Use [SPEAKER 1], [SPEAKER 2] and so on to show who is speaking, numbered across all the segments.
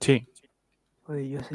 [SPEAKER 1] Sí.
[SPEAKER 2] Oye, yo sé.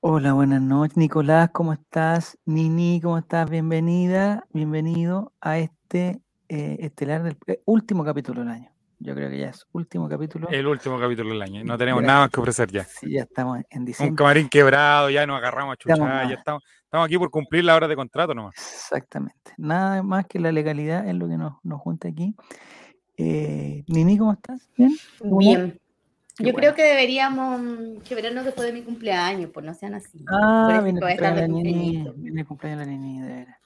[SPEAKER 2] Hola, buenas noches, Nicolás, ¿cómo estás? Nini, ¿cómo estás? Bienvenida, bienvenido a este eh, estelar del eh, último capítulo del año. Yo creo que ya es último capítulo.
[SPEAKER 1] El último capítulo del año. No tenemos
[SPEAKER 2] Gracias.
[SPEAKER 1] nada más que ofrecer Eh, ya.
[SPEAKER 2] Sí, ya estamos en
[SPEAKER 1] Un
[SPEAKER 2] diciembre.
[SPEAKER 1] camarín quebrado, ya nos agarramos a chuchar,
[SPEAKER 2] Estamos mal.
[SPEAKER 1] ya estamos, estamos aquí por cumplir la hora de contrato nomás.
[SPEAKER 2] Exactamente. Nada más que la legalidad es lo que nos, nos junta aquí. Eh, Nini, ¿cómo estás? ¿Bien? ¿Cómo?
[SPEAKER 3] Bien.
[SPEAKER 2] Qué
[SPEAKER 3] Yo
[SPEAKER 2] bueno.
[SPEAKER 3] creo que deberíamos mm, quebrarnos después de mi cumpleaños, pues no sean así. Por
[SPEAKER 2] Ah,
[SPEAKER 3] eso
[SPEAKER 2] viene el
[SPEAKER 3] voy a estar
[SPEAKER 2] cumpleaños de
[SPEAKER 3] de
[SPEAKER 2] la Nini.
[SPEAKER 3] cumpleañito.
[SPEAKER 2] Viene el cumpleaños de la Nini, de veras.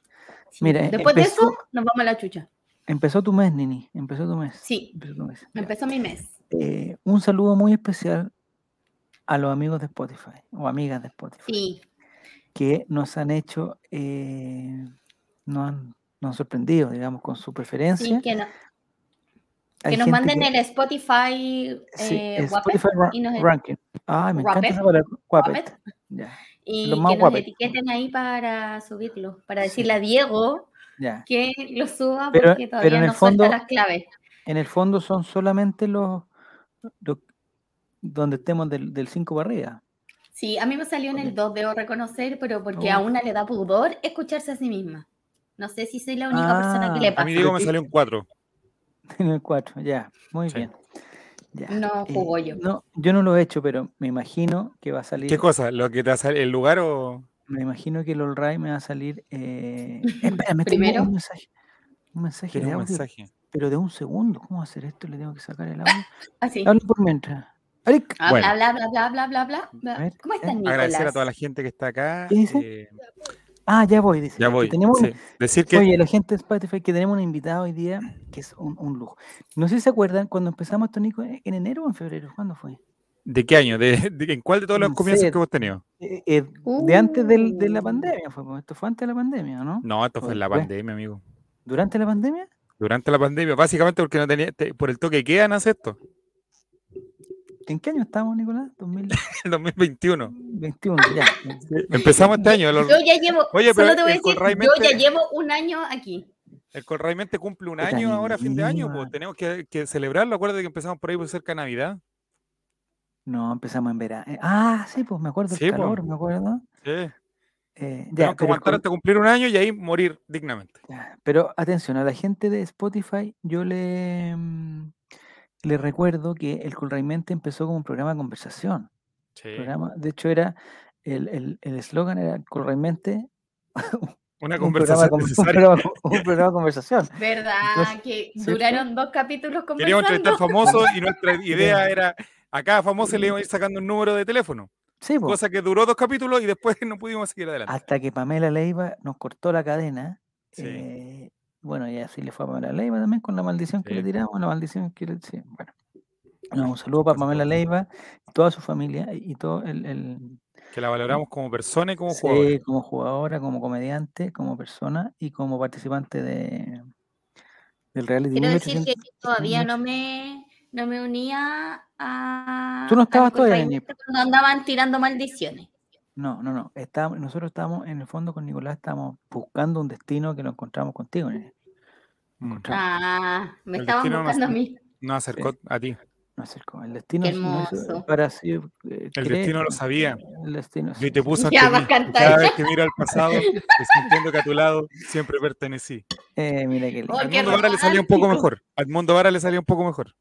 [SPEAKER 3] Sí.
[SPEAKER 2] Mira, eh,
[SPEAKER 3] Después
[SPEAKER 2] empezó-
[SPEAKER 3] de eso, nos vamos a la chucha.
[SPEAKER 2] Empezó tu mes, Nini. Empezó tu mes.
[SPEAKER 3] Sí.
[SPEAKER 2] Empezó tu mes. ya.
[SPEAKER 3] Empezó mi mes.
[SPEAKER 2] Eh, un saludo muy especial a los amigos de Spotify o amigas de Spotify
[SPEAKER 3] Sí.
[SPEAKER 2] que nos han hecho, eh, nos, han, nos han sorprendido, digamos, con su
[SPEAKER 3] sí,
[SPEAKER 2] preferencia.
[SPEAKER 3] que, no-
[SPEAKER 2] ¿Ah, Hay
[SPEAKER 3] que nos
[SPEAKER 2] gente
[SPEAKER 3] manden
[SPEAKER 2] que-
[SPEAKER 3] el Spotify,
[SPEAKER 2] Sí,
[SPEAKER 3] eh,
[SPEAKER 2] el
[SPEAKER 3] Wappet
[SPEAKER 2] Spotify ra-
[SPEAKER 3] y nos et-
[SPEAKER 2] Ranking. Ah, me encanta
[SPEAKER 3] Wappet,
[SPEAKER 2] esa palabra. Wappet.
[SPEAKER 3] Wappet,
[SPEAKER 2] Ya,
[SPEAKER 3] y
[SPEAKER 2] lo más
[SPEAKER 3] que nos
[SPEAKER 2] Wappet.
[SPEAKER 3] etiqueten ahí para subirlo, para
[SPEAKER 2] Sí.
[SPEAKER 3] decirle a Diego
[SPEAKER 2] ya.
[SPEAKER 3] que lo suba
[SPEAKER 2] Pero-
[SPEAKER 3] porque
[SPEAKER 2] pero
[SPEAKER 3] todavía
[SPEAKER 2] en el
[SPEAKER 3] no suelta
[SPEAKER 2] fondo-
[SPEAKER 3] las claves.
[SPEAKER 2] En el fondo son solamente los, los- donde estemos del, del 5 para arriba.
[SPEAKER 3] Sí, a mí me salió en
[SPEAKER 2] Ok.
[SPEAKER 3] el 2, debo reconocer, pero porque
[SPEAKER 2] Oh.
[SPEAKER 3] a una le da pudor escucharse a sí misma. No sé si soy la única persona que
[SPEAKER 2] Ah,
[SPEAKER 3] le
[SPEAKER 1] A
[SPEAKER 3] pasa.
[SPEAKER 1] mí
[SPEAKER 2] digo-
[SPEAKER 1] Diego me salió un 4.
[SPEAKER 2] En el 4, ya. Muy
[SPEAKER 1] Sí.
[SPEAKER 2] bien. Ya, eh,
[SPEAKER 3] No jugó yo.
[SPEAKER 2] No, yo no lo he hecho, pero me imagino que va a salir.
[SPEAKER 1] ¿Qué cosa? ¿Lo que te hace el lugar o.?
[SPEAKER 2] Me imagino que el All Right me va a salir. Eh... Espérame, tengo
[SPEAKER 3] Primero.
[SPEAKER 2] un mensaje. Un mensaje
[SPEAKER 1] Tiene
[SPEAKER 2] de
[SPEAKER 1] un
[SPEAKER 2] audio,
[SPEAKER 1] mensaje.
[SPEAKER 2] pero de un segundo. ¿Cómo va a hacer esto? Le tengo que sacar el audio.
[SPEAKER 3] Así.
[SPEAKER 2] Hablo por mientras. ¡Aric!
[SPEAKER 3] Ah,
[SPEAKER 1] Bueno.
[SPEAKER 3] Bla, bla, bla, bla, bla, bla, bla.
[SPEAKER 2] A ver,
[SPEAKER 3] ¿Cómo
[SPEAKER 2] eh,
[SPEAKER 3] estás, Nicolás?
[SPEAKER 1] Agradecer a toda la gente que está acá.
[SPEAKER 2] ¿Qué dice?
[SPEAKER 1] eh,
[SPEAKER 2] Ah, ya voy, dice.
[SPEAKER 1] ya
[SPEAKER 2] que
[SPEAKER 1] voy.
[SPEAKER 2] Tenemos,
[SPEAKER 1] sí. Decir que.
[SPEAKER 2] Oye, la gente de Spotify, que tenemos un invitado hoy día, que es un, un lujo. No sé si se acuerdan, cuando empezamos esto, Nico, eh, ¿en enero o en febrero? ¿Cuándo fue?
[SPEAKER 1] ¿De qué año? ¿De, de- en cuál de todos los
[SPEAKER 2] No
[SPEAKER 1] comienzos
[SPEAKER 2] sé.
[SPEAKER 1] que hemos tenido?
[SPEAKER 2] Eh, eh, de antes del- de la
[SPEAKER 3] Uh.
[SPEAKER 2] pandemia, fue, pues, esto fue antes de la pandemia, ¿o ¿no?
[SPEAKER 1] No, esto fue
[SPEAKER 2] Oye,
[SPEAKER 1] en la
[SPEAKER 2] pues.
[SPEAKER 1] pandemia, amigo.
[SPEAKER 2] ¿Durante la pandemia?
[SPEAKER 1] Durante la pandemia, básicamente porque no tenía. te- por el toque de queda nace esto.
[SPEAKER 2] ¿En qué año estamos, Nicolás? 2021,
[SPEAKER 1] El 2021.
[SPEAKER 2] ya.
[SPEAKER 1] Empezamos este año.
[SPEAKER 3] Yo
[SPEAKER 1] los-
[SPEAKER 3] ya llevo,
[SPEAKER 1] Oye, pero
[SPEAKER 3] solo te voy a
[SPEAKER 1] el
[SPEAKER 3] decir,
[SPEAKER 1] Conraimente-
[SPEAKER 3] yo ya llevo un año aquí.
[SPEAKER 1] El Colraimente cumple un
[SPEAKER 2] Puta
[SPEAKER 1] año ahora, a fin de año,
[SPEAKER 2] mierda.
[SPEAKER 1] pues tenemos que, que celebrarlo. Acuérdate que empezamos por ahí por cerca de Navidad.
[SPEAKER 2] No, empezamos en verano. Eh, Ah, sí, pues me acuerdo, el
[SPEAKER 1] Sí, pues.
[SPEAKER 2] calor, me acuerdo.
[SPEAKER 1] Sí.
[SPEAKER 2] Eh,
[SPEAKER 1] tenemos que
[SPEAKER 2] ya, pero, el
[SPEAKER 1] aguantar
[SPEAKER 2] col-
[SPEAKER 1] hasta cumplir un año y ahí morir dignamente.
[SPEAKER 2] ya, pero atención, a la gente de Spotify, yo le, mm, le recuerdo que el Colraimente empezó como un programa de conversación. programa. De hecho, era el el- el eslogan era correctamente
[SPEAKER 1] Una
[SPEAKER 2] un programa,
[SPEAKER 1] conversación
[SPEAKER 2] con- un,
[SPEAKER 1] necesaria.
[SPEAKER 2] programa, con- un programa de conversación.
[SPEAKER 3] ¿Verdad?
[SPEAKER 2] Entonces,
[SPEAKER 3] que
[SPEAKER 2] ¿cierto?
[SPEAKER 3] duraron dos capítulos
[SPEAKER 1] Queríamos
[SPEAKER 3] conversando.
[SPEAKER 1] entrevistar famosos y nuestra idea era a cada famoso le íbamos a ir sacando un número de teléfono.
[SPEAKER 2] Sí, po,
[SPEAKER 1] Cosa que duró dos capítulos y después no pudimos seguir adelante.
[SPEAKER 2] Oh. hasta que Pamela Leiva nos cortó la cadena.
[SPEAKER 1] Sí.
[SPEAKER 2] eh, bueno, y así le fue a Pamela Leiva también con la maldición que
[SPEAKER 1] Sí,
[SPEAKER 2] le
[SPEAKER 1] po.
[SPEAKER 2] tiramos, la maldición que le... sí, bueno. No, un saludo para Pamela Leiva, toda su familia y todo el... el
[SPEAKER 1] Que la valoramos como persona y como
[SPEAKER 2] sí,
[SPEAKER 1] jugador.
[SPEAKER 2] como jugadora, como comediante, como persona y como participante de, del reality.
[SPEAKER 3] Quiero decir
[SPEAKER 2] 1800.
[SPEAKER 3] que yo todavía no me, no me unía a.
[SPEAKER 2] Tú no
[SPEAKER 3] a
[SPEAKER 2] estabas
[SPEAKER 3] los
[SPEAKER 2] todavía, Nini.
[SPEAKER 3] Colraimente Cuando andaban tirando maldiciones.
[SPEAKER 2] No, no, no. Estábamos, nosotros estábamos, en el fondo con Nicolás, estábamos buscando un destino que lo encontramos contigo. nene. Lo
[SPEAKER 1] Mm.
[SPEAKER 2] encontramos,
[SPEAKER 3] Ah, me
[SPEAKER 1] El
[SPEAKER 3] estaban
[SPEAKER 1] destino nos-
[SPEAKER 3] buscando a mí.
[SPEAKER 1] Nos acercó a ti.
[SPEAKER 2] nos acercó. El destino
[SPEAKER 3] Qué
[SPEAKER 2] es- nos hizo-
[SPEAKER 3] hermoso.
[SPEAKER 2] para así, eh, creer,
[SPEAKER 1] destino lo sabía.
[SPEAKER 2] El destino.
[SPEAKER 1] Yo
[SPEAKER 2] sí,
[SPEAKER 1] te
[SPEAKER 2] sí.
[SPEAKER 1] puse
[SPEAKER 3] Ya,
[SPEAKER 1] ante mí,
[SPEAKER 3] bacán,
[SPEAKER 1] y cada
[SPEAKER 3] tal.
[SPEAKER 1] vez que miro al pasado, sintiendo que a tu lado siempre pertenecí.
[SPEAKER 2] Eh, mira qué lindo.
[SPEAKER 3] Ay,
[SPEAKER 1] Al
[SPEAKER 3] qué
[SPEAKER 1] mundo Vara le salía un poco
[SPEAKER 3] romántico.
[SPEAKER 1] mejor. Al mundo Vara le salía un poco mejor.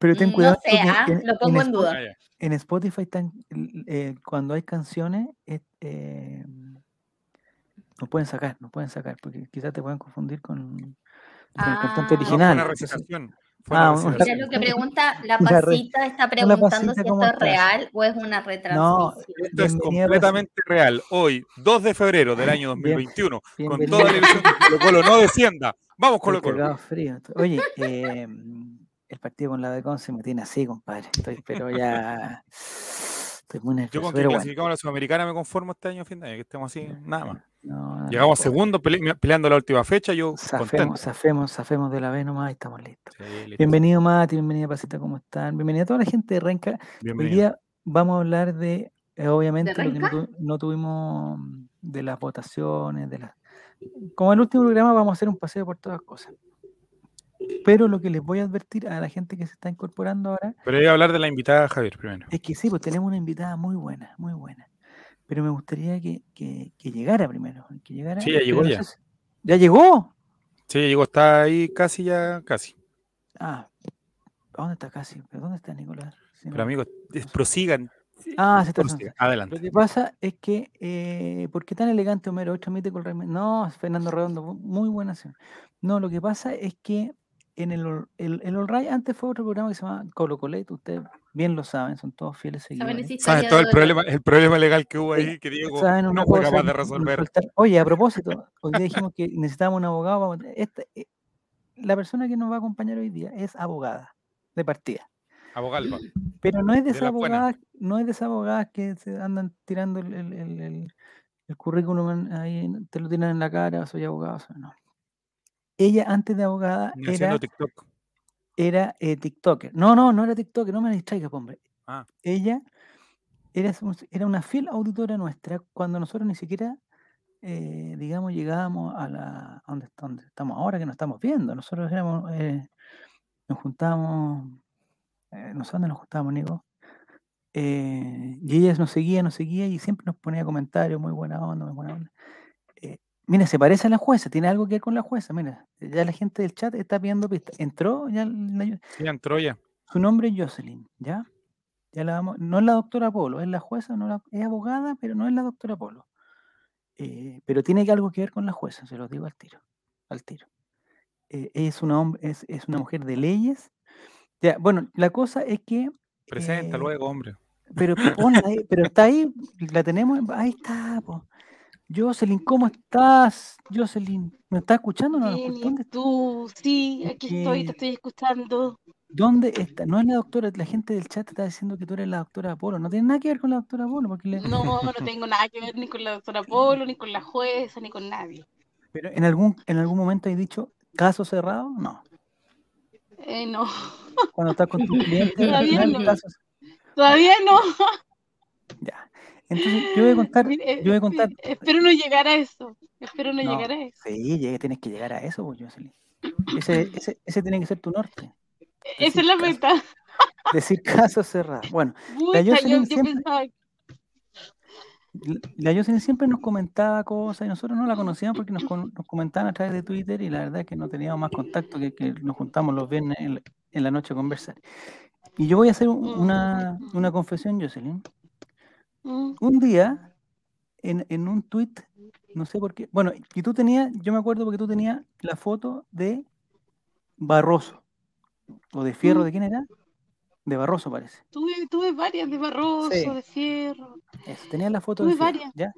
[SPEAKER 2] Pero ten cuidado.
[SPEAKER 3] No sé,
[SPEAKER 2] porque
[SPEAKER 3] ah,
[SPEAKER 2] en-
[SPEAKER 3] lo pongo en
[SPEAKER 2] Spo-
[SPEAKER 3] duda.
[SPEAKER 1] Ah, ya.
[SPEAKER 2] en Spotify están, l- eh, cuando hay canciones, eh, eh, no pueden sacar, no pueden sacar, porque quizás te pueden confundir con, con el cantante
[SPEAKER 1] No, fue
[SPEAKER 3] Ah.
[SPEAKER 2] original.
[SPEAKER 1] una
[SPEAKER 2] entonces-
[SPEAKER 1] recitación. Fue una
[SPEAKER 2] Ah, una-
[SPEAKER 3] Mira
[SPEAKER 1] recitación.
[SPEAKER 3] lo que pregunta la
[SPEAKER 2] Una re-
[SPEAKER 3] pasita, está
[SPEAKER 2] Hola,
[SPEAKER 3] preguntando
[SPEAKER 2] Pasita,
[SPEAKER 3] si
[SPEAKER 2] ¿cómo
[SPEAKER 3] esto es
[SPEAKER 2] estás?
[SPEAKER 3] real o es una
[SPEAKER 2] no, eh,
[SPEAKER 3] retransmisión.
[SPEAKER 1] Esto es
[SPEAKER 2] bienvenida, Rosita.
[SPEAKER 1] completamente real. Hoy, 2 de febrero del año
[SPEAKER 2] Bien-
[SPEAKER 1] 2021, con
[SPEAKER 2] bienvenida.
[SPEAKER 1] toda la ilusión de que Colo Colo no descienda. Vamos, Colo
[SPEAKER 2] Estoy
[SPEAKER 1] Colo.
[SPEAKER 2] cagado frío. estoy- Oye, eh, el partido con la de Conce me tiene así, compadre. Estoy, pero ya. Estoy muy
[SPEAKER 1] Yo
[SPEAKER 2] nervioso.
[SPEAKER 1] con que
[SPEAKER 2] Pero bueno.
[SPEAKER 1] clasificamos a la Sudamericana me conformo este año, a fin de año, que estemos así, nada más.
[SPEAKER 2] Ah, no, no,
[SPEAKER 1] Llegamos
[SPEAKER 2] no,
[SPEAKER 1] segundo, pele- peleando la última fecha, yo contento.
[SPEAKER 2] Zafemos, zafemos, zafemos de la vez nomás y estamos listos.
[SPEAKER 1] Sí, listo.
[SPEAKER 2] Bienvenido, Mati. Bienvenida, Pasita. ¿Cómo están? Bienvenida a toda la gente de Renca. Hoy
[SPEAKER 1] Bienvenido.
[SPEAKER 2] día vamos a hablar de, eh, obviamente, lo que no,
[SPEAKER 3] Renca?
[SPEAKER 2] tu- no tuvimos. mm, de las votaciones, de las... Como el último programa vamos a hacer un paseo por todas las cosas. Pero lo que les voy a advertir a la gente que se está incorporando ahora
[SPEAKER 1] Pero iba a hablar de la invitada Javier primero.
[SPEAKER 2] es que sí, pues tenemos una invitada muy buena, muy buena. Pero me gustaría que, que- que llegara primero. Que llegara,
[SPEAKER 1] Sí, ya llegó
[SPEAKER 2] pero no
[SPEAKER 1] ya.
[SPEAKER 2] sé si- ¿Ya llegó?
[SPEAKER 1] Sí, llegó, está ahí casi ya, casi.
[SPEAKER 2] Ah, ¿a ¿dónde está casi? ¿Pero dónde está Nicolás? Si no-
[SPEAKER 1] Pero amigos, des- prosigan.
[SPEAKER 2] ah, se está
[SPEAKER 1] prosigan. Adelante.
[SPEAKER 2] Lo que pasa es que, eh, ¿por qué tan elegante Homero? Hoy transmite con realme- No, Fernando Redondo, bu- muy buena acción. No, lo que pasa es que en el, All- el, el All Right antes fue otro programa que se llamaba Colo Colet, ustedes bien lo saben, son todos fieles
[SPEAKER 3] ¿Saben
[SPEAKER 2] seguidores.
[SPEAKER 3] esa historia
[SPEAKER 1] ¿Sabes Ah, todo el
[SPEAKER 3] de-
[SPEAKER 1] problema, el problema legal que hubo
[SPEAKER 2] Sí.
[SPEAKER 1] ahí que Diego
[SPEAKER 2] ¿Saben una
[SPEAKER 1] no fue
[SPEAKER 2] cosa?
[SPEAKER 1] capaz de
[SPEAKER 2] Nos
[SPEAKER 1] resolver?
[SPEAKER 2] falta- Oye, a propósito, hoy día dijimos que necesitábamos un abogado. vamos a- esta- eh, la persona que nos va a acompañar hoy día es abogada de partida.
[SPEAKER 1] Abogalpa.
[SPEAKER 2] Pero no es de,
[SPEAKER 1] De
[SPEAKER 2] esas
[SPEAKER 1] las buenas.
[SPEAKER 2] abogadas, no es de esas abogadas que se andan tirando el, el- el- el- el currículum en- ahí, en- te lo tiran en la cara, soy abogado, soy- no. Ella antes de abogada
[SPEAKER 1] ni
[SPEAKER 2] era,
[SPEAKER 1] haciendo TikTok.
[SPEAKER 2] era eh, TikToker. No, no, no era TikToker, no me distraigas, hombre.
[SPEAKER 1] Ah.
[SPEAKER 2] Ella era, su- era una fiel auditora nuestra cuando nosotros ni siquiera, eh, digamos, llegábamos a la a donde, donde estamos ahora, que nos estamos viendo. Nosotros éramos, eh, nos juntábamos, eh, no sé dónde nos juntábamos, Nico. Eh, y ella nos seguía, nos seguía y siempre nos ponía comentarios, muy buena onda, muy buena onda. Eh, mira, se parece a la jueza, tiene algo que ver con la jueza. Mira, ya la gente del chat está pidiendo pistas. Entró, ya la-
[SPEAKER 1] Sí, en Troya.
[SPEAKER 2] su nombre es Jocelyn, ¿ya? Ya la vamos, no es la doctora Polo, es la jueza, no la- es abogada, pero no es la doctora Polo. Eh, pero tiene que algo que ver con la jueza, se los digo al tiro, al tiro. Eh, es, una hom- es, es una mujer de leyes. Ya, bueno, la cosa es que,
[SPEAKER 1] Presenta
[SPEAKER 2] Eh,
[SPEAKER 1] luego, hombre.
[SPEAKER 2] pero ponla ahí, pero está ahí, la tenemos, en- ahí está, po. Jocelyn, ¿cómo estás? Jocelyn, ¿me estás escuchando? o No, nos escucha?
[SPEAKER 4] Jenny,
[SPEAKER 2] ¿Dónde,
[SPEAKER 4] tú, sí, aquí estoy,
[SPEAKER 2] Eh,
[SPEAKER 4] te estoy escuchando.
[SPEAKER 2] ¿Dónde está? No es la doctora, la gente del chat está diciendo que tú eres la doctora Apolo. No tiene nada que ver con la doctora Apolo, porque le-
[SPEAKER 4] No, no tengo nada que ver ni con la doctora Polo, ni con la jueza, ni con nadie.
[SPEAKER 2] pero en algún, en algún momento has dicho caso cerrado, no.
[SPEAKER 4] Eh, no,
[SPEAKER 2] Cuando estás con tu cliente,
[SPEAKER 4] Todavía
[SPEAKER 2] final,
[SPEAKER 4] no.
[SPEAKER 2] caso cer-
[SPEAKER 4] todavía no.
[SPEAKER 2] ya. Entonces, yo voy a contar,
[SPEAKER 4] Mira, eh,
[SPEAKER 2] yo voy a
[SPEAKER 4] sí,
[SPEAKER 2] contar.
[SPEAKER 4] espero no llegar a eso. Espero no,
[SPEAKER 2] No.
[SPEAKER 4] llegar a eso.
[SPEAKER 2] Sí, llegué, tienes que llegar a eso, pues, Jocelyn. Ese, ese, ese tiene que ser tu norte.
[SPEAKER 4] Esa es la
[SPEAKER 2] caso-
[SPEAKER 4] meta.
[SPEAKER 2] Decir caso cerrado. Bueno,
[SPEAKER 4] Pucha, yo,
[SPEAKER 2] Jocelyn
[SPEAKER 4] yo
[SPEAKER 2] siempre-
[SPEAKER 4] pensaba,
[SPEAKER 2] L- La Jocelyn siempre nos comentaba cosas y nosotros no la conocíamos porque nos, con- nos comentaban a través de Twitter y la verdad es que no teníamos más contacto que que nos juntamos los viernes en la, en la noche a conversar. Y yo voy a hacer un-
[SPEAKER 4] Mm.
[SPEAKER 2] una, una confesión, Jocelyn.
[SPEAKER 4] mm,
[SPEAKER 2] Un día, en, en un tweet, no sé por qué, bueno, y tú tenías, yo me acuerdo porque tú tenías la foto de Barroso, o de Fierro,
[SPEAKER 4] Mm.
[SPEAKER 2] ¿de quién era? De Barroso parece.
[SPEAKER 4] tuve, tuve varias de Barroso,
[SPEAKER 2] Sí.
[SPEAKER 4] de Fierro.
[SPEAKER 2] Eso, tenía la foto
[SPEAKER 4] Tuve
[SPEAKER 2] de Fierro,
[SPEAKER 4] varias.
[SPEAKER 2] ¿ya?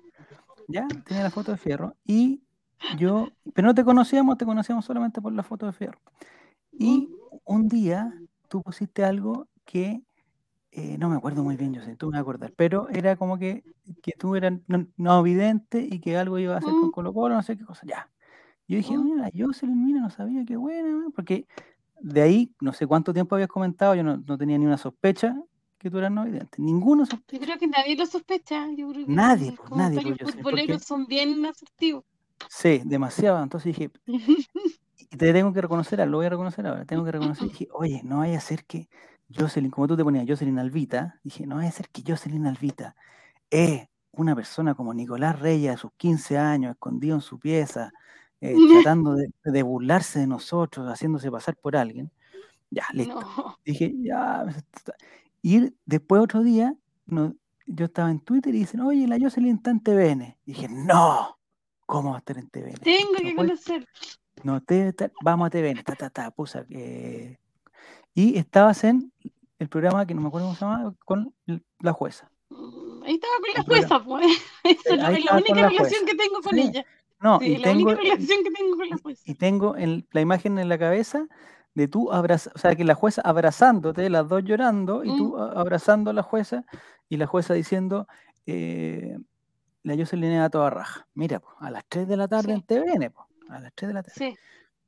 [SPEAKER 2] ¿Ya? Tenía la foto de Fierro. Y yo, pero no te conocíamos, te conocíamos solamente por la foto de Fierro. Y un día tú pusiste algo que eh, no me acuerdo muy bien, yo sé, tú me vas a acordar, pero era como que, que tú eras no, no vidente y que algo iba a hacer con
[SPEAKER 4] Mm.
[SPEAKER 2] Colo Colo, no sé qué cosa, ya. Yo dije,
[SPEAKER 4] Mm.
[SPEAKER 2] mira, yo mira, no sabía qué buena, ¿no? porque de ahí, no sé cuánto tiempo habías comentado, yo no, no tenía ni una sospecha que tú eras no vidente, ninguno sospe-
[SPEAKER 4] Yo creo que nadie lo sospecha. Yo creo que
[SPEAKER 2] Nadie,
[SPEAKER 4] los
[SPEAKER 2] pues, nadie, pues,
[SPEAKER 4] comentarios
[SPEAKER 2] yo sé, porque-
[SPEAKER 4] futboleros son bien asertivos.
[SPEAKER 2] Sí, demasiado. Entonces dije, y te tengo que reconocer, lo voy a reconocer ahora, tengo que reconocer. Dije, oye, no vaya a ser que Jocelyn, como tú te ponías Jocelyn Alvita, dije, no vaya a ser que Jocelyn Alvita es una persona como Nicolás Reyes a sus 15 años, escondido en su pieza, eh, tratando de, de burlarse de nosotros, haciéndose pasar por alguien. Ya, listo
[SPEAKER 4] No.
[SPEAKER 2] dije, ya. me siento ta- Y después otro día, no, yo estaba en Twitter y dicen, oye, la Jocelyn está en TVN. dije, no, ¿cómo va a estar en TVN?
[SPEAKER 4] Tengo
[SPEAKER 2] No
[SPEAKER 4] que
[SPEAKER 2] puede-
[SPEAKER 4] conocer.
[SPEAKER 2] no te, ta- vamos a TVN, ta, ta, ta, puse, eh, Y estabas en el programa que no me acuerdo cómo se llama, con l- la jueza.
[SPEAKER 4] Mm, Ahí estaba con la
[SPEAKER 2] El programa.
[SPEAKER 4] jueza, pues. Esa es
[SPEAKER 2] Ahí
[SPEAKER 4] la, es la
[SPEAKER 2] estaba con
[SPEAKER 4] única
[SPEAKER 2] la
[SPEAKER 4] relación
[SPEAKER 2] jueza.
[SPEAKER 4] que tengo con
[SPEAKER 2] Sí,
[SPEAKER 4] ella.
[SPEAKER 2] No,
[SPEAKER 4] Sí,
[SPEAKER 2] y
[SPEAKER 4] la
[SPEAKER 2] tengo,
[SPEAKER 4] única relación que tengo con la jueza.
[SPEAKER 2] y tengo el- la imagen en la cabeza de tú abrazando, o sea, que la jueza abrazándote, las dos llorando, y
[SPEAKER 4] Mm.
[SPEAKER 2] tú a- abrazando a la jueza, y la jueza diciendo, eh, la Jocelyn era toda raja. Mira, po, a las 3 de la tarde
[SPEAKER 4] Sí.
[SPEAKER 2] en TVN, po, a las 3 de la tarde.
[SPEAKER 4] Sí.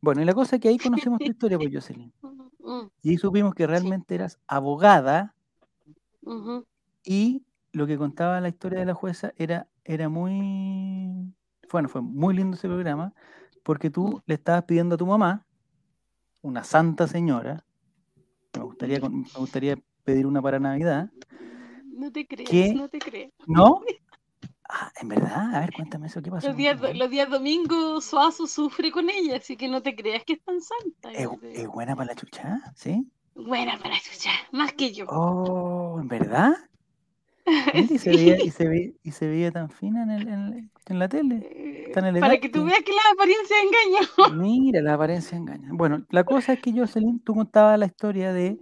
[SPEAKER 2] Bueno, y la cosa es que ahí conocimos tu historia, pues, Jocelyn.
[SPEAKER 4] Mm, mm,
[SPEAKER 2] Y ahí supimos que realmente eras abogada
[SPEAKER 4] ujú.
[SPEAKER 2] y lo que contaba la historia de la jueza era, era muy bueno, fue muy lindo ese programa, porque tú le estabas pidiendo a tu mamá, una santa señora, me gustaría, con- me gustaría pedir una para Navidad,
[SPEAKER 4] No te crees,
[SPEAKER 2] ¿Qué?
[SPEAKER 4] no te crees.
[SPEAKER 2] ¿no? Ah, en verdad, a ver, cuéntame eso, ¿qué pasó?
[SPEAKER 4] Los días, do- los días domingos Suazo sufre con ella, así que no te creas que es tan santa.
[SPEAKER 2] ¿Es, es buena para la chucha? ¿Sí?
[SPEAKER 4] Buena para escuchar, más que yo.
[SPEAKER 2] Oh, ¿en verdad? Mira, y, se veía, y, se veía, y se veía tan fina en, el- en- en la tele.
[SPEAKER 4] Eh,
[SPEAKER 2] tan
[SPEAKER 4] Para que
[SPEAKER 2] elegante.
[SPEAKER 4] tú veas que la apariencia engaña.
[SPEAKER 2] Mira, la apariencia engaña. Bueno, la cosa es que Jocelyn, tú contabas la historia de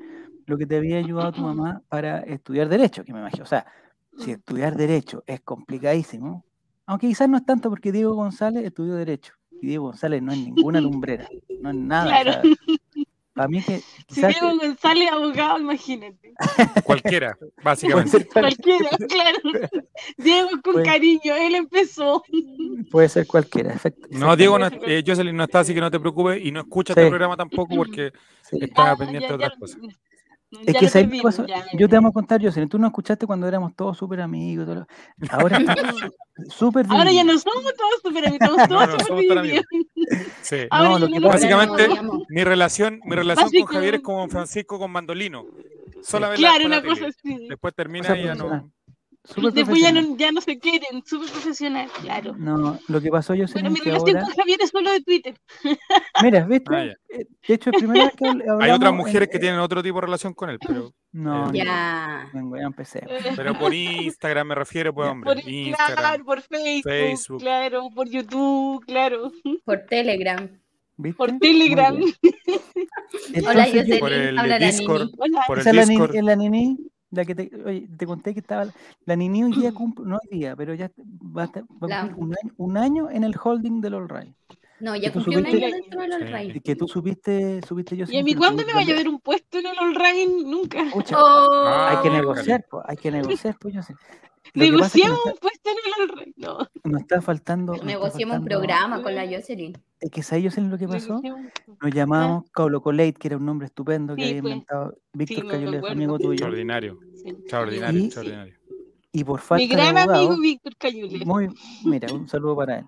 [SPEAKER 2] lo que te había ayudado tu mamá para estudiar derecho, que me imagino. O sea, si estudiar derecho es complicadísimo, aunque quizás no es tanto porque Diego González estudió derecho y Diego González no es ninguna lumbrera, no es nada.
[SPEAKER 4] Claro.
[SPEAKER 2] para mí que
[SPEAKER 4] Si
[SPEAKER 2] quizás
[SPEAKER 4] Diego González abogado, imagínate.
[SPEAKER 1] Cualquiera,
[SPEAKER 2] puede,
[SPEAKER 1] básicamente.
[SPEAKER 2] ser cual-
[SPEAKER 4] Cualquiera, claro. Diego con
[SPEAKER 2] Pues-
[SPEAKER 4] cariño, él empezó.
[SPEAKER 2] puede ser cualquiera. efect-
[SPEAKER 1] No, Diego, no,
[SPEAKER 4] Exactamente.
[SPEAKER 1] eh, Jocelyn no está, así que no te preocupes y no escucha
[SPEAKER 2] Sí.
[SPEAKER 1] este programa tampoco porque
[SPEAKER 2] sí.
[SPEAKER 1] está
[SPEAKER 4] Ah,
[SPEAKER 1] pendiente
[SPEAKER 4] ya-
[SPEAKER 1] de otras
[SPEAKER 4] ya-
[SPEAKER 1] cosas.
[SPEAKER 4] ya
[SPEAKER 2] Es
[SPEAKER 4] lo
[SPEAKER 2] que ¿sabes qué
[SPEAKER 4] perdimos,
[SPEAKER 2] pasó?
[SPEAKER 4] ya,
[SPEAKER 2] yo te
[SPEAKER 4] ya.
[SPEAKER 2] vamos a contar, Jocelyn, tú no escuchaste cuando éramos todos súper amigos. todo lo- Ahora estamos su- súper
[SPEAKER 4] Ahora ya
[SPEAKER 2] divididos.
[SPEAKER 4] no somos todos super amigos, estamos todos
[SPEAKER 1] No, no,
[SPEAKER 4] super
[SPEAKER 1] somos tan
[SPEAKER 4] divididos.
[SPEAKER 1] Sí.
[SPEAKER 4] Ahora
[SPEAKER 2] No,
[SPEAKER 4] ya
[SPEAKER 2] lo
[SPEAKER 4] no
[SPEAKER 2] que
[SPEAKER 4] nos
[SPEAKER 1] pasa-
[SPEAKER 4] hablamos.
[SPEAKER 1] Básicamente- Mi relación, mi relación con
[SPEAKER 4] Básicamente-
[SPEAKER 1] Javier es como Francisco con Mandolino. Sola vez la-
[SPEAKER 4] Claro,
[SPEAKER 1] con la
[SPEAKER 4] una cosa
[SPEAKER 1] tele.
[SPEAKER 4] así.
[SPEAKER 1] Después termina
[SPEAKER 2] O sea,
[SPEAKER 1] y ya no.
[SPEAKER 2] profesional. Súper
[SPEAKER 4] Después ya
[SPEAKER 2] profesional.
[SPEAKER 4] no, ya no se quieren, súper profesional, claro.
[SPEAKER 2] No, lo que pasó, Jocelyn,
[SPEAKER 4] Bueno, mi
[SPEAKER 2] es que
[SPEAKER 4] relación
[SPEAKER 2] ahora...
[SPEAKER 4] con Javier es solo de Twitter.
[SPEAKER 2] Mira, ¿viste?
[SPEAKER 1] Ah, ya.
[SPEAKER 2] Eh, De hecho, es primera vez que habl- hablamos...
[SPEAKER 1] Hay otras
[SPEAKER 2] en-
[SPEAKER 1] mujeres que
[SPEAKER 2] eh,
[SPEAKER 1] tienen otro tipo de relación con él, pero,
[SPEAKER 2] No,
[SPEAKER 1] Ya.
[SPEAKER 2] no,
[SPEAKER 3] Ya.
[SPEAKER 2] no, ya empecé.
[SPEAKER 4] Eh,
[SPEAKER 1] pero por Instagram me refiero, pues
[SPEAKER 2] Ya.
[SPEAKER 1] hombre.
[SPEAKER 4] Por,
[SPEAKER 1] Instagram.
[SPEAKER 4] claro, por Facebook,
[SPEAKER 1] Facebook.
[SPEAKER 4] claro, por YouTube, claro,
[SPEAKER 3] Por Telegram.
[SPEAKER 2] ¿Viste?
[SPEAKER 4] por
[SPEAKER 2] Muy
[SPEAKER 4] Telegram.
[SPEAKER 2] bien.
[SPEAKER 3] Hola,
[SPEAKER 2] Entonces,
[SPEAKER 3] yo soy
[SPEAKER 1] por el
[SPEAKER 3] Habla la
[SPEAKER 1] Discord.
[SPEAKER 3] Nini.
[SPEAKER 4] Hola.
[SPEAKER 1] Por el
[SPEAKER 2] esa es la nini,
[SPEAKER 1] Discord.
[SPEAKER 2] es la nini, la que te, oye, te conté que estaba... La nini hoy día cumple... No hoy día, pero ya va a, estar- va a
[SPEAKER 3] La
[SPEAKER 2] cumplir un año, un año en el holding del All Right.
[SPEAKER 3] No, ya
[SPEAKER 2] Que tú
[SPEAKER 3] cumplió un año
[SPEAKER 4] supiste-
[SPEAKER 3] dentro del All
[SPEAKER 1] Sí.
[SPEAKER 3] Right.
[SPEAKER 2] Y que tú supiste, supiste yo.
[SPEAKER 4] ¿Y a mí cuándo me va a llover un puesto en el All Right? Nunca.
[SPEAKER 3] Oh,
[SPEAKER 2] Hay que
[SPEAKER 1] Ah,
[SPEAKER 2] negociar, pues, hay que negociar, pues yo sé. Lo que pasa es que
[SPEAKER 4] Negociamos
[SPEAKER 2] nos
[SPEAKER 4] un puesto en el All Right. No,
[SPEAKER 2] está, nos está faltando. nos está
[SPEAKER 3] negociemos un
[SPEAKER 2] faltando-
[SPEAKER 3] programa con la Jocelyn.
[SPEAKER 2] Es que sabes Jocelyn, lo que pasó.
[SPEAKER 4] negociamos.
[SPEAKER 2] Nos llamamos Caulo Colate, que era un nombre estupendo que
[SPEAKER 4] Ah. Sí,
[SPEAKER 2] había
[SPEAKER 4] pues.
[SPEAKER 2] inventado Víctor
[SPEAKER 4] Sí, me
[SPEAKER 2] Cayolet,
[SPEAKER 4] acuerdo.
[SPEAKER 2] amigo tuyo.
[SPEAKER 1] Extraordinario,
[SPEAKER 4] Sí.
[SPEAKER 1] extraordinario,
[SPEAKER 2] Y-
[SPEAKER 1] extraordinario.
[SPEAKER 2] Y por falta
[SPEAKER 4] Mi gran
[SPEAKER 2] de abogado,
[SPEAKER 4] amigo Víctor Cayule.
[SPEAKER 2] muy, mira, un saludo para él.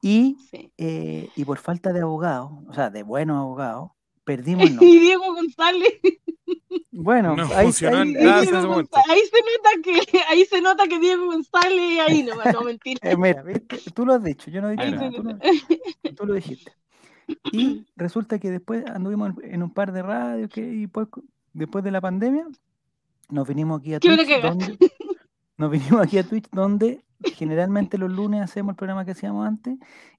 [SPEAKER 2] Y,
[SPEAKER 4] Sí.
[SPEAKER 2] eh, y por falta de abogado, o sea, de buenos abogados, perdimos el nombre.
[SPEAKER 4] Y Diego González.
[SPEAKER 2] Bueno,
[SPEAKER 1] No
[SPEAKER 2] ahí,
[SPEAKER 1] funcionó
[SPEAKER 2] ahí-
[SPEAKER 1] en nada. Ah, sí, en
[SPEAKER 4] Diego
[SPEAKER 1] ese momento.
[SPEAKER 4] González. ahí se nota que ahí se nota que Diego González ahí no, no mentira.
[SPEAKER 2] eh, mira, ¿viste? tú lo has dicho, yo no he dicho
[SPEAKER 1] Ahí
[SPEAKER 2] nada.
[SPEAKER 1] no.
[SPEAKER 2] tú lo- Tú lo dijiste. Y resulta que después anduvimos en, en un par de radios que, y pues, co- después de la pandemia nos vinimos aquí a
[SPEAKER 4] Qué
[SPEAKER 2] Twitch.
[SPEAKER 4] buena cagada.
[SPEAKER 2] donde- nos vinimos aquí a Twitch donde generalmente los lunes hacemos el programa que hacíamos antes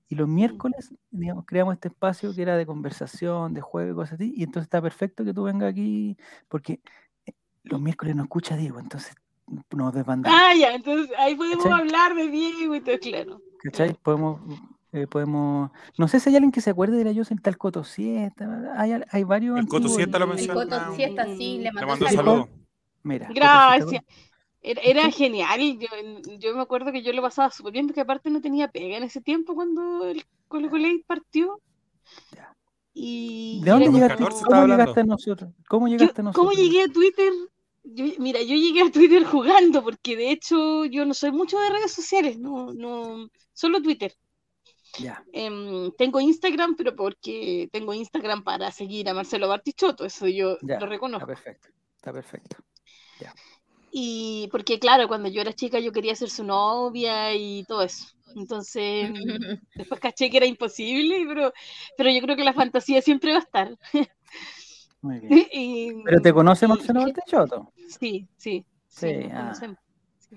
[SPEAKER 2] y los miércoles digamos, creamos este espacio que era de conversación, de juego y cosas así. Y entonces está perfecto que tú vengas aquí porque eh, los miércoles no escucha Diego, entonces nos desbandamos.
[SPEAKER 4] Ah, ya, entonces ahí podemos
[SPEAKER 2] ¿Cachai?
[SPEAKER 4] hablar de Diego y todo, claro.
[SPEAKER 2] ¿Cachai? Podemos, eh, podemos. No sé si hay alguien que se acuerde de la Yosen, tal Coto Siesta. Hay, al- hay varios.
[SPEAKER 1] El Coto
[SPEAKER 2] antiguos,
[SPEAKER 1] Siesta lo
[SPEAKER 2] eh,
[SPEAKER 3] El
[SPEAKER 1] mencionó.
[SPEAKER 3] Coto Siesta, sí, le
[SPEAKER 1] Le
[SPEAKER 3] mandó
[SPEAKER 1] mando
[SPEAKER 3] un
[SPEAKER 1] un
[SPEAKER 3] saludo.
[SPEAKER 1] saludo.
[SPEAKER 2] Mira. Coto Siesta,
[SPEAKER 4] Gracias. Era, era genial, yo, yo me acuerdo que yo lo pasaba súper bien porque aparte no tenía pega en ese tiempo cuando el Colo Colo partió.
[SPEAKER 2] Ya.
[SPEAKER 4] Y
[SPEAKER 2] ¿De dónde
[SPEAKER 4] era
[SPEAKER 1] 2014
[SPEAKER 4] como-
[SPEAKER 2] llegaste?
[SPEAKER 1] estaba
[SPEAKER 2] ¿Cómo
[SPEAKER 1] hablando.
[SPEAKER 2] llegaste a nosotros? ¿Cómo
[SPEAKER 4] Yo-
[SPEAKER 2] llegaste a nosotros?
[SPEAKER 4] ¿Cómo llegué a Twitter? Yo- mira, yo llegué a Twitter jugando, porque de hecho yo no soy mucho de redes sociales, no, no, solo Twitter.
[SPEAKER 2] Ya.
[SPEAKER 4] Em, tengo Instagram, pero porque tengo Instagram para seguir a Marcelo Bartichotto, eso yo
[SPEAKER 2] Ya,
[SPEAKER 4] lo
[SPEAKER 2] Está
[SPEAKER 4] reconozco.
[SPEAKER 2] perfecto. Está perfecto.
[SPEAKER 4] Y porque claro, cuando yo era chica yo quería ser su novia y todo eso. Entonces, después caché que era imposible, pero, pero yo creo que la fantasía siempre va a estar.
[SPEAKER 2] Muy bien.
[SPEAKER 4] Y-
[SPEAKER 2] ¿Pero te conoce
[SPEAKER 4] y-
[SPEAKER 2] Marcelo Bartichotto?
[SPEAKER 4] Sí, sí, sí,
[SPEAKER 2] Sí,
[SPEAKER 4] nos
[SPEAKER 2] ah.
[SPEAKER 4] conocemos.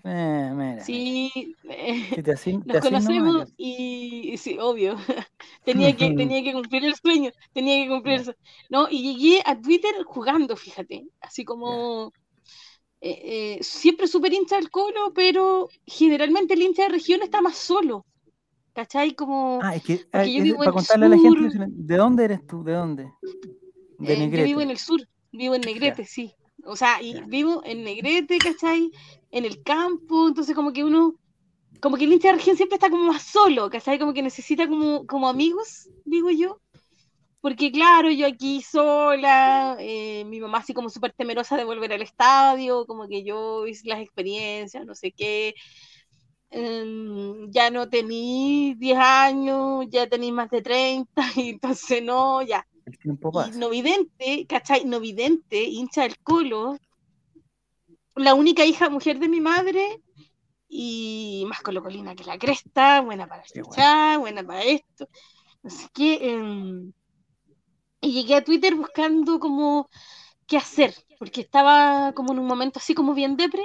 [SPEAKER 2] Eh, mira.
[SPEAKER 4] Sí, eh,
[SPEAKER 2] Si te asin- te asigno
[SPEAKER 4] nos
[SPEAKER 2] más,
[SPEAKER 4] conocemos
[SPEAKER 2] Yosen.
[SPEAKER 4] y, y sí, obvio. Tenía que, tenía que cumplir el sueño, tenía que cumplir el sueño. No, y llegué a Twitter jugando, fíjate. Así como eh, eh, siempre súper hincha del colo, pero generalmente el hincha de región está más solo. ¿Cachai? Como
[SPEAKER 2] Ah, es que
[SPEAKER 4] porque yo
[SPEAKER 2] es-
[SPEAKER 4] vivo en
[SPEAKER 2] para
[SPEAKER 4] el
[SPEAKER 2] contarle a la gente,
[SPEAKER 4] sur.
[SPEAKER 2] Yosen, ¿de dónde eres tú? ¿De dónde? De
[SPEAKER 4] eh, yo vivo en
[SPEAKER 2] Negrete.
[SPEAKER 4] el sur, vivo en Negrete, sí. O sea, y
[SPEAKER 2] Ya.
[SPEAKER 4] vivo en Negrete, ¿cachai? En el campo, entonces como que uno, como que el hincha de región siempre está como más solo, ¿cachai? Como que necesita como, como amigos, digo yo. Porque claro, yo aquí sola, eh, mi mamá así como súper temerosa de volver al estadio, como que yo hice las experiencias, no sé qué. em, ya no tení 10 años, ya tenís más de 30, y entonces no, ya.
[SPEAKER 2] El tiempo
[SPEAKER 4] Y
[SPEAKER 2] pasa.
[SPEAKER 4] no vidente, ¿cachai? No vidente, hincha del colo. La única hija mujer de mi madre y más colocolina que la cresta, buena para
[SPEAKER 2] Qué bueno.
[SPEAKER 4] escuchar, buena para esto. Así que em, y llegué a Twitter buscando como qué hacer, porque estaba como en un momento así como bien depre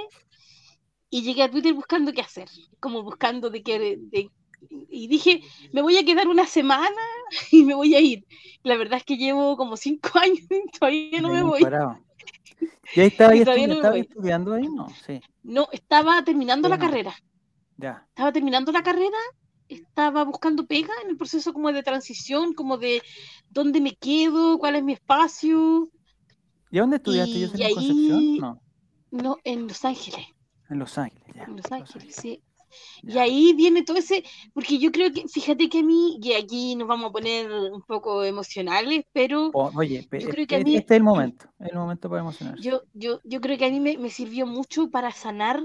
[SPEAKER 4] y llegué a Twitter buscando qué hacer, como buscando de qué... de- y dije, me voy a quedar una semana y me voy a ir. La verdad es que llevo como cinco años y todavía no me
[SPEAKER 2] Ahí
[SPEAKER 4] voy.
[SPEAKER 2] parado. ¿Y ahí estaba,
[SPEAKER 4] Y
[SPEAKER 2] ahí
[SPEAKER 4] todavía
[SPEAKER 2] estudi-
[SPEAKER 4] no me
[SPEAKER 2] estaba
[SPEAKER 4] voy.
[SPEAKER 2] estudiando ahí? No, sí,
[SPEAKER 4] No, estaba terminando la
[SPEAKER 2] Bueno.
[SPEAKER 4] carrera.
[SPEAKER 2] ya.
[SPEAKER 4] Estaba terminando la carrera, estaba buscando pega en el proceso como de transición, como de dónde me quedo, cuál es mi espacio.
[SPEAKER 2] ¿Y a dónde estudiaste? ¿Yo
[SPEAKER 4] Y
[SPEAKER 2] en Concepción?
[SPEAKER 4] ahí-
[SPEAKER 2] No,
[SPEAKER 4] No, en Los Ángeles.
[SPEAKER 2] en Los Ángeles, ya.
[SPEAKER 4] En Los
[SPEAKER 2] Los
[SPEAKER 4] Ángeles,
[SPEAKER 2] Ángeles.
[SPEAKER 4] sí. Y
[SPEAKER 2] Ya.
[SPEAKER 4] ahí viene todo ese, porque yo creo que, fíjate que a mí, y aquí nos vamos a poner un poco emocionales, pero
[SPEAKER 2] O- oye, pe-
[SPEAKER 4] Yo creo que a
[SPEAKER 2] e-
[SPEAKER 4] mí-
[SPEAKER 2] este es el momento, el momento para emocionarse.
[SPEAKER 4] Yo, yo, yo creo que a mí me, me sirvió mucho para sanar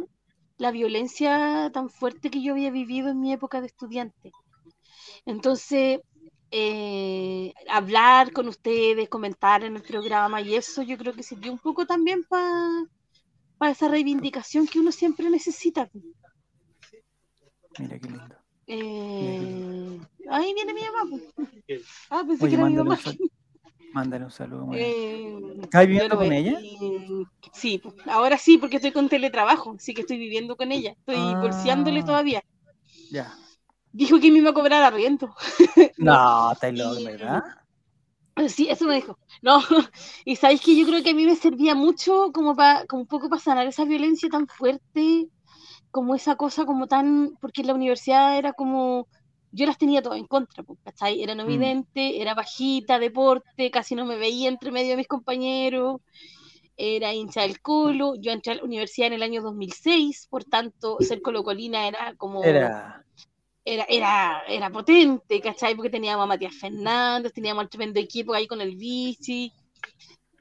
[SPEAKER 4] la violencia tan fuerte que yo había vivido en mi época de estudiante. Entonces, eh, hablar con ustedes, comentar en el programa y eso, yo creo que sirvió un poco también para esa reivindicación que uno siempre necesita.
[SPEAKER 2] Mira qué lindo.
[SPEAKER 4] Eh, ahí viene mi mamá. pues. Ah, pensé
[SPEAKER 2] Oye,
[SPEAKER 4] que era mi
[SPEAKER 2] mándale un,
[SPEAKER 4] mamá.
[SPEAKER 2] sal- mándale un saludo. María.
[SPEAKER 4] Eh,
[SPEAKER 2] ¿Estás
[SPEAKER 4] yo
[SPEAKER 2] viviendo
[SPEAKER 4] no
[SPEAKER 2] con
[SPEAKER 4] ve-
[SPEAKER 2] ella?
[SPEAKER 4] y- Sí, pues, ahora sí, porque estoy con teletrabajo, así que estoy viviendo con ella, estoy
[SPEAKER 2] Ah.
[SPEAKER 4] bolseándole todavía.
[SPEAKER 2] Ya.
[SPEAKER 4] Dijo que me iba a cobrar arriendo.
[SPEAKER 2] No, estáis loco,
[SPEAKER 4] y-
[SPEAKER 2] ¿verdad?
[SPEAKER 4] Sí, eso me dijo. No, y sabéis que yo creo que a mí me servía mucho como para, como un poco para sanar esa violencia tan fuerte, como esa cosa como tan, porque en la universidad era como, yo las tenía todas en contra, pues, ¿cachai? Era no
[SPEAKER 2] Mm.
[SPEAKER 4] vidente, era bajita, deporte, casi no me veía entre medio de mis compañeros, era hincha del colo, yo entré a la universidad en el año 2006, por tanto, ser colocolina era como
[SPEAKER 2] Era.
[SPEAKER 4] era, era, era potente, ¿cachai? Porque teníamos a Matías Fernández, teníamos al tremendo equipo ahí con el bici,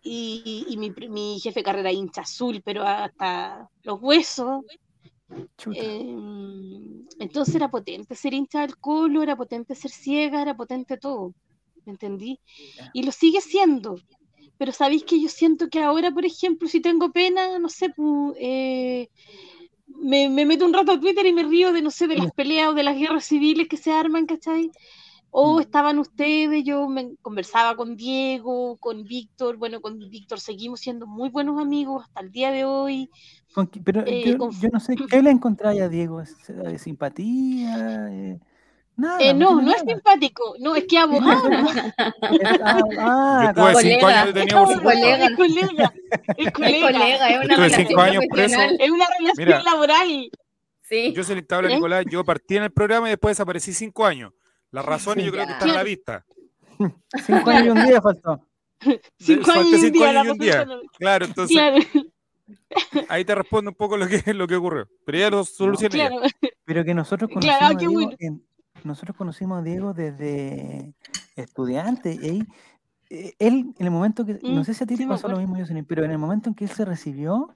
[SPEAKER 4] y, y mi, pri- mi jefe de carrera hincha azul, pero hasta los huesos.
[SPEAKER 2] Chuta.
[SPEAKER 4] Eh, entonces era potente ser hincha del colo, era potente ser ciega, era potente todo, ¿me entendí?
[SPEAKER 2] Ya.
[SPEAKER 4] Y lo sigue siendo. Pero sabéis que yo siento que ahora, por ejemplo, si tengo pena, no sé, pu, eh, me, me meto un rato a Twitter y me río de, no sé, de las peleas o de las guerras civiles que se arman, ¿cachai? O
[SPEAKER 2] Mm.
[SPEAKER 4] estaban ustedes, yo me conversaba con Diego, con Víctor, bueno, con Víctor seguimos siendo muy buenos amigos hasta el día de hoy.
[SPEAKER 2] Con qui- pero
[SPEAKER 4] eh,
[SPEAKER 2] yo,
[SPEAKER 4] con-
[SPEAKER 2] yo no sé, ¿qué le encontráis a Diego? ¿Es- eh, ¿Simpatía? Eh, nada.
[SPEAKER 4] Eh,
[SPEAKER 2] tiene
[SPEAKER 4] no, no es
[SPEAKER 2] nada.
[SPEAKER 4] simpático, no, es que abogada,
[SPEAKER 2] Es- ah, ah,
[SPEAKER 1] Yo tuve
[SPEAKER 2] está-
[SPEAKER 1] cinco
[SPEAKER 3] colega,
[SPEAKER 1] años
[SPEAKER 3] es
[SPEAKER 1] detenido por
[SPEAKER 3] como
[SPEAKER 1] su
[SPEAKER 3] colega.
[SPEAKER 4] es colega, es
[SPEAKER 3] No es
[SPEAKER 4] colega,
[SPEAKER 3] colega, es una
[SPEAKER 1] Estuve
[SPEAKER 3] relación
[SPEAKER 1] cinco años preso.
[SPEAKER 3] profesional.
[SPEAKER 4] es una relación
[SPEAKER 1] Mira.
[SPEAKER 4] laboral.
[SPEAKER 3] Sí.
[SPEAKER 1] Yo se le estaba hablando
[SPEAKER 4] ¿Eh?
[SPEAKER 1] a Nicolás, yo partí en el programa y después desaparecí cinco años. Las razones
[SPEAKER 2] Sí.
[SPEAKER 1] yo creo que
[SPEAKER 3] Ya.
[SPEAKER 1] están a la vista.
[SPEAKER 2] Cinco años y un día faltó.
[SPEAKER 4] Cinco
[SPEAKER 1] Falté
[SPEAKER 4] años y un
[SPEAKER 1] cinco
[SPEAKER 4] día,
[SPEAKER 1] años
[SPEAKER 4] la
[SPEAKER 1] y un día.
[SPEAKER 4] persona-
[SPEAKER 1] Claro, entonces
[SPEAKER 4] Claro,
[SPEAKER 1] ahí te respondo un poco lo que, lo que ocurrió. Pero ya lo solucioné.
[SPEAKER 4] claro.
[SPEAKER 2] Pero que nosotros
[SPEAKER 4] Eh, Claro,
[SPEAKER 2] conocimos, a
[SPEAKER 4] qué
[SPEAKER 2] Diego,
[SPEAKER 4] bueno.
[SPEAKER 2] en- nosotros conocimos a Diego desde estudiante. Y ahí, eh, él, en el momento que, no
[SPEAKER 4] Mm,
[SPEAKER 2] sé si a ti
[SPEAKER 4] sí
[SPEAKER 2] te
[SPEAKER 4] me
[SPEAKER 2] pasó lo
[SPEAKER 4] acuerdo.
[SPEAKER 2] mismo, Jocelyn, pero en el momento en que él se recibió,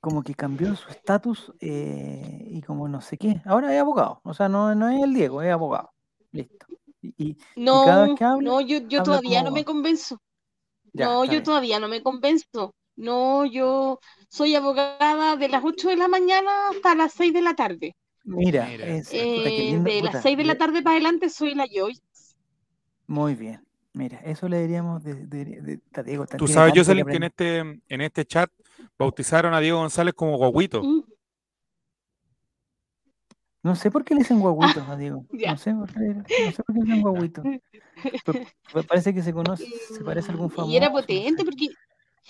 [SPEAKER 2] como que cambió su estatus eh, y como no sé qué. Ahora es abogado. O sea, no, no es el Diego, es abogado. Listo. Y, y-
[SPEAKER 4] No,
[SPEAKER 2] cada vez que habla,
[SPEAKER 4] no, yo, yo
[SPEAKER 2] habla
[SPEAKER 4] todavía
[SPEAKER 2] como
[SPEAKER 4] no me
[SPEAKER 2] abogado.
[SPEAKER 4] convenzo.
[SPEAKER 2] ya, está
[SPEAKER 4] No, yo
[SPEAKER 2] bien.
[SPEAKER 4] todavía no me convenzo. No, yo soy abogada de las 8 de la mañana hasta las 6 de la tarde.
[SPEAKER 2] Mira,
[SPEAKER 1] Mira.
[SPEAKER 2] es, puta, qué
[SPEAKER 4] Eh,
[SPEAKER 2] lindo,
[SPEAKER 4] de las
[SPEAKER 2] puta,
[SPEAKER 4] 6 de la
[SPEAKER 2] le-
[SPEAKER 4] tarde para adelante soy la Joy.
[SPEAKER 2] Muy bien. Mira, eso le diríamos de, de, de- ta- Diego. ta-
[SPEAKER 1] Tú
[SPEAKER 2] tiene
[SPEAKER 1] sabes,
[SPEAKER 2] tanto
[SPEAKER 1] Jocelyn, que en
[SPEAKER 2] aprender.
[SPEAKER 1] este, en este chat bautizaron a Diego González como guaguito.
[SPEAKER 4] Mm,
[SPEAKER 2] No sé por qué le dicen guaguitos a Diego.
[SPEAKER 4] ya.
[SPEAKER 2] No sé por qué, no sé por qué le dicen guaguito. Pero pa- parece que se conoce, se parece a algún famoso.
[SPEAKER 4] Y era
[SPEAKER 2] no sé.
[SPEAKER 4] potente porque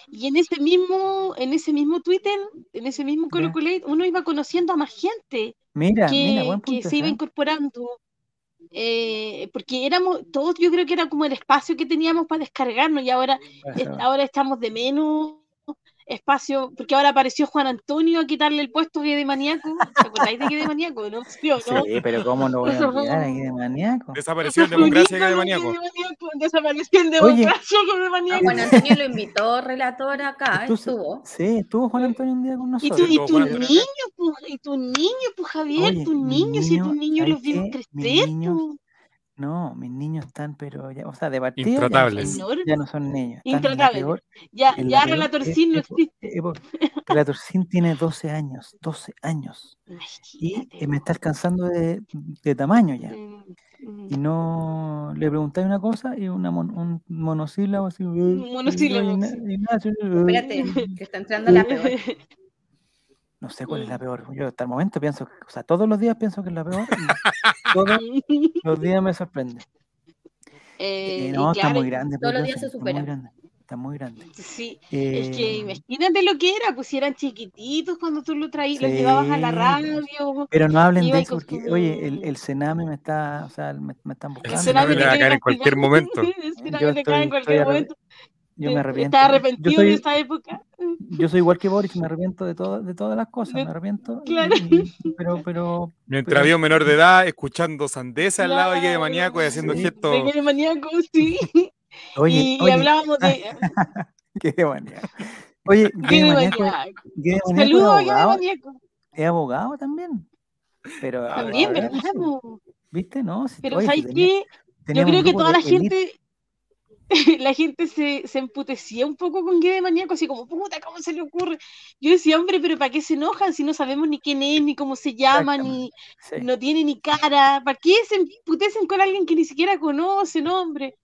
[SPEAKER 4] y en ese mismo en ese mismo Twitter, en ese mismo
[SPEAKER 2] Ya.
[SPEAKER 4] Colocolate, uno iba conociendo a más gente
[SPEAKER 2] Mira, mira,
[SPEAKER 4] que,
[SPEAKER 2] buen
[SPEAKER 4] que
[SPEAKER 2] punto.
[SPEAKER 4] se
[SPEAKER 2] ese,
[SPEAKER 4] iba
[SPEAKER 2] ¿eh?
[SPEAKER 4] incorporando. eh, porque éramos todos, yo creo que era como el espacio que teníamos para descargarnos y ahora
[SPEAKER 2] Esa
[SPEAKER 4] est-
[SPEAKER 2] weá.
[SPEAKER 4] ahora estamos de menos espacio, porque ahora apareció Juan Antonio a quitarle el puesto que de maníaco. ¿Te acordáis de que de maníaco? No, sí, ¿o no?
[SPEAKER 2] Sí, pero ¿cómo no voy a olvidar a Guede Maníaco?
[SPEAKER 1] Desapareció en democracia
[SPEAKER 4] Único
[SPEAKER 1] de maníaco.
[SPEAKER 4] Guede Maníaco, Desapareció en democracia Guede
[SPEAKER 3] Ah,
[SPEAKER 4] maníaco.
[SPEAKER 3] Juan Antonio lo invitó, relator acá,
[SPEAKER 2] Estuvo-
[SPEAKER 3] estuvo.
[SPEAKER 2] Sí, estuvo Juan Antonio un día con
[SPEAKER 4] Ah, Y tu,
[SPEAKER 2] nosotros.
[SPEAKER 4] y
[SPEAKER 1] Todo
[SPEAKER 4] tu
[SPEAKER 1] Juan Antonio.
[SPEAKER 4] niño, pues, y tu niño, pues Javier,
[SPEAKER 2] Oye,
[SPEAKER 4] tu
[SPEAKER 2] mi
[SPEAKER 4] niño, si
[SPEAKER 2] niño,
[SPEAKER 4] tu niño
[SPEAKER 2] ¿sabes
[SPEAKER 4] los vimos
[SPEAKER 2] qué? Mis
[SPEAKER 4] crecer,
[SPEAKER 2] niños
[SPEAKER 4] pues.
[SPEAKER 2] No, mis niños están, pero ya, o sea, de partida ya no son-
[SPEAKER 1] Intratables.
[SPEAKER 2] Ya,
[SPEAKER 4] Enormes.
[SPEAKER 2] no son niños. están en la
[SPEAKER 4] Intratables.
[SPEAKER 2] peor-
[SPEAKER 4] Ya,
[SPEAKER 2] en la
[SPEAKER 4] ya
[SPEAKER 2] peor
[SPEAKER 4] Relatorcín no
[SPEAKER 2] e- epo-
[SPEAKER 4] existe.
[SPEAKER 2] epo- Relatorcín tiene 12 años, 12 años. Y
[SPEAKER 4] Imagínate,
[SPEAKER 2] eh, me está alcanzando de, de tamaño ya.
[SPEAKER 4] mm, mm.
[SPEAKER 2] Y no le preguntáis una cosa y una mon- un monosílabo así. Un
[SPEAKER 4] monosílabo, sí.
[SPEAKER 2] Mm.
[SPEAKER 3] Espérate, que está entrando la peor.
[SPEAKER 2] No sé cuál es
[SPEAKER 4] Mm.
[SPEAKER 2] la peor. Yo hasta el momento pienso, que- o sea, todos los días pienso que es la peor. y todos los días me sorprende.
[SPEAKER 4] Eh,
[SPEAKER 2] Eh,
[SPEAKER 4] y
[SPEAKER 2] no, está
[SPEAKER 4] claro,
[SPEAKER 2] muy grande.
[SPEAKER 3] todos los
[SPEAKER 2] Pedrosa,
[SPEAKER 3] días se
[SPEAKER 2] está muy
[SPEAKER 3] supera.
[SPEAKER 2] grande, Está muy grande.
[SPEAKER 4] Sí, es
[SPEAKER 2] Eh,
[SPEAKER 4] que imagínate lo que era, pues si eran chiquititos cuando tú lo traías, los
[SPEAKER 2] Sí,
[SPEAKER 4] llevabas a la
[SPEAKER 2] pues.
[SPEAKER 4] radio.
[SPEAKER 2] Pero no hablen
[SPEAKER 4] iba
[SPEAKER 2] de
[SPEAKER 4] y
[SPEAKER 2] eso porque,
[SPEAKER 4] consumía-
[SPEAKER 2] oye, el, el Sename me está, o sea, me, me están buscando.
[SPEAKER 1] Sename
[SPEAKER 4] Sename
[SPEAKER 1] le va a
[SPEAKER 4] te
[SPEAKER 1] caer en
[SPEAKER 4] cae
[SPEAKER 1] cualquier momento.
[SPEAKER 4] El Sename
[SPEAKER 2] Yo
[SPEAKER 4] te cae en
[SPEAKER 2] estoy-
[SPEAKER 4] cualquier
[SPEAKER 2] estoy
[SPEAKER 4] momento.
[SPEAKER 2] Yo me arrepiento.
[SPEAKER 4] Estaba
[SPEAKER 2] Yo
[SPEAKER 4] arrepentido de
[SPEAKER 2] soy,
[SPEAKER 4] esta época.
[SPEAKER 2] yo soy igual que Boris, me arrepiento de, todo, de todas las cosas,
[SPEAKER 4] De-
[SPEAKER 2] me arrepiento. y-
[SPEAKER 4] claro.
[SPEAKER 2] y- pero, pero,
[SPEAKER 1] Mientras había un menor de edad escuchando sandeza al lado de Guede
[SPEAKER 4] Claro.
[SPEAKER 1] Maníaco y haciendo
[SPEAKER 2] Sí.
[SPEAKER 4] De
[SPEAKER 1] gestos.
[SPEAKER 4] que de maníaco, sí.
[SPEAKER 2] oye,
[SPEAKER 4] y
[SPEAKER 2] oye,
[SPEAKER 4] hablábamos de.
[SPEAKER 2] qué manía. Oye,
[SPEAKER 4] ¿Qué
[SPEAKER 2] Guede
[SPEAKER 4] de
[SPEAKER 2] Maníaco-
[SPEAKER 4] maníaco?
[SPEAKER 2] Guede Maníaco es
[SPEAKER 4] Saludos a Guede
[SPEAKER 2] abogado,
[SPEAKER 4] maníaco.
[SPEAKER 2] es abogado también. Pero,
[SPEAKER 4] También,
[SPEAKER 2] abogado,
[SPEAKER 4] ¿verdad?
[SPEAKER 2] sí,
[SPEAKER 4] po?
[SPEAKER 2] ¿Viste? No, sí,
[SPEAKER 4] Pero
[SPEAKER 2] Ah, oye, sí
[SPEAKER 4] ¿sabes
[SPEAKER 2] tenía-
[SPEAKER 4] qué? Yo
[SPEAKER 2] teníamos un
[SPEAKER 4] creo que
[SPEAKER 2] grupo de
[SPEAKER 4] toda la
[SPEAKER 2] elite.
[SPEAKER 4] gente, la gente se, se emputecía un poco con Guede Maníaco, así como, puta, ¿cómo se le ocurre? Yo decía, hombre, pero ¿para qué se enojan si no sabemos ni quién es, ni cómo se llama, ni
[SPEAKER 2] Sí.
[SPEAKER 4] no tiene ni cara? ¿Para qué se emputecen con alguien que ni siquiera conocen, hombre?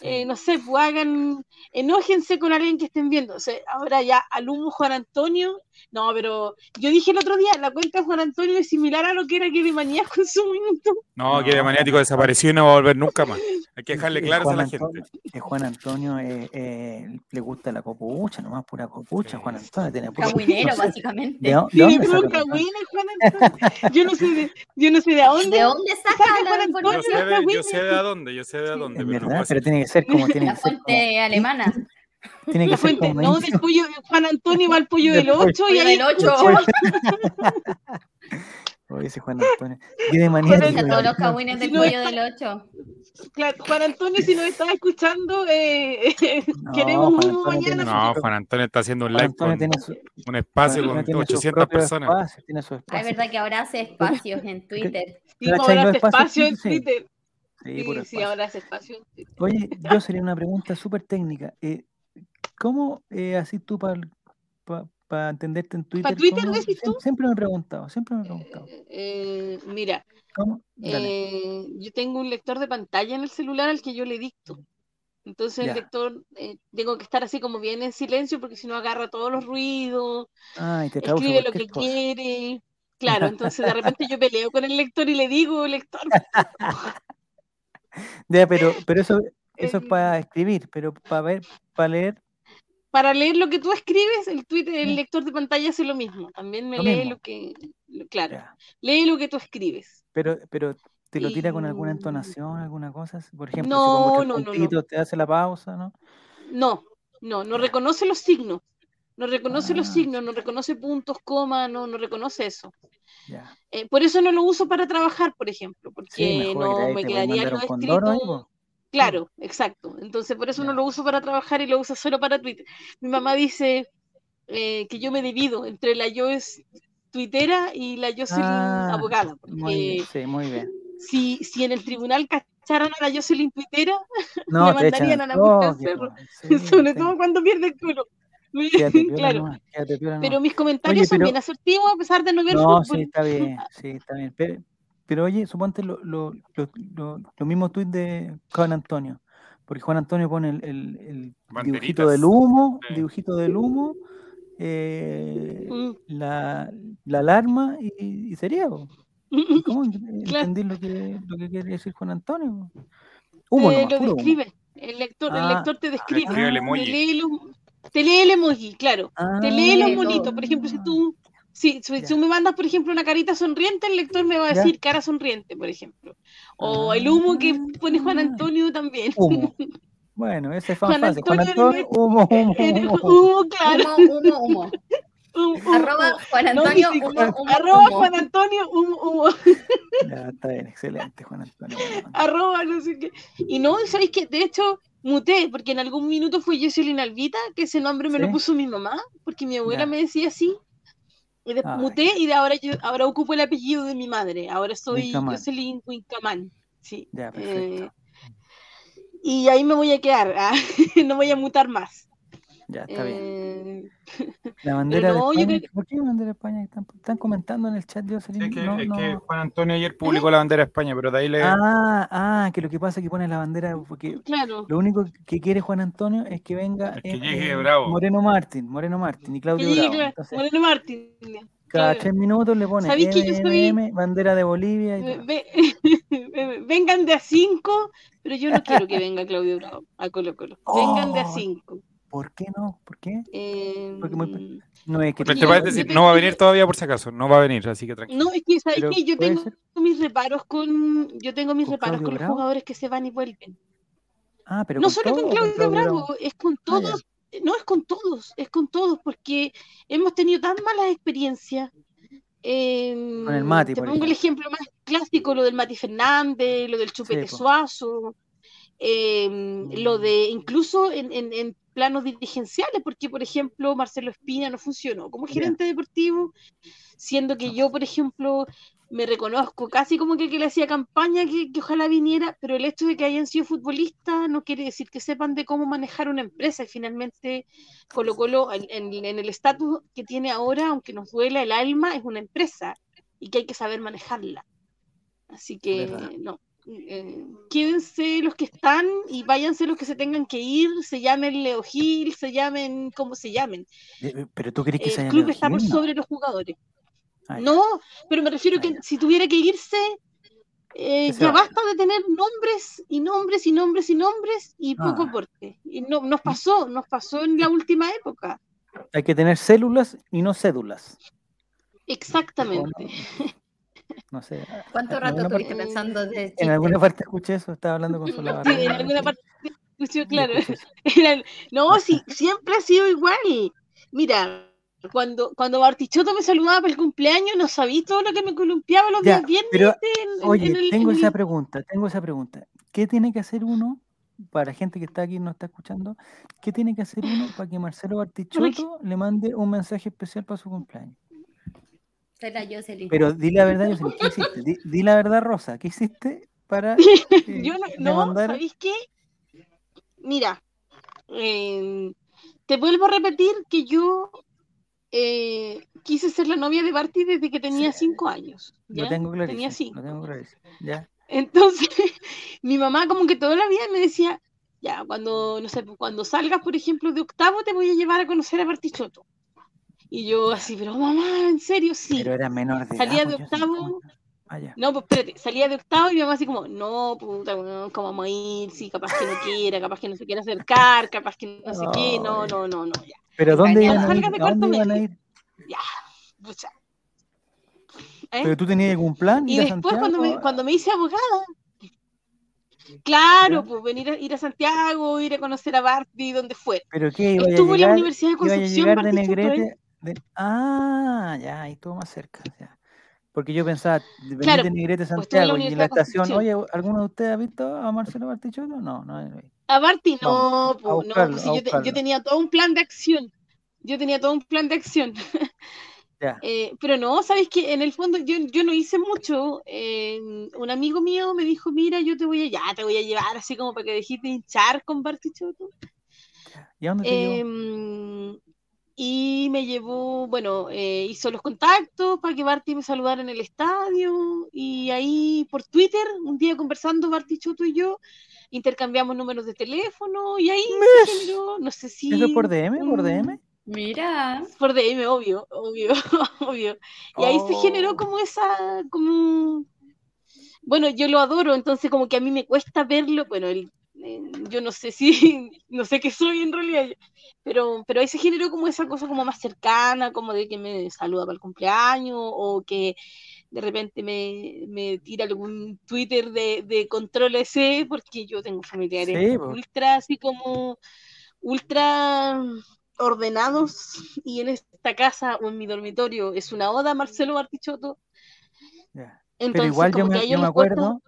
[SPEAKER 2] Sí.
[SPEAKER 4] Eh, no sé, pues hagan, enójense con alguien que estén viendo. O sea, ahora ya, alumno Juan Antonio, no, pero yo dije el otro día, la cuenta de Juan Antonio es similar a lo que era Guede Maníaco en su minuto.
[SPEAKER 1] No, Guede
[SPEAKER 2] No.
[SPEAKER 1] Maniático desapareció y no va a volver nunca más. Hay que dejarle
[SPEAKER 2] El
[SPEAKER 1] claras a
[SPEAKER 2] Juan
[SPEAKER 1] la gente.
[SPEAKER 2] Antonio- el Juan Antonio eh, eh, le gusta la copucha, nomás pura copucha.
[SPEAKER 1] Sí.
[SPEAKER 2] Juan Antonio tiene pura
[SPEAKER 3] Cabinero,
[SPEAKER 2] no sé, ¿De,
[SPEAKER 3] básicamente.
[SPEAKER 2] dó- de
[SPEAKER 4] Sí,
[SPEAKER 2] dónde
[SPEAKER 4] pero
[SPEAKER 2] saca
[SPEAKER 4] nunca
[SPEAKER 2] Juan Antonio?
[SPEAKER 4] huele, Juan Antonio. Yo no sé de, yo no sé de
[SPEAKER 3] ¿De
[SPEAKER 4] dónde.
[SPEAKER 3] dónde saca
[SPEAKER 4] Juan
[SPEAKER 3] la
[SPEAKER 4] Antonio?
[SPEAKER 1] Yo sé,
[SPEAKER 3] información?
[SPEAKER 4] Pero
[SPEAKER 1] de,
[SPEAKER 4] está
[SPEAKER 1] yo sé de a dónde, yo sé de a
[SPEAKER 4] Sí.
[SPEAKER 1] dónde.
[SPEAKER 2] Es
[SPEAKER 1] pero no
[SPEAKER 2] verdad,
[SPEAKER 1] puedo
[SPEAKER 2] pero tiene que ser como tiene
[SPEAKER 3] La
[SPEAKER 2] que ser como-
[SPEAKER 3] fuente alemana.
[SPEAKER 2] tiene que
[SPEAKER 4] La
[SPEAKER 2] ser
[SPEAKER 4] fuente,
[SPEAKER 2] como
[SPEAKER 4] no, del pollo, Juan Antonio va al pollo del
[SPEAKER 2] Del pollo.
[SPEAKER 4] 8 y
[SPEAKER 3] Pollo
[SPEAKER 4] ahí
[SPEAKER 3] del ocho.
[SPEAKER 2] Oye, ese Juan Antonio. Yo de manera
[SPEAKER 4] Pero
[SPEAKER 3] Escucha
[SPEAKER 2] que-
[SPEAKER 3] todos los cagüines del
[SPEAKER 4] No,
[SPEAKER 3] pollo del 8.
[SPEAKER 4] claro, Juan Antonio, si nos estás escuchando, eh,
[SPEAKER 2] No,
[SPEAKER 4] queremos
[SPEAKER 2] Juan
[SPEAKER 4] un
[SPEAKER 2] Antonio
[SPEAKER 4] mañana.
[SPEAKER 2] tiene-
[SPEAKER 4] así
[SPEAKER 1] No, Juan Antonio está haciendo un
[SPEAKER 2] Juan
[SPEAKER 1] live
[SPEAKER 2] Antonio
[SPEAKER 1] con
[SPEAKER 2] tiene su, Juan
[SPEAKER 1] un espacio
[SPEAKER 2] Antonio
[SPEAKER 1] con
[SPEAKER 2] tiene sus
[SPEAKER 1] 800
[SPEAKER 2] propios
[SPEAKER 1] personas.
[SPEAKER 2] espacios, tiene su
[SPEAKER 3] Ah, es
[SPEAKER 2] espacio.
[SPEAKER 3] verdad que ahora hace espacios en Twitter.
[SPEAKER 2] ¿cachai?
[SPEAKER 4] que- sí, ahora
[SPEAKER 2] Los
[SPEAKER 4] hace
[SPEAKER 2] espacios
[SPEAKER 4] espacio en
[SPEAKER 2] físicos, sí.
[SPEAKER 4] Twitter.
[SPEAKER 2] Sí,
[SPEAKER 4] Sí,
[SPEAKER 2] puro
[SPEAKER 4] sí,
[SPEAKER 2] espacio.
[SPEAKER 4] ahora hace espacio en Twitter.
[SPEAKER 2] Oye, yo sería una pregunta súper técnica. eh, ¿Cómo eh, así tú para entenderte en Twitter?
[SPEAKER 4] Twitter
[SPEAKER 2] cómo-
[SPEAKER 4] decís
[SPEAKER 2] siem-
[SPEAKER 4] tú?
[SPEAKER 2] Siempre me he preguntado, siempre me he preguntado.
[SPEAKER 4] Eh, mira,
[SPEAKER 2] ¿Cómo? Dale.
[SPEAKER 4] eh, yo tengo un lector de pantalla en el celular al que yo le dicto. Entonces el
[SPEAKER 2] Ya.
[SPEAKER 4] lector, eh, tengo que estar así como bien en silencio porque si no agarra todos los ruidos,
[SPEAKER 2] Ay, te traduce
[SPEAKER 4] escribe lo
[SPEAKER 2] cualquier
[SPEAKER 4] que
[SPEAKER 2] cosa.
[SPEAKER 4] quiere. Claro, entonces de repente yo peleo con el lector y le digo, lector,
[SPEAKER 2] Ya, pero, pero eso, eso es
[SPEAKER 4] eh,
[SPEAKER 2] para escribir, pero para ver, para leer,
[SPEAKER 4] para leer lo que tú escribes, el Twitter,
[SPEAKER 2] Sí.
[SPEAKER 4] el lector de pantalla hace lo mismo. También me
[SPEAKER 2] Mm. Lo
[SPEAKER 4] lee
[SPEAKER 2] mismo.
[SPEAKER 4] lo que, lo- claro,
[SPEAKER 2] ya.
[SPEAKER 4] lee lo que tú escribes.
[SPEAKER 2] Pero, pero te lo tira con alguna
[SPEAKER 4] Y-
[SPEAKER 2] entonación, alguna cosa. así, Por ejemplo,
[SPEAKER 4] No,
[SPEAKER 2] si
[SPEAKER 4] no, no, no.
[SPEAKER 2] te hace la pausa, ¿no?
[SPEAKER 4] No, no, no reconoce los signos. No reconoce los
[SPEAKER 2] Ah.
[SPEAKER 4] signos, no reconoce puntos, comas, no, no reconoce eso.
[SPEAKER 2] Ya.
[SPEAKER 4] Eh, por eso no lo uso para trabajar, por ejemplo, porque
[SPEAKER 2] Sí, mejor
[SPEAKER 4] no
[SPEAKER 2] que ahí
[SPEAKER 4] me
[SPEAKER 2] te voy a
[SPEAKER 4] quedaría
[SPEAKER 2] mandar
[SPEAKER 4] lo
[SPEAKER 2] un condoro ahí,
[SPEAKER 4] escrito.
[SPEAKER 2] po.
[SPEAKER 4] Claro, exacto. Entonces, por eso no
[SPEAKER 2] Ya.
[SPEAKER 4] lo uso para trabajar y lo uso solo para Twitter. Mi mamá dice eh, que yo me divido entre la yo es tuitera y la yo soy eh,
[SPEAKER 2] Ah,
[SPEAKER 4] abogada.
[SPEAKER 2] Muy
[SPEAKER 4] porque
[SPEAKER 2] bien, sí, muy bien.
[SPEAKER 4] si, si en el tribunal cacharan a la Jocelyn tuitera,
[SPEAKER 2] No, te
[SPEAKER 4] mandarían
[SPEAKER 2] echan
[SPEAKER 4] a la
[SPEAKER 2] al
[SPEAKER 4] mitad del
[SPEAKER 2] toque,
[SPEAKER 4] cerro.
[SPEAKER 2] po. Sí,
[SPEAKER 4] sobre
[SPEAKER 2] te-
[SPEAKER 4] todo cuando pierde el culo. Me-
[SPEAKER 2] Quédate piola
[SPEAKER 4] claro,
[SPEAKER 2] nomás, quédate piola
[SPEAKER 4] pero
[SPEAKER 2] nomás.
[SPEAKER 4] mis comentarios son
[SPEAKER 2] pero-
[SPEAKER 4] bien asertivos a pesar de no ver
[SPEAKER 2] No, sí,
[SPEAKER 4] fútbol.
[SPEAKER 2] está bien, sí, está bien. Pero, pero oye, suponte lo, lo, lo, lo- lo mismo tuit de Juan Antonio, porque Juan Antonio pone el, el- el dibujito
[SPEAKER 1] Banderitas,
[SPEAKER 2] del humo,
[SPEAKER 1] sí.
[SPEAKER 2] dibujito del humo, eh,
[SPEAKER 4] Mm,
[SPEAKER 2] la, la alarma y, y sería. po.
[SPEAKER 4] mm,
[SPEAKER 2] ¿Y
[SPEAKER 4] mm,
[SPEAKER 2] ¿Cómo ent-
[SPEAKER 4] Claro.
[SPEAKER 2] entendí lo que, lo que quiere decir Juan Antonio? po? Humo,
[SPEAKER 4] eh,
[SPEAKER 2] nomás,
[SPEAKER 4] lo
[SPEAKER 2] puro humo.
[SPEAKER 4] describe. El lector, el
[SPEAKER 2] Ah,
[SPEAKER 4] lector te describe.
[SPEAKER 1] escribe el
[SPEAKER 4] te
[SPEAKER 1] emoji.
[SPEAKER 4] lee el hum- te lee el emoji, claro. Te lee
[SPEAKER 3] Ah,
[SPEAKER 4] los
[SPEAKER 3] de todo.
[SPEAKER 4] monitos. Por ejemplo, si tú, si, si
[SPEAKER 2] Ya.
[SPEAKER 4] tú me mandas, por ejemplo, una carita sonriente, el lector me va a
[SPEAKER 2] Ya.
[SPEAKER 4] decir cara sonriente, por ejemplo. O el humo que pone Juan
[SPEAKER 2] Ah.
[SPEAKER 4] Antonio también.
[SPEAKER 2] Humo, Bueno, ese es
[SPEAKER 4] Juan
[SPEAKER 2] fan fácil. Juan
[SPEAKER 4] Antonio
[SPEAKER 2] Antonio, humo, humo,
[SPEAKER 4] Eres
[SPEAKER 2] humo, humo.
[SPEAKER 4] humo, claro.
[SPEAKER 3] Humo, humo, humo.
[SPEAKER 4] Humo, humo.
[SPEAKER 3] Arroba Juan
[SPEAKER 4] No,
[SPEAKER 3] Antonio,
[SPEAKER 4] dice-
[SPEAKER 3] humo, humo,
[SPEAKER 4] Arroba
[SPEAKER 3] humo.
[SPEAKER 4] Juan Antonio, humo, humo.
[SPEAKER 2] Ya, está bien, excelente, Juan Antonio.
[SPEAKER 4] arroba, no sé qué. Y no, ¿sabéis que De hecho, muté, porque en algún minuto fue Jocelyn Albita, que ese nombre me lo
[SPEAKER 2] Sí.
[SPEAKER 4] puso mi mamá, porque mi abuela
[SPEAKER 2] Ya.
[SPEAKER 4] me decía así. Y de-
[SPEAKER 2] Ay.
[SPEAKER 4] muté y de ahora, yo, ahora ocupo el apellido de mi madre. Ahora soy
[SPEAKER 2] Wincamán.
[SPEAKER 4] Jocelyn Wincamán. Sí.
[SPEAKER 2] Ya, Ah, perfecto.
[SPEAKER 4] Eh, y ahí me voy a quedar, ah, no voy a mutar más.
[SPEAKER 2] Ya, está bien.
[SPEAKER 4] Eh,
[SPEAKER 2] La bandera
[SPEAKER 4] no,
[SPEAKER 2] de
[SPEAKER 4] yo
[SPEAKER 2] España.
[SPEAKER 4] creo
[SPEAKER 2] ¿Por qué la bandera de España? Están, están comentando en el chat, Jocelyn.
[SPEAKER 1] Es que,
[SPEAKER 2] no,
[SPEAKER 1] es
[SPEAKER 2] no.
[SPEAKER 1] que eh, Juan Antonio ayer publicó la bandera de España, pero de ahí le.
[SPEAKER 2] Ah, ah, que lo que pasa es que pones la bandera porque
[SPEAKER 4] claro.
[SPEAKER 2] lo único que quiere Juan Antonio es que venga
[SPEAKER 1] Es que
[SPEAKER 2] eh,
[SPEAKER 1] llegue
[SPEAKER 2] eh,
[SPEAKER 1] Bravo.
[SPEAKER 2] Moreno Martín, Moreno Martín y
[SPEAKER 4] Que
[SPEAKER 2] Claudio
[SPEAKER 4] llegue,
[SPEAKER 2] Bravo.
[SPEAKER 4] claro,
[SPEAKER 2] Entonces,
[SPEAKER 4] Moreno Martín.
[SPEAKER 2] cada
[SPEAKER 4] claro.
[SPEAKER 2] tres minutos le pone
[SPEAKER 4] ¿Sabéis que yo soy- Eh,
[SPEAKER 2] MMM, bandera de Bolivia y
[SPEAKER 4] Ve-
[SPEAKER 2] todo.
[SPEAKER 4] ve- vengan de a cinco, pero yo no quiero que venga Claudio Bravo a Colo Colo. Vengan de a
[SPEAKER 2] Oh.
[SPEAKER 4] cinco.
[SPEAKER 2] ¿Por qué no? ¿Por qué?
[SPEAKER 4] Eh,
[SPEAKER 2] Porque muy- No es que
[SPEAKER 1] Pero
[SPEAKER 4] Sí,
[SPEAKER 1] te
[SPEAKER 4] yo-
[SPEAKER 1] va a
[SPEAKER 4] yo
[SPEAKER 1] decir,
[SPEAKER 4] te-
[SPEAKER 1] no va a venir todavía por si acaso, no va a venir, así que tranquilo.
[SPEAKER 4] no, es que sabes
[SPEAKER 2] Pero
[SPEAKER 4] que yo
[SPEAKER 2] puede
[SPEAKER 4] tengo
[SPEAKER 2] ser.
[SPEAKER 4] mis reparos con yo tengo mis
[SPEAKER 2] ¿Con
[SPEAKER 4] reparos
[SPEAKER 2] Claudio
[SPEAKER 4] con los
[SPEAKER 2] Bravo?
[SPEAKER 4] jugadores que se van y vuelven.
[SPEAKER 2] Ah, pero
[SPEAKER 4] no
[SPEAKER 2] con
[SPEAKER 4] solo
[SPEAKER 2] todo
[SPEAKER 4] con
[SPEAKER 2] o con
[SPEAKER 4] Claudio Bravo, es con
[SPEAKER 2] Ah, ya.
[SPEAKER 4] todos, no es con todos, es con todos, porque hemos tenido tan malas experiencias. Eh,
[SPEAKER 2] Con el Mati,
[SPEAKER 4] te
[SPEAKER 2] por
[SPEAKER 4] pongo el ejemplo más clásico, lo del Mati Fernández, lo del Chupete
[SPEAKER 2] po.
[SPEAKER 4] Suazo, eh, lo de incluso en, en- en planos dirigenciales, porque por ejemplo Marcelo Espina no funcionó como
[SPEAKER 2] Ya.
[SPEAKER 4] gerente deportivo, siendo que yo, por ejemplo, me reconozco casi como que, que le hacía campaña que, que ojalá viniera, pero el hecho de que hayan sido futbolistas no quiere decir que sepan de cómo manejar una empresa y finalmente Colo Colo en, en- en el estatus que tiene ahora, aunque nos duela el alma, es una empresa y que hay que saber manejarla. Así que
[SPEAKER 2] Verdad.
[SPEAKER 4] no. eh, quédense los que están y váyanse los que se tengan que ir, se llamen Leo Gil, se llamen como se llamen.
[SPEAKER 2] Eh, Pero tú crees que se
[SPEAKER 4] El
[SPEAKER 2] haya
[SPEAKER 4] club está por
[SPEAKER 2] elegido?
[SPEAKER 4] sobre los jugadores.
[SPEAKER 2] Ah, ya.
[SPEAKER 4] No, pero me refiero
[SPEAKER 2] Ah,
[SPEAKER 4] que
[SPEAKER 2] ya.
[SPEAKER 4] si tuviera que irse, eh,
[SPEAKER 2] Que se
[SPEAKER 4] ya
[SPEAKER 2] vaya.
[SPEAKER 4] basta de tener nombres y nombres y nombres y nombres y poco
[SPEAKER 2] Ah.
[SPEAKER 4] aporte. Y no, nos pasó, nos pasó en la última época.
[SPEAKER 2] Hay que tener células y no cédulas. ¿o no?
[SPEAKER 4] Exactamente.
[SPEAKER 2] No sé. a-
[SPEAKER 3] ¿Cuánto
[SPEAKER 2] en
[SPEAKER 3] rato
[SPEAKER 2] alguna
[SPEAKER 3] estuviste
[SPEAKER 4] parte-
[SPEAKER 3] pensando de
[SPEAKER 2] En
[SPEAKER 3] chiste?
[SPEAKER 2] alguna parte escuché eso, estaba hablando con Soledad
[SPEAKER 4] eh. Sí, en
[SPEAKER 2] Barrera,
[SPEAKER 4] alguna
[SPEAKER 2] sí,
[SPEAKER 4] parte, sí,
[SPEAKER 2] y
[SPEAKER 4] claro.
[SPEAKER 2] escuché eso.
[SPEAKER 4] Era- No, sí, siempre ha sido igual. Mira, cuando, cuando Bartichotto me saludaba para el cumpleaños, no sabía todo lo que me columpiaba los
[SPEAKER 2] Ya,
[SPEAKER 4] días viernes.
[SPEAKER 2] pero,
[SPEAKER 4] en- en-
[SPEAKER 2] Oye,
[SPEAKER 4] en el-
[SPEAKER 2] tengo
[SPEAKER 4] en
[SPEAKER 2] esa
[SPEAKER 4] el-
[SPEAKER 2] pregunta, tengo esa pregunta. ¿Qué tiene que hacer uno, para gente que está aquí y no está escuchando, qué tiene que hacer uno para que Marcelo Bartichotto le mande un mensaje especial para su cumpleaños?
[SPEAKER 3] Era Jocelyn.
[SPEAKER 2] Pero di la verdad, Jocelyn, ¿qué hiciste? Di, di la verdad, Rosa, ¿qué hiciste para eh,
[SPEAKER 4] Yo no,
[SPEAKER 2] le
[SPEAKER 4] no,
[SPEAKER 2] mandar-
[SPEAKER 4] ¿sabéis qué? Mira, eh, te vuelvo a repetir que yo eh, quise ser la novia de Barty desde que tenía
[SPEAKER 2] Sí,
[SPEAKER 4] cinco años.
[SPEAKER 2] Lo
[SPEAKER 4] ¿ya?
[SPEAKER 2] tengo
[SPEAKER 4] Tenía
[SPEAKER 2] clarísimo,
[SPEAKER 4] cinco.
[SPEAKER 2] lo tengo clarísimo. Ya,
[SPEAKER 4] Entonces, mi mamá como que toda la vida me decía, ya, cuando, no sé, pues, cuando salgas, por ejemplo, de octavo, te voy a llevar a conocer a Bartichotto. Y yo así, pero mamá, ¿en serio? Sí.
[SPEAKER 2] pero era menor de edad,
[SPEAKER 4] Salía de
[SPEAKER 2] pues, Jocelyn, ¿cómo
[SPEAKER 4] octavo.
[SPEAKER 2] era? Ah, ya.
[SPEAKER 4] No, pues espérate, salía de octavo y mi mamá así como, no, puta, weón, ¿cómo vamos a ir? Sí, capaz que no quiera, capaz que no se quiera acercar, capaz que no sé qué, no,
[SPEAKER 2] Ay.
[SPEAKER 4] no, no, no, ya,
[SPEAKER 2] Pero ¿dónde
[SPEAKER 4] Engañada.
[SPEAKER 2] iban a ir?
[SPEAKER 4] Salgas de
[SPEAKER 2] ¿A dónde
[SPEAKER 4] cuarto
[SPEAKER 2] iban a
[SPEAKER 4] medio.
[SPEAKER 2] ir?
[SPEAKER 4] pucha.
[SPEAKER 2] ¿Pero tú tenías algún plan?
[SPEAKER 4] ¿Eh? Y
[SPEAKER 2] ir a
[SPEAKER 4] después cuando me,
[SPEAKER 2] Santiago?
[SPEAKER 4] cuando me hice abogada, claro,
[SPEAKER 2] Ya.
[SPEAKER 4] pues venir a, ir a Santiago, ir a conocer a Barty, donde fuera.
[SPEAKER 2] ¿Pero qué? ¿Iba a
[SPEAKER 4] Estuvo en la
[SPEAKER 2] llegar?
[SPEAKER 4] Universidad de
[SPEAKER 2] que vaya a
[SPEAKER 4] Concepción,
[SPEAKER 2] llegar de
[SPEAKER 4] Barty Chotto, ¿eh?
[SPEAKER 2] Negrete. de- Ah, ya, ahí estuvo más cerca. ya. Porque yo pensaba, venir
[SPEAKER 4] Claro, pues
[SPEAKER 2] de Negrete a
[SPEAKER 4] estuve en la
[SPEAKER 2] Santiago y en
[SPEAKER 4] Universidad
[SPEAKER 2] la
[SPEAKER 4] de
[SPEAKER 2] estación, oye,
[SPEAKER 4] Constitución.
[SPEAKER 2] ¿alguno de ustedes ha visto a Marcelo Bartichotto? No, no. no.
[SPEAKER 4] A Barty
[SPEAKER 2] Vamos,
[SPEAKER 4] no,
[SPEAKER 2] a
[SPEAKER 4] po, no,
[SPEAKER 2] buscarlo,
[SPEAKER 4] pues
[SPEAKER 2] a
[SPEAKER 4] si yo, te- yo
[SPEAKER 2] buscarlo.
[SPEAKER 4] tenía todo un plan de acción. Yo tenía todo un plan de acción.
[SPEAKER 2] Ya,
[SPEAKER 4] Eh, pero no, sabes que en el fondo yo, yo no hice mucho. eh, un amigo mío me dijo, mira, yo te voy a, ya, te voy a llevar así como para que dejes de hinchar con Bartichotto.
[SPEAKER 2] ¿y a dónde te llevó?
[SPEAKER 4] Em, y me llevó, bueno, eh, hizo los contactos para que Barty me saludara en el estadio y ahí por Twitter, un día conversando Barty Choto y yo, intercambiamos números de teléfono y ahí se generó, no sé si...
[SPEAKER 2] ¿Eso es por DM? ¿Por
[SPEAKER 4] un-
[SPEAKER 2] DM?
[SPEAKER 3] Mira.
[SPEAKER 4] Por DM, obvio, obvio, obvio. Y ahí se generó
[SPEAKER 2] Oh.
[SPEAKER 4] como esa, como... Bueno, yo lo adoro, entonces como que a mí me cuesta verlo, bueno, el- eh, yo no sé si, no sé qué soy en realidad, pero, pero ahí se generó como esa cosa como más cercana, como de que me saluda para el cumpleaños, o que de repente me, me tira algún Twitter de, de control S, porque yo tengo familiares
[SPEAKER 2] Sí, po.
[SPEAKER 4] ultra así como ultra ordenados y en esta casa o en mi dormitorio es una oda a Marcelo Bartichotto.
[SPEAKER 2] ya. Pero
[SPEAKER 4] Entonces,
[SPEAKER 2] igual yo
[SPEAKER 4] como que
[SPEAKER 2] me,
[SPEAKER 4] a ellos
[SPEAKER 2] yo me
[SPEAKER 4] les cuesta-
[SPEAKER 2] acuerdo,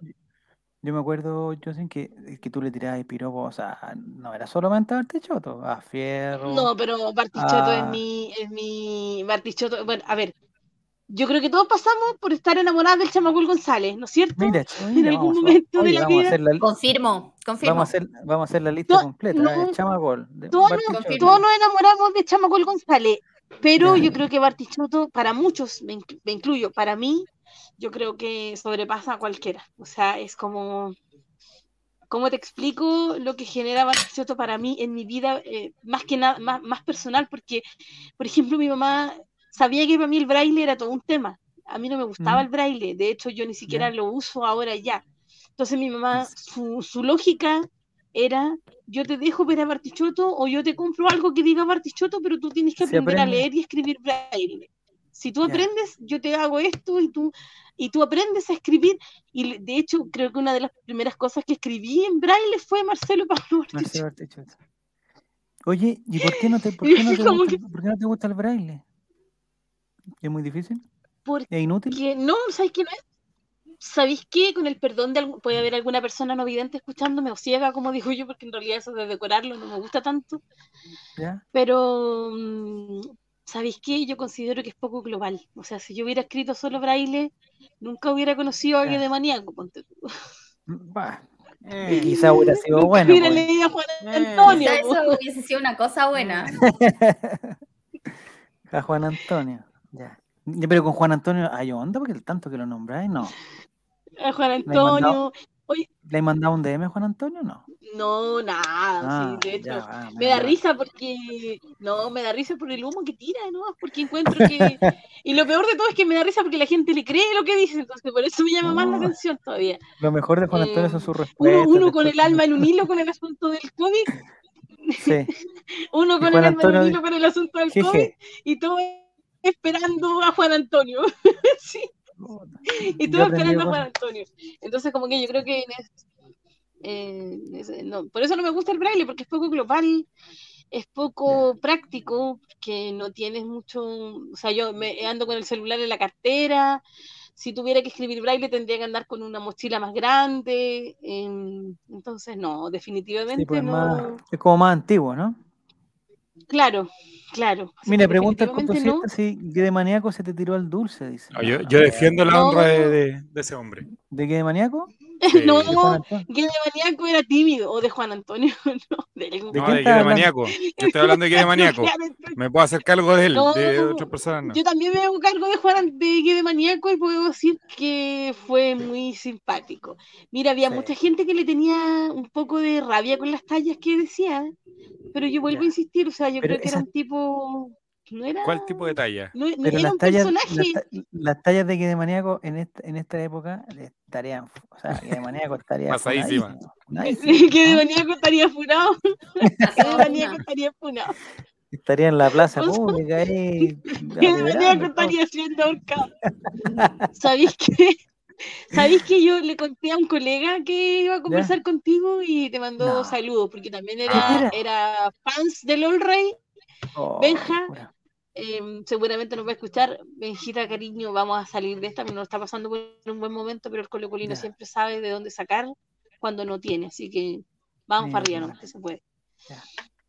[SPEAKER 2] yo me acuerdo, Jocelyn, que, que tú le tirabas piropos, o sea, no era solamente a Artichoto, a Fierro.
[SPEAKER 4] No, pero Bartichotto es
[SPEAKER 2] Ah.
[SPEAKER 4] mi, es mi Bartichotto, bueno, a ver, yo creo que todos pasamos por estar enamorados del Chamacul González, ¿no es cierto?
[SPEAKER 2] Mira, mira,
[SPEAKER 4] algún
[SPEAKER 2] vamos a-
[SPEAKER 4] momento de
[SPEAKER 2] oye,
[SPEAKER 4] la
[SPEAKER 2] vamos a
[SPEAKER 4] vida-
[SPEAKER 2] hacer la,
[SPEAKER 3] Confirmo, confirmo.
[SPEAKER 2] Vamos a, hacer, vamos a hacer la lista
[SPEAKER 4] No,
[SPEAKER 2] completa.
[SPEAKER 4] no,
[SPEAKER 2] eh, Chama Gol. de
[SPEAKER 4] todos
[SPEAKER 2] Martín
[SPEAKER 3] nos-
[SPEAKER 2] Choi.
[SPEAKER 4] Todos nos enamoramos de Chamacol González, pero
[SPEAKER 2] Ya.
[SPEAKER 4] yo creo que Bartichotto, para muchos, me, inclu- me incluyo, para mí, yo creo que sobrepasa a cualquiera. O sea, es como. ¿Cómo te explico lo que genera Bartichotto para mí en mi vida, eh, más que nada, más, más personal? Porque, por ejemplo, mi mamá sabía que para mí el braille era todo un tema. A mí no me gustaba
[SPEAKER 2] Mm.
[SPEAKER 4] el braille, de hecho, yo ni siquiera
[SPEAKER 2] Ya.
[SPEAKER 4] lo uso ahora ya. Entonces, mi mamá,
[SPEAKER 2] Es-
[SPEAKER 4] su, su lógica era yo te dejo ver a Bartichotto o yo te compro algo que diga Bartichotto, pero tú tienes que
[SPEAKER 2] Si
[SPEAKER 4] aprender a
[SPEAKER 2] aprende.
[SPEAKER 4] leer y escribir braille. Si tú
[SPEAKER 2] Ya.
[SPEAKER 4] aprendes, yo te hago esto y tú, y tú aprendes a escribir. Y le- de hecho, creo que una de las primeras cosas que escribí en braille fue Marcelo Pablo
[SPEAKER 2] Marcelo
[SPEAKER 4] Bartichotto.
[SPEAKER 2] Artichoto. Oye, ¿y por qué no te, por qué no te
[SPEAKER 4] Como
[SPEAKER 2] gusta,
[SPEAKER 4] que-
[SPEAKER 2] por qué no te gusta el braille? ¿Es muy difícil?
[SPEAKER 4] Porque
[SPEAKER 2] ¿Es inútil?
[SPEAKER 4] no, ¿sabes qué? No es- ¿Sabéis qué? Con el perdón de algún, puede haber alguna persona no vidente escuchándome o ciega, como digo yo, porque en realidad eso de decorarlo no me gusta tanto.
[SPEAKER 2] ¿Ya?
[SPEAKER 4] Pero, mm, ¿sabéis qué? Yo considero que es poco global. O sea, si yo hubiera escrito solo braille, nunca hubiera conocido a alguien
[SPEAKER 2] Ya.
[SPEAKER 4] de maníaco. ponte tú.
[SPEAKER 2] Mm, Bah, eh, quizá hubiera sido
[SPEAKER 4] Nunca
[SPEAKER 2] bueno.
[SPEAKER 4] hubiera
[SPEAKER 2] pues.
[SPEAKER 4] leído a Juan
[SPEAKER 1] Eh.
[SPEAKER 4] Antonio.
[SPEAKER 3] Quizá
[SPEAKER 4] po.
[SPEAKER 3] eso hubiese sido una cosa buena.
[SPEAKER 2] A Juan Antonio. Ya. Ya, Pero con Juan Antonio hay onda porque el tanto que lo nombráis, no.
[SPEAKER 4] A Juan
[SPEAKER 2] mandado-
[SPEAKER 4] Antonio.
[SPEAKER 2] ¿Le he mandado un DM a Juan Antonio? No.
[SPEAKER 4] No, nada.
[SPEAKER 2] Ah,
[SPEAKER 4] sí, de hecho,
[SPEAKER 2] ya, ah,
[SPEAKER 4] me
[SPEAKER 2] menos
[SPEAKER 4] da
[SPEAKER 2] mal.
[SPEAKER 4] risa porque. No, me da risa por el humo que tira, ¿no? Porque encuentro que. Y lo peor de todo es que me da risa porque la gente le cree lo que dice, entonces por eso me llama más
[SPEAKER 2] No.
[SPEAKER 4] la
[SPEAKER 2] Pues,
[SPEAKER 4] atención todavía.
[SPEAKER 2] Lo mejor de Juan Antonio son
[SPEAKER 4] Eh,
[SPEAKER 2] sus
[SPEAKER 4] Uno,
[SPEAKER 2] respuestas.
[SPEAKER 4] uno con el
[SPEAKER 2] después-
[SPEAKER 4] alma en un hilo con el asunto del COVID
[SPEAKER 2] Sí.
[SPEAKER 4] uno
[SPEAKER 2] Y
[SPEAKER 4] con el
[SPEAKER 2] Juan
[SPEAKER 4] alma en un
[SPEAKER 2] Antonio-
[SPEAKER 4] hilo con el asunto del COVID
[SPEAKER 2] Jeje.
[SPEAKER 4] y todo esperando a Juan Antonio. sí, y
[SPEAKER 2] Yo aprendí
[SPEAKER 4] todo esperando a
[SPEAKER 2] con-
[SPEAKER 4] Juan Antonio. Entonces, como que yo creo que en es- eh, en ese- no, por eso no me gusta el braille, porque es poco global, es poco práctico, que no tienes mucho, o sea, yo me ando con el celular en la cartera, si tuviera que escribir braille tendría que andar con una mochila más grande, em, entonces no, definitivamente
[SPEAKER 2] Sí, pues,
[SPEAKER 4] no.
[SPEAKER 2] más- es como más antiguo, ¿no?
[SPEAKER 4] Claro, claro. Así
[SPEAKER 2] Mira,
[SPEAKER 4] que
[SPEAKER 2] pregunta el
[SPEAKER 4] definitivamente
[SPEAKER 2] composista si que de maníaco se te tiró al dulce, dice.
[SPEAKER 1] No, yo, yo defiendo la
[SPEAKER 4] No.
[SPEAKER 1] honra de, de- de ese hombre.
[SPEAKER 2] ¿De qué de maníaco?
[SPEAKER 1] Sí.
[SPEAKER 4] No,
[SPEAKER 2] ¿De Juan Antonio?
[SPEAKER 4] Guille Maníaco era tímido, o de Juan Antonio, no, de algún-
[SPEAKER 2] ¿De
[SPEAKER 1] No,
[SPEAKER 2] quién
[SPEAKER 1] de
[SPEAKER 2] estás
[SPEAKER 1] Guille
[SPEAKER 2] hablando?
[SPEAKER 1] Maníaco. Yo estoy hablando de Guille Maníaco. Me puedo hacer cargo de él,
[SPEAKER 4] No,
[SPEAKER 1] de otras personas. no.
[SPEAKER 4] Yo también me hago cargo de Juan de Guille Maníaco y puedo decir que fue muy simpático. Mira, había
[SPEAKER 2] Sí.
[SPEAKER 4] mucha gente que le tenía un poco de rabia con las tallas que decía, pero yo vuelvo a
[SPEAKER 2] Ya.
[SPEAKER 4] insistir, o sea, yo
[SPEAKER 2] Pero
[SPEAKER 4] creo que era
[SPEAKER 2] esas-
[SPEAKER 4] un tipo, no era,
[SPEAKER 1] ¿Cuál tipo de talla?
[SPEAKER 4] no- no-
[SPEAKER 2] Pero
[SPEAKER 4] era
[SPEAKER 2] las
[SPEAKER 4] un
[SPEAKER 2] tallas, las,
[SPEAKER 4] personaje.
[SPEAKER 2] ta- las tallas de que de maníaco en esta, en esta época estarían, o sea, que de maníaco estaría
[SPEAKER 1] Pasadísima.
[SPEAKER 2] funadísimo,
[SPEAKER 4] Sí,
[SPEAKER 2] funadísimo,
[SPEAKER 4] que de
[SPEAKER 2] ¿no?
[SPEAKER 4] maníaco estaría funado, que de
[SPEAKER 3] Pasó
[SPEAKER 4] maníaco
[SPEAKER 3] una.
[SPEAKER 4] estaría funado.
[SPEAKER 2] estaría en la plaza
[SPEAKER 4] Entonces-
[SPEAKER 2] pública ahí,
[SPEAKER 4] que me tenía que
[SPEAKER 2] liberando,
[SPEAKER 4] estar haciendo ahorcado. ¿Sabéis qué? ¿Sabéis que yo le conté a un colega que iba a conversar contigo y te mandó
[SPEAKER 2] No.
[SPEAKER 4] saludos? Porque también era,
[SPEAKER 1] Ah.
[SPEAKER 4] era fans del All Rey.
[SPEAKER 2] todo. Oh,
[SPEAKER 4] Benja,
[SPEAKER 2] pura.
[SPEAKER 4] Eh, seguramente nos va a escuchar. Benjita, cariño, vamos a salir de esta. Nos está pasando por un buen momento, pero el colocolino
[SPEAKER 2] Ya.
[SPEAKER 4] siempre sabe de dónde sacar cuando no tiene. Así que vamos
[SPEAKER 2] Mira
[SPEAKER 4] para arriba,
[SPEAKER 2] qué
[SPEAKER 4] nomás
[SPEAKER 2] bueno.
[SPEAKER 4] que se puede.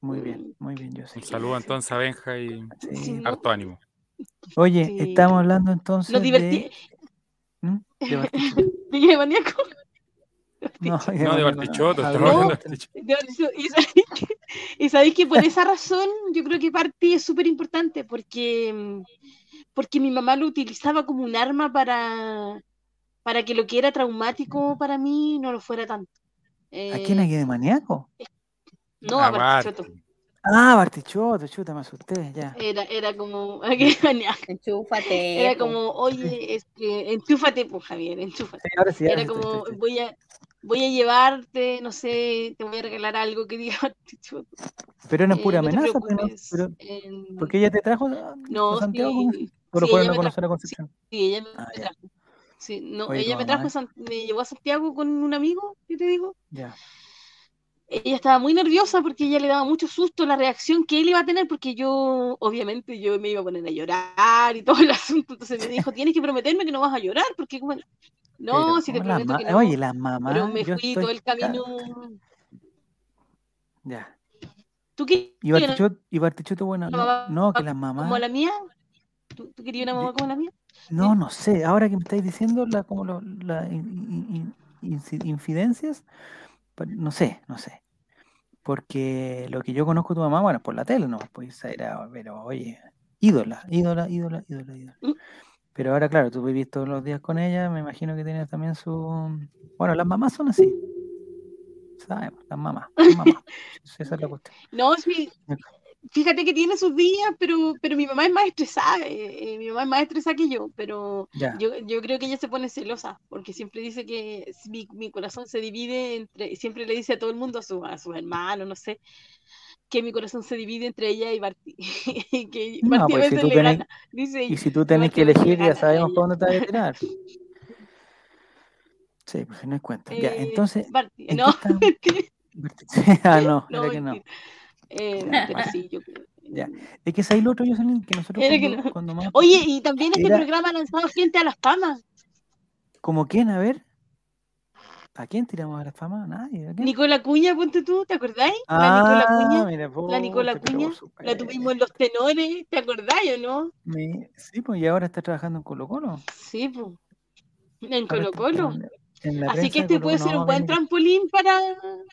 [SPEAKER 2] Muy bien, muy bien, yo sé.
[SPEAKER 1] Un saludo entonces a Benja y
[SPEAKER 4] Sí, ¿no?
[SPEAKER 1] harto ánimo.
[SPEAKER 2] Oye,
[SPEAKER 4] Sí.
[SPEAKER 2] estamos hablando entonces
[SPEAKER 4] Nos divertimos.
[SPEAKER 2] de... ¿Mm? De Bartichotto.
[SPEAKER 4] Dije, maníaco.
[SPEAKER 2] No,
[SPEAKER 1] No, de
[SPEAKER 2] Bartichotto,
[SPEAKER 1] Bartichotto, estaba
[SPEAKER 2] Hablemos
[SPEAKER 1] hablando de
[SPEAKER 2] de-
[SPEAKER 1] Bartichotto.
[SPEAKER 4] De verdad, Y sabéis que, y sabéis que por esa razón yo creo que parte es súper importante porque, mm, porque mi mamá lo utilizaba como un arma para, para que lo que era traumático para mí no lo fuera tanto.
[SPEAKER 2] ¿A quién
[SPEAKER 4] Eh,
[SPEAKER 2] hay de maníaco?
[SPEAKER 4] No,
[SPEAKER 1] Ah,
[SPEAKER 4] a Bartichotto.
[SPEAKER 1] Barti.
[SPEAKER 2] Ah, Bartichotto, chuta, me asusté, ya.
[SPEAKER 4] Era, era como, ¿a qué venía?
[SPEAKER 3] Enchúfate. pues.
[SPEAKER 4] era
[SPEAKER 3] po.
[SPEAKER 4] como, oye, es que enchúfate, pues Javier, enchúfate.
[SPEAKER 2] Sí, ahora sí, ahora
[SPEAKER 4] Era
[SPEAKER 2] sí, estoy-
[SPEAKER 4] como,
[SPEAKER 2] estoy-
[SPEAKER 4] voy a, voy a llevarte, no sé, te voy a regalar algo que diga Bartichotto.
[SPEAKER 2] estoy. Pero era
[SPEAKER 4] Eh,
[SPEAKER 2] pura
[SPEAKER 4] no te
[SPEAKER 2] amenaza, porque no-
[SPEAKER 4] preocupes,
[SPEAKER 2] pero-
[SPEAKER 4] em,
[SPEAKER 2] porque ella te trajo a a
[SPEAKER 4] No,
[SPEAKER 2] Santiago,
[SPEAKER 4] sí,
[SPEAKER 2] por lo
[SPEAKER 4] sí,
[SPEAKER 2] cual
[SPEAKER 4] ella
[SPEAKER 2] no
[SPEAKER 4] me
[SPEAKER 2] conoce la Concepción.
[SPEAKER 4] sí, ella me
[SPEAKER 2] Ah, ya.
[SPEAKER 4] trajo. Sí, no,
[SPEAKER 2] Oye,
[SPEAKER 4] ella
[SPEAKER 2] tu
[SPEAKER 4] me
[SPEAKER 2] mamá.
[SPEAKER 4] trajo, a San- me llevó a Santiago con un amigo, ¿qué te digo?
[SPEAKER 2] Ya.
[SPEAKER 4] Ella estaba muy nerviosa porque ella le daba mucho susto la reacción que él iba a tener, porque yo, obviamente, yo me iba a poner a llorar y todo el asunto. Entonces me dijo, tienes que prometerme que no vas a llorar, porque como- no,
[SPEAKER 2] Pero
[SPEAKER 4] si te
[SPEAKER 2] ¿cómo las
[SPEAKER 4] prometo que
[SPEAKER 2] ma-
[SPEAKER 4] no.
[SPEAKER 2] Oye, las mamás.
[SPEAKER 4] pero me
[SPEAKER 2] yo
[SPEAKER 4] fui
[SPEAKER 2] estoy
[SPEAKER 4] todo el
[SPEAKER 2] ca-
[SPEAKER 4] camino.
[SPEAKER 2] Ya.
[SPEAKER 4] ¿Tú qué?
[SPEAKER 2] Y
[SPEAKER 4] querías
[SPEAKER 2] Bartichot, y Bartichotto, bueno,
[SPEAKER 4] una
[SPEAKER 2] no,
[SPEAKER 4] mamá
[SPEAKER 2] no, que las mamás.
[SPEAKER 4] como la mía? ¿Tú, tú querías una mamá
[SPEAKER 2] Yo-
[SPEAKER 4] como la mía?
[SPEAKER 2] No, no sé. Ahora que me estáis diciendo la, como lo- la in- in- in- inci- infidencias, pa- no sé, no sé. Porque lo que yo conozco de tu mamá, bueno, por la tele, no, pues esa era, pero oye, ídola, ídola, ídola, ídola, ídola.
[SPEAKER 4] Mm.
[SPEAKER 2] Pero ahora, claro, tú vivís todos los días con ella, me imagino que tienes también su... Bueno, las mamás son así. Sabemos, las mamás, las mamás. Sí, Esa es la cuestión.
[SPEAKER 4] No, sí, fíjate que tiene sus días, pero, pero mi mamá es más estresada, eh, eh, mi mamá es más estresada que yo, pero...
[SPEAKER 2] Ya.
[SPEAKER 4] Yo, yo creo que ella se pone celosa, porque siempre dice que s- mi, mi corazón se divide entre, siempre le dice a todo el mundo, a, su- a sus hermanos, no sé, que mi corazón se divide entre ella y Barty. y que
[SPEAKER 2] No,
[SPEAKER 4] Barty a
[SPEAKER 2] pues, si
[SPEAKER 4] veces
[SPEAKER 2] tú
[SPEAKER 4] le
[SPEAKER 2] tenés-
[SPEAKER 4] gana. Dice,
[SPEAKER 2] Y si tú tenés que
[SPEAKER 4] tenés que
[SPEAKER 2] elegir, ya
[SPEAKER 4] ganar a
[SPEAKER 2] sabemos para dónde
[SPEAKER 4] ella.
[SPEAKER 2] te vas a tirar. Sí, pues no hay cuenta. Ya,
[SPEAKER 4] eh,
[SPEAKER 2] entonces,
[SPEAKER 4] Barty,
[SPEAKER 2] ¿en qué
[SPEAKER 4] no,
[SPEAKER 2] estábamos?
[SPEAKER 4] mentira,
[SPEAKER 2] ah, no,
[SPEAKER 4] no,
[SPEAKER 2] era que no.
[SPEAKER 4] mentira. Eh, pero sí, yo creo.
[SPEAKER 2] Ya. Es que es ahí lo otro, Jocelyn, que nosotros
[SPEAKER 4] Era que
[SPEAKER 2] cuando,
[SPEAKER 4] no.
[SPEAKER 2] cuando más...
[SPEAKER 4] Oye, y también este
[SPEAKER 2] Era-
[SPEAKER 4] programa ha lanzado gente a las fama.
[SPEAKER 2] ¿Como quién? A ver. ¿A quién tiramos a la fama? A nadie. ¿a quién?
[SPEAKER 4] Nicola Cuña, ponte tú, ¿te acordáis? la Nicola
[SPEAKER 2] Ah,
[SPEAKER 4] Cuña.
[SPEAKER 2] mira,
[SPEAKER 4] Nicola
[SPEAKER 2] pucha, pero
[SPEAKER 4] Cuña,
[SPEAKER 2] por
[SPEAKER 4] La tuvimos en los tenores, ¿te acordáis o no?
[SPEAKER 2] supuesto. Mi- Sí, pues y ahora está trabajando en Colo Colo.
[SPEAKER 4] Sí, pues. En
[SPEAKER 2] Ahora
[SPEAKER 4] Colo
[SPEAKER 2] está
[SPEAKER 4] Colo.
[SPEAKER 2] en- en la
[SPEAKER 4] Así
[SPEAKER 2] prensa
[SPEAKER 4] que
[SPEAKER 2] de
[SPEAKER 4] este
[SPEAKER 2] Colo
[SPEAKER 4] puede
[SPEAKER 2] Colo.
[SPEAKER 4] ser
[SPEAKER 2] No,
[SPEAKER 4] un buen
[SPEAKER 2] Verónica,
[SPEAKER 4] trampolín para.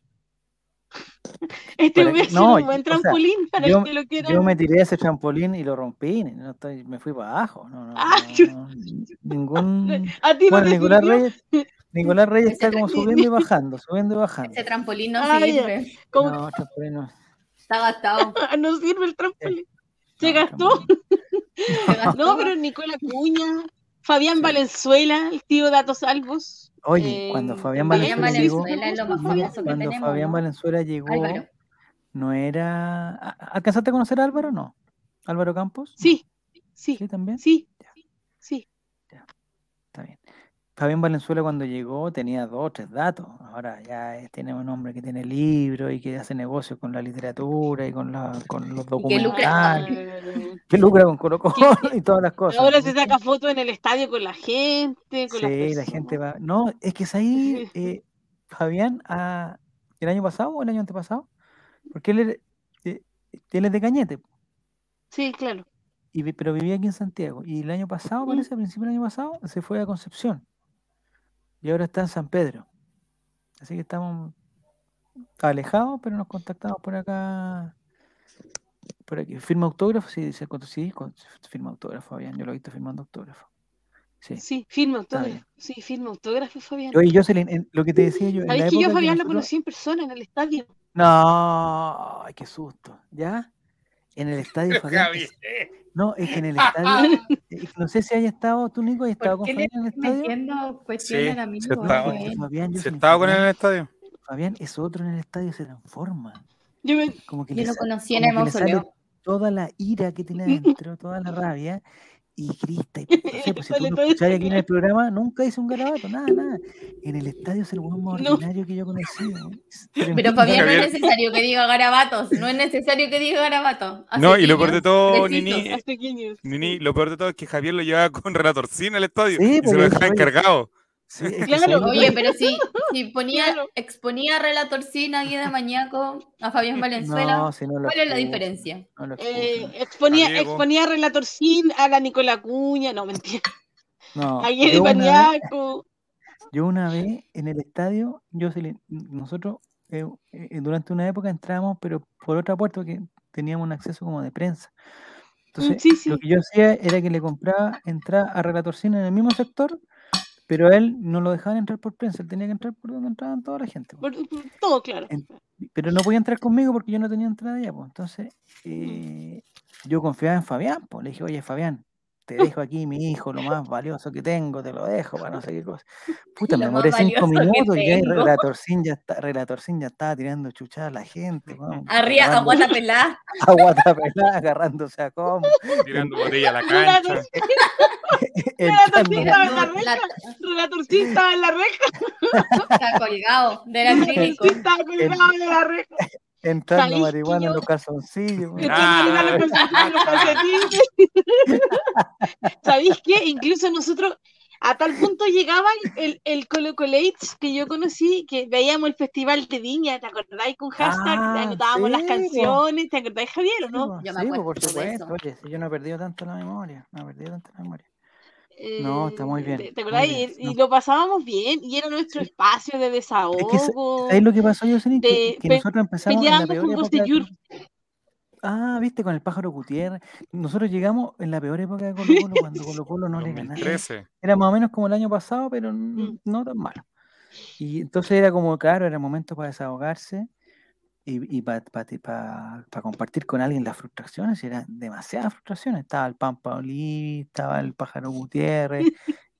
[SPEAKER 4] Este
[SPEAKER 2] Para
[SPEAKER 4] puede
[SPEAKER 2] que-
[SPEAKER 4] ser
[SPEAKER 2] no,
[SPEAKER 4] un buen
[SPEAKER 2] o sea,
[SPEAKER 4] trampolín para
[SPEAKER 2] yo-
[SPEAKER 4] el que lo quiera.
[SPEAKER 2] Yo me tiré a ese trampolín y lo rompí. No estoy, me fui para abajo. No, no,
[SPEAKER 4] Ah,
[SPEAKER 2] no,
[SPEAKER 4] yo-
[SPEAKER 2] no, ningún.
[SPEAKER 4] A ti no
[SPEAKER 2] Bueno,
[SPEAKER 4] te
[SPEAKER 2] Nicolás
[SPEAKER 4] sirvió.
[SPEAKER 2] Reyes, Nicolás Reyes está como
[SPEAKER 4] Ni-
[SPEAKER 2] subiendo y bajando, subiendo y bajando.
[SPEAKER 3] Ese trampolín no
[SPEAKER 4] Ah, ya.
[SPEAKER 3] sirve.
[SPEAKER 4] Como
[SPEAKER 2] No, trampolín no.
[SPEAKER 3] Está gastado.
[SPEAKER 4] que no sirve el trampolín. Se
[SPEAKER 2] no,
[SPEAKER 4] gastó.
[SPEAKER 2] trampolín.
[SPEAKER 3] Se gastó.
[SPEAKER 4] No, pero Nicola Cuña, Fabián Valenzuela, el tío Datos eh, Salvos.
[SPEAKER 3] Eh,
[SPEAKER 2] Oye, cuando Fabián
[SPEAKER 3] Fabián
[SPEAKER 2] Valenzuela llegó,
[SPEAKER 3] Valenzuela es lo más
[SPEAKER 2] no,
[SPEAKER 3] famoso que
[SPEAKER 2] cuando
[SPEAKER 3] tenemos,
[SPEAKER 2] Fabián
[SPEAKER 3] ¿no?
[SPEAKER 2] Valenzuela llegó,
[SPEAKER 3] Álvaro.
[SPEAKER 2] no era. ¿A- ¿Alcanzaste a conocer a Álvaro o no? ¿Álvaro Campos? No.
[SPEAKER 4] Sí, sí,
[SPEAKER 2] Sí, también.
[SPEAKER 4] sí, sí.
[SPEAKER 2] Está bien. Fabián Valenzuela cuando llegó tenía dos o tres datos. Ahora ya es- tiene un hombre que tiene libros y que hace negocios con la literatura y con, la, con los
[SPEAKER 3] Y que lucra.
[SPEAKER 2] documentales. Que lucra con Colo Colo y todas las cosas.
[SPEAKER 4] Ahora se
[SPEAKER 2] ¿viste?
[SPEAKER 4] saca fotos en el estadio con la gente, con las
[SPEAKER 2] Sí, la gente va.
[SPEAKER 4] personas.
[SPEAKER 2] No, es que es ahí, eh, Fabián, ah, el año pasado o el año antepasado, porque él, era- eh, él es de Cañete,
[SPEAKER 4] Sí, claro.
[SPEAKER 2] y, vi- pero vivía aquí en Santiago. Y el año pasado,
[SPEAKER 4] Mm.
[SPEAKER 2] parece, a principio del año pasado, se fue a Concepción. Y ahora está en San Pedro. Así que estamos alejados, pero nos contactamos por acá. Por aquí. Firma autógrafo, sí, se con- sí, con- firma autógrafo, Fabián. Yo lo he visto firmando autógrafo. Sí.
[SPEAKER 4] Sí, firma
[SPEAKER 2] Está
[SPEAKER 4] autógrafo. Sí, firma autógrafo, Fabián.
[SPEAKER 2] Oye, Jocelyn, en- lo que te decía yo. en
[SPEAKER 4] ¿Sabéis
[SPEAKER 2] la
[SPEAKER 4] que yo a
[SPEAKER 2] época que
[SPEAKER 4] Fabián lo
[SPEAKER 2] nosotros-
[SPEAKER 4] conocí en persona en el estadio?
[SPEAKER 2] No, ay, qué susto. ¿Ya? En el estadio Fabián.
[SPEAKER 1] Javier.
[SPEAKER 2] No, es que en el
[SPEAKER 3] Ah,
[SPEAKER 2] estadio. eh, No sé si haya estado, tú Nico, has estado con
[SPEAKER 5] ¿Por qué le
[SPEAKER 2] Fabián en el
[SPEAKER 5] estoy
[SPEAKER 2] estadio.
[SPEAKER 5] metiendo cuestiones
[SPEAKER 1] Sí,
[SPEAKER 5] a mi hijo?
[SPEAKER 3] ¿eh?
[SPEAKER 2] No,
[SPEAKER 1] estaba.
[SPEAKER 2] porque
[SPEAKER 5] Bueno,
[SPEAKER 2] Fabián,
[SPEAKER 1] Si
[SPEAKER 2] Jocelyn,
[SPEAKER 1] estaba con él en
[SPEAKER 2] Fabián,
[SPEAKER 1] el estadio.
[SPEAKER 2] Fabián es otro en el estadio, se transforma.
[SPEAKER 4] Yo me-
[SPEAKER 2] Como que
[SPEAKER 3] Yo
[SPEAKER 2] le
[SPEAKER 3] lo
[SPEAKER 2] sa-
[SPEAKER 3] conocí en
[SPEAKER 2] como
[SPEAKER 3] el
[SPEAKER 2] que le sale
[SPEAKER 3] mausoleo.
[SPEAKER 2] toda la ira que tiene adentro, toda la rabia, y grita. Y, no sé, pues si tú
[SPEAKER 4] Sale
[SPEAKER 2] lo
[SPEAKER 4] todo
[SPEAKER 2] escuchás aquí en
[SPEAKER 4] desangrado.
[SPEAKER 2] el programa, nunca hizo un garabato, nada, nada. En el estadio es el hueón más
[SPEAKER 4] No.
[SPEAKER 2] ordinario que yo ¿eh? conocí.
[SPEAKER 3] Pero Fabián no
[SPEAKER 1] Javier.
[SPEAKER 3] es necesario que diga garabatos. No es necesario que diga garabatos. Hace
[SPEAKER 1] No, y lo
[SPEAKER 3] guiños,
[SPEAKER 1] peor de todo,
[SPEAKER 3] besitos.
[SPEAKER 1] Nini,
[SPEAKER 4] Hasta que ni-
[SPEAKER 1] Nini, lo peor de todo es que Javier lo llevaba con relatorcina al estadio
[SPEAKER 2] Sí,
[SPEAKER 1] y se
[SPEAKER 2] porque
[SPEAKER 1] lo
[SPEAKER 2] dije,
[SPEAKER 1] dejaba
[SPEAKER 2] oye,
[SPEAKER 1] encargado.
[SPEAKER 2] Sí, es que
[SPEAKER 4] Claro,
[SPEAKER 2] ¿sabes lo que
[SPEAKER 3] Oye, pero si, si
[SPEAKER 4] Claro.
[SPEAKER 3] ponía, exponía a Relatorcina, guía de maníaco, a Fabián Valenzuela,
[SPEAKER 2] No, si no lo
[SPEAKER 3] ¿cuál es la
[SPEAKER 2] excusan,
[SPEAKER 3] diferencia?
[SPEAKER 2] no lo
[SPEAKER 4] Eh,
[SPEAKER 2] excusan.
[SPEAKER 4] exponía,
[SPEAKER 1] Gallego.
[SPEAKER 4] exponía a Relatorcín, a la Nicola Cuña, no, mentira.
[SPEAKER 2] No,
[SPEAKER 4] A Guede
[SPEAKER 2] yo, una vez,
[SPEAKER 4] Paniaco.
[SPEAKER 2] yo una vez en el estadio, Jocelyn, nosotros eh, eh, durante una época entrábamos, pero por otra puerta que teníamos un acceso como de prensa. Entonces,
[SPEAKER 4] Mm, sí,
[SPEAKER 2] lo
[SPEAKER 4] sí.
[SPEAKER 2] que yo hacía era que le compraba entrar a Relatorcina en el mismo sector, pero a él no lo dejaban entrar por prensa, él tenía que entrar por donde entraban toda la gente. po.
[SPEAKER 4] por- por todo claro.
[SPEAKER 2] En- pero no podía entrar conmigo porque yo no tenía entrada ya, pues. Entonces, eh, yo confiaba en Fabián, pues. Le dije, oye, Fabián, te dejo aquí mi hijo, lo más valioso que tengo, te lo dejo para no sé qué cosa. Puta, me
[SPEAKER 3] Lo más
[SPEAKER 2] demoré cinco
[SPEAKER 3] valioso que
[SPEAKER 2] minutos y ya el
[SPEAKER 3] tengo.
[SPEAKER 2] relatorcín ya, está, relatorcín ya estaba tirando chuchadas a la gente. weón,
[SPEAKER 3] Arriba,
[SPEAKER 2] agarrando-
[SPEAKER 3] aguanta pelada.
[SPEAKER 2] a guatapelá, agarrándose a combo,
[SPEAKER 1] tirando botella a la
[SPEAKER 4] Relator-
[SPEAKER 1] cancha.
[SPEAKER 4] Relatorcín
[SPEAKER 2] entrando-
[SPEAKER 4] estaba en la
[SPEAKER 3] No, la-
[SPEAKER 4] reja. Relatorcín estaba en la reja.
[SPEAKER 3] Está colgado de la clínico.
[SPEAKER 4] Relatorcín estaba colgado de la reja.
[SPEAKER 2] entrando
[SPEAKER 4] ¿Sabéis que
[SPEAKER 2] marihuana en
[SPEAKER 4] yo-
[SPEAKER 2] los calzoncillos.
[SPEAKER 4] Que
[SPEAKER 2] weón.
[SPEAKER 1] Ah,
[SPEAKER 4] te mandan los
[SPEAKER 1] ah,
[SPEAKER 4] calcetines, los
[SPEAKER 1] ah.
[SPEAKER 4] calcetines. ¿Sabéis qué? Incluso nosotros a tal punto llegaban el, el Colo Colates que yo conocí, que veíamos el festival de Viña, ¿te acordáis con hashtag?
[SPEAKER 2] Ah,
[SPEAKER 4] anotábamos las
[SPEAKER 2] sí,
[SPEAKER 4] canciones, ¿te acordáis Javier o no?
[SPEAKER 3] Yo me
[SPEAKER 2] Sí, pues,
[SPEAKER 3] acuerdo
[SPEAKER 2] por
[SPEAKER 3] de
[SPEAKER 2] supuesto.
[SPEAKER 3] eso.
[SPEAKER 2] Oye, si yo no he perdido tanto la memoria, no he perdido tanto la memoria. No, está muy
[SPEAKER 4] Eh,
[SPEAKER 2] bien,
[SPEAKER 4] ¿Te,
[SPEAKER 2] muy
[SPEAKER 4] acordáis?
[SPEAKER 2] bien,
[SPEAKER 4] y, y
[SPEAKER 2] no.
[SPEAKER 4] lo pasábamos bien, y era nuestro
[SPEAKER 2] Sí.
[SPEAKER 4] espacio de desahogo.
[SPEAKER 2] ¿Sabes lo que pasó, Jocelyn? Que,
[SPEAKER 4] de-
[SPEAKER 2] que
[SPEAKER 4] pe-
[SPEAKER 2] nosotros empezamos en la
[SPEAKER 4] peleábamos
[SPEAKER 2] peor
[SPEAKER 4] con
[SPEAKER 2] época.
[SPEAKER 4] Gosseyur.
[SPEAKER 2] de- Ah, viste, con el pájaro Gutiérrez. Nosotros llegamos en la peor época de Colo Colo, cuando Colo Colo no le ganaba.
[SPEAKER 1] 2013.
[SPEAKER 2] Era más o menos como el año pasado, pero n-
[SPEAKER 4] Mm.
[SPEAKER 2] no tan malo. Y entonces era como, claro, era momento para desahogarse y, para compartir con alguien las frustraciones. y eran demasiadas frustraciones. Estaba el Pampa Olí, estaba el pájaro Gutiérrez,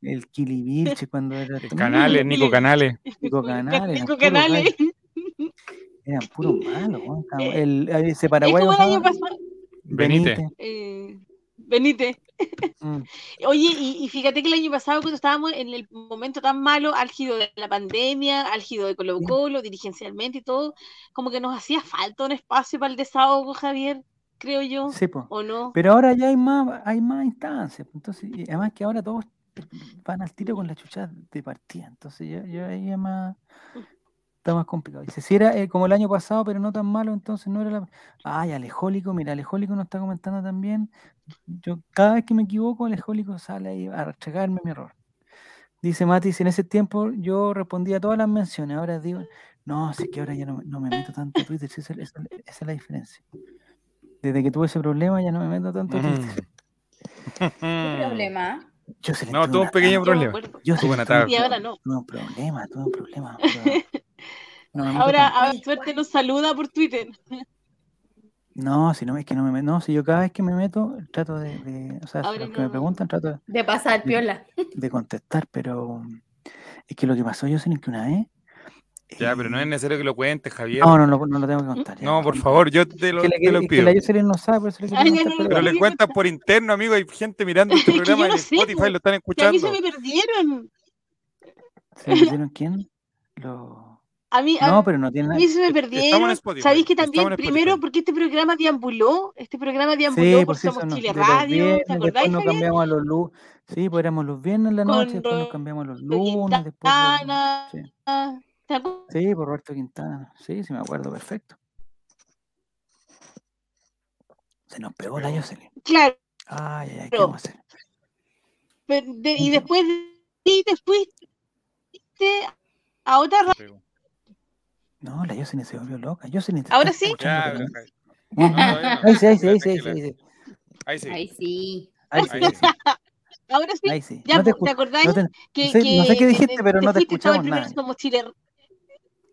[SPEAKER 2] el Kilibilche cuando era...
[SPEAKER 1] El
[SPEAKER 2] tu-
[SPEAKER 1] Canales, Nico Canales.
[SPEAKER 2] Nico Canales.
[SPEAKER 4] Nico Canales.
[SPEAKER 2] Eran puros malos. weón, estábamos-
[SPEAKER 4] Eh,
[SPEAKER 2] El, ahí ese
[SPEAKER 4] Es
[SPEAKER 2] paraguayo
[SPEAKER 4] como el
[SPEAKER 2] se
[SPEAKER 4] año
[SPEAKER 2] llama
[SPEAKER 4] pasado.
[SPEAKER 1] Benítez.
[SPEAKER 4] Eh, Benítez.
[SPEAKER 2] Mm.
[SPEAKER 4] Oye, y, y fíjate que el año pasado, cuando estábamos en el momento tan malo, álgido de la pandemia, álgido de Colo
[SPEAKER 2] Sí.
[SPEAKER 4] Colo, dirigencialmente y todo, como que nos hacía falta un espacio para el desahogo, Javier, creo yo,
[SPEAKER 2] Sí, po.
[SPEAKER 4] ¿o no?
[SPEAKER 2] Pero ahora ya hay más, hay más instancias. pues, Entonces, y además que ahora todos van al tiro con la chucha de partida. Entonces ya, ya ahí es más, está más complicado. Dice, si era eh, como el año pasado, pero no tan malo, entonces no era la. Ay, Alejólico, mira, Alejólico nos está comentando también. Yo cada vez que me equivoco, Alejólico sale ahí a restregarme mi error. Dice Matis, en ese tiempo yo respondía a todas las menciones, ahora digo, no, si es que ahora ya no, me- no me meto tanto a Twitter, sí, esa, esa- esa es la diferencia. Desde que tuve ese problema ya no me meto tanto a Twitter.
[SPEAKER 3] ¿Qué
[SPEAKER 1] Mm.
[SPEAKER 3] problema?
[SPEAKER 2] Jocelyn,
[SPEAKER 1] No,
[SPEAKER 2] tuve
[SPEAKER 1] todo
[SPEAKER 2] una-
[SPEAKER 1] un pequeño
[SPEAKER 4] Yo me
[SPEAKER 1] problema.
[SPEAKER 4] acuerdo.
[SPEAKER 2] Jocelyn,
[SPEAKER 1] buena
[SPEAKER 2] tuve un
[SPEAKER 1] tarde.
[SPEAKER 4] Y ahora
[SPEAKER 2] pro-
[SPEAKER 4] no.
[SPEAKER 2] Tuve un problema, tuve un problema. pero no me meto
[SPEAKER 4] Ahora,
[SPEAKER 2] tanto.
[SPEAKER 4] a suerte nos saluda por Twitter.
[SPEAKER 2] No, si no es que no me meto. No, si yo cada vez que me meto, trato de. de- o sea, si
[SPEAKER 4] Ahora
[SPEAKER 2] los que me
[SPEAKER 4] no.
[SPEAKER 2] preguntan, trato de-
[SPEAKER 3] De pasar piola.
[SPEAKER 2] de contestar, pero. Es que lo que pasó, Jocelyn, que una vez. eh,
[SPEAKER 1] Ya, pero no es necesario que lo cuentes, Javier.
[SPEAKER 2] No, no, lo- no lo tengo que contar. ya.
[SPEAKER 1] No, por favor, yo te lo,
[SPEAKER 2] Que la,
[SPEAKER 1] te lo
[SPEAKER 2] es que
[SPEAKER 1] pido.
[SPEAKER 2] la Jocelyn no sabe, por eso le quiero
[SPEAKER 4] Ay, ya
[SPEAKER 2] contar,
[SPEAKER 4] no lo
[SPEAKER 2] pero
[SPEAKER 1] Pero
[SPEAKER 2] bueno.
[SPEAKER 1] le cuentas por interno, amigo. Hay gente mirando este
[SPEAKER 4] que yo
[SPEAKER 1] programa
[SPEAKER 4] no
[SPEAKER 1] en
[SPEAKER 4] sé,
[SPEAKER 1] Spotify,
[SPEAKER 4] pues.
[SPEAKER 1] lo están
[SPEAKER 4] Que a mí se
[SPEAKER 1] escuchando.
[SPEAKER 4] me perdieron.
[SPEAKER 2] ¿Se le metieron quién? Lo-
[SPEAKER 4] A mí, a
[SPEAKER 2] No, pero no tiene
[SPEAKER 4] A
[SPEAKER 2] nada.
[SPEAKER 4] mí Ah, se me
[SPEAKER 1] Estamos en
[SPEAKER 4] perdieron.
[SPEAKER 1] Spotify,
[SPEAKER 4] Sabéis que
[SPEAKER 1] estamos
[SPEAKER 4] también,
[SPEAKER 1] en
[SPEAKER 4] primero,
[SPEAKER 1] Spotify.
[SPEAKER 4] porque este programa deambuló, este programa deambuló
[SPEAKER 2] Sí,
[SPEAKER 4] por
[SPEAKER 2] pues eso
[SPEAKER 4] Somos
[SPEAKER 2] no,
[SPEAKER 4] Chile
[SPEAKER 2] de los
[SPEAKER 4] Radio,
[SPEAKER 2] viernes,
[SPEAKER 4] ¿te
[SPEAKER 2] después
[SPEAKER 4] acordáis,
[SPEAKER 2] nos
[SPEAKER 4] Javier?
[SPEAKER 2] cambiamos a los lunes. Sí, pues éramos los viernes en la noche,
[SPEAKER 4] Con
[SPEAKER 2] después nos
[SPEAKER 4] Roberto Ah,
[SPEAKER 2] cambiamos a los
[SPEAKER 4] Con
[SPEAKER 2] lunes, después. los-
[SPEAKER 4] Quintana,
[SPEAKER 2] sí.
[SPEAKER 4] ¿te acuerdas?
[SPEAKER 2] Sí, por Roberto Quintana. Sí, sí, me acuerdo, perfecto. Se nos pegó la Jocelyn.
[SPEAKER 4] Claro,
[SPEAKER 2] Ay, ay, ay, ¿qué
[SPEAKER 4] Pero-
[SPEAKER 2] vamos a hacer?
[SPEAKER 4] pero de- y
[SPEAKER 2] Ujú.
[SPEAKER 4] después de y te fuiste a otra radio.
[SPEAKER 2] No, la Jocelyn se volvió loca. Jocelyn, te
[SPEAKER 4] Ahora
[SPEAKER 2] estás
[SPEAKER 4] sí.
[SPEAKER 2] escuchando,
[SPEAKER 1] Ya,
[SPEAKER 2] pero-
[SPEAKER 1] Javier.
[SPEAKER 2] No,
[SPEAKER 1] ah, No, todavía no.
[SPEAKER 2] Ahí sí, ahí sí, ahí sí, ahí sí,
[SPEAKER 1] Tranquila.
[SPEAKER 2] ahí sí.
[SPEAKER 1] Ahí sí. Ahí sí.
[SPEAKER 2] Ahí sí, ahí sí,
[SPEAKER 3] Ahí sí.
[SPEAKER 4] Ahora sí,
[SPEAKER 2] ahí sí.
[SPEAKER 4] ya
[SPEAKER 2] No te
[SPEAKER 4] pues, te,
[SPEAKER 2] escucho.
[SPEAKER 4] acordáis
[SPEAKER 2] No te-
[SPEAKER 4] que,
[SPEAKER 2] sé- no sé
[SPEAKER 4] que,
[SPEAKER 2] qué
[SPEAKER 4] eh,
[SPEAKER 2] dijiste, pero no te
[SPEAKER 4] fuiste,
[SPEAKER 2] escuchamos
[SPEAKER 4] estabas primero
[SPEAKER 2] nada.
[SPEAKER 4] en Somos Chile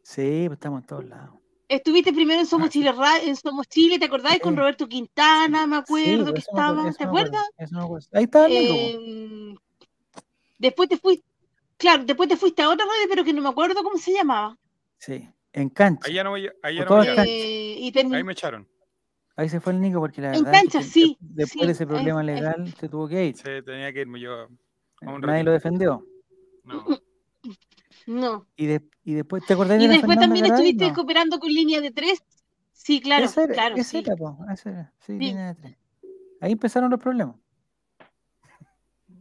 [SPEAKER 2] Sí, pues estamos en todos lados.
[SPEAKER 4] Estuviste primero en Somos
[SPEAKER 1] Ah, sí.
[SPEAKER 4] Chile, Ra- en Somos Chile, ¿te acordáis? Con
[SPEAKER 2] Sí.
[SPEAKER 4] Roberto Quintana, me
[SPEAKER 2] Sí,
[SPEAKER 4] acuerdo
[SPEAKER 2] pues
[SPEAKER 4] que
[SPEAKER 2] eso me acuerdo,
[SPEAKER 4] estaba,
[SPEAKER 2] eso
[SPEAKER 4] ¿te
[SPEAKER 2] me acuerdo,
[SPEAKER 4] acuerdas? Eh,
[SPEAKER 2] eso me acuerdo. Ahí estaba el negro, pues.
[SPEAKER 4] Em, después te fuiste, claro, después te fuiste a otra radio, pero que no me acuerdo cómo se llamaba.
[SPEAKER 2] Sí, en cancha.
[SPEAKER 1] Ahí ya no voy. Ahí ya
[SPEAKER 2] Por
[SPEAKER 1] no voy
[SPEAKER 2] todas
[SPEAKER 1] a-
[SPEAKER 2] Cancha.
[SPEAKER 4] Eh, y
[SPEAKER 1] Ahí
[SPEAKER 4] termi-
[SPEAKER 1] me echaron.
[SPEAKER 2] Ahí se fue el Nico porque la
[SPEAKER 4] En
[SPEAKER 2] verdad es que
[SPEAKER 4] cancha,
[SPEAKER 2] te-
[SPEAKER 4] sí,
[SPEAKER 2] después
[SPEAKER 4] sí, eh,
[SPEAKER 2] de ese problema
[SPEAKER 4] ahí- ahí-
[SPEAKER 2] legal se tuvo que ir.
[SPEAKER 1] Sí, tenía que irme yo. a un
[SPEAKER 2] Nadie
[SPEAKER 1] ratito.
[SPEAKER 2] lo defendió.
[SPEAKER 1] No.
[SPEAKER 4] no.
[SPEAKER 2] Y, de- y después, ¿te acordás de
[SPEAKER 4] Y
[SPEAKER 2] la
[SPEAKER 4] después
[SPEAKER 2] Fernanda
[SPEAKER 4] también
[SPEAKER 2] Garay?
[SPEAKER 4] estuviste
[SPEAKER 2] No.
[SPEAKER 4] cooperando con línea de tres. Sí, claro,
[SPEAKER 2] Esa era,
[SPEAKER 4] claro,
[SPEAKER 2] esa
[SPEAKER 4] sí.
[SPEAKER 2] era, po, esa era. Sí,
[SPEAKER 4] Sí.
[SPEAKER 2] línea de tres. Ahí empezaron los problemas.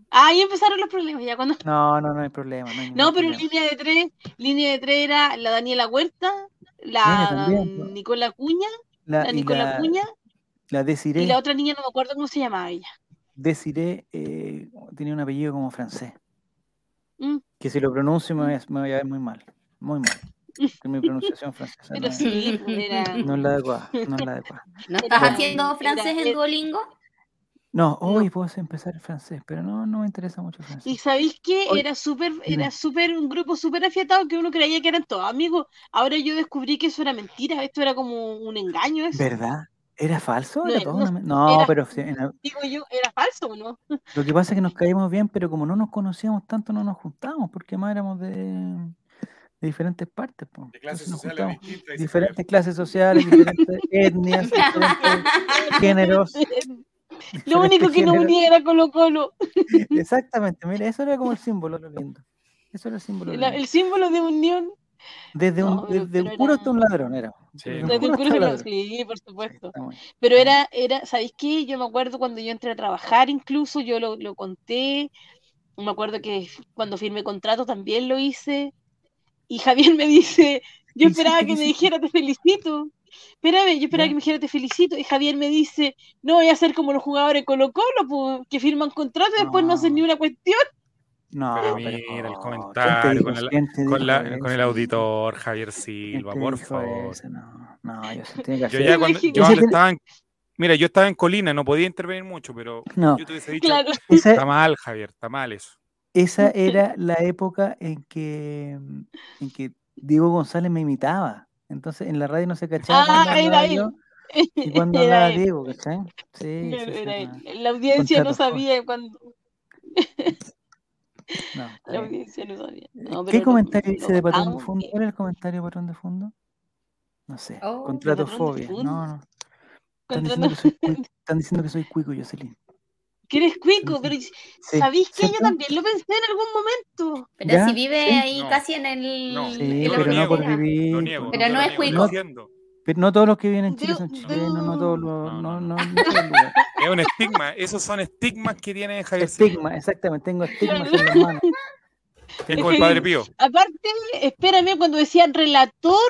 [SPEAKER 4] Ahí empezaron los problemas ya cuando.
[SPEAKER 2] No, no, no hay problema. No, hay
[SPEAKER 4] No,
[SPEAKER 2] ningún
[SPEAKER 4] pero
[SPEAKER 2] problema.
[SPEAKER 4] línea de tres, línea de tres era la Daniela Huerta,
[SPEAKER 2] Mira,
[SPEAKER 4] la
[SPEAKER 2] también, po.
[SPEAKER 4] Nicola Cuña,
[SPEAKER 2] la,
[SPEAKER 4] la
[SPEAKER 2] y
[SPEAKER 4] Nicola
[SPEAKER 2] la,
[SPEAKER 4] Cuña
[SPEAKER 2] la Desiré,
[SPEAKER 4] y la otra niña no me acuerdo cómo se llamaba ella.
[SPEAKER 2] Desiré, eh, tenía un apellido como francés.
[SPEAKER 4] Mm,
[SPEAKER 2] Que si lo pronuncio me voy a, me voy a ver muy mal. Muy mal. Que Mi pronunciación francesa no
[SPEAKER 4] pero
[SPEAKER 2] es,
[SPEAKER 4] sí, pues, era.
[SPEAKER 2] no es la adecuada. No es la adecuada.
[SPEAKER 3] ¿No estás
[SPEAKER 2] Era-
[SPEAKER 3] haciendo francés
[SPEAKER 4] era-
[SPEAKER 3] en Duolingo?
[SPEAKER 2] No, hoy puedo empezar el francés, pero no, no me interesa mucho el
[SPEAKER 4] Y
[SPEAKER 2] francés.
[SPEAKER 4] sabéis que
[SPEAKER 2] Oye,
[SPEAKER 4] era súper,
[SPEAKER 2] dime.
[SPEAKER 4] era súper, un grupo súper afiatado que uno creía que eran todos amigos. Ahora yo descubrí que eso era mentira, esto era como un engaño. Eso.
[SPEAKER 2] ¿Verdad? ¿Era falso?
[SPEAKER 4] No,
[SPEAKER 2] ¿Era
[SPEAKER 4] era-
[SPEAKER 2] para
[SPEAKER 4] no,
[SPEAKER 2] una me- no,
[SPEAKER 4] era-
[SPEAKER 2] pero sí, en-
[SPEAKER 4] Digo yo, ¿era falso o no?
[SPEAKER 2] lo que pasa es que nos caímos bien, pero como no nos conocíamos tanto, no nos juntábamos, porque más éramos de, de diferentes partes. po.
[SPEAKER 5] De clases
[SPEAKER 2] Entonces nos
[SPEAKER 5] sociales
[SPEAKER 2] juntábamos.
[SPEAKER 5] distintas. y se
[SPEAKER 2] Diferentes clases sociales, diferentes etnias, diferentes géneros.
[SPEAKER 4] Lo
[SPEAKER 2] diferentes
[SPEAKER 4] único que nos
[SPEAKER 2] géneros.
[SPEAKER 4] unía era Colo Colo.
[SPEAKER 2] Exactamente, mira, eso era como el símbolo, lo lindo. Eso era el símbolo. lo
[SPEAKER 4] La-
[SPEAKER 2] lindo.
[SPEAKER 4] el símbolo de unión.
[SPEAKER 2] Desde un,
[SPEAKER 4] no, pero-
[SPEAKER 2] desde un
[SPEAKER 4] pero
[SPEAKER 2] curo
[SPEAKER 4] era-
[SPEAKER 2] hasta un ladrón era.
[SPEAKER 1] Sí,
[SPEAKER 2] Desde
[SPEAKER 1] no.
[SPEAKER 4] Desde el
[SPEAKER 2] curo
[SPEAKER 4] curso
[SPEAKER 2] hasta
[SPEAKER 4] de
[SPEAKER 2] un
[SPEAKER 4] la-
[SPEAKER 2] ladrón.
[SPEAKER 4] Sí, por supuesto.
[SPEAKER 2] Exactamente.
[SPEAKER 4] Pero era, era, ¿sabéis qué? Yo me acuerdo cuando yo entré a trabajar, incluso yo lo, lo conté. Me acuerdo que cuando firmé contrato también lo hice. Y Javier me dice,
[SPEAKER 2] Hiciste,
[SPEAKER 4] yo esperaba que me
[SPEAKER 2] hiciste.
[SPEAKER 4] dijera te felicito. Espérame, yo esperaba
[SPEAKER 2] Ya.
[SPEAKER 4] que me dijera te felicito. Y Javier me dice, no voy a ser como los jugadores Colo Colo, que firman contrato y después no hacen ni
[SPEAKER 2] No.
[SPEAKER 4] una cuestión.
[SPEAKER 2] No,
[SPEAKER 1] Pero
[SPEAKER 2] pero
[SPEAKER 1] mira el
[SPEAKER 2] no,
[SPEAKER 1] comentario
[SPEAKER 2] ¿quién te
[SPEAKER 1] con
[SPEAKER 2] dijo-
[SPEAKER 1] la-
[SPEAKER 2] quién te dijo
[SPEAKER 1] Con, la-
[SPEAKER 2] eso?
[SPEAKER 1] con el auditor Javier
[SPEAKER 2] ¿Quién
[SPEAKER 1] Silva,
[SPEAKER 2] te
[SPEAKER 1] por
[SPEAKER 2] dijo
[SPEAKER 1] favor.
[SPEAKER 2] Este, eso? No, no, yo se tiene que
[SPEAKER 1] Yo
[SPEAKER 2] hacer.
[SPEAKER 1] ya cuando,
[SPEAKER 4] México.
[SPEAKER 1] yo cuando
[SPEAKER 2] Ese-
[SPEAKER 1] estaba en, mira, yo estaba en Colina, no podía intervenir mucho, pero
[SPEAKER 2] No,
[SPEAKER 1] yo te hubiese dicho,
[SPEAKER 4] Claro,
[SPEAKER 2] esa,
[SPEAKER 1] está mal, Javier, está mal eso.
[SPEAKER 2] esa era la época en que, mm, en que Diego González me imitaba. Entonces en la radio no se cachaba cuando
[SPEAKER 4] Ah, era
[SPEAKER 2] hablaba
[SPEAKER 4] él.
[SPEAKER 2] yo y cuando
[SPEAKER 4] Era
[SPEAKER 2] hablaba
[SPEAKER 4] él.
[SPEAKER 2] Diego, ¿cachai? Sí, sí,
[SPEAKER 4] claro,
[SPEAKER 2] sí,
[SPEAKER 4] era
[SPEAKER 2] no,
[SPEAKER 4] él. La audiencia no
[SPEAKER 2] Contrato, joder.
[SPEAKER 4] sabía cuando...
[SPEAKER 2] no, está
[SPEAKER 4] La
[SPEAKER 2] bien.
[SPEAKER 4] audiencia no sabía.
[SPEAKER 2] Eh,
[SPEAKER 4] No, pero
[SPEAKER 2] ¿Qué
[SPEAKER 4] lo-
[SPEAKER 2] comentario
[SPEAKER 4] lo
[SPEAKER 2] dice de patrón de
[SPEAKER 4] amo,
[SPEAKER 2] fondo?
[SPEAKER 4] eh.
[SPEAKER 2] ¿Cuál es el comentario de patrón de fondo? No sé.
[SPEAKER 3] Oh, de
[SPEAKER 2] Contratofobia.
[SPEAKER 4] patrón de
[SPEAKER 2] No,
[SPEAKER 4] fondo.
[SPEAKER 2] no. Están
[SPEAKER 4] Contrato-
[SPEAKER 2] diciendo, que soy cuico, están diciendo que soy cuico, Jocelyn.
[SPEAKER 4] Que eres cuico,
[SPEAKER 2] Sí,
[SPEAKER 4] pero
[SPEAKER 2] Sí,
[SPEAKER 4] ¿sabéis que yo
[SPEAKER 2] ¿cierto?
[SPEAKER 4] también lo pensé en algún momento?
[SPEAKER 3] Pero
[SPEAKER 2] Ya,
[SPEAKER 3] si vive
[SPEAKER 2] sí.
[SPEAKER 3] ahí
[SPEAKER 1] No,
[SPEAKER 3] casi en el.
[SPEAKER 1] no.
[SPEAKER 3] en
[SPEAKER 2] Sí,
[SPEAKER 3] la
[SPEAKER 2] pero no por
[SPEAKER 3] frontera.
[SPEAKER 2] vivir.
[SPEAKER 1] Lo
[SPEAKER 2] pues,
[SPEAKER 1] niego.
[SPEAKER 3] Pero no
[SPEAKER 1] lo
[SPEAKER 3] es
[SPEAKER 1] niego, lo
[SPEAKER 3] cuico.
[SPEAKER 1] defiendo.
[SPEAKER 2] Pero no todos los que viven en Chile
[SPEAKER 4] Yo-
[SPEAKER 2] son chilenos, no todos los.
[SPEAKER 1] No,
[SPEAKER 2] No,
[SPEAKER 1] no,
[SPEAKER 2] no,
[SPEAKER 1] Es un estigma, esos son estigmas que tiene Javier Silva.
[SPEAKER 2] Estigma, exactamente, tengo estigma en la mano.
[SPEAKER 1] Es como el Padre Pío.
[SPEAKER 4] Aparte, espérame, cuando decían relator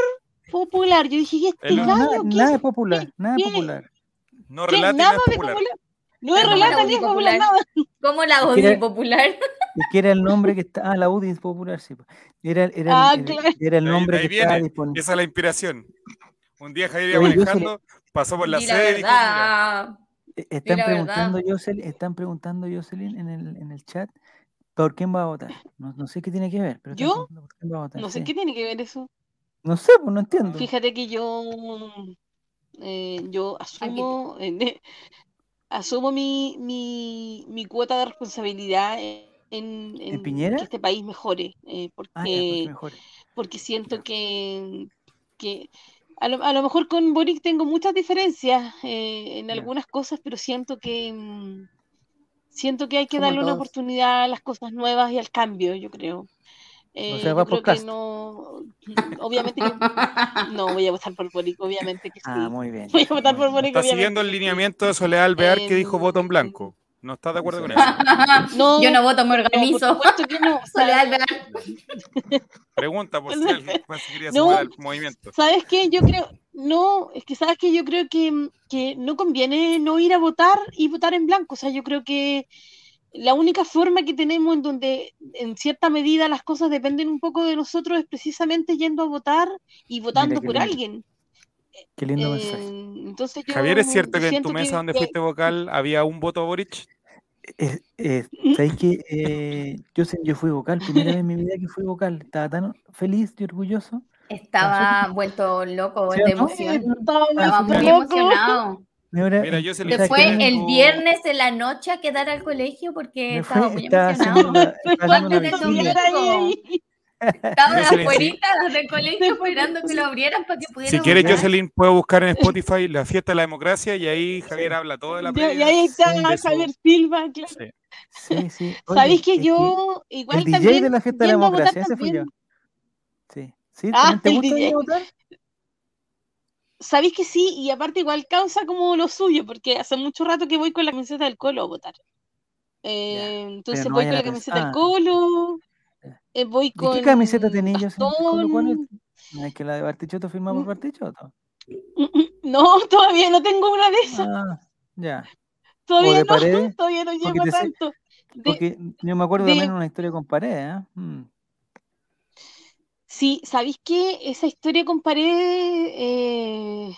[SPEAKER 4] popular, yo dije, ¿y este
[SPEAKER 1] Él
[SPEAKER 2] No,
[SPEAKER 1] no-
[SPEAKER 4] gallo
[SPEAKER 2] nada,
[SPEAKER 4] qué?
[SPEAKER 2] nada es popular, nada es
[SPEAKER 4] qué-
[SPEAKER 2] popular.
[SPEAKER 1] No
[SPEAKER 4] ¿Qué?
[SPEAKER 1] relata y
[SPEAKER 4] Nada
[SPEAKER 1] no es
[SPEAKER 4] de
[SPEAKER 1] popular.
[SPEAKER 4] popular. No es
[SPEAKER 3] Es
[SPEAKER 4] relata
[SPEAKER 3] popular,
[SPEAKER 4] ni es
[SPEAKER 3] muy
[SPEAKER 4] popular
[SPEAKER 3] popular.
[SPEAKER 4] nada.
[SPEAKER 3] ¿Cómo la
[SPEAKER 2] Mira-
[SPEAKER 3] odio popular?
[SPEAKER 2] Es que era el nombre que estaba. Ah, la UDI es popular, sí. pues. Era, era,
[SPEAKER 4] Ah,
[SPEAKER 2] el-
[SPEAKER 4] claro.
[SPEAKER 2] era el
[SPEAKER 1] Ahí-
[SPEAKER 2] nombre
[SPEAKER 1] ahí
[SPEAKER 2] que estaba
[SPEAKER 1] viene.
[SPEAKER 2] disponible.
[SPEAKER 1] Esa es la inspiración. Un día Javier iba
[SPEAKER 2] Oye, yo se-
[SPEAKER 1] manejando, pasó por la
[SPEAKER 3] Di
[SPEAKER 1] sede y dijo, mira,
[SPEAKER 3] verdad.
[SPEAKER 2] Eh, Están
[SPEAKER 3] la verdad.
[SPEAKER 2] preguntando, Jocelyn, están preguntando, Jocelyn, en el, en el chat, ¿por quién va a votar? No, no sé qué tiene que ver, pero están
[SPEAKER 4] ¿Yo?
[SPEAKER 2] preguntando por quién va a votar,
[SPEAKER 4] No sé
[SPEAKER 2] sí.
[SPEAKER 4] qué tiene que ver eso.
[SPEAKER 2] No sé, pues no entiendo.
[SPEAKER 4] Fíjate que yo, eh, yo asumo, eh, asumo mi, mi, mi cuota de responsabilidad en, en,
[SPEAKER 2] Piñera?
[SPEAKER 4] que este país mejore, eh, porque
[SPEAKER 2] Ah, ya, pues mejor.
[SPEAKER 4] porque siento
[SPEAKER 2] Ya.
[SPEAKER 4] que, que a, lo, a lo mejor con Boric tengo muchas diferencias eh, en
[SPEAKER 2] Ya.
[SPEAKER 4] algunas cosas, pero siento que mm, siento que hay que
[SPEAKER 3] Como
[SPEAKER 4] darle una
[SPEAKER 3] todos.
[SPEAKER 4] oportunidad a las cosas nuevas y al cambio, yo creo. Eh,
[SPEAKER 2] sea,
[SPEAKER 4] yo
[SPEAKER 2] va por
[SPEAKER 4] creo que
[SPEAKER 2] cast.
[SPEAKER 4] no, obviamente que no voy a votar por Boric, obviamente que sí.
[SPEAKER 2] Ah, muy bien.
[SPEAKER 4] voy a
[SPEAKER 2] muy
[SPEAKER 4] votar por
[SPEAKER 2] bien.
[SPEAKER 4] Boric.
[SPEAKER 1] está
[SPEAKER 4] obviamente
[SPEAKER 1] siguiendo el
[SPEAKER 4] que sí.
[SPEAKER 1] lineamiento de Soledad Alvear que dijo
[SPEAKER 4] Em,
[SPEAKER 1] voto en blanco. ¿No estás de acuerdo con eso?
[SPEAKER 4] No,
[SPEAKER 3] Yo no voto, me
[SPEAKER 4] no, por
[SPEAKER 3] organizo.
[SPEAKER 4] supuesto que no. o sea,
[SPEAKER 3] Soledad Alvear.
[SPEAKER 1] Pregunta por si alguien más se quería
[SPEAKER 4] No.
[SPEAKER 1] sumar al movimiento.
[SPEAKER 4] ¿Sabes qué? Yo creo, no, es que sabes que yo creo que, que no conviene no ir a votar y votar en blanco. O sea, yo creo que la única forma que tenemos en donde en cierta medida las cosas dependen un poco de nosotros es precisamente yendo a votar y votando
[SPEAKER 2] qué
[SPEAKER 4] por
[SPEAKER 2] lindo.
[SPEAKER 4] alguien.
[SPEAKER 2] Qué lindo
[SPEAKER 4] Eh,
[SPEAKER 2] mensaje.
[SPEAKER 4] entonces yo
[SPEAKER 1] Javier, ¿es cierto que en
[SPEAKER 4] siento
[SPEAKER 1] tu mesa donde
[SPEAKER 4] que-
[SPEAKER 1] fuiste vocal había un voto a Boric?
[SPEAKER 2] Eh, eh, ¿sabes qué? Eh, yo, sé- yo fui vocal, primera vez en mi vida que fui vocal. Estaba tan feliz y orgulloso. Ah,
[SPEAKER 3] Estaba vuelto loco de
[SPEAKER 2] ¿Cierto?
[SPEAKER 3] emoción.
[SPEAKER 4] Estaba
[SPEAKER 3] Estaba
[SPEAKER 4] súper
[SPEAKER 3] muy
[SPEAKER 4] loco.
[SPEAKER 3] emocionado.
[SPEAKER 2] Me hubiera-
[SPEAKER 1] Mira, yo se
[SPEAKER 2] eh, o sea,
[SPEAKER 3] Se
[SPEAKER 2] que
[SPEAKER 3] fue
[SPEAKER 2] me-
[SPEAKER 3] el
[SPEAKER 1] tengo-
[SPEAKER 3] viernes de la noche a quedar al colegio porque
[SPEAKER 2] me
[SPEAKER 3] estaba
[SPEAKER 2] fue-
[SPEAKER 3] muy
[SPEAKER 2] estaba haciendo
[SPEAKER 3] emocionado.
[SPEAKER 2] una- estaba haciendo una
[SPEAKER 3] Aparte de tu
[SPEAKER 2] vigilia.
[SPEAKER 3] vida. Estaba
[SPEAKER 1] Yo se le-
[SPEAKER 3] afuera del colegio esperando que lo abrieran para que pudiera
[SPEAKER 1] Si quieres,
[SPEAKER 2] votar.
[SPEAKER 1] Jocelyn, puedes buscar en Spotify la fiesta de la democracia y ahí Javier habla todo de la
[SPEAKER 4] Ya-
[SPEAKER 1] previa.
[SPEAKER 4] Y ahí está
[SPEAKER 1] de su-
[SPEAKER 4] Javier Silva, claro.
[SPEAKER 1] Sí.
[SPEAKER 2] Sí, sí. Oye,
[SPEAKER 4] Sabéis que
[SPEAKER 2] es
[SPEAKER 4] yo igual
[SPEAKER 2] El DJ
[SPEAKER 4] también
[SPEAKER 2] de la fiesta de la
[SPEAKER 4] yendo a votar
[SPEAKER 2] democracia, ese fui yo.
[SPEAKER 4] también.
[SPEAKER 2] Sí. ¿Sí?
[SPEAKER 4] Ah,
[SPEAKER 2] ¿También te
[SPEAKER 4] el
[SPEAKER 2] gusta ir a
[SPEAKER 4] DJ.
[SPEAKER 2] votar?
[SPEAKER 4] Sabéis que sí, y aparte igual causa como lo suyo, porque hace mucho rato que voy con la camiseta del Colo a votar. Eh, entonces
[SPEAKER 2] no
[SPEAKER 4] voy
[SPEAKER 2] vayan
[SPEAKER 4] con
[SPEAKER 2] a
[SPEAKER 4] la camiseta del
[SPEAKER 2] pensar.
[SPEAKER 4] Colo,
[SPEAKER 2] Ya.
[SPEAKER 4] eh, voy
[SPEAKER 2] ¿Y
[SPEAKER 4] con
[SPEAKER 2] qué camiseta tenías yo? señor Colo Colo?
[SPEAKER 4] bastón.
[SPEAKER 2] No es que la de Bartichotto firmaba por
[SPEAKER 4] Mm.
[SPEAKER 2] Bartichotto.
[SPEAKER 4] No, todavía no tengo una de esas,
[SPEAKER 2] Ah, ya.
[SPEAKER 4] todavía
[SPEAKER 2] Ah, de
[SPEAKER 4] no,
[SPEAKER 2] Paredes,
[SPEAKER 4] todavía no llego
[SPEAKER 2] porque
[SPEAKER 4] a
[SPEAKER 2] te sé-
[SPEAKER 4] tanto. De-
[SPEAKER 2] Porque yo me acuerdo
[SPEAKER 4] de-
[SPEAKER 2] también una historia con Paredes, ¿eh? Mm.
[SPEAKER 4] Sí, ¿sabéis qué? Esa historia con Paredes, eh,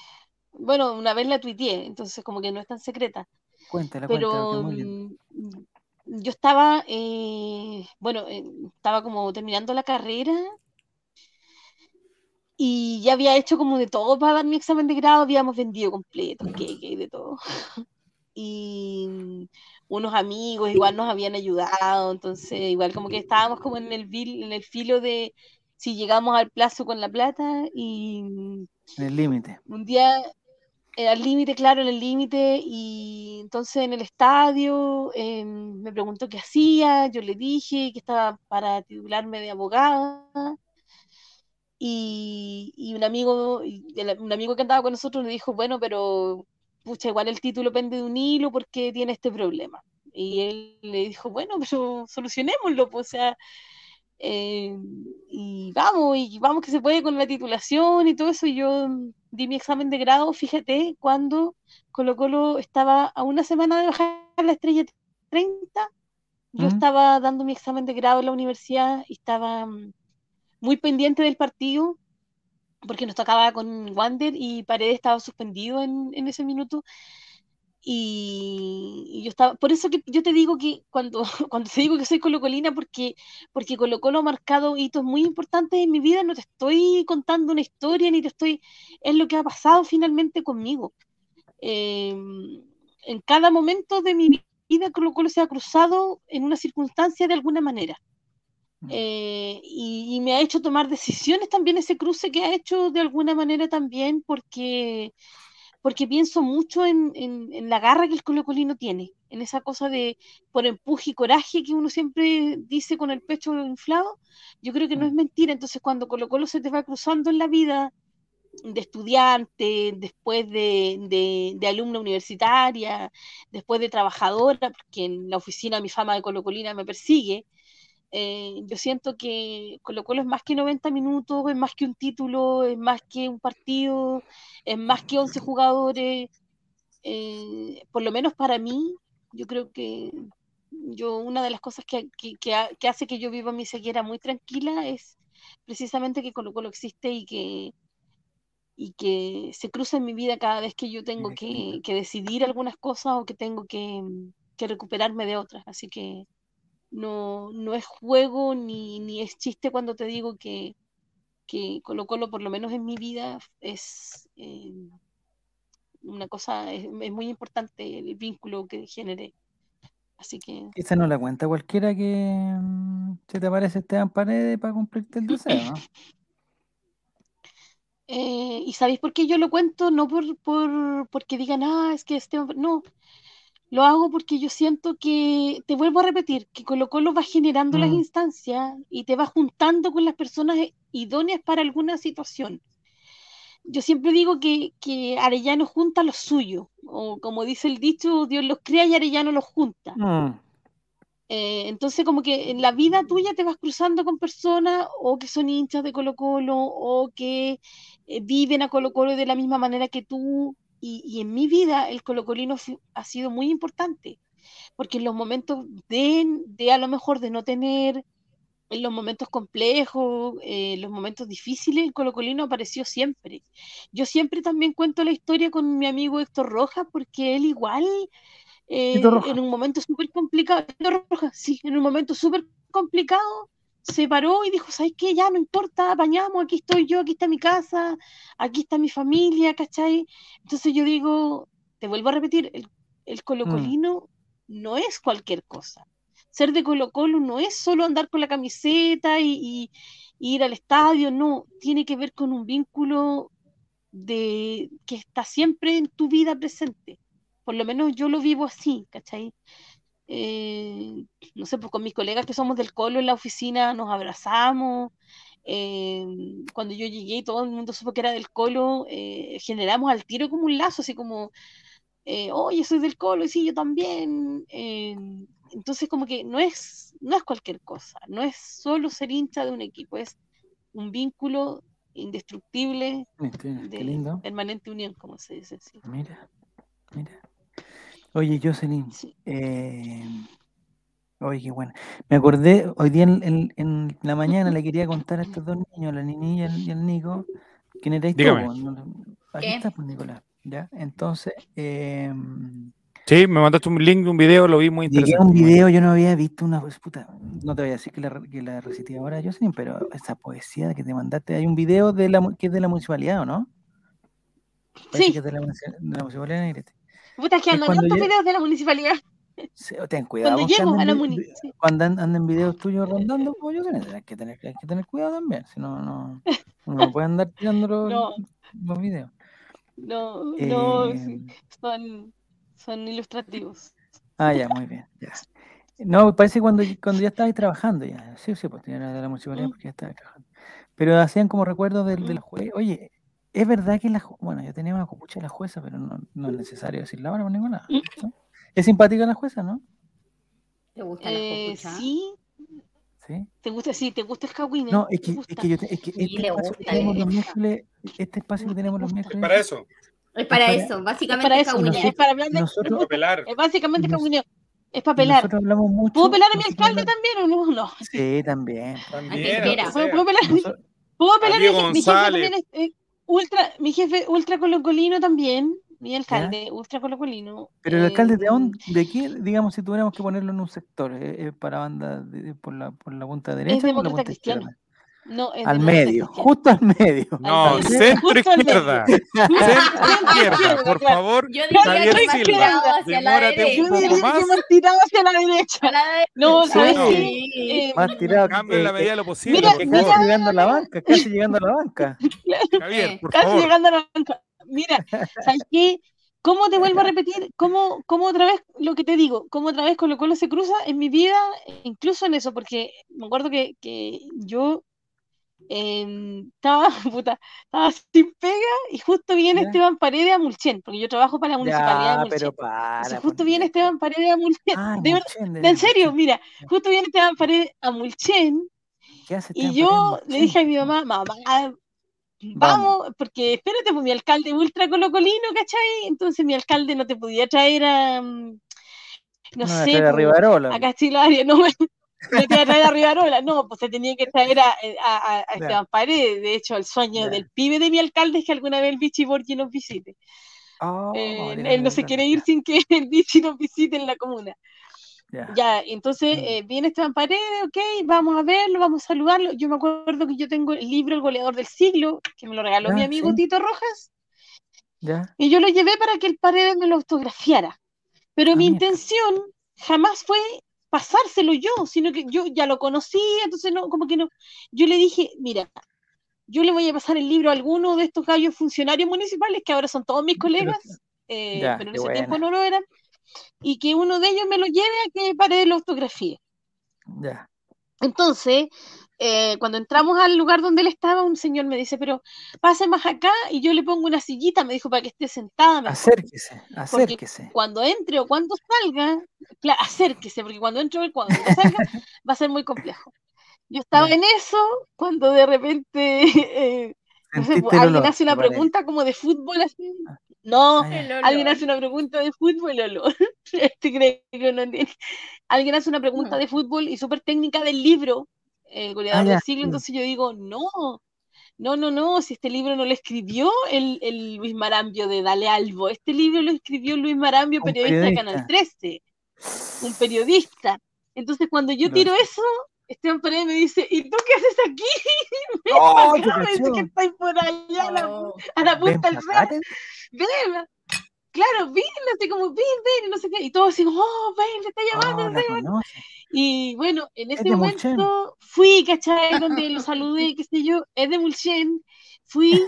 [SPEAKER 4] bueno, una vez la tuiteé, entonces como que no es tan secreta.
[SPEAKER 2] Cuéntala, cuéntala, que es
[SPEAKER 4] pero
[SPEAKER 2] muy lindo.
[SPEAKER 4] mm, yo estaba, eh, bueno, eh, estaba como terminando la carrera y ya había hecho como de todo para dar mi examen de grado, habíamos vendido completo, y de todo. Y mm, unos amigos igual nos habían ayudado, entonces igual como que estábamos como en el, vil- en el filo de si llegamos al plazo con la plata y mm,
[SPEAKER 2] en el límite.
[SPEAKER 4] un día eh, al límite, claro, en el límite, y entonces en el estadio eh, me preguntó qué hacía, yo le dije que estaba para titularme de abogada, y, y un amigo, y el- un amigo que andaba con nosotros le dijo, bueno, pero pucha, igual el título pende de un hilo porque tiene este problema. Y él le dijo, bueno, pero solucionémoslo, pues, o sea, eh, y vamos, y vamos que se puede con la titulación y todo eso. Y Yo di mi examen de grado, fíjate, cuando Colo Colo estaba a una semana de bajar la estrella 30, yo
[SPEAKER 2] ¿Mm?
[SPEAKER 4] estaba dando mi examen de grado en la universidad y estaba mm, muy pendiente del partido porque nos tocaba con Wander y Paredes estaba suspendido en, en ese minuto. Y, y yo estaba, por eso que yo te digo que cuando, cuando te digo que soy colocolina, porque, porque Colo Colo ha marcado hitos muy importantes en mi vida, no te estoy contando una historia ni te estoy, es lo que ha pasado finalmente conmigo. Eh, en cada momento de mi vida Colo Colo se ha cruzado en una circunstancia de alguna manera.
[SPEAKER 2] Mm.
[SPEAKER 4] Eh, y, y me ha hecho tomar decisiones también ese cruce que ha hecho de alguna manera también porque, porque pienso mucho en, en- en la garra que el colocolino tiene, en esa cosa de por empuje y coraje que uno siempre dice con el pecho inflado, yo creo que no es mentira, entonces cuando Colo Colo se te va cruzando en la vida de estudiante, después de, de, de alumna universitaria, después de trabajadora, porque en la oficina mi fama de colocolina me persigue, eh, yo siento que Colo Colo es más que 90 minutos, es más que un título, es más que un partido, es más que 11 jugadores. eh, por lo menos para mí, yo creo que yo una de las cosas que, que- que ha- que hace que yo viva mi sequera muy tranquila es precisamente que Colo Colo existe y que, y que se cruza en mi vida cada vez que yo tengo que, que decidir algunas cosas o que tengo que, que recuperarme de otras. Así que no, no es juego ni, ni es chiste cuando te digo que, que Colo Colo, por lo menos en mi vida, es eh, una cosa, es, es muy importante el vínculo que generé. Así que
[SPEAKER 2] Esa no la cuenta cualquiera que mm, se te aparece Esteban Paredes para cumplirte el deseo, ¿no?
[SPEAKER 4] Eh, ¿y sabéis por qué yo lo cuento? No por, por porque digan, ah, es que este hombre-". No, lo hago porque yo siento que, te vuelvo a repetir, que Colo Colo va generando las
[SPEAKER 2] Mm.
[SPEAKER 4] instancias y te va juntando con las personas idóneas para alguna situación. Yo siempre digo que, que Arellano junta los suyos, o como dice el dicho, Dios los crea y Arellano los junta.
[SPEAKER 2] Mm.
[SPEAKER 4] Eh, entonces, como que en la vida tuya te vas cruzando con personas o que son hinchas de Colo Colo o que eh, viven a Colo Colo de la misma manera que tú. Y, y en mi vida el colocolino fu- ha sido muy importante, porque en los momentos de, de a lo mejor de no tener, en los momentos complejos, eh, en los momentos difíciles, el colocolino apareció siempre. Yo siempre también cuento la historia con mi amigo Héctor Rojas, porque él igual eh,
[SPEAKER 2] Tito Rojas.
[SPEAKER 4] en un momento súper complicado, Tito Rojas, sí, en un momento súper complicado, se paró y dijo, ¿sabes qué? Ya no importa, apañamos, aquí estoy yo, aquí está mi casa, aquí está mi familia, ¿cachai? Entonces yo digo, te vuelvo a repetir, el, el colocolino no es cualquier cosa. Ser de Colo Colo no es solo andar con la camiseta y, y- y ir al estadio, no, tiene que ver con un vínculo de que está siempre en tu vida presente. Por lo menos yo lo vivo así, ¿cachai? Eh, no sé, pues con mis colegas que somos del colo en la oficina nos abrazamos. eh, cuando yo llegué y todo el mundo supo que era del colo, eh, generamos al tiro como un lazo, así como, eh, oye, soy del colo, y sí, yo también. eh, entonces, como que no es, no es cualquier cosa, no es solo ser hincha de un equipo, es un vínculo indestructible
[SPEAKER 2] Mira,
[SPEAKER 4] de
[SPEAKER 2] Qué lindo.
[SPEAKER 4] permanente unión, como se dice. sí.
[SPEAKER 2] Mira, mira. Oye, Jocelyn,
[SPEAKER 4] Sí.
[SPEAKER 2] eh, oye, qué bueno. Me acordé, hoy día en, en- en la mañana le quería contar a estos dos niños, la niña y el, y el Nico, quién erais tú.
[SPEAKER 1] Dígame.
[SPEAKER 2] po? No- Aquí
[SPEAKER 3] ¿Qué?
[SPEAKER 2] estás, pues, Nicolás. ¿Ya? Entonces, em,
[SPEAKER 1] Sí, me mandaste un link de un video, lo vi muy
[SPEAKER 2] Llegué
[SPEAKER 1] interesante.
[SPEAKER 2] a un video, yo no había visto una pues, puta, no te voy a decir que la, que la recité ahora, Jocelyn, pero esa poesía que te mandaste, hay un video de la, mu- que es de la municipalidad, ¿o no? Parece
[SPEAKER 4] Sí.
[SPEAKER 2] que es de la, munici- de la municipalidad de Negrete.
[SPEAKER 4] Puta, es que
[SPEAKER 2] Es
[SPEAKER 4] andan
[SPEAKER 2] cuando
[SPEAKER 4] tantos
[SPEAKER 2] yo-
[SPEAKER 4] videos de la municipalidad.
[SPEAKER 2] Sí, o ten cuidado.
[SPEAKER 4] Cuando
[SPEAKER 2] vos, que
[SPEAKER 4] llego a
[SPEAKER 2] anden
[SPEAKER 4] la
[SPEAKER 2] vi-
[SPEAKER 4] muni.
[SPEAKER 2] vi-
[SPEAKER 4] sí.
[SPEAKER 2] Cuando an- anden videos tuyos rondando, como yo tenés, hay que tener, hay que tener cuidado también, si no, no, uno no puede andar tirando los,
[SPEAKER 4] No.
[SPEAKER 2] los videos.
[SPEAKER 4] No, no, sí,
[SPEAKER 2] Em,
[SPEAKER 4] son, son ilustrativos.
[SPEAKER 2] Ah, ya, muy bien. Ya. No, parece que cuando, cuando ya estabais trabajando, ya. Sí, sí, pues tenía la, la municipalidad
[SPEAKER 4] Mm.
[SPEAKER 2] porque ya estaba trabajando. Pero hacían como recuerdos del, de
[SPEAKER 4] Mm.
[SPEAKER 2] la jueza. Oye, es verdad que la ju- Bueno, yo tenía una copucha de la jueza, pero no, no es necesario decirla ahora por ninguna.
[SPEAKER 4] Mm.
[SPEAKER 2] ¿no? Es simpática la jueza, ¿no?
[SPEAKER 3] ¿Te gustan
[SPEAKER 4] Eh,
[SPEAKER 3] las copuchas?
[SPEAKER 4] sí,
[SPEAKER 2] Sí.
[SPEAKER 4] te gusta, sí, te gusta el Kawin.
[SPEAKER 2] No, es que, es que yo te- es que
[SPEAKER 3] Sí,
[SPEAKER 2] este
[SPEAKER 3] le
[SPEAKER 2] espacio que
[SPEAKER 3] gusta,
[SPEAKER 2] tenemos los
[SPEAKER 3] le
[SPEAKER 2] miércoles, este espacio que tenemos los miércoles,
[SPEAKER 5] Para eso,
[SPEAKER 3] Es para
[SPEAKER 2] Es para-
[SPEAKER 3] eso,
[SPEAKER 4] es
[SPEAKER 3] básicamente
[SPEAKER 4] para eso,
[SPEAKER 3] cahuineo.
[SPEAKER 4] es para hablar de.
[SPEAKER 2] nosotros,
[SPEAKER 5] para pelar.
[SPEAKER 4] Es básicamente
[SPEAKER 2] nos-
[SPEAKER 4] cahuineo, es para pelar.
[SPEAKER 2] nosotros hablamos mucho.
[SPEAKER 4] ¿Puedo pelar a mi
[SPEAKER 2] nosotros
[SPEAKER 4] alcalde
[SPEAKER 2] hablamos-
[SPEAKER 4] también o no? No.
[SPEAKER 2] Sí, también.
[SPEAKER 5] También.
[SPEAKER 3] quiera.
[SPEAKER 5] o
[SPEAKER 4] ¿Puedo,
[SPEAKER 5] sea,
[SPEAKER 4] puedo pelar?
[SPEAKER 2] Nosotros-
[SPEAKER 4] ¿Puedo pelar?
[SPEAKER 5] Diego
[SPEAKER 4] Mi, je- mi jefe
[SPEAKER 5] González.
[SPEAKER 4] también es eh, ultra, mi jefe ultra colocolino también, mi alcalde, ultra colocolino.
[SPEAKER 2] Pero el alcalde de
[SPEAKER 4] eh,
[SPEAKER 2] Aon, ¿de qué? Digamos, si tuviéramos que ponerlo en un sector, eh, eh, para banda de- de- por, la, por la punta derecha o por la
[SPEAKER 4] demócrata
[SPEAKER 2] punta
[SPEAKER 4] cristiano,
[SPEAKER 2] izquierda.
[SPEAKER 4] No, es
[SPEAKER 2] Al
[SPEAKER 4] demócrata
[SPEAKER 2] medio,
[SPEAKER 4] cristiano.
[SPEAKER 2] justo al medio.
[SPEAKER 1] No,
[SPEAKER 4] Al-
[SPEAKER 1] centro
[SPEAKER 4] justo al medio.
[SPEAKER 1] izquierda. Centro izquierda, por
[SPEAKER 4] Claro.
[SPEAKER 1] favor.
[SPEAKER 3] Yo
[SPEAKER 1] Javier
[SPEAKER 3] diría que
[SPEAKER 1] Silva,
[SPEAKER 3] más tirado hacia la
[SPEAKER 1] demórate
[SPEAKER 4] Yo
[SPEAKER 1] un
[SPEAKER 3] derecha.
[SPEAKER 1] poco.
[SPEAKER 4] diría que
[SPEAKER 1] más.
[SPEAKER 4] me tirado hacia la derecha.
[SPEAKER 3] A la
[SPEAKER 4] No,
[SPEAKER 3] derecha,
[SPEAKER 4] ¿sabes
[SPEAKER 1] No.
[SPEAKER 4] qué?
[SPEAKER 3] sí.
[SPEAKER 4] Eh,
[SPEAKER 2] Más tirado.
[SPEAKER 1] Cambio en la
[SPEAKER 2] eh,
[SPEAKER 1] medida de lo posible,
[SPEAKER 4] mira,
[SPEAKER 2] que
[SPEAKER 1] por
[SPEAKER 2] casi
[SPEAKER 1] favor.
[SPEAKER 2] llegando a la banca, casi llegando a la banca.
[SPEAKER 1] Javier, por
[SPEAKER 4] casi
[SPEAKER 1] favor.
[SPEAKER 4] llegando a la banca. Mira, ¿sabes qué? ¿Cómo te vuelvo a repetir? ¿Cómo, cómo otra vez lo que te digo? ¿Cómo otra vez Colo Colo se cruza en mi vida? Incluso en eso, porque me acuerdo que, que yo eh, estaba, puta, estaba sin pega y justo viene
[SPEAKER 2] Ya.
[SPEAKER 4] Esteban Paredes a Mulchen, porque yo trabajo para la municipalidad
[SPEAKER 2] Ya,
[SPEAKER 4] de Mulchen.
[SPEAKER 2] pero para.
[SPEAKER 4] Entonces,
[SPEAKER 2] pues,
[SPEAKER 4] justo viene
[SPEAKER 2] ya.
[SPEAKER 4] Esteban Paredes a Mulchen.
[SPEAKER 2] Ah,
[SPEAKER 4] de verdad,
[SPEAKER 2] Mulchen, de
[SPEAKER 4] en
[SPEAKER 2] verdad,
[SPEAKER 4] serio,
[SPEAKER 2] Mulchen.
[SPEAKER 4] mira, justo viene Esteban Paredes a Mulchen
[SPEAKER 2] ¿Qué hace este
[SPEAKER 4] y
[SPEAKER 2] Esteban
[SPEAKER 4] yo
[SPEAKER 2] Paredes,
[SPEAKER 4] le dije a mi
[SPEAKER 2] Mulchen?
[SPEAKER 4] mamá, mamá, vamos,
[SPEAKER 2] Vamos.
[SPEAKER 4] porque espérate, pues mi alcalde es ultra colocolino, ¿cachai? Entonces mi alcalde no te podía traer a, mm, no
[SPEAKER 2] No,
[SPEAKER 4] sé,
[SPEAKER 2] trae a
[SPEAKER 4] pues,
[SPEAKER 2] Rivarola.
[SPEAKER 4] a Castillo Arias, no, no te iba a traer a Rivarola, no, pues se tenía que traer a, eh, a- a- a Esteban Paredes, de hecho el sueño
[SPEAKER 2] Ya.
[SPEAKER 4] del pibe de mi alcalde es que alguna vez el Vichy Borghi nos visite.
[SPEAKER 2] Oh,
[SPEAKER 4] Eh,
[SPEAKER 2] Dios
[SPEAKER 4] él no
[SPEAKER 2] mío,
[SPEAKER 4] se
[SPEAKER 2] ya,
[SPEAKER 4] quiere ir sin que el Vichy nos visite en la comuna.
[SPEAKER 2] ya.
[SPEAKER 4] Ya, entonces
[SPEAKER 2] Mm.
[SPEAKER 4] eh, viene Esteban Paredes, ok, vamos a verlo, vamos a saludarlo. Yo me acuerdo que yo tengo el libro El goleador del siglo, que me lo regaló mi
[SPEAKER 2] Ya,
[SPEAKER 4] amigo
[SPEAKER 2] Ah, sí.
[SPEAKER 4] Tito Rojas,
[SPEAKER 2] ya.
[SPEAKER 4] y yo lo llevé para que el Paredes me lo autografiara. Pero
[SPEAKER 2] Ah,
[SPEAKER 4] mi
[SPEAKER 2] mira.
[SPEAKER 4] intención jamás fue pasárselo yo, sino que yo ya lo conocía, entonces no, como que no. Yo le dije, mira, yo le voy a pasar el libro a alguno de estos gallos funcionarios municipales, que ahora son todos mis colegas, eh,
[SPEAKER 2] Ya,
[SPEAKER 4] pero en
[SPEAKER 2] qué
[SPEAKER 4] ese tiempo
[SPEAKER 2] buena.
[SPEAKER 4] no lo eran, y que uno de ellos me lo lleve a que Paredes lo autografíe.
[SPEAKER 2] ya.
[SPEAKER 4] Entonces, eh, cuando entramos al lugar donde él estaba, un señor me dice, pero pase más acá y yo le pongo una sillita, me dijo, para que esté sentada. me dijo.
[SPEAKER 2] Acérquese, acérquese.
[SPEAKER 4] Cuando entre o cuando salga, cla- acérquese, porque cuando entre o cuando salga va a ser muy complejo. Yo estaba
[SPEAKER 2] Ya.
[SPEAKER 4] en eso cuando de repente eh, no sé,
[SPEAKER 2] Sentiste el
[SPEAKER 4] alguien
[SPEAKER 2] olor,
[SPEAKER 4] hace una
[SPEAKER 2] te parece.
[SPEAKER 4] pregunta como de fútbol, así. No,
[SPEAKER 2] Ah, ya.
[SPEAKER 3] El olor.
[SPEAKER 4] Alguien hace una pregunta de fútbol, Lolo. ¿Te crees que uno entiende? Alguien hace una pregunta
[SPEAKER 3] Mm.
[SPEAKER 4] de fútbol y súper técnica del libro, El goleador
[SPEAKER 2] Hmm. Ah, ya,
[SPEAKER 4] del siglo.
[SPEAKER 2] sí.
[SPEAKER 4] Entonces yo digo, no, no, no, no, si este libro no lo escribió el, el Luis Marambio de Dale Albo, este libro lo escribió Luis Marambio,
[SPEAKER 2] Un
[SPEAKER 4] periodista, de Canal 13, un periodista. Entonces cuando yo
[SPEAKER 2] Lo
[SPEAKER 4] tiro eso, Esteban Paredes me dice, ¿y tú qué haces aquí? Ven
[SPEAKER 2] ¡Oh,
[SPEAKER 4] para
[SPEAKER 2] qué
[SPEAKER 4] acá", me dice
[SPEAKER 2] cachón!
[SPEAKER 4] que estáis por allá, a la,
[SPEAKER 3] No.
[SPEAKER 4] a la
[SPEAKER 2] Ven
[SPEAKER 4] punta
[SPEAKER 2] para
[SPEAKER 4] del cerro
[SPEAKER 2] acá, te-
[SPEAKER 4] ven, claro, ven, así como, ven, ven, y no sé qué, y todos así, oh, ven, le está llamando,
[SPEAKER 2] Oh, la
[SPEAKER 4] ven.
[SPEAKER 2] conoce.
[SPEAKER 4] Y bueno, en
[SPEAKER 2] Es
[SPEAKER 4] ese
[SPEAKER 2] de Mulchen.
[SPEAKER 4] momento fui, ¿cachai? Donde lo saludé, qué sé yo, es de Mulchen, fui,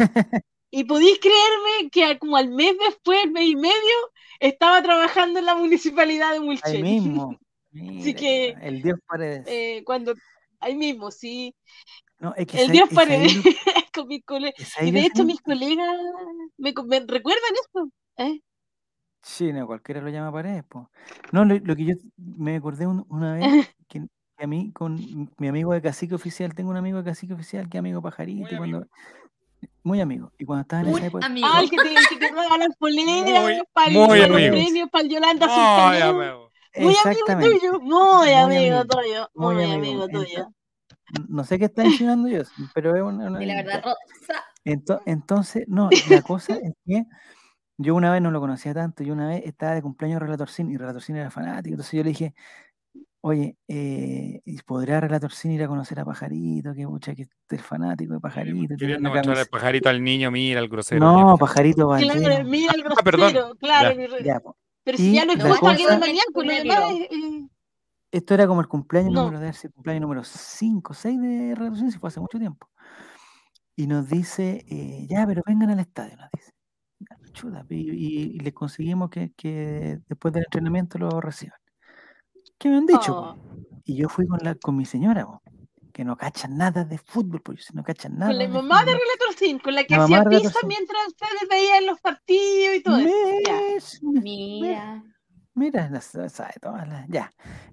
[SPEAKER 4] y podéis creerme que a- como al mes después, mes y medio, estaba trabajando en la municipalidad de
[SPEAKER 2] Ahí
[SPEAKER 4] Mulchen.
[SPEAKER 2] mismo. Mira,
[SPEAKER 4] Así que,
[SPEAKER 2] el Dios Paredes.
[SPEAKER 4] Eh, cuando, ahí mismo, sí,
[SPEAKER 2] No, es que
[SPEAKER 4] el
[SPEAKER 2] es ahí-
[SPEAKER 4] Dios
[SPEAKER 2] es ahí
[SPEAKER 4] Paredes,
[SPEAKER 2] lo-
[SPEAKER 4] con mis colegas.
[SPEAKER 2] es ahí
[SPEAKER 4] Y de
[SPEAKER 2] lo
[SPEAKER 4] hecho,
[SPEAKER 2] hacen.
[SPEAKER 4] mis colegas me, me recuerdan esto, ¿eh?
[SPEAKER 2] Sí, no, cualquiera lo llama Paredes. po. No, lo, lo que yo me acordé un- una vez que, que a mí, con m- mi amigo de cacique oficial, tengo un amigo de cacique oficial que es amigo pajarito.
[SPEAKER 5] Muy
[SPEAKER 2] y cuando- muy amigo. Y cuando estaba en
[SPEAKER 3] Un
[SPEAKER 2] esa época.
[SPEAKER 3] amigo.
[SPEAKER 4] Ah, el que te, el que te roba las
[SPEAKER 1] Muy-
[SPEAKER 4] poleras, para
[SPEAKER 1] muy
[SPEAKER 4] los
[SPEAKER 1] amigo.
[SPEAKER 4] premios, para Yolanda
[SPEAKER 1] Ay,
[SPEAKER 4] Sultaneo.
[SPEAKER 1] amigo.
[SPEAKER 4] Muy amigo
[SPEAKER 2] exactamente.
[SPEAKER 4] tuyo, muy
[SPEAKER 2] Muy
[SPEAKER 4] amigo
[SPEAKER 2] amigo,
[SPEAKER 4] tuyo,
[SPEAKER 2] muy
[SPEAKER 4] muy
[SPEAKER 2] amigo.
[SPEAKER 4] amigo tuyo.
[SPEAKER 2] No sé qué está insinuando yo,
[SPEAKER 3] Oh,
[SPEAKER 2] pero es una. una-
[SPEAKER 3] Y la verdad, Rosa,
[SPEAKER 2] Ento- entonces, no, la cosa es que Yo una vez no lo conocía tanto, yo una vez estaba de cumpleaños Relatorcín y Relatorcín era fanático, entonces yo le dije, oye, eh, ¿podrá Relatorcín ir a conocer a Pajarito? Que mucha que este es fanático de Pajarito. tiene
[SPEAKER 1] pues, Queriendo
[SPEAKER 2] una
[SPEAKER 1] mostrar al
[SPEAKER 2] camisa".
[SPEAKER 1] pajarito al niño, mira el grosero.
[SPEAKER 2] No,
[SPEAKER 1] mira.
[SPEAKER 2] Pajarito
[SPEAKER 4] Claro,
[SPEAKER 2] Valdés.
[SPEAKER 4] mira el
[SPEAKER 1] Ah, perdón.
[SPEAKER 4] grosero, claro.
[SPEAKER 1] Ya.
[SPEAKER 4] mi re-
[SPEAKER 2] Ya, po.
[SPEAKER 4] Pero
[SPEAKER 2] Y
[SPEAKER 4] si ya
[SPEAKER 2] la
[SPEAKER 4] no es
[SPEAKER 2] cosa-
[SPEAKER 4] que es maníaco, lo demás es- es-
[SPEAKER 2] Esto era como el cumpleaños
[SPEAKER 4] No.
[SPEAKER 2] número, debe haber sido cumpleaños número 5, 6 de Relatorcín, se fue hace mucho tiempo. Y nos dice, eh, ya, pero vengan al estadio, nos dice. Ya, chuta, y, y- y le conseguimos que, que después del entrenamiento lo reciban. ¿Qué me han dicho? po?
[SPEAKER 4] oh,
[SPEAKER 2] Y yo fui con, la, con mi señora, po, que no cacha nada de fútbol, pues si no cacha nada.
[SPEAKER 4] Con la mamá de
[SPEAKER 2] fútbol.
[SPEAKER 4] Relatorcín, con la que
[SPEAKER 2] La
[SPEAKER 4] hacía
[SPEAKER 2] mamá de
[SPEAKER 4] pizza
[SPEAKER 2] Relatorcín.
[SPEAKER 4] mientras ustedes veían los partidos y todo eso. eh, Ya.
[SPEAKER 2] ¿Ves? Mi-
[SPEAKER 3] Mira.
[SPEAKER 2] Mira, la sa- sabe todas las- Ya,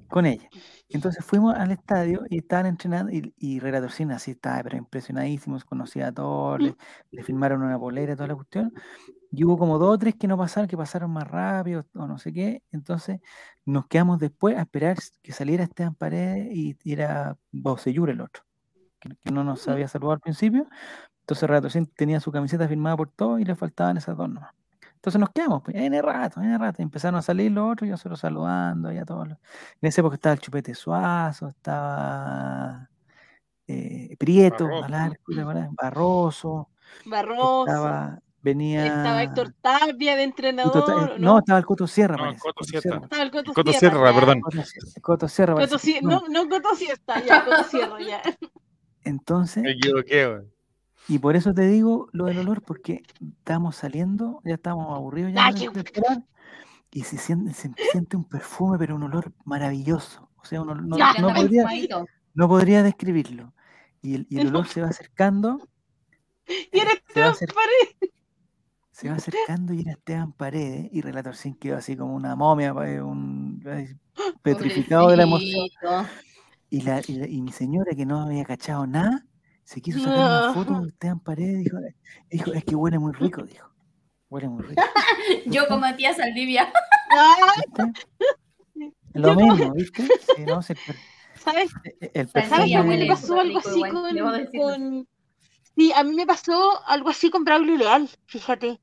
[SPEAKER 2] con ella. Entonces fuimos al estadio y estaban entrenando y, y Relatorcín así estaba, pero impresionadísimo, conocía a todos, le, le firmaron una polera, toda la cuestión. Y hubo como dos o tres que no pasaron, que pasaron más rápido o no sé qué. Entonces nos quedamos después a esperar s- que saliera Esteban Paredes y, y era Bocellur el otro, que, que no nos había saludado al principio. Entonces Relatorcín tenía su camiseta firmada por todos y le faltaban esas dos nomás. Entonces nos quedamos, pues, en el rato, en el rato. y Empezaron a salir los otros, y nosotros saludando, ya todos. los- En esa época estaba el Chupete Suazo, estaba eh, Prieto,
[SPEAKER 1] Barroso.
[SPEAKER 2] Alarco, ¿te acordás? Barroso,
[SPEAKER 4] Barroso, estaba,
[SPEAKER 2] estaba, venía.
[SPEAKER 4] Héctor Tapia
[SPEAKER 2] Coto- eh,
[SPEAKER 4] de entrenador. ¿o
[SPEAKER 2] no, estaba el Coto Sierra,
[SPEAKER 1] No,
[SPEAKER 2] parece,
[SPEAKER 1] Coto
[SPEAKER 2] Coto
[SPEAKER 1] Sierra.
[SPEAKER 2] Sierra.
[SPEAKER 4] Estaba el Coto,
[SPEAKER 1] Coto
[SPEAKER 4] Sierra,
[SPEAKER 1] Sierra,
[SPEAKER 4] ya.
[SPEAKER 1] perdón.
[SPEAKER 2] Coto Sierra- Coto Sierra,
[SPEAKER 4] Coto
[SPEAKER 2] parece que-
[SPEAKER 4] Sie-
[SPEAKER 2] no.
[SPEAKER 4] no, no Coto Siesta, ya, Coto Sierra, ya.
[SPEAKER 2] Entonces,
[SPEAKER 1] Me equivoqué, weón.
[SPEAKER 2] Y por eso te digo lo del olor, porque estábamos saliendo, ya estábamos aburridos ya
[SPEAKER 4] Ah,
[SPEAKER 2] de-
[SPEAKER 4] qué
[SPEAKER 2] de esperar, y se siente, se siente un perfume, pero un olor maravilloso. O sea, un olor- no,
[SPEAKER 4] Ya,
[SPEAKER 2] no
[SPEAKER 4] no,
[SPEAKER 2] podría,
[SPEAKER 3] Pajarito.
[SPEAKER 2] no podría describirlo. Y el, y el
[SPEAKER 4] No.
[SPEAKER 2] olor se va acercando, eh,
[SPEAKER 4] Y era
[SPEAKER 2] se va,
[SPEAKER 4] Esteban
[SPEAKER 2] acer-
[SPEAKER 4] Paredes.
[SPEAKER 2] se va acercando y era Esteban Paredes, y Relator Sin quedó así como una momia, pa- eh, un, ay,
[SPEAKER 4] ¡Ah!
[SPEAKER 2] petrificado de la emoción.
[SPEAKER 3] Pobrecito.
[SPEAKER 2] Y, la, y, la- y mi señora, que no había cachado nada, se quiso sacar una foto
[SPEAKER 4] No.
[SPEAKER 2] con Esteban Paredes, dijo, dijo, es que huele muy rico, dijo. Huele muy rico.
[SPEAKER 3] Yo con Matías Saldivia.
[SPEAKER 4] Ah,
[SPEAKER 2] ¿viste? Lo
[SPEAKER 4] Yo no-
[SPEAKER 2] mismo, ¿viste? Sí, no, sí, el,
[SPEAKER 4] ¿sabes?
[SPEAKER 2] el- eh, el
[SPEAKER 4] ¿Sabes
[SPEAKER 3] Sí,
[SPEAKER 4] que a mí
[SPEAKER 2] perfume-
[SPEAKER 4] me
[SPEAKER 3] huele
[SPEAKER 4] pasó
[SPEAKER 3] súper
[SPEAKER 4] algo
[SPEAKER 3] rico
[SPEAKER 4] así
[SPEAKER 3] igual, debo
[SPEAKER 4] con,
[SPEAKER 3] decirlo.
[SPEAKER 4] con- Sí, a mí me pasó algo así con Braulio Leal, fíjate.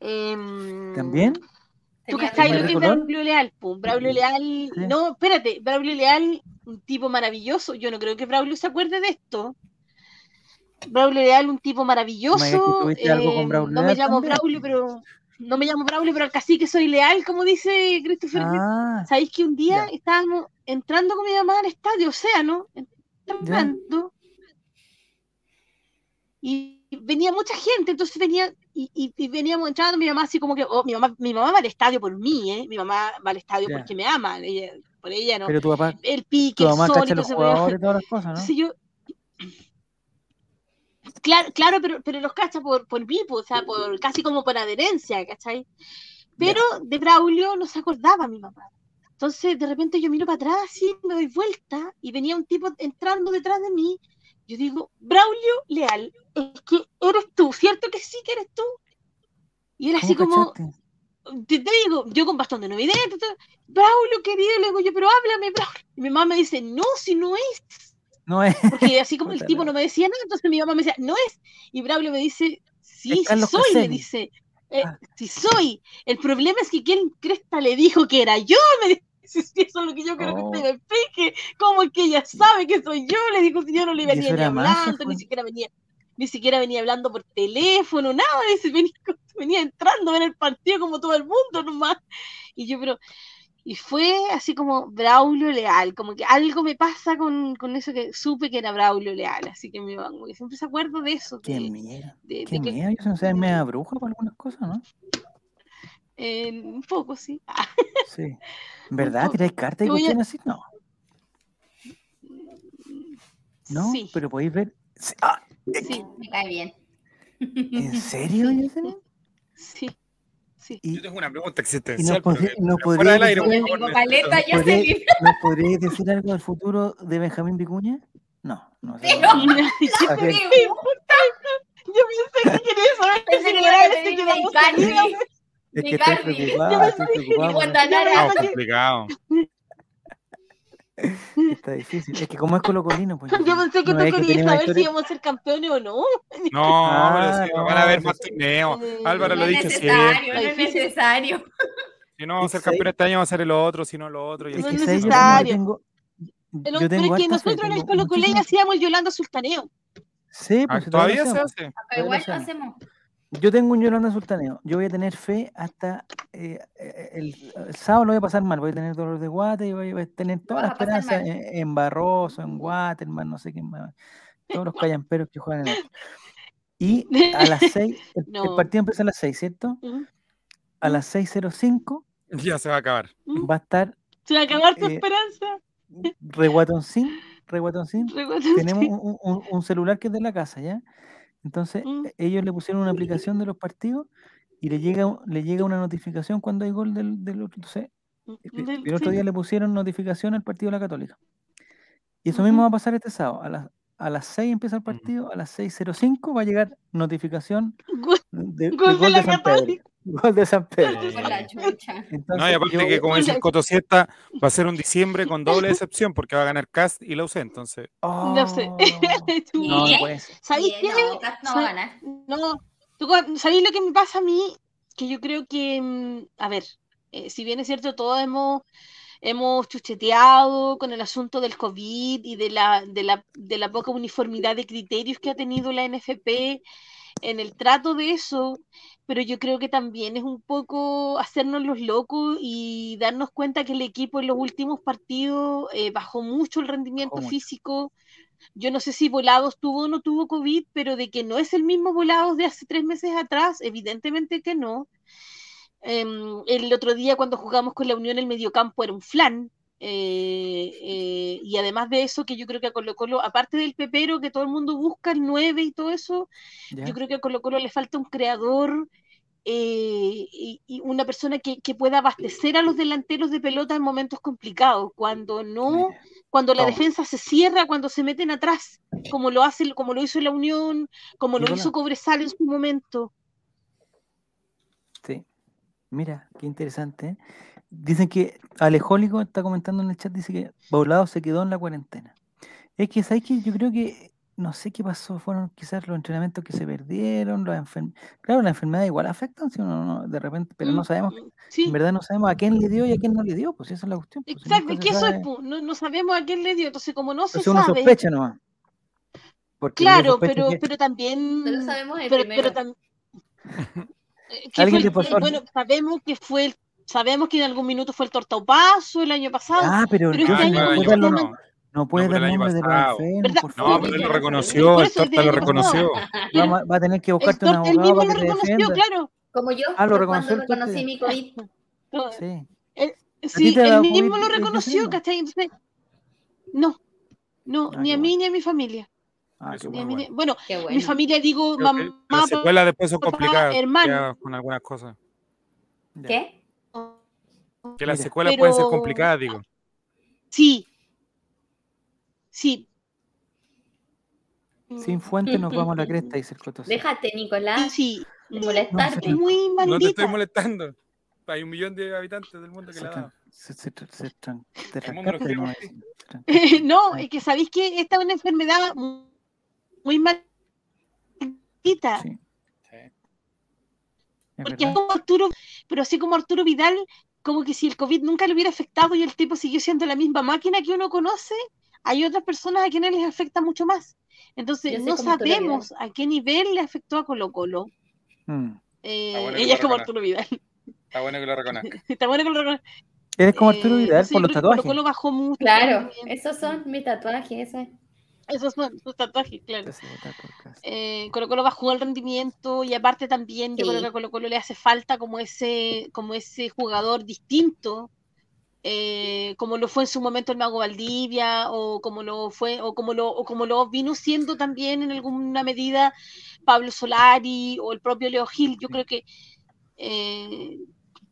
[SPEAKER 4] Em,
[SPEAKER 2] ¿También?
[SPEAKER 4] ¿Tú
[SPEAKER 3] Tenía
[SPEAKER 4] cachai lo
[SPEAKER 2] primer
[SPEAKER 4] que es
[SPEAKER 2] color?
[SPEAKER 4] Braulio Leal? po? Braulio Leal. No, espérate, Braulio Leal, un tipo maravilloso. Yo no creo que Braulio se acuerde de esto. Braulio Leal, un tipo
[SPEAKER 2] digas que
[SPEAKER 4] maravilloso.
[SPEAKER 2] tuviste algo con
[SPEAKER 4] eh,
[SPEAKER 2] Braulio
[SPEAKER 4] no me
[SPEAKER 2] Leal
[SPEAKER 4] llamo
[SPEAKER 2] también.
[SPEAKER 4] Braulio, pero. No me llamo Braulio, pero al cacique soy leal, como dice Christopher. Reeve.
[SPEAKER 2] Ah,
[SPEAKER 4] ¿Sabéis que un día
[SPEAKER 2] Ya.
[SPEAKER 4] estábamos entrando con mi mamá al estadio Océano? Entrando. Y venía mucha gente, entonces venía, y, y- y veníamos entrando, mi mamá así como que, oh, mi mamá, mi mamá va al estadio por mí, ¿eh? Mi mamá va al estadio
[SPEAKER 2] Ya.
[SPEAKER 4] porque me ama, ella- por ella no.
[SPEAKER 2] pero tu papá,
[SPEAKER 4] el
[SPEAKER 2] tu
[SPEAKER 4] pique, el
[SPEAKER 2] mamá
[SPEAKER 4] sol
[SPEAKER 2] cacha
[SPEAKER 4] y
[SPEAKER 2] los
[SPEAKER 4] todo ese
[SPEAKER 2] jugadores y todas las cosas, ¿no?
[SPEAKER 4] entonces yo. Claro, claro pero, pero los cacha por, por mí, pues, o sea, por, casi como por adherencia, ¿cachai? Pero de Braulio no se acordaba mi mamá. Entonces, de repente yo miro para atrás, así, me doy vuelta, y venía un tipo entrando detrás de mí. Yo digo, Braulio Leal, es que eres tú, ¿cierto que sí que eres tú? Y él así
[SPEAKER 2] ¿Cómo
[SPEAKER 4] como,
[SPEAKER 2] cachaste?
[SPEAKER 4] te, te digo, yo con bastón de no vidente, todo, Braulio querido, le digo yo, pero háblame, Braulio. Y mi mamá me dice, no, si no es
[SPEAKER 2] No es,
[SPEAKER 4] porque así como el
[SPEAKER 2] Puta
[SPEAKER 4] tipo
[SPEAKER 2] la-
[SPEAKER 4] no me decía nada, entonces mi mamá me decía, no es. Y Braulio me dice, sí,
[SPEAKER 2] Es
[SPEAKER 4] sí
[SPEAKER 2] Carlos
[SPEAKER 4] soy, me
[SPEAKER 2] Caselli.
[SPEAKER 4] dice, eh,
[SPEAKER 2] Ah.
[SPEAKER 4] sí soy. El problema es que quien cresta le dijo que era yo, me dice, "Sí, eso es lo que yo creo que usted
[SPEAKER 2] Oh.
[SPEAKER 4] me explique, ¿cómo es que ella sabe que soy yo? Le dijo, si yo no le
[SPEAKER 2] ¿Y
[SPEAKER 4] venía
[SPEAKER 2] eso
[SPEAKER 4] ni
[SPEAKER 2] era magia,
[SPEAKER 4] hablando, ni
[SPEAKER 2] Juan?
[SPEAKER 4] siquiera venía, ni siquiera venía hablando por teléfono, nada, dice, venía, venía entrando en el partido como todo el mundo nomás. Y yo, pero, y fue así como Braulio Leal, como que algo me pasa con, con eso que supe que era Braulio Leal, así que me van, como que siempre se acuerdo de eso,
[SPEAKER 2] qué
[SPEAKER 4] de,
[SPEAKER 2] miedo,
[SPEAKER 4] de-
[SPEAKER 2] qué
[SPEAKER 4] de que
[SPEAKER 2] miedo, yo no sé,
[SPEAKER 4] de-
[SPEAKER 2] me bruja por algunas cosas, ¿no?
[SPEAKER 4] eh, un poco, sí. Ah,
[SPEAKER 2] Sí. ¿Verdad?
[SPEAKER 4] poco.
[SPEAKER 2] ¿Tiráis cartas y
[SPEAKER 4] Yo voy a-
[SPEAKER 2] cuestiones así? No, no,
[SPEAKER 4] sí,
[SPEAKER 2] pero podéis ver. Sí, ah,
[SPEAKER 4] sí,
[SPEAKER 3] Me cae bien.
[SPEAKER 2] ¿En serio,
[SPEAKER 4] Sí.
[SPEAKER 2] Yesenia?
[SPEAKER 4] sí, sí.
[SPEAKER 2] Y-
[SPEAKER 1] Yo tengo una pregunta
[SPEAKER 2] Y nos
[SPEAKER 1] existencial. pero
[SPEAKER 2] podría,
[SPEAKER 1] que-
[SPEAKER 2] nos
[SPEAKER 1] fuera
[SPEAKER 2] podría
[SPEAKER 1] del aire, por
[SPEAKER 2] decir,
[SPEAKER 3] Yo
[SPEAKER 1] favor,
[SPEAKER 3] tengo
[SPEAKER 1] me-
[SPEAKER 3] caleta, ya
[SPEAKER 2] podría-
[SPEAKER 3] se vive.
[SPEAKER 2] ¿nos podrías decir algo del futuro de Benjamín Vicuña? No, no sé.
[SPEAKER 3] Pero-
[SPEAKER 2] no, está bien.
[SPEAKER 4] Yo pensé que quería saber que
[SPEAKER 3] Pensé
[SPEAKER 4] se
[SPEAKER 3] que ibas
[SPEAKER 4] quedaba
[SPEAKER 3] a
[SPEAKER 4] este
[SPEAKER 3] pedir
[SPEAKER 4] que
[SPEAKER 3] de
[SPEAKER 4] vamos
[SPEAKER 3] Icardi.
[SPEAKER 4] saliendo.
[SPEAKER 2] Es
[SPEAKER 3] de
[SPEAKER 2] que estoy
[SPEAKER 3] Cardi.
[SPEAKER 2] preocupado, estoy preocupado.
[SPEAKER 3] Guantanara.
[SPEAKER 1] Ah, complicado.
[SPEAKER 2] Está difícil. Es que como es colocolino, pues.
[SPEAKER 4] Yo pensé que
[SPEAKER 2] no
[SPEAKER 4] tú
[SPEAKER 2] es
[SPEAKER 4] querías
[SPEAKER 2] tenemos
[SPEAKER 4] saber si
[SPEAKER 2] historia-
[SPEAKER 4] íbamos a ser campeones o no.
[SPEAKER 1] No,
[SPEAKER 2] Ah,
[SPEAKER 1] pero si
[SPEAKER 2] no,
[SPEAKER 1] van a haber
[SPEAKER 2] sí,
[SPEAKER 1] más
[SPEAKER 2] sí.
[SPEAKER 1] torneos.
[SPEAKER 4] Eh,
[SPEAKER 1] Álvaro
[SPEAKER 3] No
[SPEAKER 1] lo
[SPEAKER 3] es
[SPEAKER 1] dice
[SPEAKER 3] necesario,
[SPEAKER 1] siempre.
[SPEAKER 3] no es necesario.
[SPEAKER 1] Si no vamos a ser
[SPEAKER 2] Es que-
[SPEAKER 1] campeón este año, va a ser el otro, si no el otro. y
[SPEAKER 2] Es
[SPEAKER 4] No
[SPEAKER 1] así.
[SPEAKER 2] que
[SPEAKER 4] es
[SPEAKER 2] ¿sabes? Yo como
[SPEAKER 4] necesario.
[SPEAKER 2] tengo-
[SPEAKER 4] Pero,
[SPEAKER 2] yo
[SPEAKER 4] pero
[SPEAKER 2] tengo
[SPEAKER 4] es que
[SPEAKER 2] harta fe,
[SPEAKER 4] nosotros en el
[SPEAKER 2] tengo
[SPEAKER 4] Colo Colo
[SPEAKER 2] muchísima-
[SPEAKER 4] hacíamos Yolanda Sultaneo.
[SPEAKER 2] Sí,
[SPEAKER 1] Ah,
[SPEAKER 2] pues si
[SPEAKER 1] Todavía
[SPEAKER 2] lo
[SPEAKER 1] se
[SPEAKER 2] hacemos.
[SPEAKER 1] hace.
[SPEAKER 3] Pero igual lo
[SPEAKER 2] Ahora sí.
[SPEAKER 3] hacemos.
[SPEAKER 2] Yo tengo un Yolanda Sultaneo. Yo voy a tener fe hasta eh, eh, el, el sábado lo voy a pasar mal. Voy a tener dolor de guata y voy voy a tener toda la
[SPEAKER 3] vas a pasar
[SPEAKER 2] esperanza
[SPEAKER 3] mal.
[SPEAKER 2] en, en Barroso, en Waterman, no sé qué más. Todos los callamperos que juegan en el... Y a las 6, el, el
[SPEAKER 4] No.
[SPEAKER 2] partido empieza a las 6, ¿cierto?
[SPEAKER 4] Ujú.
[SPEAKER 2] A
[SPEAKER 3] Mm.
[SPEAKER 2] las 6.05
[SPEAKER 1] Ya se va a acabar.
[SPEAKER 2] va a estar
[SPEAKER 4] Se va a acabar tu
[SPEAKER 2] Eh,
[SPEAKER 4] esperanza.
[SPEAKER 2] Reguatoncín, Reguatoncín,
[SPEAKER 4] Recuerda-
[SPEAKER 2] tenemos un, un- un celular que es de la casa, ¿ya? Entonces,
[SPEAKER 4] Mm.
[SPEAKER 2] eh, ellos le pusieron una aplicación de los partidos y le llega, un- le llega una notificación cuando hay gol del, del otro. Entonces, el,
[SPEAKER 4] Del-
[SPEAKER 2] el otro
[SPEAKER 4] sí.
[SPEAKER 2] día le pusieron notificación al partido de la Católica. Y eso
[SPEAKER 4] Ujú.
[SPEAKER 2] mismo va a pasar este sábado. A las, a las 6 empieza el partido, a las 6.05 va a llegar notificación
[SPEAKER 4] Gol-
[SPEAKER 2] de, de
[SPEAKER 4] Gol de
[SPEAKER 2] gol
[SPEAKER 4] la
[SPEAKER 2] de San Pedro.
[SPEAKER 4] Católica.
[SPEAKER 2] Gol de San Pedro.
[SPEAKER 1] Sí.
[SPEAKER 3] Por la chucha.
[SPEAKER 2] Entonces,
[SPEAKER 1] No, y aparte
[SPEAKER 2] yo-
[SPEAKER 1] que como dice el
[SPEAKER 4] Hola.
[SPEAKER 1] Coto Siesta, va a ser un diciembre con doble decepción porque va a ganar Cast y la UC, entonces.
[SPEAKER 4] No sé.
[SPEAKER 2] Oh,
[SPEAKER 4] Tú-
[SPEAKER 2] no,
[SPEAKER 3] Sí.
[SPEAKER 2] no puede ser.
[SPEAKER 4] ¿Sabéis
[SPEAKER 3] Sí,
[SPEAKER 4] qué?
[SPEAKER 3] no, Cast no va a ganar.
[SPEAKER 4] No, tú cua- ¿sabéis lo que me pasa a mí? Que yo creo que, mm, a ver, eh, si bien es cierto, todos hemos, hemos chucheteado con el asunto del COVID y de la, de la, de la poca uniformidad de criterios que ha tenido la NFP en el trato de eso, pero yo creo que también es un poco hacernos los locos y darnos cuenta que el equipo en los últimos partidos eh, bajó mucho el rendimiento
[SPEAKER 2] mucho.
[SPEAKER 4] físico. Yo no sé si Volados tuvo o no tuvo COVID, pero de que no es el mismo Volados de hace tres meses atrás, evidentemente que no. Em, el otro día cuando jugamos con la Unión el mediocampo era un flan. eh, eh, y además de eso, que yo creo que a Colo Colo, aparte del pepero que todo el mundo busca, el 9 y todo eso,
[SPEAKER 2] ¿Ya?
[SPEAKER 4] yo creo que a Colo Colo le falta un creador eh, y, y una persona que, que pueda abastecer a los delanteros de pelota en momentos complicados, cuando no,
[SPEAKER 2] Mira,
[SPEAKER 4] cuando la
[SPEAKER 2] Toma.
[SPEAKER 4] defensa se cierra, cuando se meten atrás, como lo hace, como lo hizo la Unión, como lo
[SPEAKER 2] Nicolás.
[SPEAKER 4] hizo Cobresal en su momento.
[SPEAKER 2] sí. Mira, qué interesante. ¿eh? Dicen que Alejólico está comentando en el chat, dice que Paulado se quedó en la cuarentena. Es que, ¿sabes qué? Yo creo que, no sé qué pasó, fueron quizás los entrenamientos que se perdieron, los enfer- Claro, la enfermedad igual afectan, si uno no- de repente, pero no
[SPEAKER 4] Mm,
[SPEAKER 2] sabemos,
[SPEAKER 4] mm, Sí.
[SPEAKER 2] en verdad no sabemos a quién le dio y a quién no le dio, pues esa es la cuestión. pues, si
[SPEAKER 4] Exacto,
[SPEAKER 2] nunca
[SPEAKER 4] es
[SPEAKER 2] se
[SPEAKER 4] que eso es,
[SPEAKER 2] sabe.
[SPEAKER 4] pu, no, no sabemos a quién le dio, entonces como no se
[SPEAKER 2] Entonces uno
[SPEAKER 4] sabe,
[SPEAKER 2] sospecha nomás. Porque yo
[SPEAKER 4] claro,
[SPEAKER 2] sospecho
[SPEAKER 4] pero,
[SPEAKER 2] que-
[SPEAKER 4] pero también...
[SPEAKER 3] Solo sabemos el
[SPEAKER 4] Mm, pero,
[SPEAKER 3] primero.
[SPEAKER 4] pero tam- Eh, que
[SPEAKER 2] Alguien
[SPEAKER 4] fue-
[SPEAKER 2] le pasó al-
[SPEAKER 4] bueno, sabemos que fue el- sabemos que en algún minuto fue el tortaupazo el año pasado.
[SPEAKER 2] Ah, pero,
[SPEAKER 4] pero
[SPEAKER 2] yo
[SPEAKER 4] este
[SPEAKER 2] sí no
[SPEAKER 4] año como
[SPEAKER 2] puedo
[SPEAKER 4] que
[SPEAKER 2] dar los
[SPEAKER 1] no,
[SPEAKER 4] llaman-
[SPEAKER 2] nombres- no puede
[SPEAKER 1] pero el
[SPEAKER 2] dar
[SPEAKER 1] año
[SPEAKER 2] nombores de los
[SPEAKER 1] pasado.
[SPEAKER 2] enfermos,
[SPEAKER 4] ¿Verdad?
[SPEAKER 2] por
[SPEAKER 1] No,
[SPEAKER 2] favor.
[SPEAKER 1] pero él lo
[SPEAKER 3] Por
[SPEAKER 1] reconoció, el
[SPEAKER 4] eso,
[SPEAKER 1] torta
[SPEAKER 4] el
[SPEAKER 1] lo
[SPEAKER 4] año pasado.
[SPEAKER 1] reconoció.
[SPEAKER 4] pero-
[SPEAKER 2] Vamos a- va a tener que
[SPEAKER 4] el
[SPEAKER 2] buscarte un
[SPEAKER 4] Torta- él
[SPEAKER 2] abogado
[SPEAKER 4] mismo
[SPEAKER 2] para
[SPEAKER 4] lo
[SPEAKER 2] que te
[SPEAKER 4] reconoció,
[SPEAKER 2] defienda.
[SPEAKER 4] claro.
[SPEAKER 3] Como yo,
[SPEAKER 2] Ah, lo
[SPEAKER 3] yo
[SPEAKER 2] reconoció
[SPEAKER 3] cuando
[SPEAKER 2] el
[SPEAKER 3] reconocí
[SPEAKER 2] Torte.
[SPEAKER 3] mi COVID.
[SPEAKER 4] No,
[SPEAKER 2] Sí.
[SPEAKER 4] Ah, Sí,
[SPEAKER 2] te ha
[SPEAKER 4] él
[SPEAKER 2] dado
[SPEAKER 4] mismo
[SPEAKER 2] COVID,
[SPEAKER 4] lo
[SPEAKER 2] eh,
[SPEAKER 4] reconoció,
[SPEAKER 2] Jocelyn?
[SPEAKER 4] ¿cachai? Entonces, no, no,
[SPEAKER 2] Ah,
[SPEAKER 4] ni
[SPEAKER 2] qué
[SPEAKER 4] a mí ni a mi familia.
[SPEAKER 2] Ah,
[SPEAKER 1] Eso
[SPEAKER 2] qué
[SPEAKER 1] es
[SPEAKER 4] ni a
[SPEAKER 2] bueno.
[SPEAKER 1] muy
[SPEAKER 4] mí ni-
[SPEAKER 1] bueno.
[SPEAKER 4] bueno,
[SPEAKER 3] Qué bueno.
[SPEAKER 4] mi familia digo
[SPEAKER 1] Creo que Las
[SPEAKER 4] mamá,
[SPEAKER 1] secuelas después son
[SPEAKER 4] papá,
[SPEAKER 1] complicadas
[SPEAKER 4] hermano.
[SPEAKER 1] ya, con algunas cosas.
[SPEAKER 2] Ya.
[SPEAKER 3] ¿Qué?
[SPEAKER 1] Que las
[SPEAKER 2] Mira.
[SPEAKER 1] secuelas pueden ser
[SPEAKER 4] Pero- ah,
[SPEAKER 1] complicadas, digo.
[SPEAKER 4] sí, sí.
[SPEAKER 3] Mm.
[SPEAKER 2] Sin fuente
[SPEAKER 4] Mm,
[SPEAKER 2] nos vamos a la cresta, dice el Coto.
[SPEAKER 3] Déjate,
[SPEAKER 4] Sí,
[SPEAKER 3] Nicolás,
[SPEAKER 4] sí.
[SPEAKER 3] de molestarme.
[SPEAKER 2] No,
[SPEAKER 4] Muy
[SPEAKER 1] No te
[SPEAKER 4] maldita.
[SPEAKER 1] estoy molestando. Hay un millón de habitantes del mundo que
[SPEAKER 2] Se,
[SPEAKER 1] la
[SPEAKER 2] tran-
[SPEAKER 1] da.
[SPEAKER 2] se, se, tran- se tran- te
[SPEAKER 1] El mundo no
[SPEAKER 2] rescate,
[SPEAKER 1] quiere
[SPEAKER 2] no,
[SPEAKER 1] por
[SPEAKER 2] dice, se tran-
[SPEAKER 4] no, es que sabéis que esta es una enfermedad mu- muy maldita.
[SPEAKER 2] sí.
[SPEAKER 1] Sí.
[SPEAKER 2] Es
[SPEAKER 4] porque es
[SPEAKER 2] verdad.
[SPEAKER 4] como Arturo, pero así como Arturo Vidal, como que si el COVID nunca le hubiera afectado y el tipo siguió siendo la misma máquina que uno conoce, hay otras personas a quienes les afecta mucho más.
[SPEAKER 3] Yo
[SPEAKER 4] Entonces,
[SPEAKER 3] soy
[SPEAKER 4] no
[SPEAKER 3] como Arturo Vidal.
[SPEAKER 4] sabemos a qué nivel le afectó a Colo Colo.
[SPEAKER 2] Mm.
[SPEAKER 4] Eh,
[SPEAKER 1] Ah, bueno,
[SPEAKER 4] ella es
[SPEAKER 1] claro,
[SPEAKER 4] como
[SPEAKER 1] claro.
[SPEAKER 4] Arturo Vidal.
[SPEAKER 1] Está bueno que lo reconozca.
[SPEAKER 4] Está bueno que lo
[SPEAKER 2] Eres como Arturo
[SPEAKER 4] eh,
[SPEAKER 2] Vidal
[SPEAKER 4] entonces
[SPEAKER 2] por
[SPEAKER 4] yo
[SPEAKER 2] los
[SPEAKER 4] creo que Colo
[SPEAKER 2] tatuajes.
[SPEAKER 4] Colo bajó mucho.
[SPEAKER 3] Claro,
[SPEAKER 4] también.
[SPEAKER 3] esos son mis tatuajes, eso es.
[SPEAKER 4] Esos son sus tatuajes, claro.
[SPEAKER 2] Ya se vota por casi.
[SPEAKER 4] eh, Colo Colo bajó el rendimiento y aparte también yo
[SPEAKER 3] Sí.
[SPEAKER 4] creo que a Colo Colo le hace falta como ese, como ese jugador distinto, eh, como lo fue en su momento el Mago Valdivia, o como lo fue, o como lo, o como lo vino siendo también en alguna medida Pablo Solari o el propio Leo Gil. Yo creo que eh,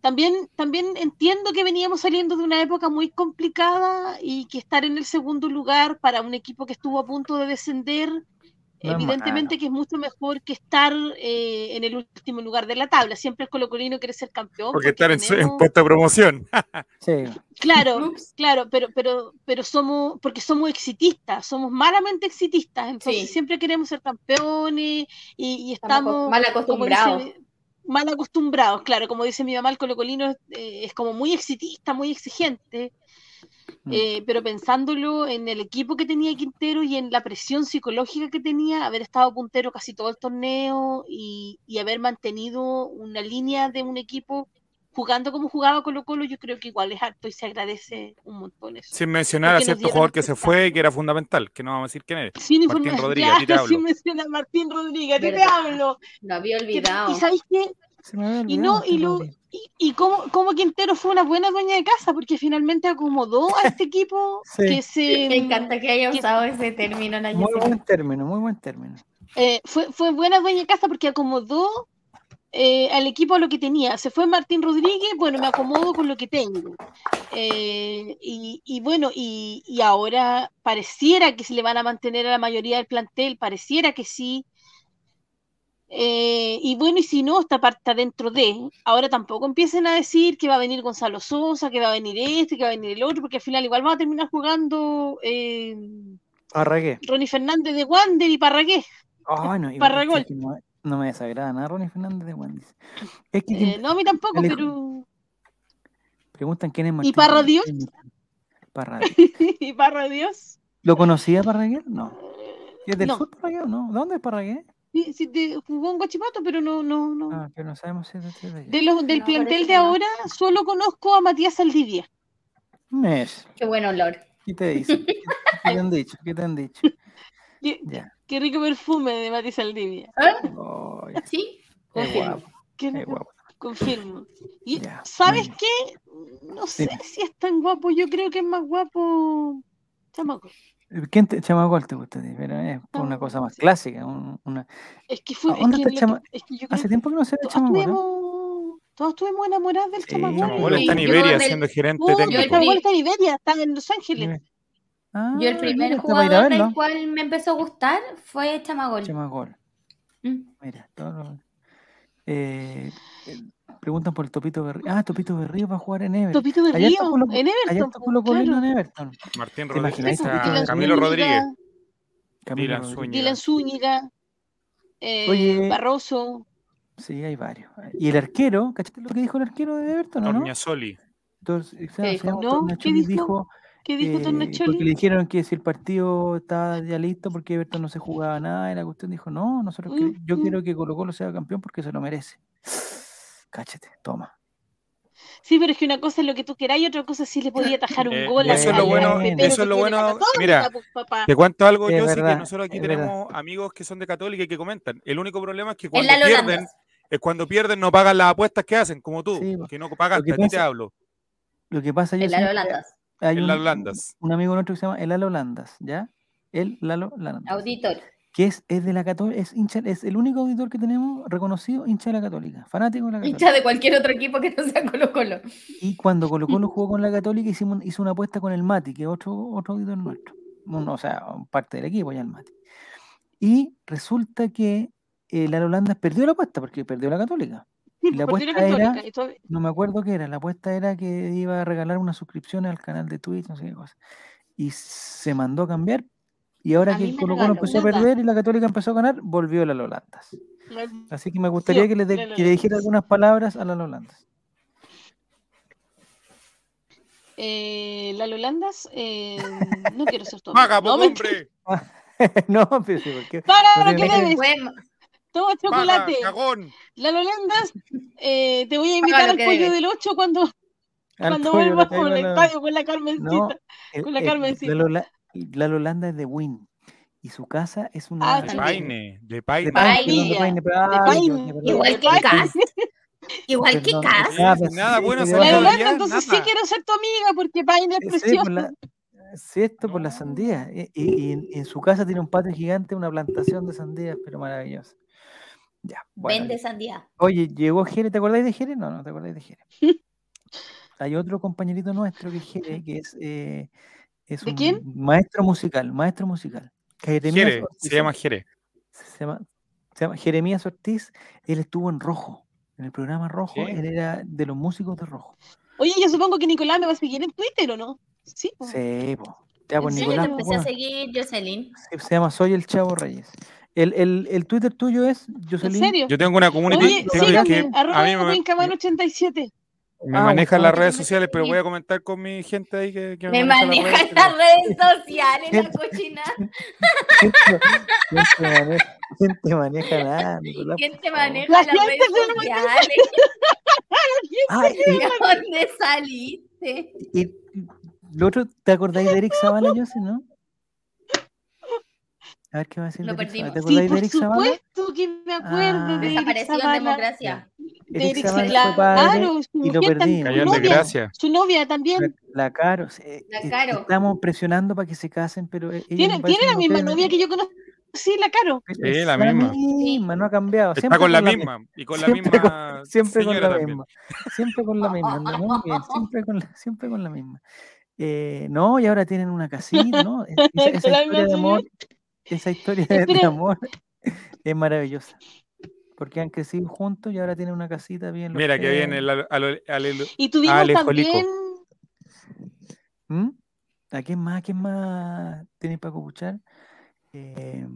[SPEAKER 4] también, también entiendo que veníamos saliendo de una época muy complicada y que estar en el segundo lugar para un equipo que estuvo a punto de descender
[SPEAKER 2] No es
[SPEAKER 4] Evidentemente que es mucho mejor que estar eh, en el último lugar de la tabla. Siempre el colocolino quiere ser campeón.
[SPEAKER 1] Porque estar en, en
[SPEAKER 4] tenemos-
[SPEAKER 1] puesto de promoción.
[SPEAKER 2] Sí,
[SPEAKER 4] Claro,
[SPEAKER 3] Ups.
[SPEAKER 4] claro, pero, pero, pero somos, porque somos exitistas, somos malamente exitistas, entonces
[SPEAKER 3] Sí.
[SPEAKER 4] siempre queremos ser campeones y, y
[SPEAKER 3] Estamos
[SPEAKER 4] estamos
[SPEAKER 3] mal
[SPEAKER 4] como
[SPEAKER 3] acostumbrados.
[SPEAKER 4] dice- mal acostumbrados, claro, como dice mi mamá, el colocolino es, eh, es como muy exitista, muy exigente,
[SPEAKER 2] Mm.
[SPEAKER 4] eh, pero pensándolo en el equipo que tenía Quintero y en la presión psicológica que tenía, haber estado puntero casi todo el torneo y, y haber mantenido una línea de un equipo jugando como jugaba Colo Colo, yo creo que igual es harto y se agradece un montón eso.
[SPEAKER 1] Sin mencionar a
[SPEAKER 4] Porque nos
[SPEAKER 1] cierto
[SPEAKER 4] dieron
[SPEAKER 1] jugador que se
[SPEAKER 4] espectáculo.
[SPEAKER 1] fue y que era fundamental, que no vamos a decir quién es.
[SPEAKER 4] Sin
[SPEAKER 1] Martín
[SPEAKER 4] informar-
[SPEAKER 1] Rodríguez, a ti te
[SPEAKER 4] claro,
[SPEAKER 1] hablo.
[SPEAKER 4] sin mencionar a Martín Rodríguez, a ti te
[SPEAKER 3] Verdad.
[SPEAKER 4] hablo.
[SPEAKER 3] Lo había
[SPEAKER 4] Que-
[SPEAKER 3] olvidado.
[SPEAKER 4] ¿Y sabéis qué?
[SPEAKER 2] se me había
[SPEAKER 4] Y
[SPEAKER 2] olvidado
[SPEAKER 4] no,
[SPEAKER 2] este
[SPEAKER 4] y lo-
[SPEAKER 2] Rodri.
[SPEAKER 4] Y, y cómo, cómo Quintero fue una buena dueña de casa, porque finalmente acomodó a este equipo
[SPEAKER 2] Sí.
[SPEAKER 4] que se...
[SPEAKER 3] Me encanta que haya
[SPEAKER 4] que-
[SPEAKER 3] usado ese término, la
[SPEAKER 2] Muy
[SPEAKER 3] Yesenia.
[SPEAKER 2] buen término, muy buen término.
[SPEAKER 4] eh, fue, fue buena dueña de casa porque acomodó eh, al equipo a lo que tenía. Se fue Martín Rodríguez, bueno, me acomodo con lo que tengo. Eh, y, y bueno, y, y ahora pareciera que se le van a mantener a la mayoría del plantel, pareciera que sí. Eh, y bueno, y si no, esta parte está dentro de. Ahora tampoco empiecen a decir que va a venir Gonzalo Sosa, que va a venir este, que va a venir el otro, porque al final igual va a terminar jugando eh,
[SPEAKER 2] Arragué.
[SPEAKER 4] Ronnie Fernández de Wander y Parragués.
[SPEAKER 2] Ay, no, Ah, igual,
[SPEAKER 4] Parragol.
[SPEAKER 2] es que no, no me desagrada nada Ronnie Fernández de Wendy's. Es que
[SPEAKER 4] Eh,
[SPEAKER 2] quien-
[SPEAKER 4] no, a mí tampoco,
[SPEAKER 2] Alejo.
[SPEAKER 4] pero.
[SPEAKER 2] preguntan quién es Martín.
[SPEAKER 4] Parra
[SPEAKER 2] Rodri,
[SPEAKER 4] Dios?
[SPEAKER 2] quién es Martín. Parra Dios.
[SPEAKER 4] ¿Y Parra Dios?
[SPEAKER 2] ¿Lo conocía Parragué? No. ¿Es del
[SPEAKER 4] No.
[SPEAKER 2] sur Parragué o no? ¿Dónde es Parragué?
[SPEAKER 4] Sí, sí, te- jugó en Guachipato, pero no, no, no.
[SPEAKER 2] Ah, pero no sabemos si es de este o de allá.
[SPEAKER 4] De los, del
[SPEAKER 3] No,
[SPEAKER 4] plantel
[SPEAKER 3] parece
[SPEAKER 4] de
[SPEAKER 3] que no.
[SPEAKER 4] ahora, solo conozco a Matías Saldivia.
[SPEAKER 2] Mes.
[SPEAKER 3] Qué buen olor.
[SPEAKER 2] ¿Qué te dicen? ¿Qué, qué te han dicho? ¿Qué te han dicho?
[SPEAKER 4] Qué,
[SPEAKER 2] Ya.
[SPEAKER 4] qué rico perfume de Matías Saldivia.
[SPEAKER 2] Ay,
[SPEAKER 3] ¿Sí?
[SPEAKER 2] qué
[SPEAKER 4] Confirmo.
[SPEAKER 2] guapo,
[SPEAKER 4] Qué
[SPEAKER 2] qué
[SPEAKER 4] rico-
[SPEAKER 2] guapo.
[SPEAKER 4] confirmo. Y,
[SPEAKER 2] Ya,
[SPEAKER 4] ¿Sabes
[SPEAKER 2] bueno.
[SPEAKER 4] qué? No sé
[SPEAKER 2] Dime.
[SPEAKER 4] si es tan guapo, yo creo que es más guapo. Chamaco.
[SPEAKER 2] ¿Quién te, Chamacol te gusta a ti? Pero es una
[SPEAKER 4] Ah,
[SPEAKER 2] cosa más
[SPEAKER 4] sí.
[SPEAKER 2] clásica. un- una...
[SPEAKER 4] Es que fue.
[SPEAKER 2] ¿A
[SPEAKER 4] es
[SPEAKER 2] dónde
[SPEAKER 4] que
[SPEAKER 2] está
[SPEAKER 4] lo que-
[SPEAKER 2] Chama-
[SPEAKER 4] es que yo creo
[SPEAKER 2] Hace tiempo que no se ve
[SPEAKER 4] todos
[SPEAKER 2] Chamacol. ¿eh?
[SPEAKER 4] estuvimos, todos estuvimos enamorados del
[SPEAKER 2] Sí,
[SPEAKER 4] Chamacol.
[SPEAKER 1] Chamamol
[SPEAKER 3] Sí,
[SPEAKER 1] está en
[SPEAKER 3] yo
[SPEAKER 1] Iberia
[SPEAKER 3] del-
[SPEAKER 1] siendo gerente
[SPEAKER 4] Puta,
[SPEAKER 3] yo el
[SPEAKER 1] técnico.
[SPEAKER 3] pri-
[SPEAKER 4] Chamamol está en Iberia, está en Los Ángeles.
[SPEAKER 2] Dime. Ah,
[SPEAKER 3] Yo el primer
[SPEAKER 2] mira, está para ir a
[SPEAKER 3] jugador del
[SPEAKER 2] verlo.
[SPEAKER 3] cual me empezó a gustar fue Chamagol.
[SPEAKER 2] Chamacol.
[SPEAKER 3] Mm.
[SPEAKER 2] Mira, todo lo- Eh, eh, preguntan por el Topito Berrío. Ah, Topito Berrío va a jugar en Everton.
[SPEAKER 4] Topito de
[SPEAKER 2] Allá está
[SPEAKER 4] Río,
[SPEAKER 2] Colo-
[SPEAKER 4] en
[SPEAKER 2] Allá
[SPEAKER 4] Everton.
[SPEAKER 2] está
[SPEAKER 4] pues,
[SPEAKER 2] Colo Colino
[SPEAKER 4] claro.
[SPEAKER 2] en Everton.
[SPEAKER 1] Martín
[SPEAKER 2] ¿Te
[SPEAKER 1] Rodríguez.
[SPEAKER 2] imaginas
[SPEAKER 1] ahí
[SPEAKER 2] ese
[SPEAKER 1] está
[SPEAKER 2] Topito
[SPEAKER 4] Dylan
[SPEAKER 1] Camilo
[SPEAKER 2] Zúñiga?
[SPEAKER 1] Rodríguez.
[SPEAKER 4] Zúñiga,
[SPEAKER 2] Camilo
[SPEAKER 1] Dylan
[SPEAKER 2] Rodríguez.
[SPEAKER 1] Zúñiga.
[SPEAKER 4] Dylan Zúñiga, eh,
[SPEAKER 2] Oye.
[SPEAKER 4] Barroso,
[SPEAKER 2] Sí, hay varios. Y el arquero, ¿cachaste lo que dijo el arquero de Everton, o no?
[SPEAKER 1] Torñasoli.
[SPEAKER 2] Entonces, o sea, se
[SPEAKER 3] ¿Qué dijo?
[SPEAKER 2] llama
[SPEAKER 4] No,
[SPEAKER 2] Tornacioli,
[SPEAKER 4] ¿qué dijo? ¿qué dijo
[SPEAKER 2] eh,
[SPEAKER 4] Tornacelli?
[SPEAKER 2] porque le dijeron que si el partido estaba ya listo, porque Everton no se jugaba nada, y la cuestión dijo, no, nosotros quere-
[SPEAKER 4] Mm,
[SPEAKER 2] yo
[SPEAKER 4] mm.
[SPEAKER 2] quiero que Colo Colo sea campeón porque se lo merece. Cáchate, toma.
[SPEAKER 4] Sí, pero es que una cosa es lo que tú queráis y otra cosa es si le podía atajar un
[SPEAKER 1] Eh,
[SPEAKER 4] gol.
[SPEAKER 2] y eso es lo bueno- eso
[SPEAKER 1] es lo bueno- mira,
[SPEAKER 4] pues,
[SPEAKER 1] Te cuento algo,
[SPEAKER 2] Es
[SPEAKER 1] yo
[SPEAKER 2] verdad,
[SPEAKER 1] que nosotros aquí
[SPEAKER 2] es verdad.
[SPEAKER 1] tenemos amigos que son de Católica y que comentan. El único problema es que
[SPEAKER 3] En
[SPEAKER 1] cuando
[SPEAKER 3] la
[SPEAKER 1] pierden,
[SPEAKER 3] Lolanda.
[SPEAKER 1] es cuando pierden no pagan las apuestas que hacen, como tú,
[SPEAKER 2] Sí, po.
[SPEAKER 1] que no pagas,
[SPEAKER 2] Lo que
[SPEAKER 1] a ti te
[SPEAKER 2] pasa-
[SPEAKER 1] hablo.
[SPEAKER 2] Lo que pasa
[SPEAKER 3] En
[SPEAKER 2] es
[SPEAKER 3] la
[SPEAKER 2] que
[SPEAKER 3] Lolanda.
[SPEAKER 2] hay
[SPEAKER 1] En
[SPEAKER 2] un,
[SPEAKER 1] las Holandas.
[SPEAKER 2] un amigo nuestro que se llama El Lalo Landas, ¿ya? El Lalo
[SPEAKER 4] Ah.
[SPEAKER 2] Landas.
[SPEAKER 3] Auditor.
[SPEAKER 2] Que es, es de la Católica, es hincha, es el único auditor que tenemos reconocido hincha de la Católica, fanático de la Católica.
[SPEAKER 3] Hincha de cualquier otro equipo que no sea Colo Colo.
[SPEAKER 2] Y cuando Colo Colo jugó con la Católica, hicimos, hizo una apuesta con el Mati, que es otro, otro auditor nuestro. Uno, o sea, un parte del equipo ya el Mati. Y resulta que eh, la Holanda perdió la apuesta, porque perdió la Católica. Y la apuesta era, no me acuerdo qué era, la apuesta era que iba a regalar una suscripción al canal de Twitch, no sé qué cosa. Y se mandó a cambiar. Y ahora
[SPEAKER 3] A
[SPEAKER 2] que
[SPEAKER 3] mí
[SPEAKER 2] el
[SPEAKER 3] me
[SPEAKER 2] Colo Colo
[SPEAKER 3] regaló
[SPEAKER 2] empezó a
[SPEAKER 4] una.
[SPEAKER 2] perder y la Católica empezó a ganar, volvió la Holandas. Así que me gustaría que le, de-
[SPEAKER 4] la
[SPEAKER 2] que le dijera
[SPEAKER 4] Holandas.
[SPEAKER 2] algunas palabras a la Holandas.
[SPEAKER 4] la Lolandas, eh, no quiero ser todo.
[SPEAKER 1] ¡Paga, po,
[SPEAKER 4] no, mentira.
[SPEAKER 1] hombre!
[SPEAKER 2] no, pero eh, sí, porque no
[SPEAKER 4] Para lo
[SPEAKER 2] tiene
[SPEAKER 4] que
[SPEAKER 2] nada que
[SPEAKER 4] debes,
[SPEAKER 3] Bueno,
[SPEAKER 4] toma
[SPEAKER 1] ¡Paga,
[SPEAKER 4] chocolate.
[SPEAKER 1] cagón!
[SPEAKER 4] La Lolandas, eh, te voy a
[SPEAKER 3] Paga
[SPEAKER 4] invitar
[SPEAKER 3] lo
[SPEAKER 4] al
[SPEAKER 3] que
[SPEAKER 4] pollo
[SPEAKER 3] debes.
[SPEAKER 4] del 8 cuando,
[SPEAKER 2] Al
[SPEAKER 4] cuando
[SPEAKER 2] pollo,
[SPEAKER 4] vuelvas
[SPEAKER 2] la caigo
[SPEAKER 4] por el
[SPEAKER 2] la-
[SPEAKER 4] estadio con la Carmencita.
[SPEAKER 2] No, eh, el-
[SPEAKER 4] con la
[SPEAKER 2] el-
[SPEAKER 4] Carmencita.
[SPEAKER 2] La, Lola- la Lolanda es de Win y su casa es una.
[SPEAKER 4] Ah,
[SPEAKER 1] De
[SPEAKER 4] también.
[SPEAKER 1] Paine, de
[SPEAKER 2] de
[SPEAKER 1] Paine.
[SPEAKER 2] Paine, perdón, de
[SPEAKER 4] Painilla,
[SPEAKER 2] Paine, pero-
[SPEAKER 4] de
[SPEAKER 2] ay,
[SPEAKER 4] Paine.
[SPEAKER 2] Dios mío, perdón,
[SPEAKER 3] igual que
[SPEAKER 2] perdón,
[SPEAKER 3] Cas. Igual que
[SPEAKER 2] perdón,
[SPEAKER 3] Cas.
[SPEAKER 1] Sí,
[SPEAKER 2] pues,
[SPEAKER 1] nada,
[SPEAKER 2] sí,
[SPEAKER 1] bueno,
[SPEAKER 2] sí,
[SPEAKER 1] salió
[SPEAKER 4] La
[SPEAKER 1] Pero no
[SPEAKER 2] bueno,
[SPEAKER 4] Lolandas,
[SPEAKER 1] había
[SPEAKER 4] entonces sí
[SPEAKER 1] nada.
[SPEAKER 4] quiero ser tu amiga porque Paine es
[SPEAKER 2] sí, pues.
[SPEAKER 4] precioso.
[SPEAKER 2] por la- sí, esto por la sandía. Y, y- y en- en su casa tiene un patio gigante, una plantación de sandías, pero maravillosa. Ya, bueno.
[SPEAKER 3] Vende sandía.
[SPEAKER 2] Oye, llegó Jere, ¿te acordáis de Jere? No, no te acordáis de Jere. Hay otro compañerito nuestro que es Jere, que es, eh, es
[SPEAKER 4] ¿De
[SPEAKER 2] un
[SPEAKER 4] quién?
[SPEAKER 2] maestro musical, maestro musical. Jeremías
[SPEAKER 1] Jere,
[SPEAKER 2] Ortiz,
[SPEAKER 1] se llama Jere.
[SPEAKER 2] se llama, se llama Jeremías Ortiz, él estuvo en Rojo, en el programa Rojo,
[SPEAKER 1] Sí.
[SPEAKER 2] él era de los músicos de Rojo.
[SPEAKER 4] Oye, yo supongo que Nicolás me va a seguir en Twitter, ¿o no? Sí. pues. po.
[SPEAKER 2] Sí, po. Ya, pues,
[SPEAKER 4] Oh. ¿En
[SPEAKER 3] Sí,
[SPEAKER 2] Nicolás,
[SPEAKER 4] serio?
[SPEAKER 3] te
[SPEAKER 2] pues,
[SPEAKER 3] empecé
[SPEAKER 2] bueno,
[SPEAKER 3] a seguir, Jocelyn.
[SPEAKER 2] se, se llama Soy el Chavo Reyes. El, el, el Twitter tuyo es
[SPEAKER 4] ¿En
[SPEAKER 2] Jocelyn.
[SPEAKER 4] serio?
[SPEAKER 1] Yo tengo una community
[SPEAKER 4] Oye,
[SPEAKER 1] tengo
[SPEAKER 2] síganme,
[SPEAKER 1] que-
[SPEAKER 4] arroba
[SPEAKER 1] a mí me,
[SPEAKER 4] Cuencamán 87.
[SPEAKER 1] me
[SPEAKER 2] Ah,
[SPEAKER 1] manejan
[SPEAKER 2] bueno.
[SPEAKER 1] las redes sociales, pero voy a comentar con mi gente ahí que, que
[SPEAKER 3] Me
[SPEAKER 1] maneja las
[SPEAKER 3] manejan
[SPEAKER 1] redes
[SPEAKER 3] las
[SPEAKER 1] sociales.
[SPEAKER 3] redes sociales, la cochina.
[SPEAKER 2] ¿Quién te- quién te maneja- quién te maneja nada, Nicolás?
[SPEAKER 3] ¿Quién te
[SPEAKER 2] por favor?
[SPEAKER 3] maneja
[SPEAKER 4] La
[SPEAKER 3] las
[SPEAKER 4] gente
[SPEAKER 3] redes
[SPEAKER 4] se lo
[SPEAKER 3] sociales?
[SPEAKER 2] Ah, y-
[SPEAKER 3] ¿De dónde saliste?
[SPEAKER 2] y, lo otro, ¿te acordáis de Eric Zavala, José, no? A ver qué va a decir.
[SPEAKER 3] Lo
[SPEAKER 2] de Eric Zavala?
[SPEAKER 3] perdimos.
[SPEAKER 2] ¿Te
[SPEAKER 4] Sí,
[SPEAKER 2] acordáis de
[SPEAKER 4] por
[SPEAKER 2] Eric Zavala?
[SPEAKER 4] supuesto que me acuerdo
[SPEAKER 2] Ah.
[SPEAKER 4] de Eric
[SPEAKER 3] Desapareció en
[SPEAKER 4] Zavala.
[SPEAKER 3] democracia.
[SPEAKER 4] De
[SPEAKER 2] Eric
[SPEAKER 4] Eric
[SPEAKER 2] Zavala
[SPEAKER 4] Zavala.
[SPEAKER 2] fue padre
[SPEAKER 4] Claro, su
[SPEAKER 2] y lo
[SPEAKER 4] mujer
[SPEAKER 2] perdimos. Callan
[SPEAKER 4] también.
[SPEAKER 1] Callan
[SPEAKER 4] Su
[SPEAKER 1] de
[SPEAKER 4] novia,
[SPEAKER 1] gracia.
[SPEAKER 4] su novia también.
[SPEAKER 2] La Caro. sí, eh,
[SPEAKER 3] La
[SPEAKER 2] eh,
[SPEAKER 3] Caro.
[SPEAKER 2] Estamos presionando para que se casen, pero. eh, ella
[SPEAKER 4] Tiene,
[SPEAKER 2] no parece
[SPEAKER 4] tiene la
[SPEAKER 2] mujer,
[SPEAKER 4] misma
[SPEAKER 2] ¿no?
[SPEAKER 4] novia que yo conozco. Sí, la Caro.
[SPEAKER 1] Sí, la
[SPEAKER 2] Es
[SPEAKER 1] misma.
[SPEAKER 2] misma, no ha cambiado.
[SPEAKER 1] Está
[SPEAKER 2] siempre
[SPEAKER 1] con la
[SPEAKER 2] mi-
[SPEAKER 1] misma y con la
[SPEAKER 2] siempre
[SPEAKER 1] misma
[SPEAKER 2] siempre con
[SPEAKER 1] señora
[SPEAKER 2] la
[SPEAKER 1] también.
[SPEAKER 2] misma. Siempre con la misma. anda muy bien, siempre, con la, siempre con la misma. Eh, no, y ahora tienen una casita, ¿no? Es- Esa, esa
[SPEAKER 4] Con la
[SPEAKER 2] historia de
[SPEAKER 4] misma
[SPEAKER 2] amor, esa historia de, de
[SPEAKER 4] Espera.
[SPEAKER 2] amor es maravillosa. Porque han crecido juntos y ahora tienen una casita bien. los
[SPEAKER 1] Mira que
[SPEAKER 2] tres.
[SPEAKER 1] viene el al- al- al-
[SPEAKER 4] Y tuvimos
[SPEAKER 1] Ah, Ale Jolico.
[SPEAKER 4] también.
[SPEAKER 2] ¿Mm? ¿A quién más? ¿A quién más tenéis para escuchar? Eh,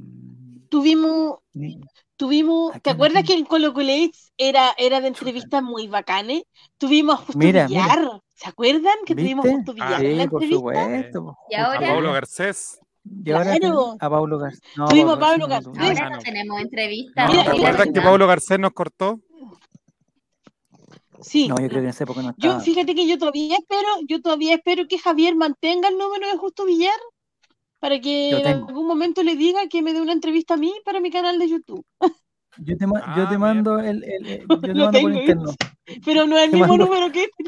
[SPEAKER 4] Tuvimos.
[SPEAKER 2] ni-
[SPEAKER 4] Tuvimos,
[SPEAKER 2] ¿A
[SPEAKER 4] ¿te
[SPEAKER 2] quién
[SPEAKER 4] acuerdas
[SPEAKER 2] tuvimos?
[SPEAKER 4] que en Colo Colo Eats era, era de entrevistas muy bacanes? Tuvimos a Justo
[SPEAKER 2] Mira, mira.
[SPEAKER 4] Villar. ¿se acuerdan que tuvimos a
[SPEAKER 2] ¿Viste?
[SPEAKER 4] Justo
[SPEAKER 1] Ah, Eh,
[SPEAKER 4] Villar en la
[SPEAKER 2] sí, por
[SPEAKER 4] entrevista?
[SPEAKER 2] supuesto. po.
[SPEAKER 3] Y
[SPEAKER 1] a
[SPEAKER 3] ahora,
[SPEAKER 1] Pablo Garcés.
[SPEAKER 2] Y ahora tienen
[SPEAKER 4] Claro.
[SPEAKER 2] a Pablo García. No,
[SPEAKER 4] Tuvimos a Pablo
[SPEAKER 2] Ah, no lo tuvimos.
[SPEAKER 1] Garcés.
[SPEAKER 3] ahora no
[SPEAKER 1] no.
[SPEAKER 3] tenemos
[SPEAKER 2] No,
[SPEAKER 3] entrevistas.
[SPEAKER 1] ¿Te
[SPEAKER 4] Mira, mira,
[SPEAKER 1] acuerdas que
[SPEAKER 4] mira.
[SPEAKER 1] Pablo Garcés nos cortó?
[SPEAKER 4] Sí.
[SPEAKER 2] No, yo creo que en esa época no
[SPEAKER 4] Yo,
[SPEAKER 2] estaba.
[SPEAKER 4] fíjate que yo todavía espero, yo todavía espero que Javier mantenga el número de Justo Villar para que
[SPEAKER 2] Lo
[SPEAKER 4] en
[SPEAKER 2] tengo.
[SPEAKER 4] algún momento le diga que me dé una entrevista a mí para mi canal de YouTube.
[SPEAKER 2] Yo te, ma- yo
[SPEAKER 1] Ah, mira.
[SPEAKER 2] te mando el, el- el- yo te
[SPEAKER 4] Lo
[SPEAKER 2] mando por
[SPEAKER 4] tengo,
[SPEAKER 2] interno.
[SPEAKER 4] Pero no es el
[SPEAKER 2] Te
[SPEAKER 4] mismo
[SPEAKER 2] mando-
[SPEAKER 4] número que este.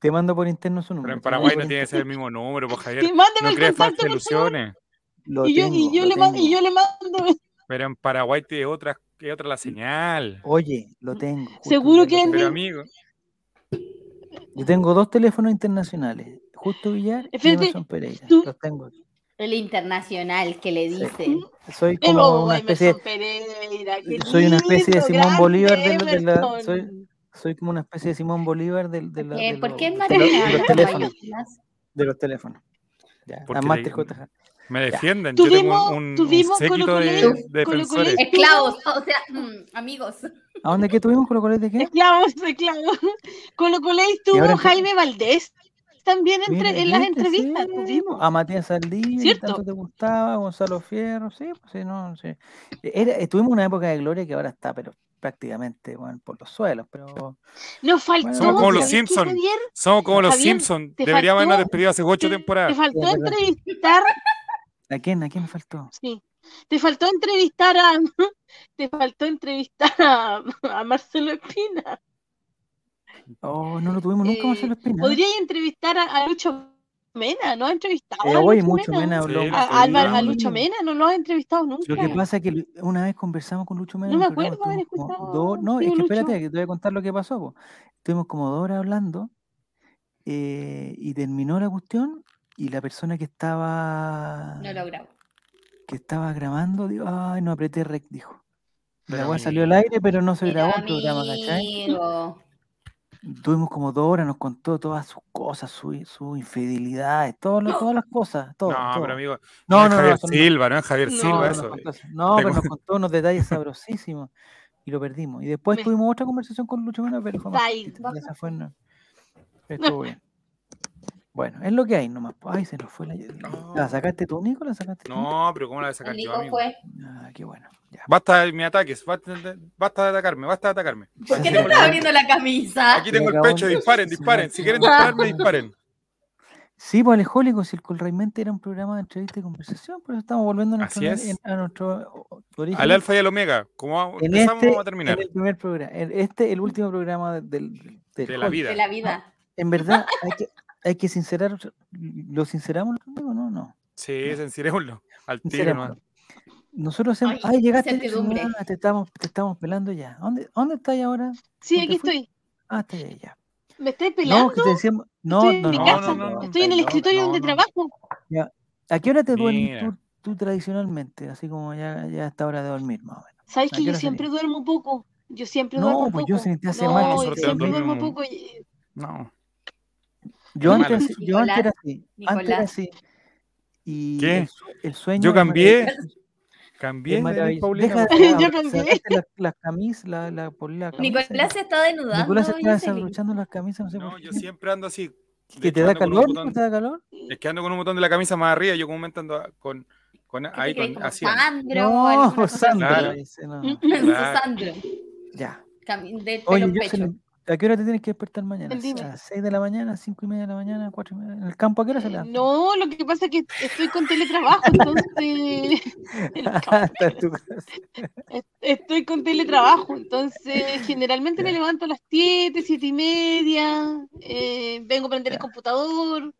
[SPEAKER 2] Te mando por interno su número.
[SPEAKER 1] Pero en
[SPEAKER 2] te
[SPEAKER 1] Paraguay
[SPEAKER 2] mando
[SPEAKER 1] no
[SPEAKER 2] por
[SPEAKER 1] tiene que ser el mismo número, pues Javier.
[SPEAKER 4] Sí, Mándame
[SPEAKER 1] No
[SPEAKER 4] el
[SPEAKER 1] crees falsas
[SPEAKER 4] contacto, este por favor.
[SPEAKER 1] ilusiones.
[SPEAKER 2] interno. Lo
[SPEAKER 4] Y yo, y
[SPEAKER 2] tengo,
[SPEAKER 4] yo
[SPEAKER 2] lo
[SPEAKER 4] le mando, y
[SPEAKER 2] tengo.
[SPEAKER 4] yo le mando.
[SPEAKER 1] Pero en Paraguay tiene otra, que otra la señal.
[SPEAKER 2] Oye, lo tengo. justo
[SPEAKER 4] Seguro
[SPEAKER 2] Villar,
[SPEAKER 4] que
[SPEAKER 2] lo
[SPEAKER 1] Pero
[SPEAKER 2] tengo.
[SPEAKER 4] es mi-
[SPEAKER 1] amigo,
[SPEAKER 2] Yo tengo dos teléfonos internacionales. Justo Villar y
[SPEAKER 4] Espérate,
[SPEAKER 2] Emerson Pereira.
[SPEAKER 4] tú-
[SPEAKER 2] Los tengo. aquí.
[SPEAKER 3] El internacional que le dice. eh,
[SPEAKER 2] Soy
[SPEAKER 4] El
[SPEAKER 2] como
[SPEAKER 4] oh,
[SPEAKER 2] una especie,
[SPEAKER 4] Emerson Pereira, qué
[SPEAKER 2] soy una especie de
[SPEAKER 4] lindo,
[SPEAKER 2] Simón Bolívar de
[SPEAKER 4] grande
[SPEAKER 2] la- de la-
[SPEAKER 4] Emerson.
[SPEAKER 2] soy- soy como una especie de Simón Bolívar del- de, la-
[SPEAKER 3] Eh,
[SPEAKER 2] de
[SPEAKER 3] ¿Por
[SPEAKER 2] los-
[SPEAKER 3] qué es
[SPEAKER 2] de los- de
[SPEAKER 3] maravilloso?
[SPEAKER 2] los teléfonos. De los teléfonos. Ya,
[SPEAKER 1] Porque
[SPEAKER 2] a
[SPEAKER 1] te-
[SPEAKER 2] Master JJ.
[SPEAKER 1] me defienden. Yo tengo
[SPEAKER 4] Tuvimos-
[SPEAKER 1] un, un- un
[SPEAKER 4] tuvimos
[SPEAKER 1] séquito de,
[SPEAKER 4] Colo-Colo-
[SPEAKER 1] de defensores.
[SPEAKER 4] Colo-Colo-
[SPEAKER 3] Esclavos, o sea, mm, amigos.
[SPEAKER 2] ¿A dónde que tuvimos con los coletes de qué?
[SPEAKER 4] Esclavos, esclavos. Con lo cual
[SPEAKER 2] Y ahora
[SPEAKER 4] estuvo
[SPEAKER 2] empe-
[SPEAKER 4] Jaime Valdés también entre,
[SPEAKER 2] Mira,
[SPEAKER 4] en las
[SPEAKER 2] ¿viste? Sí,
[SPEAKER 4] entrevistas.
[SPEAKER 2] pues,
[SPEAKER 4] Tuvimos.
[SPEAKER 2] A Matías Saldí,
[SPEAKER 4] ¿Cierto?
[SPEAKER 2] tanto te gustaba, Gonzalo Fierro, sí, pues sí, no, sí. Era, estuvimos en una época de gloria que ahora está, pero prácticamente bueno, por los suelos, pero
[SPEAKER 4] Nos faltó.
[SPEAKER 2] Somos como los
[SPEAKER 4] ¿sabes qué,
[SPEAKER 1] Simpson.
[SPEAKER 4] Javier?
[SPEAKER 1] Somos como los
[SPEAKER 4] Javier,
[SPEAKER 1] Simpsons.
[SPEAKER 4] te
[SPEAKER 1] Deberíamos habernos
[SPEAKER 4] faltó-
[SPEAKER 1] despedido hace ocho
[SPEAKER 4] te- Te
[SPEAKER 1] temporadas.
[SPEAKER 4] faltó
[SPEAKER 2] es verdad.
[SPEAKER 4] entrevistar.
[SPEAKER 2] ¿a quién? ¿A quién me faltó?
[SPEAKER 4] Sí. Te faltó entrevistar a. Te faltó entrevistar a, a Marcelo Espina.
[SPEAKER 2] Oh, no lo tuvimos nunca,
[SPEAKER 4] Eh,
[SPEAKER 2] Marcelo Espina.
[SPEAKER 4] Podrías entrevistar a, a Lucho Mena. No has entrevistado
[SPEAKER 2] Eh,
[SPEAKER 4] a
[SPEAKER 2] hoy
[SPEAKER 4] Lucho
[SPEAKER 2] mucho
[SPEAKER 4] Mena.
[SPEAKER 2] menos
[SPEAKER 1] Sí,
[SPEAKER 2] habló.
[SPEAKER 1] lo
[SPEAKER 4] A, a Álvaro- a Lucho Mena no lo has entrevistado nunca.
[SPEAKER 2] Lo que pasa es que Lu- una vez conversamos con Lucho Mena.
[SPEAKER 4] No
[SPEAKER 2] en
[SPEAKER 4] me
[SPEAKER 2] un programa,
[SPEAKER 4] acuerdo haber
[SPEAKER 2] estuvimos como
[SPEAKER 4] escuchado
[SPEAKER 2] dos- No,
[SPEAKER 4] así
[SPEAKER 2] es
[SPEAKER 4] a
[SPEAKER 2] que
[SPEAKER 4] Lucho.
[SPEAKER 2] espérate, que te voy a contar lo que pasó. po. Estuvimos como dos horas hablando eh, y terminó la cuestión y la persona que estaba
[SPEAKER 3] No lo grabo.
[SPEAKER 2] que estaba grabando, digo, ay, no apreté rec, dijo. La
[SPEAKER 1] Pero
[SPEAKER 2] weá
[SPEAKER 1] amigo.
[SPEAKER 2] salió al aire, pero no se
[SPEAKER 3] Pero
[SPEAKER 2] grabó el programa, ¿eh? ¿cachai?
[SPEAKER 3] amigo.
[SPEAKER 2] Tuvimos como dos horas, nos contó todas sus cosas, su- sus infidelidades, todo lo- todas las cosas, todo.
[SPEAKER 1] no,
[SPEAKER 2] todo.
[SPEAKER 1] pero amigo, no,
[SPEAKER 2] no, no,
[SPEAKER 1] es
[SPEAKER 2] no,
[SPEAKER 1] Javier
[SPEAKER 2] eso no-
[SPEAKER 1] Silva, no es Javier
[SPEAKER 4] No,
[SPEAKER 2] no,
[SPEAKER 1] Silva
[SPEAKER 2] nos
[SPEAKER 1] eso.
[SPEAKER 2] contó eso. No,
[SPEAKER 1] eh. Te
[SPEAKER 2] pero nos
[SPEAKER 1] cu-
[SPEAKER 2] contó unos detalles sabrosísimos y lo perdimos. Y después
[SPEAKER 4] Me-
[SPEAKER 2] tuvimos otra conversación con Lucho Mena, pero fue más
[SPEAKER 4] Ay,
[SPEAKER 2] cortita,
[SPEAKER 3] baja.
[SPEAKER 2] esa fue no- estuvo bien. Bueno, es lo que hay nomás. Ay, se nos fue la... ¿La sacaste tú, Nico? ¿La sacaste tú?
[SPEAKER 1] No, pero ¿cómo la voy a sacar yo, amigo?
[SPEAKER 3] Amigo fue.
[SPEAKER 2] Ah, qué bueno. Ya.
[SPEAKER 1] Basta de mis ataques, basta de, basta de atacarme, basta de atacarme.
[SPEAKER 3] ¿Por qué
[SPEAKER 2] Se
[SPEAKER 3] te
[SPEAKER 2] acabó.
[SPEAKER 3] estás abriendo la camisa?
[SPEAKER 1] Aquí tengo el
[SPEAKER 2] acabó
[SPEAKER 1] pecho,
[SPEAKER 2] el-
[SPEAKER 1] disparen,
[SPEAKER 2] se
[SPEAKER 1] disparen.
[SPEAKER 2] me
[SPEAKER 1] Si quieren
[SPEAKER 2] acabó.
[SPEAKER 1] dispararme, disparen.
[SPEAKER 2] Sí, pues Alejólico, si el Colraimente era un programa de entrevista y conversación, por eso estamos volviendo a nuestro,
[SPEAKER 1] Así
[SPEAKER 2] origen-
[SPEAKER 1] es.
[SPEAKER 2] a nuestro o- o- origen.
[SPEAKER 1] Al alfa y al omega, como
[SPEAKER 2] en
[SPEAKER 1] empezamos,
[SPEAKER 2] este,
[SPEAKER 1] vamos a terminar.
[SPEAKER 2] en el primer programa, en este el último programa de- del, del
[SPEAKER 1] De la
[SPEAKER 2] Hall.
[SPEAKER 1] vida.
[SPEAKER 3] De la vida.
[SPEAKER 2] En verdad, hay que, hay que sincerar, ¿lo sinceramos conmigo? No, no.
[SPEAKER 1] Sí, sincerémoslo. Al tiro,
[SPEAKER 2] Sinceramos.
[SPEAKER 1] nomás.
[SPEAKER 2] Nosotros hacemos,
[SPEAKER 3] Ay,
[SPEAKER 2] ay, llegaste, Lucho,
[SPEAKER 3] incertidumbre.
[SPEAKER 2] ah, te estamos, te estamos pelando ya. ¿Dónde, dónde estás ahora?
[SPEAKER 4] Sí,
[SPEAKER 2] ¿Dónde
[SPEAKER 4] aquí
[SPEAKER 2] fuiste?
[SPEAKER 4] estoy.
[SPEAKER 2] Ah, está ahí, ya.
[SPEAKER 4] ¿Me estáis
[SPEAKER 2] No,
[SPEAKER 4] pelando?
[SPEAKER 2] que te decíamos, no,
[SPEAKER 4] Estoy en
[SPEAKER 2] no,
[SPEAKER 4] mi
[SPEAKER 2] no,
[SPEAKER 4] casa,
[SPEAKER 2] no, no.
[SPEAKER 4] estoy en el
[SPEAKER 1] no,
[SPEAKER 4] escritorio
[SPEAKER 1] no,
[SPEAKER 4] donde
[SPEAKER 1] no.
[SPEAKER 4] trabajo.
[SPEAKER 2] ¿A qué hora te duermes
[SPEAKER 1] Mira.
[SPEAKER 2] tú? tú tradicionalmente? Así como ya, ya a esta hora de dormir, más o menos.
[SPEAKER 4] ¿Sabes
[SPEAKER 2] ¿A
[SPEAKER 4] que
[SPEAKER 2] qué
[SPEAKER 4] yo
[SPEAKER 2] hora
[SPEAKER 4] siempre duermo poco? Yo siempre
[SPEAKER 2] No,
[SPEAKER 4] duermo
[SPEAKER 2] pues
[SPEAKER 4] poco.
[SPEAKER 2] yo sin- te hace
[SPEAKER 4] no,
[SPEAKER 2] mal.
[SPEAKER 4] yo
[SPEAKER 1] Nosotros
[SPEAKER 4] siempre
[SPEAKER 1] dormimos-
[SPEAKER 4] duermo poco. y-
[SPEAKER 1] No.
[SPEAKER 2] Yo
[SPEAKER 1] Qué
[SPEAKER 2] antes,
[SPEAKER 3] malo.
[SPEAKER 2] yo antes era
[SPEAKER 3] Nicolás,
[SPEAKER 2] así. Antes era
[SPEAKER 3] Nicolás.
[SPEAKER 2] así. Y
[SPEAKER 1] ¿Qué?
[SPEAKER 2] El, sue- el sueño.
[SPEAKER 1] Yo
[SPEAKER 2] es
[SPEAKER 1] cambié.
[SPEAKER 2] maravilloso, es
[SPEAKER 1] Cambié de
[SPEAKER 2] maravilloso.
[SPEAKER 1] Paulina.
[SPEAKER 2] Deja
[SPEAKER 1] por
[SPEAKER 2] de
[SPEAKER 1] favor.
[SPEAKER 4] Yo
[SPEAKER 2] hablar,
[SPEAKER 4] cambié.
[SPEAKER 2] sacaste la, la camisa, la, la, polera, la camisa y-
[SPEAKER 3] Nicolás se está desnudando.
[SPEAKER 2] Nicolás se está
[SPEAKER 3] Jocelyn.
[SPEAKER 2] desabrochando las camisas, no sé
[SPEAKER 1] No,
[SPEAKER 2] por
[SPEAKER 1] yo
[SPEAKER 2] qué.
[SPEAKER 1] siempre ando así. De
[SPEAKER 2] ¿Que
[SPEAKER 1] hecho,
[SPEAKER 2] te da
[SPEAKER 1] ando con un
[SPEAKER 2] calor?
[SPEAKER 1] botón-
[SPEAKER 2] ¿No te da calor?
[SPEAKER 1] Es que ando con un botón de la camisa más arriba. Yo comúnmente ando con, con
[SPEAKER 3] ¿Qué te
[SPEAKER 1] ahí,
[SPEAKER 3] crees,
[SPEAKER 1] con,
[SPEAKER 3] como
[SPEAKER 1] así.
[SPEAKER 3] Sandro o
[SPEAKER 2] No,
[SPEAKER 3] alguna
[SPEAKER 2] por
[SPEAKER 3] cosa así?
[SPEAKER 2] Sandra.
[SPEAKER 1] Claro.
[SPEAKER 2] dice, no.
[SPEAKER 4] Mm,
[SPEAKER 1] Claro.
[SPEAKER 3] Sandro.
[SPEAKER 2] Ya.
[SPEAKER 3] Cami- Del
[SPEAKER 2] Oye,
[SPEAKER 3] pelo en pecho.
[SPEAKER 2] Jocelyn, ¿a qué hora te tienes que despertar mañana?
[SPEAKER 4] Dime.
[SPEAKER 2] ¿A 6 de la mañana, 5 y media de la mañana, 4 y media? ¿En el campo a qué hora se levanta?
[SPEAKER 4] Eh, No, lo que pasa es que estoy con teletrabajo, entonces
[SPEAKER 2] Hasta tu casa.
[SPEAKER 4] estoy con teletrabajo, entonces generalmente me levanto a las 7, 7 y media, eh, vengo a prender el
[SPEAKER 2] Ya.
[SPEAKER 4] computador,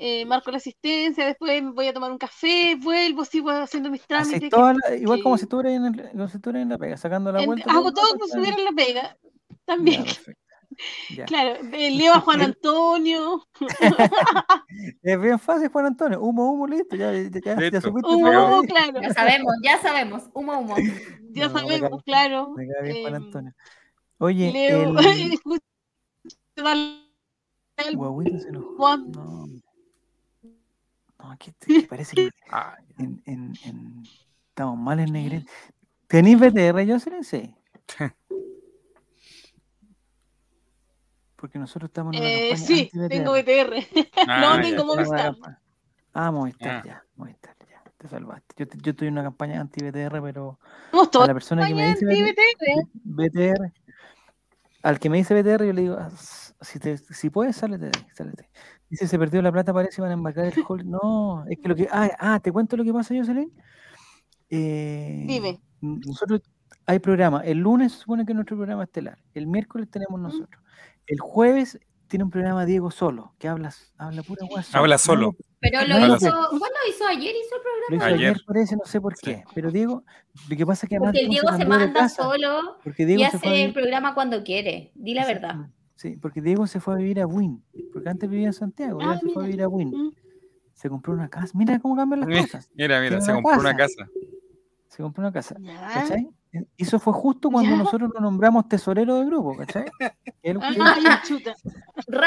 [SPEAKER 4] eh, marco la asistencia, después me voy a tomar un café, vuelvo, sigo haciendo mis
[SPEAKER 2] Haces
[SPEAKER 4] trámites.
[SPEAKER 2] toda la- igual como
[SPEAKER 4] que-
[SPEAKER 2] si estuvieras en, el- como si estuvieras en la pega, sacando la
[SPEAKER 4] en-
[SPEAKER 2] vuelta.
[SPEAKER 4] hago todo
[SPEAKER 2] el
[SPEAKER 4] como si
[SPEAKER 2] rato,
[SPEAKER 4] estuviera en la pega,
[SPEAKER 2] ya.
[SPEAKER 4] también.
[SPEAKER 2] Ya, perfecto. Ya.
[SPEAKER 4] Claro, eh, leo a Juan Antonio,
[SPEAKER 2] Es bien fácil, Juan Antonio. Humo, humo, listo. Ya, ya, ya, ya
[SPEAKER 1] Listo.
[SPEAKER 2] supiste.
[SPEAKER 4] humo,
[SPEAKER 2] todo
[SPEAKER 4] humo,
[SPEAKER 2] ahí.
[SPEAKER 4] Oh, claro,
[SPEAKER 3] Ya sabemos, ya sabemos. Humo, humo.
[SPEAKER 4] ya
[SPEAKER 2] No, me cae
[SPEAKER 4] sabemos,
[SPEAKER 2] bien.
[SPEAKER 4] claro.
[SPEAKER 2] Me cae bien, Juan
[SPEAKER 4] em,
[SPEAKER 2] Antonio. Oye,
[SPEAKER 4] Leo,
[SPEAKER 2] el
[SPEAKER 4] escucho al- al-
[SPEAKER 2] guagüito se enojó.
[SPEAKER 4] Juan,
[SPEAKER 2] No. No, aquí te- que parece que
[SPEAKER 1] Ah,
[SPEAKER 2] en, en, en... estamos mal en Negrete. ¿Tenéis BTR, Jocelyn? Sí. Porque nosotros estamos en una
[SPEAKER 4] eh,
[SPEAKER 2] campaña
[SPEAKER 4] sí,
[SPEAKER 2] anti-BTR.
[SPEAKER 4] tengo BTR.
[SPEAKER 1] ah,
[SPEAKER 4] no
[SPEAKER 1] ya.
[SPEAKER 2] Estamos
[SPEAKER 4] tengo
[SPEAKER 2] en una
[SPEAKER 4] Movistar.
[SPEAKER 2] campa- Ah, Movistar,
[SPEAKER 1] Ah.
[SPEAKER 2] ya. Movistar, ya. Te salvaste. Yo, te- yo estoy en una campaña anti-BTR, pero
[SPEAKER 4] Somos
[SPEAKER 2] a
[SPEAKER 4] todos
[SPEAKER 2] la persona que me
[SPEAKER 4] compañeros
[SPEAKER 2] dice
[SPEAKER 4] en
[SPEAKER 2] BTR,
[SPEAKER 4] TVT.
[SPEAKER 2] BTR. Al que me dice BTR, yo le digo, "Ah, s- si, te, si puedes, sálete de ahí, sálete. Dice, se perdió la plata, parece, van a embarcar el hall. No, es que lo que. Ah, ah, te cuento lo que pasa, Jocelyn. Eh,
[SPEAKER 4] Dime.
[SPEAKER 2] n- Nosotros hay programa. El lunes se supone que es nuestro programa estelar. El miércoles tenemos nosotros. El jueves tiene un programa Diego solo, que habla, s- habla pura hueá
[SPEAKER 1] Habla
[SPEAKER 2] No lo-
[SPEAKER 1] solo.
[SPEAKER 3] Pero lo
[SPEAKER 2] Habla
[SPEAKER 3] hizo. ¿Cuál lo hizo ayer? Hizo el programa.
[SPEAKER 2] Lo hizo
[SPEAKER 1] Ayer.
[SPEAKER 2] ayer. parece, no sé por
[SPEAKER 1] Sí.
[SPEAKER 2] qué. Pero Diego, lo que pasa es que además
[SPEAKER 3] Porque el Diego se
[SPEAKER 2] cambió de
[SPEAKER 3] manda
[SPEAKER 2] casa,
[SPEAKER 3] solo
[SPEAKER 2] Porque
[SPEAKER 3] y
[SPEAKER 2] Diego se fue a
[SPEAKER 3] hace el
[SPEAKER 2] vivir-
[SPEAKER 3] programa cuando quiere. Di la verdad.
[SPEAKER 2] Exactamente. Sí, porque Diego se fue a vivir a Wynn. Porque antes vivía en Santiago, y
[SPEAKER 4] Ah,
[SPEAKER 2] ahora se fue a
[SPEAKER 4] mira.
[SPEAKER 2] vivir a Wynn.
[SPEAKER 4] Mm.
[SPEAKER 2] Se compró una casa. Mira cómo cambian las
[SPEAKER 1] Mira,
[SPEAKER 2] cosas.
[SPEAKER 1] Mira, mira,
[SPEAKER 2] Tiene
[SPEAKER 1] se
[SPEAKER 2] una
[SPEAKER 1] compró una
[SPEAKER 2] casa.
[SPEAKER 1] casa.
[SPEAKER 2] Se compró una casa.
[SPEAKER 4] Ya.
[SPEAKER 2] ¿Cachai? E, Eso fue justo cuando
[SPEAKER 4] Ah. Ya.
[SPEAKER 2] nosotros lo nombramos tesorero del grupo, ¿cachai? Él,
[SPEAKER 4] Ay, chuta.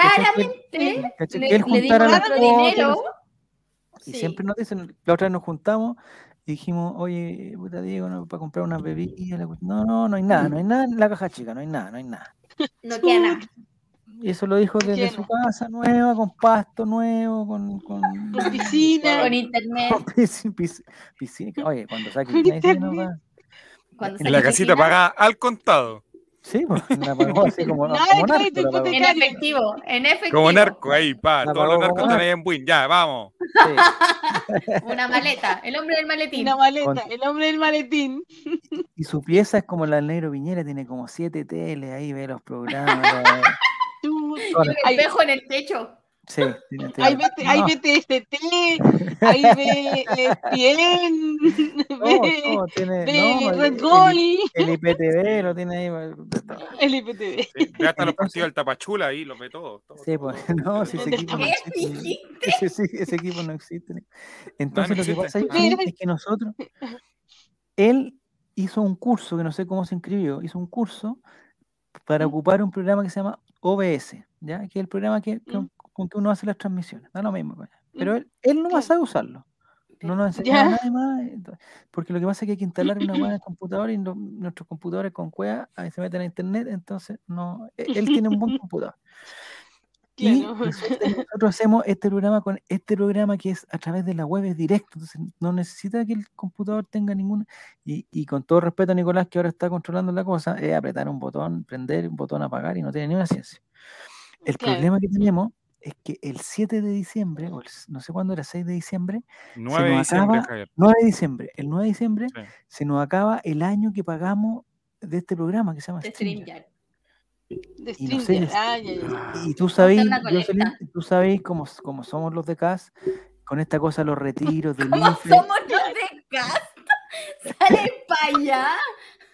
[SPEAKER 3] Raramente
[SPEAKER 2] ¿cachai?
[SPEAKER 3] le,
[SPEAKER 2] Que él
[SPEAKER 3] le dimos
[SPEAKER 2] juntara las
[SPEAKER 3] nuestro
[SPEAKER 2] cuotas, no
[SPEAKER 3] dinero.
[SPEAKER 2] sé. Y
[SPEAKER 4] Sí.
[SPEAKER 2] siempre nos dicen, la otra vez nos juntamos y dijimos, oye, puta Diego, no, para comprar unas bebidas. la cuestión". No, no, no hay nada, no hay nada en la caja chica, no hay nada, no hay nada.
[SPEAKER 3] No queda nada.
[SPEAKER 2] Y eso lo dijo desde
[SPEAKER 4] Lleno.
[SPEAKER 2] su casa nueva, con pasto nuevo, con, con,
[SPEAKER 4] Con piscina.
[SPEAKER 3] Con internet.
[SPEAKER 2] con piscina, piscina. que- Oye, cuando saque piscina, dice que no va.
[SPEAKER 3] Cuando
[SPEAKER 2] En
[SPEAKER 1] En la
[SPEAKER 3] saque
[SPEAKER 1] casita
[SPEAKER 3] piscina,
[SPEAKER 1] paga al contado.
[SPEAKER 2] Sí, pues la pagó así como,
[SPEAKER 4] Nada de
[SPEAKER 2] como narco,
[SPEAKER 4] crédito
[SPEAKER 2] la pagó.
[SPEAKER 4] hipotecario.
[SPEAKER 3] En efectivo. En efectivo.
[SPEAKER 1] Como narco, ahí, pa.
[SPEAKER 2] La
[SPEAKER 1] Todos los
[SPEAKER 2] pagó
[SPEAKER 1] narcos
[SPEAKER 2] como
[SPEAKER 1] están
[SPEAKER 2] narco.
[SPEAKER 1] ahí en Win. Ya, vamos.
[SPEAKER 2] Sí.
[SPEAKER 3] Una maleta. El hombre del maletín.
[SPEAKER 4] Una maleta,
[SPEAKER 2] Con-
[SPEAKER 4] el hombre del maletín.
[SPEAKER 2] Y su pieza es como la del negro Viñera, tiene como siete teles, ahí ve los programas. la-
[SPEAKER 4] Chuta.
[SPEAKER 2] todas
[SPEAKER 3] Un
[SPEAKER 2] las-
[SPEAKER 4] Hay-
[SPEAKER 3] espejo en el techo.
[SPEAKER 2] Sí, tiene tele.
[SPEAKER 4] Ahí ve, ahí
[SPEAKER 2] No,
[SPEAKER 4] ve TST, ahí ve ESPN, ve,
[SPEAKER 2] Oh, no, no, tiene-
[SPEAKER 4] ve
[SPEAKER 2] no, el-
[SPEAKER 4] Red
[SPEAKER 2] el-
[SPEAKER 4] Gol,
[SPEAKER 2] El IPTV lo tiene ahí. de todo.
[SPEAKER 4] el IPTV.
[SPEAKER 1] Sí, ve hasta los partidos del Tapachula ahí, los ve todos. todos,
[SPEAKER 2] Sí,
[SPEAKER 1] todos,
[SPEAKER 2] pues,
[SPEAKER 1] todos.
[SPEAKER 2] no, si ese
[SPEAKER 4] ¿Dónde
[SPEAKER 2] equipo no
[SPEAKER 3] ¿Qué
[SPEAKER 2] existe. ni-
[SPEAKER 3] dijiste?
[SPEAKER 2] Ese, sí- ese equipo no existe. ni- Entonces lo que
[SPEAKER 1] existe.
[SPEAKER 2] pasa ahí,
[SPEAKER 4] Mira.
[SPEAKER 2] Fran, es que nosotros, él hizo un curso, que no sé cómo se inscribió, hizo un curso para
[SPEAKER 4] ¿Mm?
[SPEAKER 2] ocupar un programa que se llama OBS, ¿ya? que es el programa que, que-
[SPEAKER 4] ¿Mm?
[SPEAKER 2] con que uno hace las transmisiones, da lo mismo. coño. Pero
[SPEAKER 4] ¿Mm?
[SPEAKER 2] él, él no más
[SPEAKER 4] Claro.
[SPEAKER 2] sabe usarlo. No nos
[SPEAKER 4] Pero-
[SPEAKER 2] enseñaba
[SPEAKER 4] Ya.
[SPEAKER 2] nada más, ento- porque lo que pasa es que hay que instalar una web en el computador y no- nuestros computadores con cueva ahí se meten a internet, entonces no, e- él tiene un buen computador. Y
[SPEAKER 4] Claro.
[SPEAKER 2] resulta que nosotros hacemos este programa con este programa que es a través de la web, es directo, entonces no necesita que el computador tenga ninguna. Y, y con todo respeto a Nicolás, que ahora está controlando la cosa, es apretar un botón, prender un botón, apagar y no tiene ninguna ciencia. El
[SPEAKER 4] Claro.
[SPEAKER 2] problema que tenemos es que el 7 de diciembre, o el s- no sé cuándo era, 6 de diciembre,
[SPEAKER 1] 9
[SPEAKER 2] nos
[SPEAKER 1] de diciembre,
[SPEAKER 2] acaba-
[SPEAKER 1] Javier.
[SPEAKER 2] 9 de diciembre, el 9 de diciembre
[SPEAKER 1] Sí.
[SPEAKER 2] se nos acaba el año que pagamos de este programa que se llama
[SPEAKER 3] De
[SPEAKER 2] StreamYard.
[SPEAKER 3] StreamYard.
[SPEAKER 4] De
[SPEAKER 2] Y no sé,
[SPEAKER 4] Stringer.
[SPEAKER 2] es-
[SPEAKER 4] Ah, ya, ya, ya.
[SPEAKER 2] Y tú sabéis,
[SPEAKER 3] una
[SPEAKER 2] Jocelyn,
[SPEAKER 3] colecta.
[SPEAKER 2] tú sabéis cómo, s- cómo somos los de CAS, con esta cosa los retiros del
[SPEAKER 3] ¿Cómo
[SPEAKER 2] IFE,
[SPEAKER 3] somos los de gasto? Sale para allá.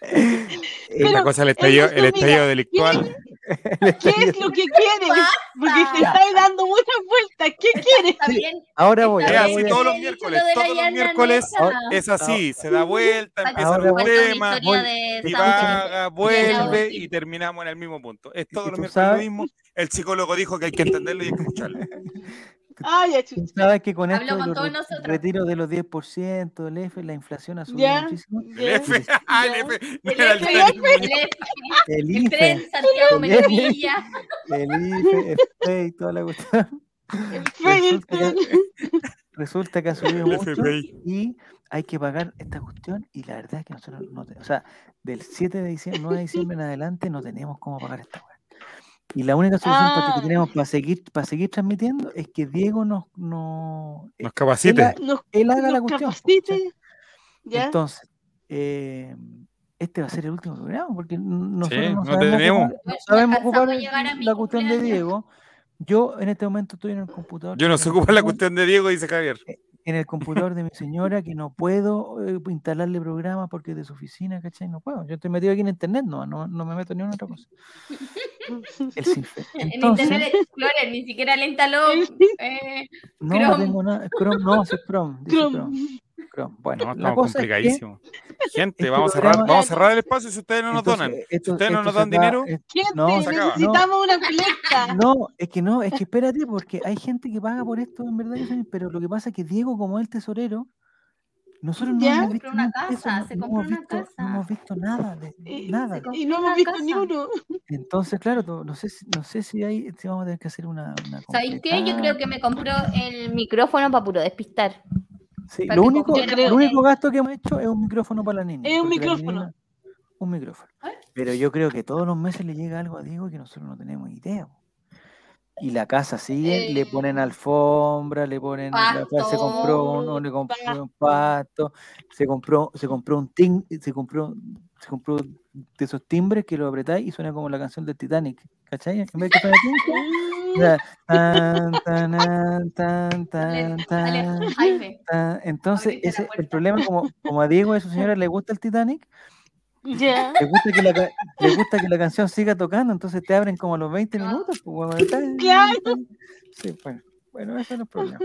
[SPEAKER 1] Esta
[SPEAKER 4] Pero
[SPEAKER 1] cosa, el
[SPEAKER 4] él no
[SPEAKER 1] estallido,
[SPEAKER 4] es
[SPEAKER 1] el
[SPEAKER 4] tu amiga.
[SPEAKER 1] estallido delictual.
[SPEAKER 4] ¿Qué es lo que quieres? Porque te estás dando muchas vueltas. ¿Qué quieres?
[SPEAKER 3] Está bien.
[SPEAKER 2] Ahora voy.
[SPEAKER 1] Es
[SPEAKER 3] Está
[SPEAKER 2] ahora
[SPEAKER 1] así
[SPEAKER 2] voy
[SPEAKER 3] bien,
[SPEAKER 2] a-
[SPEAKER 1] todos los
[SPEAKER 3] He dicho
[SPEAKER 1] miércoles,
[SPEAKER 3] lo de la
[SPEAKER 1] todos los
[SPEAKER 3] llana
[SPEAKER 1] miércoles
[SPEAKER 3] negra.
[SPEAKER 1] es así, se da vuelta, empieza
[SPEAKER 2] Ahora
[SPEAKER 1] un
[SPEAKER 2] voy.
[SPEAKER 1] tema,
[SPEAKER 3] Cuenta una historia de
[SPEAKER 1] y
[SPEAKER 3] San Felipe.
[SPEAKER 1] va, vuelve
[SPEAKER 3] sí.
[SPEAKER 1] y terminamos en el mismo punto. Es todo
[SPEAKER 2] que
[SPEAKER 1] lo
[SPEAKER 2] tú
[SPEAKER 1] miércoles
[SPEAKER 2] sabes-
[SPEAKER 1] lo mismo. El psicólogo dijo que hay que entenderlo y hay que escucharlo.
[SPEAKER 4] Ay, ya,
[SPEAKER 2] Tú
[SPEAKER 4] chucha.
[SPEAKER 2] sabes que con
[SPEAKER 3] Habló
[SPEAKER 2] esto de
[SPEAKER 3] con
[SPEAKER 2] los
[SPEAKER 3] todos
[SPEAKER 2] re-
[SPEAKER 3] nosotros.
[SPEAKER 2] retiros de los 10%, el F, la inflación ha subido
[SPEAKER 4] Ya.
[SPEAKER 2] muchísimo.
[SPEAKER 1] El
[SPEAKER 4] Ya.
[SPEAKER 1] F, ah, el
[SPEAKER 4] ya.
[SPEAKER 1] F, no
[SPEAKER 4] El
[SPEAKER 1] era el
[SPEAKER 4] F,
[SPEAKER 1] tren.
[SPEAKER 3] El,
[SPEAKER 2] El
[SPEAKER 3] el tren
[SPEAKER 2] IFE,
[SPEAKER 3] Santiago
[SPEAKER 2] Bien.
[SPEAKER 3] Melipilla.
[SPEAKER 2] el IFE, FP y toda la cuestión.
[SPEAKER 4] El Freddy, el
[SPEAKER 2] Resulta
[SPEAKER 4] Freddy.
[SPEAKER 2] Resulta que ha subido
[SPEAKER 1] El
[SPEAKER 2] mucho
[SPEAKER 1] FBI.
[SPEAKER 2] y hay que pagar esta cuestión. Y la verdad es que nosotros no te- o sea, del 7 de diciembre, 9 de diciembre en adelante no tenemos cómo pagar esta weá. Y la única solución pa-
[SPEAKER 4] Ah.
[SPEAKER 2] que tenemos para seguir, para seguir transmitiendo es que Diego nos, no,
[SPEAKER 1] Nos
[SPEAKER 2] él, ha-
[SPEAKER 1] capacite.
[SPEAKER 4] Nos,
[SPEAKER 2] él haga la
[SPEAKER 4] nos
[SPEAKER 2] cuestión. po, ¿cachai?
[SPEAKER 4] capacite. ¿Ya?
[SPEAKER 2] Entonces, eh, este va a ser el último programa, porque n- nosotros
[SPEAKER 1] Sí,
[SPEAKER 2] no
[SPEAKER 1] no
[SPEAKER 2] sabemos
[SPEAKER 1] tenemos.
[SPEAKER 2] ocupar, no
[SPEAKER 3] No
[SPEAKER 2] sabemos
[SPEAKER 3] alcanzamos
[SPEAKER 2] ocupar
[SPEAKER 3] a
[SPEAKER 2] el-
[SPEAKER 3] llegar a mi
[SPEAKER 2] la cuestión de
[SPEAKER 3] cumpleaños.
[SPEAKER 2] Diego. Yo en este momento estoy en el computador.
[SPEAKER 1] Yo no sé
[SPEAKER 2] se
[SPEAKER 1] ocupar la cuestión de Diego, dice Javier.
[SPEAKER 2] en el computador de mi señora que no puedo eh, instalarle programas porque es de su oficina, ¿cachai? No puedo. Yo estoy metido aquí en internet, no, no, no me meto ni en otra cosa. El sinfe.
[SPEAKER 3] En
[SPEAKER 2] Entonces,
[SPEAKER 3] Internet Explorer, ni siquiera el Entaló. Eh,
[SPEAKER 2] no, no
[SPEAKER 3] Chrome.
[SPEAKER 2] tengo nada. Chrome, no, sí, Chrome. dice
[SPEAKER 4] Chrome.
[SPEAKER 2] Chrome. Chrome. Bueno,
[SPEAKER 1] No,
[SPEAKER 2] la
[SPEAKER 1] estamos
[SPEAKER 2] cosa es que,
[SPEAKER 1] complicadísimos. Gente,
[SPEAKER 2] este
[SPEAKER 1] vamos a, cerrar,
[SPEAKER 2] programa-
[SPEAKER 1] vamos a cerrar el espacio si ustedes no nos
[SPEAKER 2] entonces,
[SPEAKER 1] donan.
[SPEAKER 2] esto-
[SPEAKER 1] ustedes no
[SPEAKER 2] esto
[SPEAKER 1] nos
[SPEAKER 2] se
[SPEAKER 1] dan
[SPEAKER 2] acaba-
[SPEAKER 1] dinero,
[SPEAKER 2] es-
[SPEAKER 4] Gente,
[SPEAKER 2] No,
[SPEAKER 1] se acaba.
[SPEAKER 4] necesitamos una colecta.
[SPEAKER 2] No, es que no, es que espérate, porque hay gente que paga por esto, en verdad, yo sé, pero lo que pasa es que Diego, como es el tesorero, nosotros no
[SPEAKER 4] Ya.
[SPEAKER 2] hemos
[SPEAKER 3] Se
[SPEAKER 2] visto
[SPEAKER 3] compró una
[SPEAKER 2] ni un peso,
[SPEAKER 3] casa,
[SPEAKER 2] no-
[SPEAKER 3] se
[SPEAKER 2] no
[SPEAKER 3] compró
[SPEAKER 2] hemos
[SPEAKER 3] una
[SPEAKER 2] visto- No
[SPEAKER 3] casa.
[SPEAKER 2] hemos visto nada, de-
[SPEAKER 4] Eh,
[SPEAKER 2] nada.
[SPEAKER 3] se
[SPEAKER 4] Y no hemos visto ni
[SPEAKER 3] Casa.
[SPEAKER 4] uno.
[SPEAKER 2] Entonces, claro, no- no sé, si- no sé si, hay, si vamos a tener que hacer una. una
[SPEAKER 3] ¿Sabéis qué? Yo
[SPEAKER 2] completada.
[SPEAKER 3] creo que me compró el micrófono para puro despistar.
[SPEAKER 2] Sí,
[SPEAKER 3] para
[SPEAKER 2] lo,
[SPEAKER 3] que
[SPEAKER 2] único,
[SPEAKER 3] funcione
[SPEAKER 2] el
[SPEAKER 4] bien.
[SPEAKER 2] único gasto que hemos hecho es un micrófono para la niña.
[SPEAKER 4] Es un
[SPEAKER 2] porque la
[SPEAKER 4] micrófono.
[SPEAKER 2] niña- un micrófono.
[SPEAKER 3] Ah.
[SPEAKER 2] Pero yo creo que todos los meses le llega algo a Diego que nosotros no tenemos idea. po. Y la casa sigue, le ponen
[SPEAKER 4] Eh,
[SPEAKER 2] alfombra, le ponen. la- se compró un,
[SPEAKER 4] pasto,
[SPEAKER 2] le compró un pasto, se compró, se compró un tin, se compró, se compró de esos timbres que lo apretáis y suena como la canción del Titanic. ¿Cachai? En vez de que suene tin,
[SPEAKER 4] Mm,
[SPEAKER 2] suena tan, tan, tan, tan, tan.
[SPEAKER 3] Ale, Jaime.
[SPEAKER 2] Ah, Entonces,
[SPEAKER 3] Abriste la
[SPEAKER 2] ese- el
[SPEAKER 3] puerta.
[SPEAKER 2] problema, como, como a Diego y a su señora le gusta el Titanic,
[SPEAKER 4] Ya.
[SPEAKER 2] le gusta que la, ca- le gusta que la canción siga tocando, entonces te abren como a los 20
[SPEAKER 3] No.
[SPEAKER 2] minutos. pues, huevón, tan,
[SPEAKER 4] Claro.
[SPEAKER 2] tan. Sí, bueno, bueno, ese es el problema.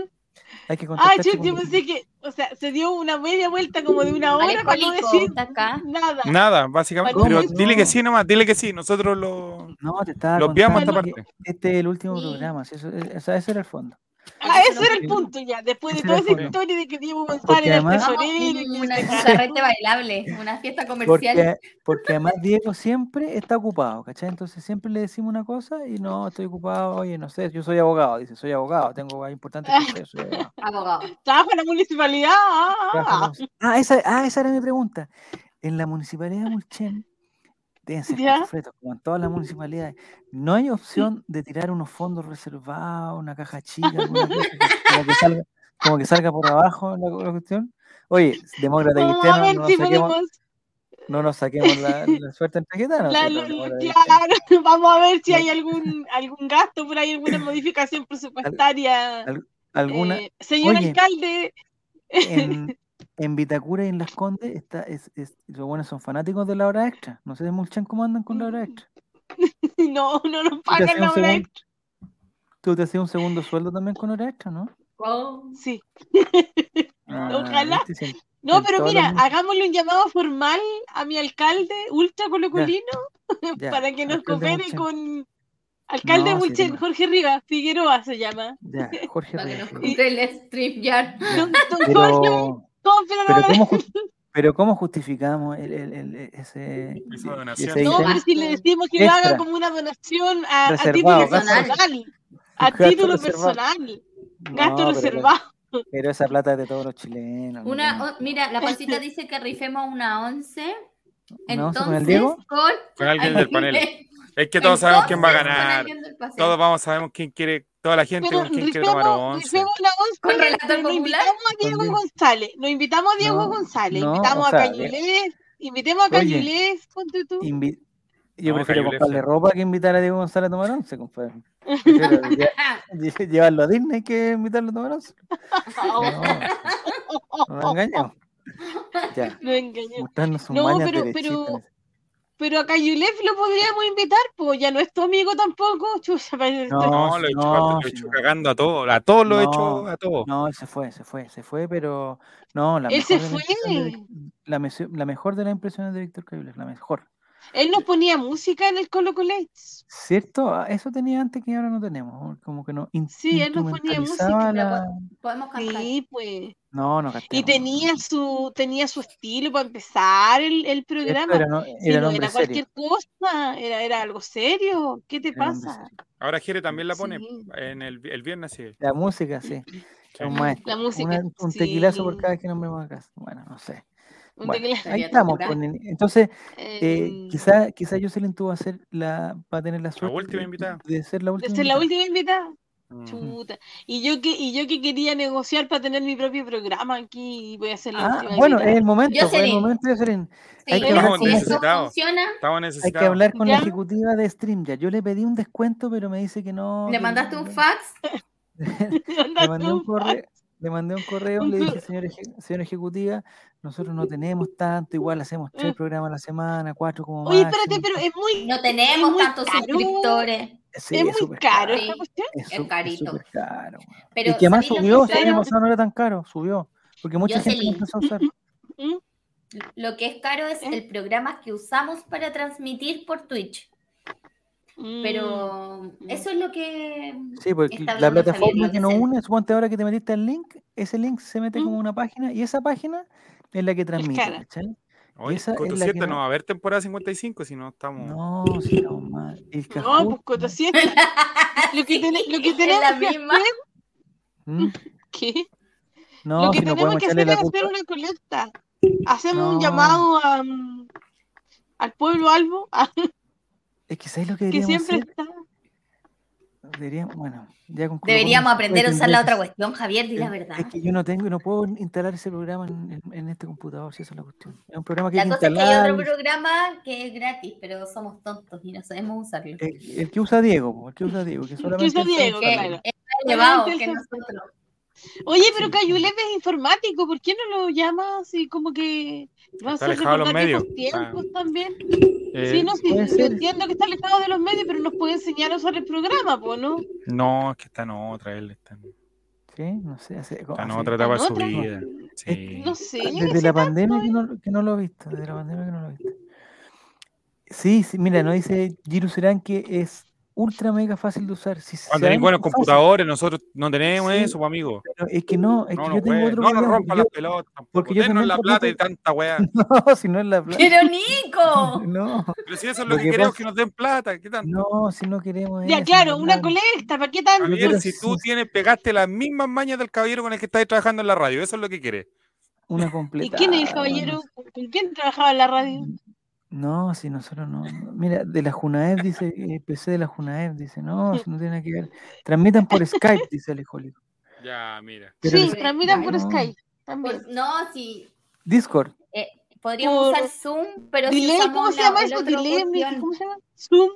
[SPEAKER 2] Hay que
[SPEAKER 4] Ay,
[SPEAKER 2] contactarse
[SPEAKER 4] yo,
[SPEAKER 2] con
[SPEAKER 4] yo
[SPEAKER 2] el-
[SPEAKER 4] pensé que, o sea, se dio una media vuelta como de una hora
[SPEAKER 3] Alex
[SPEAKER 4] para no
[SPEAKER 3] Colico,
[SPEAKER 4] decir
[SPEAKER 3] está acá.
[SPEAKER 4] nada.
[SPEAKER 1] nada, básicamente.
[SPEAKER 4] ¿Cómo?
[SPEAKER 1] Pero dile que
[SPEAKER 2] No. Ah,
[SPEAKER 1] sí nomás, dile que sí. Nosotros lo,
[SPEAKER 2] No, te estaba
[SPEAKER 1] lo piamos esta
[SPEAKER 2] contando que
[SPEAKER 1] parte.
[SPEAKER 2] este es el último
[SPEAKER 3] Sí.
[SPEAKER 2] programa, sí, eso- es- o sea, ese era el fondo.
[SPEAKER 4] Ah, ese era el
[SPEAKER 2] Sí.
[SPEAKER 4] punto ya, después de
[SPEAKER 2] Ese
[SPEAKER 4] toda
[SPEAKER 2] era
[SPEAKER 4] esa
[SPEAKER 2] el fondo.
[SPEAKER 4] historia de que Diego
[SPEAKER 2] Porque
[SPEAKER 4] González era el
[SPEAKER 2] además-
[SPEAKER 3] Hagamos
[SPEAKER 4] tesorero. y que-
[SPEAKER 3] Mm, una carrete bailable, una fiesta comercial.
[SPEAKER 2] Porque, porque además Diego siempre está ocupado, ¿cachai? Entonces siempre le decimos una cosa y no, estoy ocupado, oye, no sé, yo soy abogado, dice, soy abogado, tengo cosas importantes
[SPEAKER 4] Ah.
[SPEAKER 2] que hacer, soy abogado.
[SPEAKER 3] Abogado.
[SPEAKER 4] Trabajo en la municipalidad. ah,
[SPEAKER 2] Trabajo
[SPEAKER 4] ah, ah.
[SPEAKER 2] con- Ah, esa, ah, esa era mi pregunta. En la municipalidad de Mulchen, deben ser
[SPEAKER 4] Ya.
[SPEAKER 2] cachofletos, como en todas las municipalidades, ¿no hay opción de tirar unos fondos reservados, una caja chica, alguna cosa que- como, que salga, como que salga por abajo la, la cuestión? Oye, demócrata y
[SPEAKER 4] ah. Vamos a
[SPEAKER 2] cristiano,
[SPEAKER 4] ver
[SPEAKER 2] no nos
[SPEAKER 4] si
[SPEAKER 2] saquemos,
[SPEAKER 4] podemos.
[SPEAKER 2] no nos saquemos la, la suerte pues, en Caquetano,
[SPEAKER 4] la-
[SPEAKER 2] si los
[SPEAKER 4] lo-
[SPEAKER 2] demócratas y cristianos.
[SPEAKER 4] claro, vamos a ver si
[SPEAKER 2] Ya.
[SPEAKER 4] hay algún algún gasto por ahí, alguna modificación presupuestaria.
[SPEAKER 2] al- Alguna,
[SPEAKER 4] Eh, señor
[SPEAKER 2] Oye.
[SPEAKER 4] alcalde,
[SPEAKER 2] en, en Vitacura y en Las Condes, está, es, es, los buenos son fanáticos de la hora extra. No sé de Mulchen cómo andan con la hora extra.
[SPEAKER 4] no, no nos
[SPEAKER 2] hacía
[SPEAKER 4] pagan
[SPEAKER 2] un
[SPEAKER 4] la hora
[SPEAKER 2] segundo.
[SPEAKER 4] extra.
[SPEAKER 2] Tú te hacías un segundo sueldo también con hora extra, ¿no?
[SPEAKER 3] Oh,
[SPEAKER 4] Sí.
[SPEAKER 2] Ah,
[SPEAKER 4] Ojalá.
[SPEAKER 2] viste, sí.
[SPEAKER 4] No,
[SPEAKER 2] En
[SPEAKER 4] pero
[SPEAKER 2] todos los
[SPEAKER 4] mira,
[SPEAKER 2] mu-
[SPEAKER 4] hagámosle un llamado formal a mi alcalde ultra colocolino
[SPEAKER 2] Ya,
[SPEAKER 4] para que nos
[SPEAKER 2] alcalde
[SPEAKER 4] coopere
[SPEAKER 2] Mulchen.
[SPEAKER 4] con alcalde
[SPEAKER 2] No, sí,
[SPEAKER 4] Mulchen,
[SPEAKER 2] no.
[SPEAKER 4] Jorge Rivas, Figueroa se llama.
[SPEAKER 2] Ya, Jorge
[SPEAKER 3] para que
[SPEAKER 2] Reyes.
[SPEAKER 3] nos compre el StreamYard.
[SPEAKER 4] Don, don Jorge,
[SPEAKER 2] Pero,
[SPEAKER 4] cómprame
[SPEAKER 2] pero,
[SPEAKER 4] la
[SPEAKER 2] ¿cómo jus- pero ¿cómo justificamos el, el- el- e, ese,
[SPEAKER 1] Esa donación.
[SPEAKER 2] ese
[SPEAKER 4] No,
[SPEAKER 2] ítem?
[SPEAKER 4] pero si le decimos que lo haga
[SPEAKER 2] Extra.
[SPEAKER 4] como una donación a, a
[SPEAKER 2] Reservado,
[SPEAKER 4] título
[SPEAKER 3] gasto-
[SPEAKER 4] personal. A
[SPEAKER 2] gasto
[SPEAKER 4] título
[SPEAKER 2] reservado.
[SPEAKER 4] personal.
[SPEAKER 2] No,
[SPEAKER 4] Gasto
[SPEAKER 2] pero-
[SPEAKER 4] reservado.
[SPEAKER 2] Pero, esa plata es de todos los chilenos. no
[SPEAKER 3] Una,
[SPEAKER 2] tenemos-
[SPEAKER 3] o- mira, la pancita dice que rifemos una once.
[SPEAKER 2] ¿Una once
[SPEAKER 3] Entonces,
[SPEAKER 2] con el Diego?
[SPEAKER 3] con
[SPEAKER 1] Con alguien del panel. Es que todos
[SPEAKER 3] Entonces,
[SPEAKER 1] sabemos quién va a
[SPEAKER 3] con
[SPEAKER 1] ganar.
[SPEAKER 3] alguien del paseo.
[SPEAKER 1] Todos vamos, sabemos quién quiere, toda la gente
[SPEAKER 4] Pero
[SPEAKER 1] con quién quiere tomar
[SPEAKER 4] rifemos,
[SPEAKER 1] once.
[SPEAKER 4] rifemos la once,
[SPEAKER 3] Con relato
[SPEAKER 4] pero no
[SPEAKER 3] popular.
[SPEAKER 4] invitamos a Diego
[SPEAKER 2] Con Diego.
[SPEAKER 4] González. No invitamos a Diego
[SPEAKER 2] No,
[SPEAKER 4] González.
[SPEAKER 2] no,
[SPEAKER 4] invitamos
[SPEAKER 2] o sea, eh,
[SPEAKER 4] a Cañulés. Invitemos a
[SPEAKER 2] Oye.
[SPEAKER 4] Cañulés. Ponte tú.
[SPEAKER 2] Invi- Yo
[SPEAKER 1] No,
[SPEAKER 2] prefiero
[SPEAKER 1] Cayo
[SPEAKER 2] comprarle ropa que invitar a Diego González a tomar once, compadre. Prefiero lle-
[SPEAKER 3] Ah,
[SPEAKER 2] lle- llevarlo a Disney que invitarlo a tomar once. No, no engañamos. Ya,
[SPEAKER 4] No engañemos.
[SPEAKER 2] mostrarnos sus
[SPEAKER 4] No,
[SPEAKER 2] mañas
[SPEAKER 4] pero-
[SPEAKER 2] derechitas.
[SPEAKER 4] pero- Pero a Cayulef lo podríamos invitar, pues ya no es tu amigo tampoco. Chucha, parece-
[SPEAKER 1] No,
[SPEAKER 2] sí,
[SPEAKER 1] lo he hecho, lo
[SPEAKER 2] no,
[SPEAKER 1] he
[SPEAKER 2] sí,
[SPEAKER 1] hecho
[SPEAKER 2] no.
[SPEAKER 1] cagando a todos, a todos lo he hecho
[SPEAKER 2] No,
[SPEAKER 1] a todos.
[SPEAKER 2] No, él se fue, se fue, se fue, pero no, la
[SPEAKER 4] Él se
[SPEAKER 2] mejor de las impresiones de Vic- la, mesio- la mejor de las impresiones de Víctor Cabilés, la mejor.
[SPEAKER 4] Él nos ponía música en el Colo Colo Lights.
[SPEAKER 2] ¿Cierto? Ah, Eso tenía antes que ahora no tenemos, como que no in-
[SPEAKER 4] Sí, él nos ponía
[SPEAKER 2] instrumentalizaba
[SPEAKER 4] música,
[SPEAKER 2] la-
[SPEAKER 3] Podemos cantar.
[SPEAKER 4] Sí, pues.
[SPEAKER 2] No, no
[SPEAKER 4] Y
[SPEAKER 2] cantemos,
[SPEAKER 4] tenía su, tenía su estilo para empezar el, el
[SPEAKER 2] Esto
[SPEAKER 4] programa.
[SPEAKER 2] Era, no-
[SPEAKER 4] Sí,
[SPEAKER 2] era el
[SPEAKER 4] no
[SPEAKER 2] hombre
[SPEAKER 4] era
[SPEAKER 2] serio,
[SPEAKER 4] cualquier cosa, era, era algo serio. ¿Qué te
[SPEAKER 2] era el hombre
[SPEAKER 4] pasa?
[SPEAKER 2] serio.
[SPEAKER 1] Ahora Jere también la pone
[SPEAKER 4] Sí.
[SPEAKER 1] en el, el viernes, sí. Mm,
[SPEAKER 2] La música, sí.
[SPEAKER 1] Sí.
[SPEAKER 2] Un maestro.
[SPEAKER 4] La música,
[SPEAKER 2] Una- un tequilazo por
[SPEAKER 4] sí.
[SPEAKER 2] cada vez que nombremos acá. Bueno, no sé.
[SPEAKER 4] Un
[SPEAKER 2] Bueno,
[SPEAKER 4] teclado,
[SPEAKER 2] ahí
[SPEAKER 3] Ya
[SPEAKER 2] estamos.
[SPEAKER 3] tendrá.
[SPEAKER 2] pues, nene. entonces, eh,
[SPEAKER 4] em,
[SPEAKER 2] quizá, quizá Jocelyn tú vas a ser la, va a tener la suerte
[SPEAKER 1] última
[SPEAKER 2] de-
[SPEAKER 1] invitada.
[SPEAKER 2] de ser la última.
[SPEAKER 4] de ser la
[SPEAKER 2] invitada.
[SPEAKER 4] última invitada.
[SPEAKER 1] Mm.
[SPEAKER 4] Chuta. Y yo que, y yo que quería negociar para tener mi propio programa aquí y voy a ser la
[SPEAKER 2] Ah,
[SPEAKER 4] última
[SPEAKER 2] bueno, es
[SPEAKER 4] invitada.
[SPEAKER 2] el momento, pues, es el
[SPEAKER 3] Jocelyn.
[SPEAKER 2] momento, Jocelyn.
[SPEAKER 3] Sí,
[SPEAKER 2] Hay que
[SPEAKER 3] pero
[SPEAKER 2] hablar
[SPEAKER 3] si
[SPEAKER 2] con
[SPEAKER 3] eso
[SPEAKER 1] necesitado.
[SPEAKER 3] funciona,
[SPEAKER 1] Estaba
[SPEAKER 2] Hay
[SPEAKER 1] necesitado.
[SPEAKER 2] que hablar con la
[SPEAKER 4] Ya.
[SPEAKER 2] ejecutiva de Stream ya. Yo le pedí un descuento, pero me dice que no.
[SPEAKER 3] le
[SPEAKER 2] que-
[SPEAKER 3] mandaste un fax.
[SPEAKER 2] Le
[SPEAKER 4] Andate
[SPEAKER 2] mandé un
[SPEAKER 4] un par.
[SPEAKER 2] correo, le mandé un correo,
[SPEAKER 4] Un
[SPEAKER 2] le
[SPEAKER 4] cor-
[SPEAKER 2] dije, señor, eje- señora ejecutiva, nosotros no tenemos tanto, igual hacemos tres
[SPEAKER 4] Eh.
[SPEAKER 2] programas a la semana, cuatro como
[SPEAKER 4] Oye, espérate,
[SPEAKER 2] máximo".
[SPEAKER 4] pero es muy,
[SPEAKER 3] No tenemos
[SPEAKER 4] muy
[SPEAKER 3] tantos
[SPEAKER 4] caro.
[SPEAKER 3] suscriptores.
[SPEAKER 2] Sí,
[SPEAKER 4] es muy
[SPEAKER 2] súper
[SPEAKER 4] caro
[SPEAKER 3] caro.
[SPEAKER 4] esta cuestión.
[SPEAKER 2] Es,
[SPEAKER 3] Es
[SPEAKER 2] su- es
[SPEAKER 3] carito.
[SPEAKER 2] súper caro. güey.
[SPEAKER 3] Pero
[SPEAKER 2] y que además
[SPEAKER 3] ¿sabéis
[SPEAKER 2] subió,
[SPEAKER 3] lo,
[SPEAKER 2] el
[SPEAKER 3] que
[SPEAKER 2] año
[SPEAKER 3] es
[SPEAKER 2] pasado no era tan caro, subió. Porque mucha gente lo
[SPEAKER 3] Jocelyn.
[SPEAKER 2] empezó a usar.
[SPEAKER 4] ¿Mm?
[SPEAKER 3] caro? Lo que es caro es
[SPEAKER 4] ¿Eh?
[SPEAKER 3] el programa que usamos para transmitir por Twitch.
[SPEAKER 4] Mm.
[SPEAKER 3] Pero eso es lo que...
[SPEAKER 2] Sí, porque
[SPEAKER 3] Está
[SPEAKER 2] la
[SPEAKER 3] hablando Javier
[SPEAKER 2] plataforma que no
[SPEAKER 3] Yonsel.
[SPEAKER 2] une, suponte ahora que te metiste al link, ese link se mete
[SPEAKER 4] ¿Mm?
[SPEAKER 2] como una página y esa página es la que transmite.
[SPEAKER 4] cara.
[SPEAKER 2] ¿cachai?
[SPEAKER 1] Oye,
[SPEAKER 2] esa es
[SPEAKER 1] Coto
[SPEAKER 2] la que
[SPEAKER 1] 7 no
[SPEAKER 2] no-
[SPEAKER 1] va a haber temporada 55 si no estamos.
[SPEAKER 2] No, si no, mal. El
[SPEAKER 4] Mm.
[SPEAKER 2] Kahoot,
[SPEAKER 4] No, pues Coto Siete. Lo que, tene- lo que
[SPEAKER 3] Es
[SPEAKER 4] tenemos
[SPEAKER 3] la
[SPEAKER 4] que
[SPEAKER 3] misma.
[SPEAKER 4] hacer,
[SPEAKER 2] ¿Mm?
[SPEAKER 4] ¿qué?
[SPEAKER 2] No,
[SPEAKER 4] lo que
[SPEAKER 2] si no
[SPEAKER 4] tenemos
[SPEAKER 2] podemos
[SPEAKER 4] que
[SPEAKER 2] echarle
[SPEAKER 4] hacer es
[SPEAKER 2] la
[SPEAKER 4] hacer
[SPEAKER 2] culpa.
[SPEAKER 4] una colecta. Hacemos
[SPEAKER 2] No.
[SPEAKER 4] un llamado a, mm, al pueblo albo, a-
[SPEAKER 2] Es que ¿sabes lo que
[SPEAKER 4] que
[SPEAKER 2] deberíamos
[SPEAKER 4] siempre
[SPEAKER 2] hacer?
[SPEAKER 4] está.
[SPEAKER 2] Deberíamos, bueno, ya concluyo con
[SPEAKER 3] Deberíamos
[SPEAKER 2] eso,
[SPEAKER 3] aprender a
[SPEAKER 2] porque
[SPEAKER 3] usar la
[SPEAKER 2] tendría
[SPEAKER 3] otra
[SPEAKER 2] que-
[SPEAKER 3] cuestión, Javier, di la verdad.
[SPEAKER 2] Es que yo no tengo, no puedo instalar ese programa en, en- en este computador, si esa es la cuestión. Es un programa que
[SPEAKER 3] La
[SPEAKER 2] hay que
[SPEAKER 3] cosa es que hay
[SPEAKER 2] instalar.
[SPEAKER 3] otro programa que es gratis, pero somos tontos y no sabemos usarlo.
[SPEAKER 2] El, eh, el que usa Diego, po, el que usa Diego, que solamente él
[SPEAKER 4] usa
[SPEAKER 2] sabe
[SPEAKER 4] Diego,
[SPEAKER 3] Que
[SPEAKER 2] instalarlo.
[SPEAKER 4] claro.
[SPEAKER 3] es más elevado
[SPEAKER 4] Solamente
[SPEAKER 3] que
[SPEAKER 4] el-
[SPEAKER 3] nosotros.
[SPEAKER 4] Oye, pero Cayulep es informático, ¿por qué no lo llamas y como que vamos a
[SPEAKER 1] alejado de los
[SPEAKER 4] recordar viejos
[SPEAKER 1] medios. ah.
[SPEAKER 4] tiempos también?
[SPEAKER 1] Eh,
[SPEAKER 4] sí, no, sí,
[SPEAKER 2] puede
[SPEAKER 4] yo
[SPEAKER 2] ser.
[SPEAKER 4] entiendo que está alejado de los medios, pero nos puede enseñar a usar el programa, po, ¿no?
[SPEAKER 1] No, es que está en otra, él está en,
[SPEAKER 2] Sí, no sé, hace-
[SPEAKER 1] está en
[SPEAKER 2] hace-
[SPEAKER 1] Ah, otra etapa de su
[SPEAKER 4] otra?
[SPEAKER 1] vida. Sí.
[SPEAKER 4] No sé.
[SPEAKER 2] Desde la pandemia que no, que no lo he visto. Desde la pandemia que no lo he visto. Sí, sí, mira, nos dice Giru Serán que es ultra mega fácil de usar. Si
[SPEAKER 1] Cuando tenéis
[SPEAKER 2] sabemos
[SPEAKER 1] buenos
[SPEAKER 2] que es fácil,
[SPEAKER 1] computadores, nosotros no tenemos
[SPEAKER 2] Sí.
[SPEAKER 1] eso, pues, amigo.
[SPEAKER 2] pero es que no, es
[SPEAKER 1] No
[SPEAKER 2] que
[SPEAKER 1] nos
[SPEAKER 2] yo tengo
[SPEAKER 1] puede-
[SPEAKER 2] otro
[SPEAKER 1] no nos
[SPEAKER 2] problema,
[SPEAKER 1] rompa
[SPEAKER 2] yo-
[SPEAKER 1] las pelotas tampoco.
[SPEAKER 2] porque yo
[SPEAKER 1] Denos
[SPEAKER 2] también
[SPEAKER 1] la plata y
[SPEAKER 2] propongo-
[SPEAKER 1] tanta weá.
[SPEAKER 2] No, si no es la plata.
[SPEAKER 3] Pero Nico,
[SPEAKER 2] No,
[SPEAKER 1] Pero si eso es lo,
[SPEAKER 2] Lo
[SPEAKER 1] que,
[SPEAKER 2] que
[SPEAKER 1] queremos,
[SPEAKER 2] pasa-
[SPEAKER 1] que nos den plata. ¿Qué tan...
[SPEAKER 2] no, si no queremos
[SPEAKER 4] Ya,
[SPEAKER 2] eso,
[SPEAKER 4] claro,
[SPEAKER 2] no,
[SPEAKER 4] una
[SPEAKER 2] no.
[SPEAKER 4] colecta, ¿para qué tanto?
[SPEAKER 2] Javier,
[SPEAKER 1] Javier,
[SPEAKER 2] pero
[SPEAKER 1] si
[SPEAKER 2] sí,
[SPEAKER 1] tú
[SPEAKER 2] sí.
[SPEAKER 1] tienes, pegaste las mismas mañas del caballero con el que estás trabajando en la radio, eso es lo que quieres.
[SPEAKER 2] Una
[SPEAKER 4] ¿Y
[SPEAKER 2] completa.
[SPEAKER 4] quién es el caballero? ¿Con- ¿Con quién trabajaba en la radio?
[SPEAKER 2] No, si nosotros no. no. Mira, de la Junaev dice, el PC de la Junaev dice, no, si no tiene nada que ver. Transmitan por Skype, dice el Ejolico.
[SPEAKER 1] Ya, mira.
[SPEAKER 2] Pero
[SPEAKER 4] sí,
[SPEAKER 2] el-
[SPEAKER 4] transmitan por
[SPEAKER 2] no.
[SPEAKER 4] Skype también.
[SPEAKER 3] Pues, no, sí,
[SPEAKER 2] Discord.
[SPEAKER 3] podríamos
[SPEAKER 4] Por-
[SPEAKER 3] usar Zoom, pero si
[SPEAKER 4] Delay,
[SPEAKER 3] usamos
[SPEAKER 4] ¿cómo se
[SPEAKER 3] la-
[SPEAKER 4] llama
[SPEAKER 3] el
[SPEAKER 4] eso?
[SPEAKER 3] otro
[SPEAKER 4] Delay,
[SPEAKER 3] cuestión.
[SPEAKER 4] ¿cómo se llama? Zoom,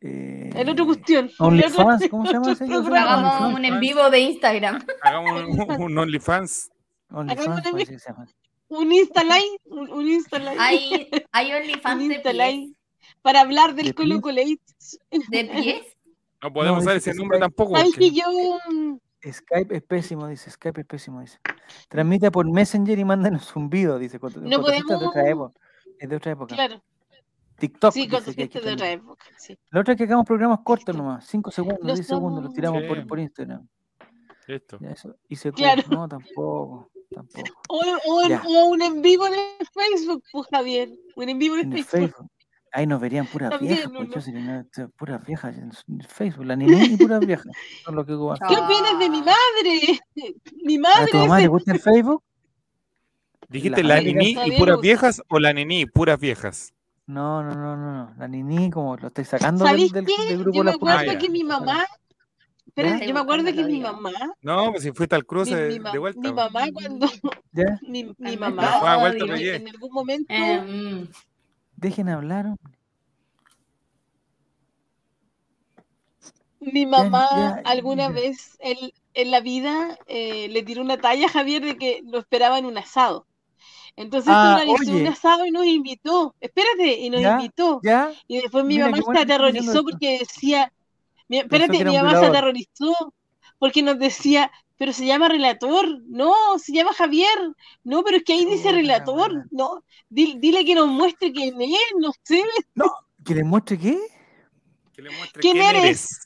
[SPEAKER 2] eh,
[SPEAKER 4] el otro cuestión.
[SPEAKER 2] OnlyFans, ¿cómo se llama ese?
[SPEAKER 4] Otro programa.
[SPEAKER 3] Hagamos un en vivo de Instagram.
[SPEAKER 1] Hagamos un, un OnlyFans.
[SPEAKER 2] OnlyFans,
[SPEAKER 4] Hagamos
[SPEAKER 2] parece que se llama.
[SPEAKER 4] Un Instaline, un, un Instaline,
[SPEAKER 3] Hay, hay
[SPEAKER 4] un
[SPEAKER 3] OnlyFans de pies.
[SPEAKER 4] Instaline para hablar del
[SPEAKER 2] ¿De
[SPEAKER 4] Colo
[SPEAKER 2] pies?
[SPEAKER 4] Colo.
[SPEAKER 3] ¿De pies?
[SPEAKER 1] No podemos
[SPEAKER 2] No,
[SPEAKER 1] usar
[SPEAKER 2] dice
[SPEAKER 1] ese
[SPEAKER 2] que
[SPEAKER 1] nombre
[SPEAKER 2] Skype-
[SPEAKER 1] tampoco.
[SPEAKER 4] Ay,
[SPEAKER 1] porque-
[SPEAKER 4] que yo mm,
[SPEAKER 2] Skype es pésimo, dice. Skype es pésimo, dice. Transmite por Messenger y mándanos zumbido, dice. Coto-
[SPEAKER 4] No
[SPEAKER 2] Cotocita es de otra
[SPEAKER 4] podemos-
[SPEAKER 2] época. Es de otra época.
[SPEAKER 4] claro,
[SPEAKER 2] TikTok.
[SPEAKER 4] sí,
[SPEAKER 2] dice
[SPEAKER 4] con
[SPEAKER 2] que hay que
[SPEAKER 4] gente de otra
[SPEAKER 2] tener.
[SPEAKER 4] época. Sí.
[SPEAKER 2] Lo otro es que hagamos programas cortos nomás, 5 segundos,
[SPEAKER 4] No
[SPEAKER 2] 10 segundos, los
[SPEAKER 4] somos-
[SPEAKER 2] tiramos
[SPEAKER 1] Sí.
[SPEAKER 2] por, por Instagram.
[SPEAKER 1] Listo.
[SPEAKER 2] Ya eso. Y se
[SPEAKER 4] Claro.
[SPEAKER 2] No, tampoco. Tampoco.
[SPEAKER 4] O, o, en-
[SPEAKER 2] Ya.
[SPEAKER 4] o un en vivo en el Facebook, pues Javier. Un en vivo
[SPEAKER 2] En
[SPEAKER 4] en,
[SPEAKER 2] el
[SPEAKER 4] Facebook.
[SPEAKER 2] Facebook. Ahí nos verían puras
[SPEAKER 4] También,
[SPEAKER 2] viejas,
[SPEAKER 4] ¿o
[SPEAKER 2] pues,
[SPEAKER 4] no?
[SPEAKER 2] Jocelyn, no, esto- puras viejas en su- en Facebook, la anime y puras viejas. Son lo que ocupan. Ah,
[SPEAKER 3] No.
[SPEAKER 4] ¿Qué opinas de mi
[SPEAKER 3] Ah.
[SPEAKER 4] madre? Mi
[SPEAKER 2] ¿A
[SPEAKER 4] madre
[SPEAKER 2] tu mamá le
[SPEAKER 4] es
[SPEAKER 2] gusta el Facebook?
[SPEAKER 1] ¿Dijiste
[SPEAKER 2] La
[SPEAKER 1] la,
[SPEAKER 2] amiga
[SPEAKER 1] nini y
[SPEAKER 4] Javier
[SPEAKER 1] puras
[SPEAKER 4] usa.
[SPEAKER 1] viejas o la nini puras viejas?
[SPEAKER 2] No, no, no, no, no. La Nini, como lo estáis sacando del,
[SPEAKER 4] ¿Sabéis
[SPEAKER 2] del,
[SPEAKER 4] qué?
[SPEAKER 2] del grupo
[SPEAKER 4] yo me
[SPEAKER 2] Las Puras
[SPEAKER 1] Ah,
[SPEAKER 4] acuerdo
[SPEAKER 1] ya.
[SPEAKER 2] Viejas.
[SPEAKER 4] que mi mamá, pero
[SPEAKER 2] ¿Ya?
[SPEAKER 4] yo me acuerdo que mi mamá,
[SPEAKER 1] No, pues si fuiste al
[SPEAKER 4] mi,
[SPEAKER 1] cruce
[SPEAKER 4] mi ma-
[SPEAKER 1] de vuelta.
[SPEAKER 4] mi
[SPEAKER 1] pues.
[SPEAKER 4] mamá cuando
[SPEAKER 2] ¿Ya?
[SPEAKER 4] mi, mi
[SPEAKER 3] Al
[SPEAKER 1] La
[SPEAKER 4] mamá
[SPEAKER 1] Juana vuelta
[SPEAKER 4] en,
[SPEAKER 1] a Reyes.
[SPEAKER 4] en algún momento
[SPEAKER 3] Eh, mm.
[SPEAKER 2] Dejen hablar. hombre.
[SPEAKER 4] mi mamá
[SPEAKER 2] ya,
[SPEAKER 4] alguna
[SPEAKER 2] ya.
[SPEAKER 4] vez en, en la vida eh, le tiró una talla a Javier de que lo esperaba en un asado. Entonces
[SPEAKER 2] Ah,
[SPEAKER 4] organizó
[SPEAKER 2] oye.
[SPEAKER 4] un asado y nos invitó. Espérate, y nos
[SPEAKER 2] Ya,
[SPEAKER 4] invitó.
[SPEAKER 2] ¿Ya?
[SPEAKER 4] Y después mi
[SPEAKER 2] Mira,
[SPEAKER 4] mamá
[SPEAKER 2] qué bueno
[SPEAKER 4] se
[SPEAKER 2] que estás diciendo
[SPEAKER 4] aterrorizó
[SPEAKER 2] esto.
[SPEAKER 4] porque decía, mi-
[SPEAKER 2] que
[SPEAKER 4] espérate,
[SPEAKER 2] era
[SPEAKER 4] mi
[SPEAKER 2] un
[SPEAKER 4] mamá se
[SPEAKER 2] violador.
[SPEAKER 4] aterrorizó porque nos decía, pero se llama relator, no, se llama Javier, no, pero es que ahí dice
[SPEAKER 2] Chuta,
[SPEAKER 4] relator,
[SPEAKER 2] weón.
[SPEAKER 4] no, di- dile que nos muestre quién es, no sé,
[SPEAKER 2] ¿Que le muestre qué?
[SPEAKER 1] Que le muestre
[SPEAKER 4] ¿Quién eres?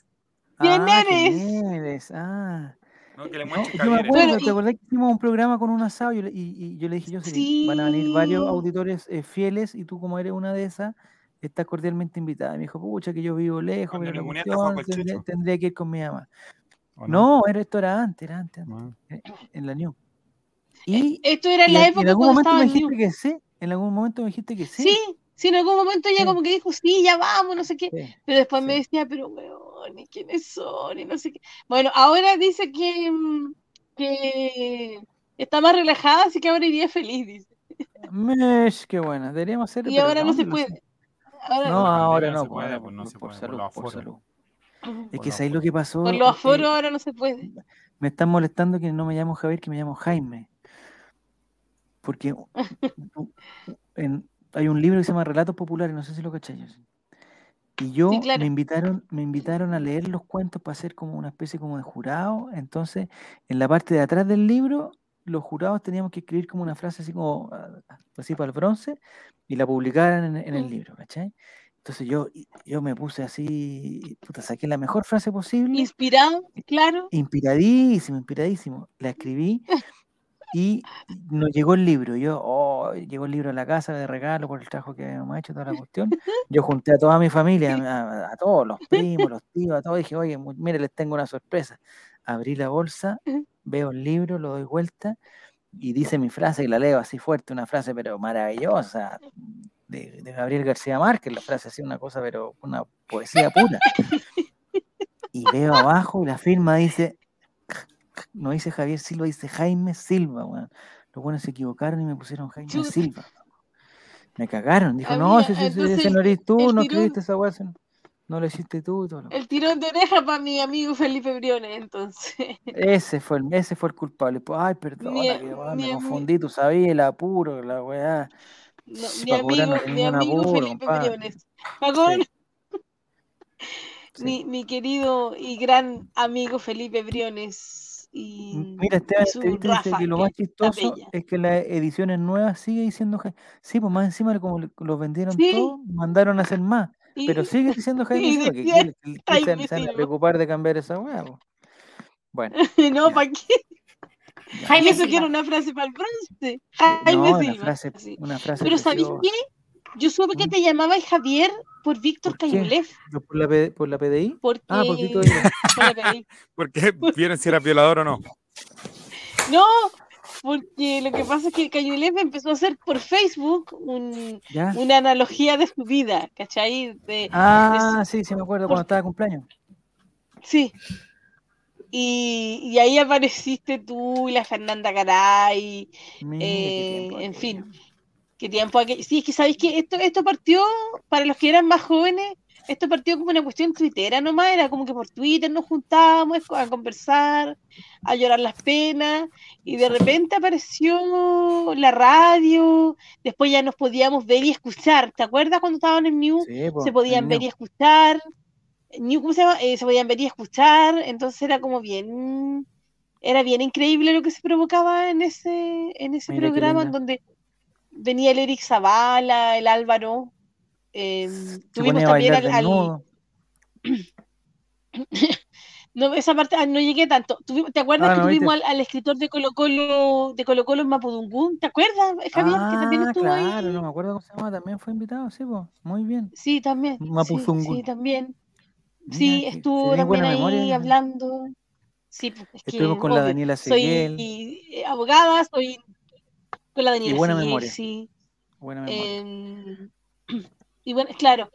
[SPEAKER 4] ¿Quién
[SPEAKER 2] Ah,
[SPEAKER 4] eres?
[SPEAKER 2] ¿Quién eres? Ah.
[SPEAKER 1] No, que le
[SPEAKER 2] No,
[SPEAKER 1] muestre
[SPEAKER 2] yo me
[SPEAKER 1] Javier.
[SPEAKER 2] acuerdo,
[SPEAKER 4] Bueno,
[SPEAKER 2] ¿te
[SPEAKER 4] y-
[SPEAKER 2] acordás que hicimos un programa con un asado? Yo le- y, y yo le dije, yo sé que van a venir varios
[SPEAKER 4] Sí.
[SPEAKER 2] auditores eh, fieles y tú como eres una de esas, estás cordialmente invitada. Y Me dijo, pucha, que yo vivo lejos,
[SPEAKER 1] Cuando
[SPEAKER 2] pero la
[SPEAKER 1] ninguneaste fue a
[SPEAKER 2] cuestión tendría,
[SPEAKER 1] Colchecho.
[SPEAKER 2] tendría que ir con mi mamá.
[SPEAKER 1] ¿O Ah.
[SPEAKER 2] No, era, esto era antes, era antes, antes,
[SPEAKER 1] No.
[SPEAKER 2] en la New. Y,
[SPEAKER 4] esto Eh, era
[SPEAKER 2] y
[SPEAKER 4] la
[SPEAKER 2] en-
[SPEAKER 4] época
[SPEAKER 2] en algún
[SPEAKER 4] cuando
[SPEAKER 2] momento
[SPEAKER 4] estaba
[SPEAKER 2] me
[SPEAKER 4] en New.
[SPEAKER 2] dijiste que sí, en algún momento me dijiste que sí.
[SPEAKER 4] Sí, sí, en algún momento ella
[SPEAKER 2] Sí.
[SPEAKER 4] como que dijo, sí, ya vamos, no sé qué.
[SPEAKER 2] Sí.
[SPEAKER 4] Pero después me
[SPEAKER 2] sí.
[SPEAKER 4] decía, pero weones, ¿quiénes son? Y no sé qué. Bueno, ahora dice que, mm, que está más relajada, así que ahora iría feliz, dice.
[SPEAKER 2] Mesh, qué buena, deberíamos hacer
[SPEAKER 4] Y
[SPEAKER 2] pero
[SPEAKER 4] ahora no se
[SPEAKER 2] hagámoslo, sí.
[SPEAKER 4] puede. Ahora
[SPEAKER 2] No,
[SPEAKER 1] pandemia
[SPEAKER 2] ahora
[SPEAKER 1] no
[SPEAKER 2] no,
[SPEAKER 1] se
[SPEAKER 2] pues,
[SPEAKER 1] puede,
[SPEAKER 2] ahora
[SPEAKER 1] pues, no
[SPEAKER 2] por-
[SPEAKER 1] se
[SPEAKER 2] por
[SPEAKER 1] puede, por
[SPEAKER 2] salud,
[SPEAKER 1] los
[SPEAKER 2] por
[SPEAKER 1] aforos.
[SPEAKER 2] salud.
[SPEAKER 4] Por
[SPEAKER 2] Es
[SPEAKER 1] Por
[SPEAKER 2] que
[SPEAKER 1] los
[SPEAKER 2] sabéis lo que pasó.
[SPEAKER 4] mm, los
[SPEAKER 2] Es que
[SPEAKER 4] aforos ahora no se puede.
[SPEAKER 2] me están molestando que no me llamo Javier, que me llamo Jaime. Porque u- u- en- hay un libro que se llama Relatos Populares, no sé si lo cacháis. Y yo
[SPEAKER 4] claro.
[SPEAKER 2] me invitaron, me invitaron a leer los cuentos para hacer como una especie como de jurado. Entonces, en la parte de atrás del libro, los jurados teníamos que escribir como una frase así como ah, así para el bronce y la publicaran en, en el
[SPEAKER 4] Mm.
[SPEAKER 2] libro, ¿cachai? Entonces yo, y- yo me puse así, puta, saqué la mejor frase posible.
[SPEAKER 4] Inspirado, claro.
[SPEAKER 2] Inspiradísimo, inspiradísimo. La escribí y nos llegó el libro. Yo, oh, llegó el libro a la casa de regalo por el trabajo que habíamos hecho, toda la cuestión. Yo junté a toda mi familia, a, a- a todos, los primos, los tíos, a todos. Dije, oye, mu- mire, les tengo una sorpresa. Abrí la bolsa, veo el libro, lo doy vuelta y dice mi frase, y la leo así fuerte, una frase pero maravillosa de, de Gabriel García Márquez, la frase así, una cosa, pero una poesía pura. Y veo abajo y la firma dice, no dice Javier Silva, dice Jaime Silva, weón. Los buenos se equivocaron y me pusieron Jaime
[SPEAKER 4] Chuta.
[SPEAKER 2] Silva. Me cagaron, dijo, no,
[SPEAKER 4] Amiga,
[SPEAKER 2] si, si- si-
[SPEAKER 4] entonces
[SPEAKER 2] ese
[SPEAKER 4] el-
[SPEAKER 2] no eres tú,
[SPEAKER 4] el Eh.
[SPEAKER 2] no
[SPEAKER 4] tirón-
[SPEAKER 2] escribiste esa weá, si no, no lo hiciste tú. todo lo-
[SPEAKER 4] El tirón de oreja para mi amigo Felipe Briones, entonces.
[SPEAKER 2] Ese fue el, ese fue el culpable. pues, Ay, perdona, que, weón,
[SPEAKER 4] mi
[SPEAKER 2] me
[SPEAKER 4] ami-
[SPEAKER 2] confundí, tú sabías el apuro, la weá.
[SPEAKER 4] No,
[SPEAKER 2] Sí,
[SPEAKER 4] mi
[SPEAKER 2] pa' cobrar no
[SPEAKER 4] amigo, mi
[SPEAKER 2] tenía un
[SPEAKER 4] amigo
[SPEAKER 2] apuro,
[SPEAKER 4] Felipe
[SPEAKER 2] compadre.
[SPEAKER 4] Briones. Pa' cobrar
[SPEAKER 2] Sí, sí.
[SPEAKER 4] Mi, mi querido y gran amigo Felipe Briones y,
[SPEAKER 2] M- Mira, Esteban,
[SPEAKER 4] y su
[SPEAKER 2] te viste, dice
[SPEAKER 4] mm, Rafa,
[SPEAKER 2] que lo más
[SPEAKER 4] que está
[SPEAKER 2] chistoso
[SPEAKER 4] bella.
[SPEAKER 2] es que las ediciones nuevas sigue diciendo Jaime. Sí, pues más encima, como le- los vendieron
[SPEAKER 4] Sí.
[SPEAKER 2] todos, mandaron a hacer más.
[SPEAKER 4] Y-
[SPEAKER 2] Pero sigue diciendo Jaime
[SPEAKER 4] y
[SPEAKER 2] Silva, que,
[SPEAKER 4] decía
[SPEAKER 2] que- que- que
[SPEAKER 4] Jaime
[SPEAKER 2] se, van- se van
[SPEAKER 4] Silva.
[SPEAKER 2] a preocupar de cambiar esa hueá. po. Bueno,
[SPEAKER 4] no,
[SPEAKER 2] ya.
[SPEAKER 4] ¿para qué?
[SPEAKER 3] Jaime
[SPEAKER 4] Eso que
[SPEAKER 3] Silva.
[SPEAKER 4] era una frase para el bronce. Jaime
[SPEAKER 2] no, una
[SPEAKER 4] Silva.
[SPEAKER 2] frase,
[SPEAKER 4] Sí.
[SPEAKER 2] una frase
[SPEAKER 4] Pero ¿sabéis
[SPEAKER 2] preciosa.
[SPEAKER 4] qué? Yo supe que
[SPEAKER 2] ¿Mm?
[SPEAKER 4] te llamabas Javier por Víctor
[SPEAKER 2] ¿Por qué?
[SPEAKER 4] Cañulev.
[SPEAKER 2] ¿Lo- ¿Por la, P- por la PDI?
[SPEAKER 4] Porque...
[SPEAKER 2] Ah, por Víctor Cañulev.
[SPEAKER 4] Por la PDI.
[SPEAKER 1] Porque vieron si era violador o no.
[SPEAKER 4] No, porque lo que pasa es que Cañulev empezó a hacer por Facebook un-
[SPEAKER 2] ¿Ya?
[SPEAKER 4] una analogía de su vida, ¿cachai? De,
[SPEAKER 2] Ah, sí, sí, me acuerdo
[SPEAKER 4] por-
[SPEAKER 2] cuando estaba de cumpleaños.
[SPEAKER 4] Sí. Y, y ahí apareciste tú y la Fernanda Garay.
[SPEAKER 2] Mira,
[SPEAKER 4] Eh,
[SPEAKER 2] qué tiempo
[SPEAKER 4] en
[SPEAKER 2] aquello.
[SPEAKER 4] fin. Qué tiempo aquel- Sí, es que sabéis que esto, esto partió, para los que eran más jóvenes, esto partió como una cuestión tuitera nomás, era como que por Twitter nos juntábamos a conversar, a llorar las penas, y de repente apareció la radio, después ya nos podíamos ver y escuchar. ¿Te acuerdas cuando estaban en New?
[SPEAKER 2] Sí, po,
[SPEAKER 4] se podían
[SPEAKER 2] el
[SPEAKER 4] ver
[SPEAKER 2] Neo.
[SPEAKER 4] y escuchar. Ni- ¿Cómo se llama? Eh, se podían ver y escuchar. Entonces era como bien. Era bien increíble lo que se provocaba en ese, en ese
[SPEAKER 2] Mira qué
[SPEAKER 4] programa, en
[SPEAKER 2] lindo.
[SPEAKER 4] donde venía el Eric Zavala, el Álvaro. eh,
[SPEAKER 2] Se
[SPEAKER 4] tuvimos
[SPEAKER 2] ponía a
[SPEAKER 4] también
[SPEAKER 2] bailar
[SPEAKER 4] al. al-
[SPEAKER 2] desnudo.
[SPEAKER 4] no, esa parte ah, no llegué tanto. Tuvimos- ¿Te acuerdas
[SPEAKER 2] Ah,
[SPEAKER 4] que
[SPEAKER 2] no, ¿viste?
[SPEAKER 4] tuvimos al, al escritor de Colo Colo, de Colo Colo en Mapudungún? ¿Te acuerdas, Javier? que también
[SPEAKER 2] Ah,
[SPEAKER 4] estuvo
[SPEAKER 2] claro,
[SPEAKER 4] ahí.
[SPEAKER 2] no me acuerdo cómo se llamaba, también fue invitado, sí, po, muy bien.
[SPEAKER 4] Sí, también. Sí,
[SPEAKER 2] Mapuzungún.
[SPEAKER 4] sí, también.
[SPEAKER 2] Mira
[SPEAKER 4] Sí,
[SPEAKER 2] que
[SPEAKER 4] estuvo
[SPEAKER 2] tenés
[SPEAKER 4] también
[SPEAKER 2] buena
[SPEAKER 4] ahí
[SPEAKER 2] memoria, Daniela.
[SPEAKER 4] hablando. Sí, pues, es que,
[SPEAKER 2] Estuvimos con la
[SPEAKER 4] obvio,
[SPEAKER 2] Daniela
[SPEAKER 4] soy
[SPEAKER 2] Seguel,
[SPEAKER 4] eh, abogada, soy con la Daniela
[SPEAKER 2] buena
[SPEAKER 4] Seguel,
[SPEAKER 2] memoria.
[SPEAKER 4] sí.
[SPEAKER 2] buena
[SPEAKER 4] eh,
[SPEAKER 2] memoria.
[SPEAKER 4] Em, y bueno, claro,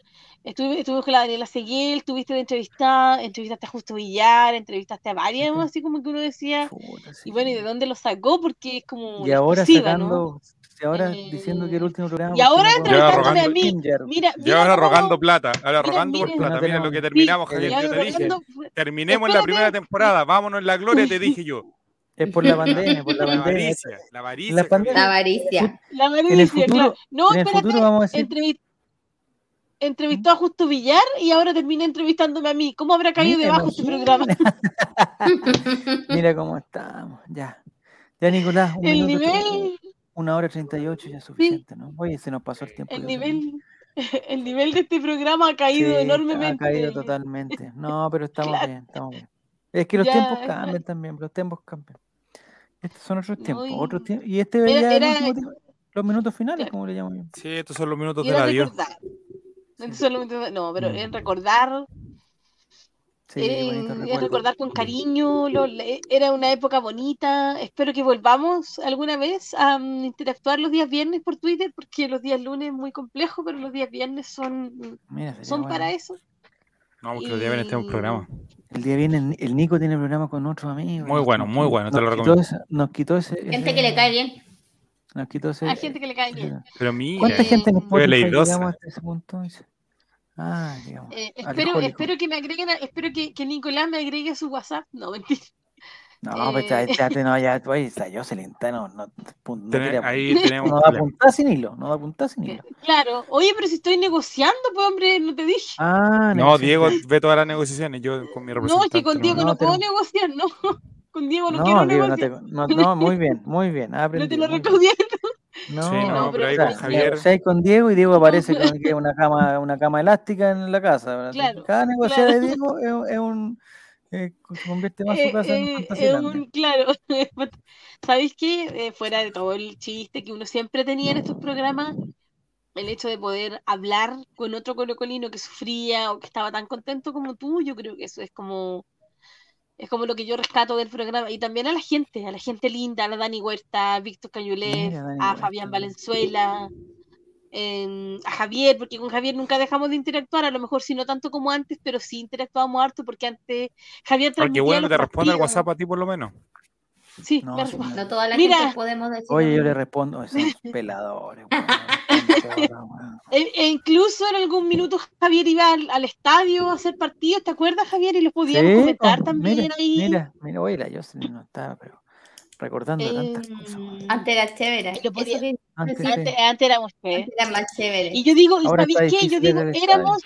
[SPEAKER 4] estuve, estuvimos con la Daniela Seguel, tuviste de entrevistada, entrevistaste a Justo Villar, entrevistaste a varias,
[SPEAKER 2] Ujú.
[SPEAKER 4] así como que uno decía,
[SPEAKER 2] Puta, sí.
[SPEAKER 4] y bueno, ¿y de dónde lo sacó? Porque es como
[SPEAKER 2] Y
[SPEAKER 4] una
[SPEAKER 2] ahora
[SPEAKER 4] exclusiva, ¿no?
[SPEAKER 2] sacando, y ahora diciendo que el
[SPEAKER 4] Eh,
[SPEAKER 2] último programa.
[SPEAKER 4] y ahora
[SPEAKER 1] entrevistándome
[SPEAKER 4] a mí. Mira,
[SPEAKER 1] Y
[SPEAKER 4] mira
[SPEAKER 1] ahora
[SPEAKER 4] cómo-
[SPEAKER 1] rogando plata, ahora
[SPEAKER 4] Mira,
[SPEAKER 1] rogando por
[SPEAKER 4] mira.
[SPEAKER 1] plata.
[SPEAKER 2] No
[SPEAKER 1] Mira
[SPEAKER 2] tenemos-
[SPEAKER 1] lo que
[SPEAKER 4] sí,
[SPEAKER 1] terminamos,
[SPEAKER 4] y
[SPEAKER 1] Javier.
[SPEAKER 4] ahora
[SPEAKER 1] Yo te dije,
[SPEAKER 4] rogando-
[SPEAKER 1] terminemos la
[SPEAKER 4] Espérate.
[SPEAKER 1] primera temporada, vámonos en la gloria, te dije yo.
[SPEAKER 2] Es por la pandemia, por la
[SPEAKER 1] La
[SPEAKER 2] pandemia. es-
[SPEAKER 1] avaricia, la avaricia.
[SPEAKER 2] La pandemia.
[SPEAKER 1] Javier.
[SPEAKER 3] La avaricia.
[SPEAKER 4] La
[SPEAKER 2] En el
[SPEAKER 4] avaricia,
[SPEAKER 2] futuro,
[SPEAKER 4] claro. No,
[SPEAKER 2] en el
[SPEAKER 4] espérate,
[SPEAKER 2] futuro vamos a decir,
[SPEAKER 4] entrevist- entrevistó a Justo Villar y ahora termina entrevistándome a mí. ¿Cómo habrá caído
[SPEAKER 2] Mira,
[SPEAKER 4] debajo este programa?
[SPEAKER 2] mira cómo estamos, ya. Ya, Nicolás, un
[SPEAKER 4] El
[SPEAKER 2] minuto,
[SPEAKER 4] nivel,
[SPEAKER 2] una hora treinta y ocho ya es suficiente, ¿no? Oye, se nos pasó el tiempo.
[SPEAKER 4] el
[SPEAKER 2] Dios mío.
[SPEAKER 4] nivel, el nivel de este programa ha caído
[SPEAKER 2] Sí,
[SPEAKER 4] enormemente.
[SPEAKER 2] Ha caído totalmente. No, pero estamos
[SPEAKER 4] Claro.
[SPEAKER 2] bien, estamos bien. Es que los
[SPEAKER 4] Ya,
[SPEAKER 2] tiempos
[SPEAKER 4] está.
[SPEAKER 2] cambian también, los tiempos cambian. Estos son otros
[SPEAKER 4] No,
[SPEAKER 2] tiempos,
[SPEAKER 4] y-
[SPEAKER 2] otros tiempos. Y este
[SPEAKER 4] Era-
[SPEAKER 2] ya el
[SPEAKER 4] era-
[SPEAKER 2] último tiempo, los minutos finales,
[SPEAKER 4] Claro.
[SPEAKER 2] como le llamo yo.
[SPEAKER 1] Sí, estos son los minutos
[SPEAKER 4] Y
[SPEAKER 1] del
[SPEAKER 4] era
[SPEAKER 1] adiós.
[SPEAKER 4] recordar. No, solamente- no, pero es recordar,
[SPEAKER 2] Mm. Sí,
[SPEAKER 4] eh,
[SPEAKER 2] bonito
[SPEAKER 4] es
[SPEAKER 2] recuerdo. Mm.
[SPEAKER 4] recordar con cariño, lo- le- era una época bonita. Espero que volvamos alguna vez a mm, interactuar los días viernes por Twitter, porque los días lunes es muy complejo, pero los días viernes son,
[SPEAKER 2] Mira, sería
[SPEAKER 4] son para
[SPEAKER 2] bueno.
[SPEAKER 4] eso.
[SPEAKER 1] No, porque los días vienen este es un programa.
[SPEAKER 2] El día viene el- el Nico tiene programa con otros amigos.
[SPEAKER 1] Muy
[SPEAKER 2] nos-
[SPEAKER 1] bueno,
[SPEAKER 2] nos
[SPEAKER 1] muy
[SPEAKER 2] qui-
[SPEAKER 1] bueno, te
[SPEAKER 2] nos
[SPEAKER 1] lo
[SPEAKER 2] quitó
[SPEAKER 1] recomiendo.
[SPEAKER 2] esa- Nos quitó ese.
[SPEAKER 3] Gente
[SPEAKER 2] ese-
[SPEAKER 3] que le cae bien.
[SPEAKER 2] Nos quitó ese.
[SPEAKER 4] Hay gente que le cae bien.
[SPEAKER 2] ese-
[SPEAKER 1] Pero mira,
[SPEAKER 2] ¿Cuánta
[SPEAKER 1] ahí.
[SPEAKER 2] gente en
[SPEAKER 4] Fue
[SPEAKER 2] Spotify
[SPEAKER 1] leidosa.
[SPEAKER 2] llegamos hasta ese punto? Dice. Ah, digamos.
[SPEAKER 4] Eh, espero,
[SPEAKER 2] Alcohólico.
[SPEAKER 4] espero que me agreguen, a- espero que, que Nicolás me agregue a su WhatsApp. No, mentira.
[SPEAKER 2] No, pues
[SPEAKER 4] Eh.
[SPEAKER 2] chate, no, ya, oye, esa Jocelyn está, no, no, pu-
[SPEAKER 1] Tené-
[SPEAKER 2] no quiere apuntar.
[SPEAKER 1] eh, ahí tenemos
[SPEAKER 2] No
[SPEAKER 1] un
[SPEAKER 2] da
[SPEAKER 1] problema.
[SPEAKER 2] apuntar sin hilo, no da apuntar sin hilo.
[SPEAKER 4] Claro. Oye, pero si estoy negociando, pues hombre, no te dije.
[SPEAKER 2] Ah,
[SPEAKER 1] No,
[SPEAKER 2] negociación.
[SPEAKER 1] Diego ve todas las negociaciones. Yo con mi
[SPEAKER 4] eh. No, es
[SPEAKER 1] representante.
[SPEAKER 4] que con Diego no,
[SPEAKER 2] no,
[SPEAKER 4] puedo
[SPEAKER 2] tenemos-
[SPEAKER 4] negociar, no. Con Diego no,
[SPEAKER 2] No,
[SPEAKER 4] quiero
[SPEAKER 2] Diego, no,
[SPEAKER 4] negociar.
[SPEAKER 2] te- no, no, muy bien, muy bien. ha
[SPEAKER 4] No te
[SPEAKER 2] aprendido,
[SPEAKER 4] lo
[SPEAKER 2] muy bien.
[SPEAKER 4] recomiendo.
[SPEAKER 2] No,
[SPEAKER 1] Sí, no,
[SPEAKER 4] no,
[SPEAKER 1] pero ahí
[SPEAKER 4] pero-
[SPEAKER 1] con Javier.
[SPEAKER 2] negociáis con Diego y Diego aparece con que una cama, una cama elástica en la casa. Así que
[SPEAKER 4] Claro,
[SPEAKER 2] Cada negociada
[SPEAKER 4] claro.
[SPEAKER 2] de Diego es, es un eh, se convierte más su
[SPEAKER 4] Eh,
[SPEAKER 2] casa
[SPEAKER 4] eh,
[SPEAKER 2] en
[SPEAKER 4] es
[SPEAKER 2] Fantasylandia.
[SPEAKER 4] un, claro. ¿Sabéis qué? Eh, fuera de todo el chiste que uno siempre tenía en estos programas, el hecho de poder hablar con otro colocolino que sufría o que estaba tan contento como tú, yo creo que eso es como es como lo que yo rescato del programa. Y también a la gente, a la gente linda, a la Dani Huerta, a Víctor Cayulev,
[SPEAKER 2] Mira, Dani
[SPEAKER 4] a
[SPEAKER 2] Huerta.
[SPEAKER 4] Fabián Valenzuela, em, a Javier, porque con Javier nunca dejamos de interactuar, a lo mejor si no tanto como antes, pero sí interactuábamos harto porque antes Javier
[SPEAKER 1] Porque
[SPEAKER 4] transmitía
[SPEAKER 1] bueno que
[SPEAKER 4] los
[SPEAKER 1] te responda el
[SPEAKER 4] partidos.
[SPEAKER 1] WhatsApp a ti por lo menos.
[SPEAKER 4] Sí,
[SPEAKER 2] No,
[SPEAKER 4] me
[SPEAKER 2] sí,
[SPEAKER 4] responde.
[SPEAKER 3] No toda la
[SPEAKER 4] Mira.
[SPEAKER 3] gente podemos decir.
[SPEAKER 2] Oye,
[SPEAKER 3] lo
[SPEAKER 2] yo le
[SPEAKER 3] mismo.
[SPEAKER 2] respondo, esos peladores. weón, no, weón.
[SPEAKER 4] E- e incluso en algún minuto Javier iba al, al estadio a hacer partidos, ¿te acuerdas Javier? Y los podíamos
[SPEAKER 2] Sí,
[SPEAKER 4] comentar
[SPEAKER 2] pues,
[SPEAKER 4] también
[SPEAKER 2] mira,
[SPEAKER 4] ahí.
[SPEAKER 2] Mira, mira, oye, la Jocelyn no estaba, pero recordando tantas cosas. weón.
[SPEAKER 4] Em,
[SPEAKER 3] Antes era chévere.
[SPEAKER 4] Y lo podía-
[SPEAKER 3] Eso que
[SPEAKER 2] Antes,
[SPEAKER 3] sí.
[SPEAKER 2] de-
[SPEAKER 4] antes, antes éramos tres.
[SPEAKER 3] antes era más chévere.
[SPEAKER 4] Y yo digo, ¿y
[SPEAKER 2] Ahora
[SPEAKER 4] sabéis
[SPEAKER 2] está
[SPEAKER 4] qué? Yo
[SPEAKER 2] difícil ir
[SPEAKER 4] digo,
[SPEAKER 2] al estadio.
[SPEAKER 4] éramos,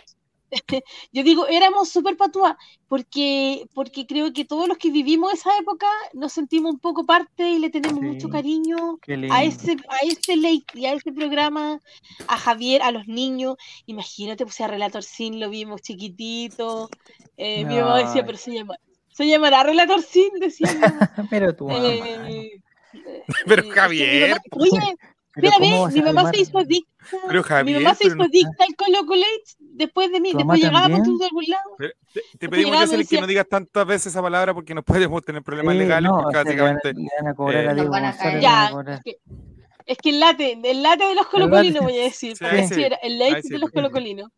[SPEAKER 4] yo digo, éramos súper patúa, porque, porque creo que todos los que vivimos esa época nos sentimos un poco parte y le tenemos mucho
[SPEAKER 2] Sí.
[SPEAKER 4] cariño
[SPEAKER 2] qué
[SPEAKER 4] a
[SPEAKER 2] lindo.
[SPEAKER 4] ese, a ese late y a ese programa, a Javier, a los niños. Imagínate, pues a Relator Sin lo vimos chiquitito. Eh, Mi mamá decía,
[SPEAKER 2] Ay.
[SPEAKER 4] pero se llama. Se llamará Relator Sin, decía. mi mamá.
[SPEAKER 2] Ah, Pero tu mamá, ¿no?
[SPEAKER 4] Eh, eh,
[SPEAKER 1] Pero
[SPEAKER 4] es que mi
[SPEAKER 1] Javier,
[SPEAKER 4] mamá- Oye,
[SPEAKER 2] Pero
[SPEAKER 4] Mira,
[SPEAKER 2] ¿cómo
[SPEAKER 4] ve,
[SPEAKER 2] vas
[SPEAKER 4] mi
[SPEAKER 2] a
[SPEAKER 4] mamá
[SPEAKER 2] llamar-
[SPEAKER 4] se hizo adicta.
[SPEAKER 1] Pero
[SPEAKER 4] mi mamá
[SPEAKER 1] Javier,
[SPEAKER 4] se
[SPEAKER 1] pero
[SPEAKER 4] hizo
[SPEAKER 1] no-
[SPEAKER 4] adicta al Colo Colate después de mí.
[SPEAKER 2] ¿Tu mamá
[SPEAKER 4] Después llegaba por
[SPEAKER 2] también?
[SPEAKER 4] de algún lado.
[SPEAKER 1] Pero Te, te
[SPEAKER 4] Esto
[SPEAKER 1] pedimos,
[SPEAKER 4] llegaba y
[SPEAKER 1] Jocelyn, que
[SPEAKER 4] decía-
[SPEAKER 1] no digas tantas veces esa palabra porque nos podemos tener problemas
[SPEAKER 2] Sí,
[SPEAKER 1] legales.
[SPEAKER 2] no, o
[SPEAKER 1] porque
[SPEAKER 2] sea, le van,
[SPEAKER 1] básicamente
[SPEAKER 2] le van a cobrar
[SPEAKER 1] eh,
[SPEAKER 2] a
[SPEAKER 1] Nos
[SPEAKER 2] Diego
[SPEAKER 3] van a
[SPEAKER 2] González,
[SPEAKER 3] caer.
[SPEAKER 2] le van a
[SPEAKER 4] Ya,
[SPEAKER 2] cobrar.
[SPEAKER 4] es que, es que el late, el late de los colocolinos, voy a decir.
[SPEAKER 1] Sí,
[SPEAKER 4] porque
[SPEAKER 2] ahí
[SPEAKER 4] sí
[SPEAKER 1] sí,
[SPEAKER 4] era el
[SPEAKER 1] ahí
[SPEAKER 4] late
[SPEAKER 1] sí.
[SPEAKER 4] de los colocolinos.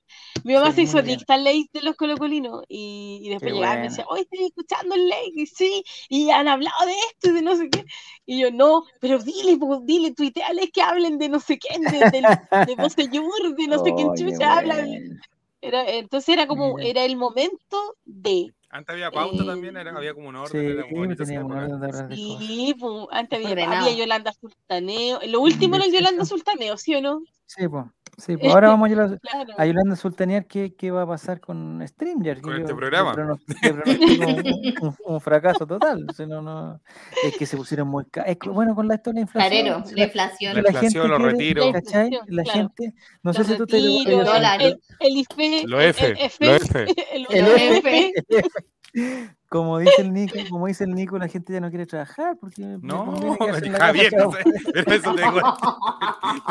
[SPEAKER 4] Mi mamá
[SPEAKER 2] Sí,
[SPEAKER 4] se hizo
[SPEAKER 2] muy bien.
[SPEAKER 4] adicta al late de los colocolinos. Y, y después
[SPEAKER 2] Qué
[SPEAKER 4] llegaba y me
[SPEAKER 2] buena.
[SPEAKER 4] decía, hoy estoy escuchando el late. Y sí, y han hablado de esto y de no sé qué. Y yo, no, pero dile, po, dile, tuiteales que hablen de no sé qué, de, del- de Monseñor, de no sé quién
[SPEAKER 2] Oye,
[SPEAKER 4] chucha habla.
[SPEAKER 2] bueno.
[SPEAKER 4] Era, entonces era como,
[SPEAKER 2] Mira.
[SPEAKER 4] era el momento de.
[SPEAKER 1] antes había pauta
[SPEAKER 4] Eh,
[SPEAKER 1] también, era- había como una
[SPEAKER 2] Sí,
[SPEAKER 1] orden. era muy bonita esa
[SPEAKER 2] teníamos
[SPEAKER 1] época.
[SPEAKER 2] una orden de cosas.
[SPEAKER 4] Sí, pu, antes había,
[SPEAKER 3] Ordenado.
[SPEAKER 4] había Yolanda Sultaneo. Lo último era el Yolanda Sultaneo, ¿sí o no?
[SPEAKER 2] Sí, pues. Sí, po. Ahora vamos a Yola-
[SPEAKER 4] Claro.
[SPEAKER 2] a Yolanda Sultanear qué, qué va a pasar con StreamYard. que
[SPEAKER 1] Con este
[SPEAKER 2] yo le
[SPEAKER 1] programa.
[SPEAKER 2] pronos- le pronostico un, un- un fracaso total. si no, no- es que se pusieron muy ca- es que, Bueno, con la historia de la inflación.
[SPEAKER 3] Carero,
[SPEAKER 2] si
[SPEAKER 3] la
[SPEAKER 2] la-
[SPEAKER 3] inflación.
[SPEAKER 1] La
[SPEAKER 2] la
[SPEAKER 1] inflación,
[SPEAKER 2] gente
[SPEAKER 1] los
[SPEAKER 2] quiere-
[SPEAKER 1] retiros.
[SPEAKER 2] ¿cachai?
[SPEAKER 4] Inflación,
[SPEAKER 2] La
[SPEAKER 4] claro.
[SPEAKER 2] gente, no
[SPEAKER 4] Los
[SPEAKER 2] sé si tú te eh,
[SPEAKER 4] retiros,
[SPEAKER 2] el- el-
[SPEAKER 3] dólares.
[SPEAKER 4] el, el IFE,
[SPEAKER 1] Lo
[SPEAKER 4] el
[SPEAKER 1] F,
[SPEAKER 4] el
[SPEAKER 1] lo F.
[SPEAKER 4] el
[SPEAKER 2] el
[SPEAKER 4] otro
[SPEAKER 2] F,
[SPEAKER 3] E.
[SPEAKER 4] F. E,
[SPEAKER 2] Como dice el Nico, como dice el Nico, la gente ya no quiere trabajar porque le
[SPEAKER 1] No,
[SPEAKER 2] conviene quedarse en la casa,
[SPEAKER 1] Javier,
[SPEAKER 2] chao.
[SPEAKER 1] no sé, pero eso te cuento.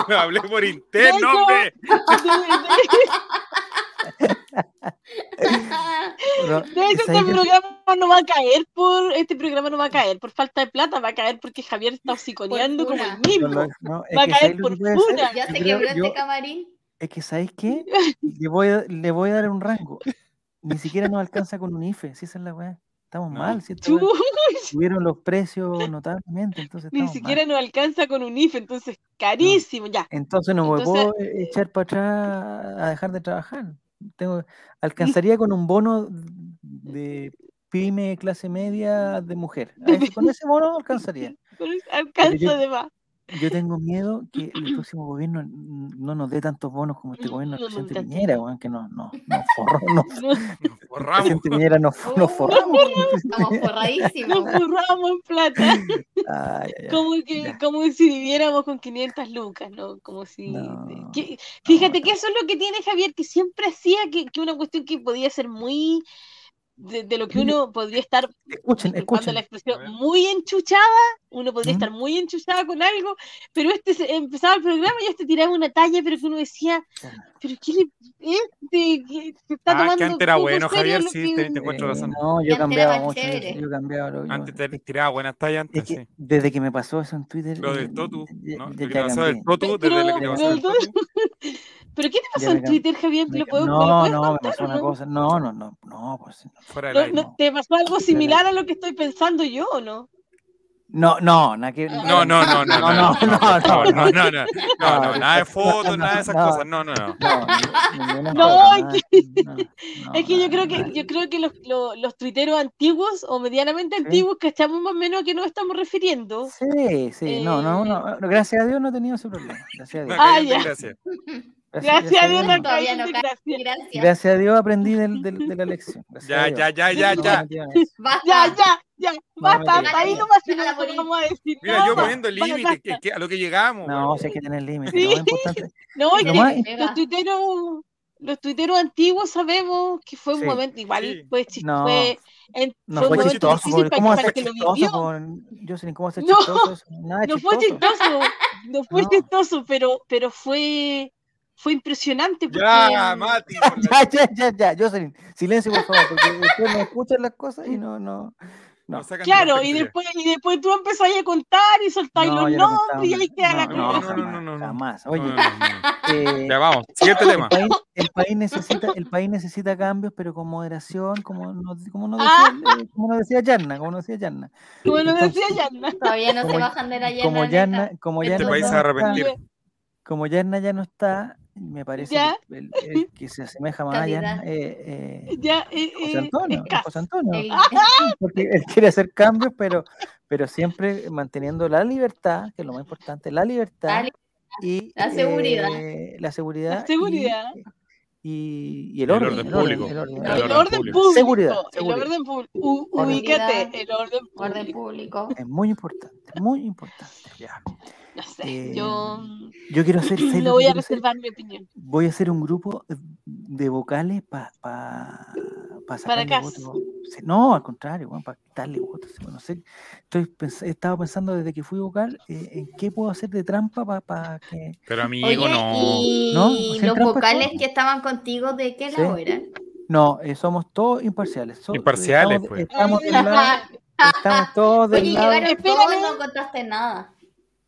[SPEAKER 1] Lo hablé por interno,
[SPEAKER 4] Eso.
[SPEAKER 1] hombre.
[SPEAKER 2] eh, Pero,
[SPEAKER 4] De hecho,
[SPEAKER 2] ¿sabes
[SPEAKER 4] este
[SPEAKER 2] qué?
[SPEAKER 4] programa no va a caer por este programa no va a caer por falta de plata, va a caer porque Javier está psiconeando
[SPEAKER 3] Por
[SPEAKER 4] como
[SPEAKER 3] cura.
[SPEAKER 4] el
[SPEAKER 2] No,
[SPEAKER 4] mismo.
[SPEAKER 2] no, no, es
[SPEAKER 4] Va a
[SPEAKER 2] que
[SPEAKER 4] caer
[SPEAKER 2] ¿sabes lo
[SPEAKER 4] por
[SPEAKER 2] que puede ser?
[SPEAKER 4] pura.
[SPEAKER 2] Yo
[SPEAKER 3] ya se
[SPEAKER 2] creo-
[SPEAKER 3] quebró
[SPEAKER 2] yo-
[SPEAKER 3] este camarín.
[SPEAKER 2] Es que, ¿sabes qué? Le voy, a, le voy a dar un rango. Ni siquiera nos alcanza con un IFE, si esa es la weá. Estamos
[SPEAKER 1] No.
[SPEAKER 2] mal, si esta weá-
[SPEAKER 4] Chu,
[SPEAKER 2] subieron los precios notablemente, entonces
[SPEAKER 4] ni
[SPEAKER 2] estamos mal.
[SPEAKER 4] siquiera nos alcanza con un IFE, entonces carísimo, ya.
[SPEAKER 2] Entonces no me
[SPEAKER 4] Entonces,
[SPEAKER 2] puedo e- echar para atrás a dejar de trabajar. Tengo, alcanzaría con un bono de pyme, clase media de mujer. A eso- con ese mono alcanzaría.
[SPEAKER 4] Pero alcanza
[SPEAKER 2] yo-
[SPEAKER 4] de más.
[SPEAKER 2] Yo tengo miedo que el próximo gobierno no nos dé tantos bonos como este gobierno del
[SPEAKER 4] No, no,
[SPEAKER 2] presidente
[SPEAKER 4] tanto.
[SPEAKER 2] Piñera, weón, que no, no, nos forró, nos-
[SPEAKER 4] Nos,
[SPEAKER 1] Nos
[SPEAKER 2] el
[SPEAKER 1] borramos.
[SPEAKER 2] presidente Piñera nos, nos
[SPEAKER 3] Oh,
[SPEAKER 2] forramos.
[SPEAKER 3] Estamos
[SPEAKER 4] nos
[SPEAKER 3] forradísimos.
[SPEAKER 4] forramos en plata.
[SPEAKER 2] Ay, ay, ay.
[SPEAKER 4] Como, que,
[SPEAKER 2] ya.
[SPEAKER 4] como si viviéramos con 500 lucas, ¿no? Como si...
[SPEAKER 2] No,
[SPEAKER 4] que- fíjate que eso es lo que tiene Javier, que siempre hacía que, que una cuestión que podía ser muy... De, de lo que
[SPEAKER 2] Mire.
[SPEAKER 4] uno podría estar,
[SPEAKER 2] Escuchen,
[SPEAKER 4] disculpando
[SPEAKER 2] escuchen.
[SPEAKER 4] la
[SPEAKER 1] A
[SPEAKER 4] expresión,
[SPEAKER 1] ver.
[SPEAKER 4] muy enchuchada, uno podría
[SPEAKER 2] ¿Mm?
[SPEAKER 4] estar muy enchuchada con algo, pero este se- empezaba el programa y este tiraba una talla, pero que uno decía, pero ¿qué le... Este, que se está
[SPEAKER 1] Ah, que
[SPEAKER 4] tomando
[SPEAKER 1] antes era
[SPEAKER 4] poco
[SPEAKER 1] bueno,
[SPEAKER 4] serio
[SPEAKER 1] Javier,
[SPEAKER 4] lo
[SPEAKER 1] sí,
[SPEAKER 4] que-
[SPEAKER 1] te- te encuentro
[SPEAKER 2] Eh,
[SPEAKER 1] razón.
[SPEAKER 2] No, yo
[SPEAKER 3] antes
[SPEAKER 2] cambiaba
[SPEAKER 3] eran
[SPEAKER 2] mucho. yo-
[SPEAKER 3] chéveres.
[SPEAKER 2] Yo cambiaba lo yo-
[SPEAKER 1] Antes te tiraba buenas tallas
[SPEAKER 2] es
[SPEAKER 1] antes.
[SPEAKER 2] que
[SPEAKER 1] sí.
[SPEAKER 2] desde que me pasó eso en Twitter.
[SPEAKER 1] Lo
[SPEAKER 2] eh,
[SPEAKER 1] del Totu,
[SPEAKER 2] ya-
[SPEAKER 1] ¿no?
[SPEAKER 2] ya-
[SPEAKER 1] Lo que
[SPEAKER 2] ya
[SPEAKER 1] te pasó del
[SPEAKER 2] cambié.
[SPEAKER 1] Totu, desde lo que te
[SPEAKER 2] Pero-
[SPEAKER 1] pasó del
[SPEAKER 4] pero-
[SPEAKER 1] Totu.
[SPEAKER 4] ¿Pero qué te pasó
[SPEAKER 2] me
[SPEAKER 4] en
[SPEAKER 2] cam-
[SPEAKER 4] Twitter, Javier?
[SPEAKER 2] Me
[SPEAKER 4] ¿Lo
[SPEAKER 2] ca-
[SPEAKER 4] puedo- me lo
[SPEAKER 2] No,
[SPEAKER 4] puedes
[SPEAKER 2] no, me
[SPEAKER 4] contar
[SPEAKER 2] pasó
[SPEAKER 4] o
[SPEAKER 2] una
[SPEAKER 4] no?
[SPEAKER 2] cosa. No, no, no, no, pues,
[SPEAKER 1] Fuera del
[SPEAKER 4] No,
[SPEAKER 1] aire.
[SPEAKER 4] no, ¿Te pasó algo similar a lo que estoy pensando yo o no?
[SPEAKER 2] no, no, nada que-
[SPEAKER 1] No, no, no, no, no, no, no,
[SPEAKER 2] no, no,
[SPEAKER 1] no, no, no, no, no,
[SPEAKER 2] no,
[SPEAKER 1] nada de
[SPEAKER 2] no,
[SPEAKER 1] fotos,
[SPEAKER 2] no,
[SPEAKER 1] nada de esas
[SPEAKER 2] no.
[SPEAKER 1] cosas, no, no, no.
[SPEAKER 2] No, ni- ninguna
[SPEAKER 4] No,
[SPEAKER 2] joda,
[SPEAKER 4] es
[SPEAKER 2] nada, no, no,
[SPEAKER 4] Es que yo
[SPEAKER 2] nada,
[SPEAKER 4] creo que
[SPEAKER 2] nada.
[SPEAKER 4] yo creo que los, lo- los tuiteros antiguos o medianamente
[SPEAKER 2] Sí.
[SPEAKER 4] antiguos cachamos más o menos a qué nos estamos refiriendo.
[SPEAKER 2] Sí, sí, no, no, no, no, gracias a Dios no he tenido ese problema. Gracias a
[SPEAKER 1] No,
[SPEAKER 2] Dios.
[SPEAKER 4] eh, Ah,
[SPEAKER 1] cállate,
[SPEAKER 4] ya.
[SPEAKER 1] gracias.
[SPEAKER 4] Gracias a Dios,
[SPEAKER 2] no.
[SPEAKER 4] no
[SPEAKER 3] Todavía no
[SPEAKER 4] caíste,
[SPEAKER 3] caí.
[SPEAKER 4] gracias.
[SPEAKER 3] Gracias.
[SPEAKER 2] Gracias a Dios aprendí del, del- de la lección. gracias a
[SPEAKER 1] Ya,
[SPEAKER 2] Dios.
[SPEAKER 1] ya, ya, ya,
[SPEAKER 2] No,
[SPEAKER 1] ya.
[SPEAKER 2] no, tío, no.
[SPEAKER 4] Ya,
[SPEAKER 3] Basta.
[SPEAKER 4] ya, ya. Basta, hasta ahí
[SPEAKER 3] mentira.
[SPEAKER 4] nomás si no
[SPEAKER 3] Déjala morir.
[SPEAKER 4] vamos a decir.
[SPEAKER 1] Mira,
[SPEAKER 4] nada
[SPEAKER 1] yo
[SPEAKER 4] más.
[SPEAKER 1] poniendo el
[SPEAKER 4] Bueno,
[SPEAKER 1] límite que-
[SPEAKER 4] basta.
[SPEAKER 1] que a lo que llegamos.
[SPEAKER 2] No,
[SPEAKER 1] weón.
[SPEAKER 2] si hay que tener límites.
[SPEAKER 4] Sí.
[SPEAKER 2] Lo más importante.
[SPEAKER 4] No, es
[SPEAKER 2] Lo
[SPEAKER 4] que
[SPEAKER 2] más-
[SPEAKER 4] los tuiteros, los tuiteros antiguos sabemos que fue un
[SPEAKER 2] Sí,
[SPEAKER 4] momento igual,
[SPEAKER 1] sí.
[SPEAKER 4] fue chis-
[SPEAKER 2] No,
[SPEAKER 4] fue, en-
[SPEAKER 2] No
[SPEAKER 4] fue
[SPEAKER 2] fue
[SPEAKER 4] un momento
[SPEAKER 2] chistoso.
[SPEAKER 4] difícil
[SPEAKER 2] pobre.
[SPEAKER 4] para,
[SPEAKER 2] ¿Cómo va a
[SPEAKER 4] para
[SPEAKER 2] ser
[SPEAKER 4] el que lo
[SPEAKER 2] chistoso?
[SPEAKER 4] vivió.
[SPEAKER 2] pobre? Jocelyn, ¿cómo va a ser
[SPEAKER 4] No,
[SPEAKER 2] chistoso? eso? Nada de
[SPEAKER 4] No fue
[SPEAKER 2] Ah, chistoso.
[SPEAKER 4] chistoso, no fue
[SPEAKER 2] No.
[SPEAKER 4] chistoso, pero, pero fue, fue impresionante porque
[SPEAKER 1] Ya,
[SPEAKER 4] mm,
[SPEAKER 1] Mati. por la-
[SPEAKER 2] Ya, ya, ya, ya, Jocelyn, silencio por favor, porque después no escuchan las cosas y no, no. No.
[SPEAKER 1] nos sacan de
[SPEAKER 4] claro, y
[SPEAKER 1] contexto ya.
[SPEAKER 4] después, y después tú empezás a contar y soltáis
[SPEAKER 2] no,
[SPEAKER 4] los
[SPEAKER 2] yo no contaba
[SPEAKER 4] nombres y ahí queda la
[SPEAKER 2] nada. no,
[SPEAKER 1] cosa.
[SPEAKER 2] no, no, no, no,
[SPEAKER 1] no.
[SPEAKER 2] jamás.
[SPEAKER 1] No,
[SPEAKER 2] Oye,
[SPEAKER 1] no, no, no.
[SPEAKER 2] eh,
[SPEAKER 1] Ya vamos, siguiente
[SPEAKER 2] el,
[SPEAKER 1] tema.
[SPEAKER 2] país, el país necesita, el país necesita cambios, pero con moderación, como nos, como nos
[SPEAKER 4] Ah.
[SPEAKER 2] decía, eh, como nos decía Yarna, como nos decía Yarna.
[SPEAKER 4] Como lo
[SPEAKER 2] Entonces,
[SPEAKER 4] decía Yanna.
[SPEAKER 3] Todavía no se
[SPEAKER 2] Como-
[SPEAKER 3] bajan de la llana.
[SPEAKER 2] como Yarna, como
[SPEAKER 1] Este
[SPEAKER 2] Yarna
[SPEAKER 1] país
[SPEAKER 2] ya
[SPEAKER 1] se va a
[SPEAKER 2] no está-
[SPEAKER 1] arrepentir.
[SPEAKER 2] como Yarna ya no está, me parece
[SPEAKER 4] Ya.
[SPEAKER 2] que el, el que se asemeja más a Yarna
[SPEAKER 3] Calidad.
[SPEAKER 2] eh, eh,
[SPEAKER 4] Ya, eh,
[SPEAKER 2] José
[SPEAKER 4] eh,
[SPEAKER 2] Antonio, es
[SPEAKER 4] escaso.
[SPEAKER 2] José Antonio.
[SPEAKER 3] El-
[SPEAKER 2] porque él quiere hacer cambios, pero, pero siempre manteniendo la libertad, que es lo más importante, la libertad
[SPEAKER 3] Dale.
[SPEAKER 2] y
[SPEAKER 3] La seguridad.
[SPEAKER 2] eh, la seguridad,
[SPEAKER 4] La seguridad.
[SPEAKER 2] y, y- y el
[SPEAKER 1] El
[SPEAKER 2] orden,
[SPEAKER 1] orden
[SPEAKER 2] el orden,
[SPEAKER 1] público.
[SPEAKER 2] el orden,
[SPEAKER 1] El
[SPEAKER 2] el
[SPEAKER 4] El
[SPEAKER 2] orden.
[SPEAKER 4] orden
[SPEAKER 1] público.
[SPEAKER 4] público.
[SPEAKER 2] Seguridad,
[SPEAKER 4] El
[SPEAKER 2] seguridad.
[SPEAKER 4] orden público. U-
[SPEAKER 3] Orden.
[SPEAKER 4] Ubícate, el orden
[SPEAKER 3] Orden
[SPEAKER 4] público.
[SPEAKER 3] público.
[SPEAKER 2] Es muy importante, muy importante. ya.
[SPEAKER 4] No sé,
[SPEAKER 2] Eh,
[SPEAKER 4] yo
[SPEAKER 2] Yo quiero hacer, ¿sabes
[SPEAKER 4] me
[SPEAKER 2] lo que
[SPEAKER 4] voy a
[SPEAKER 2] quiero hacer?
[SPEAKER 4] reservar mi opinión.
[SPEAKER 2] Voy a hacer un grupo de vocales para pa, pa sacarle
[SPEAKER 4] Cas.
[SPEAKER 2] votos. Sí, No, al contrario, para quitarle votos. sí, No sé, estoy pens- he estado pensando desde que fui vocal eh, en qué puedo hacer de trampa para que.
[SPEAKER 1] Pero
[SPEAKER 3] Oye,
[SPEAKER 1] amigo, no.
[SPEAKER 3] y
[SPEAKER 2] No, si
[SPEAKER 3] los
[SPEAKER 2] entran por
[SPEAKER 3] vocales
[SPEAKER 2] todo.
[SPEAKER 3] que estaban contigo, ¿de qué lado
[SPEAKER 2] Sí.
[SPEAKER 3] eran?
[SPEAKER 2] No, eh, somos todos imparciales. so-
[SPEAKER 1] Imparciales,
[SPEAKER 2] estamos,
[SPEAKER 1] pues.
[SPEAKER 2] Estamos, del lado- estamos todos del
[SPEAKER 3] Oye,
[SPEAKER 2] lado.
[SPEAKER 3] llegaron todos,
[SPEAKER 4] Espérame.
[SPEAKER 3] no contaste nada.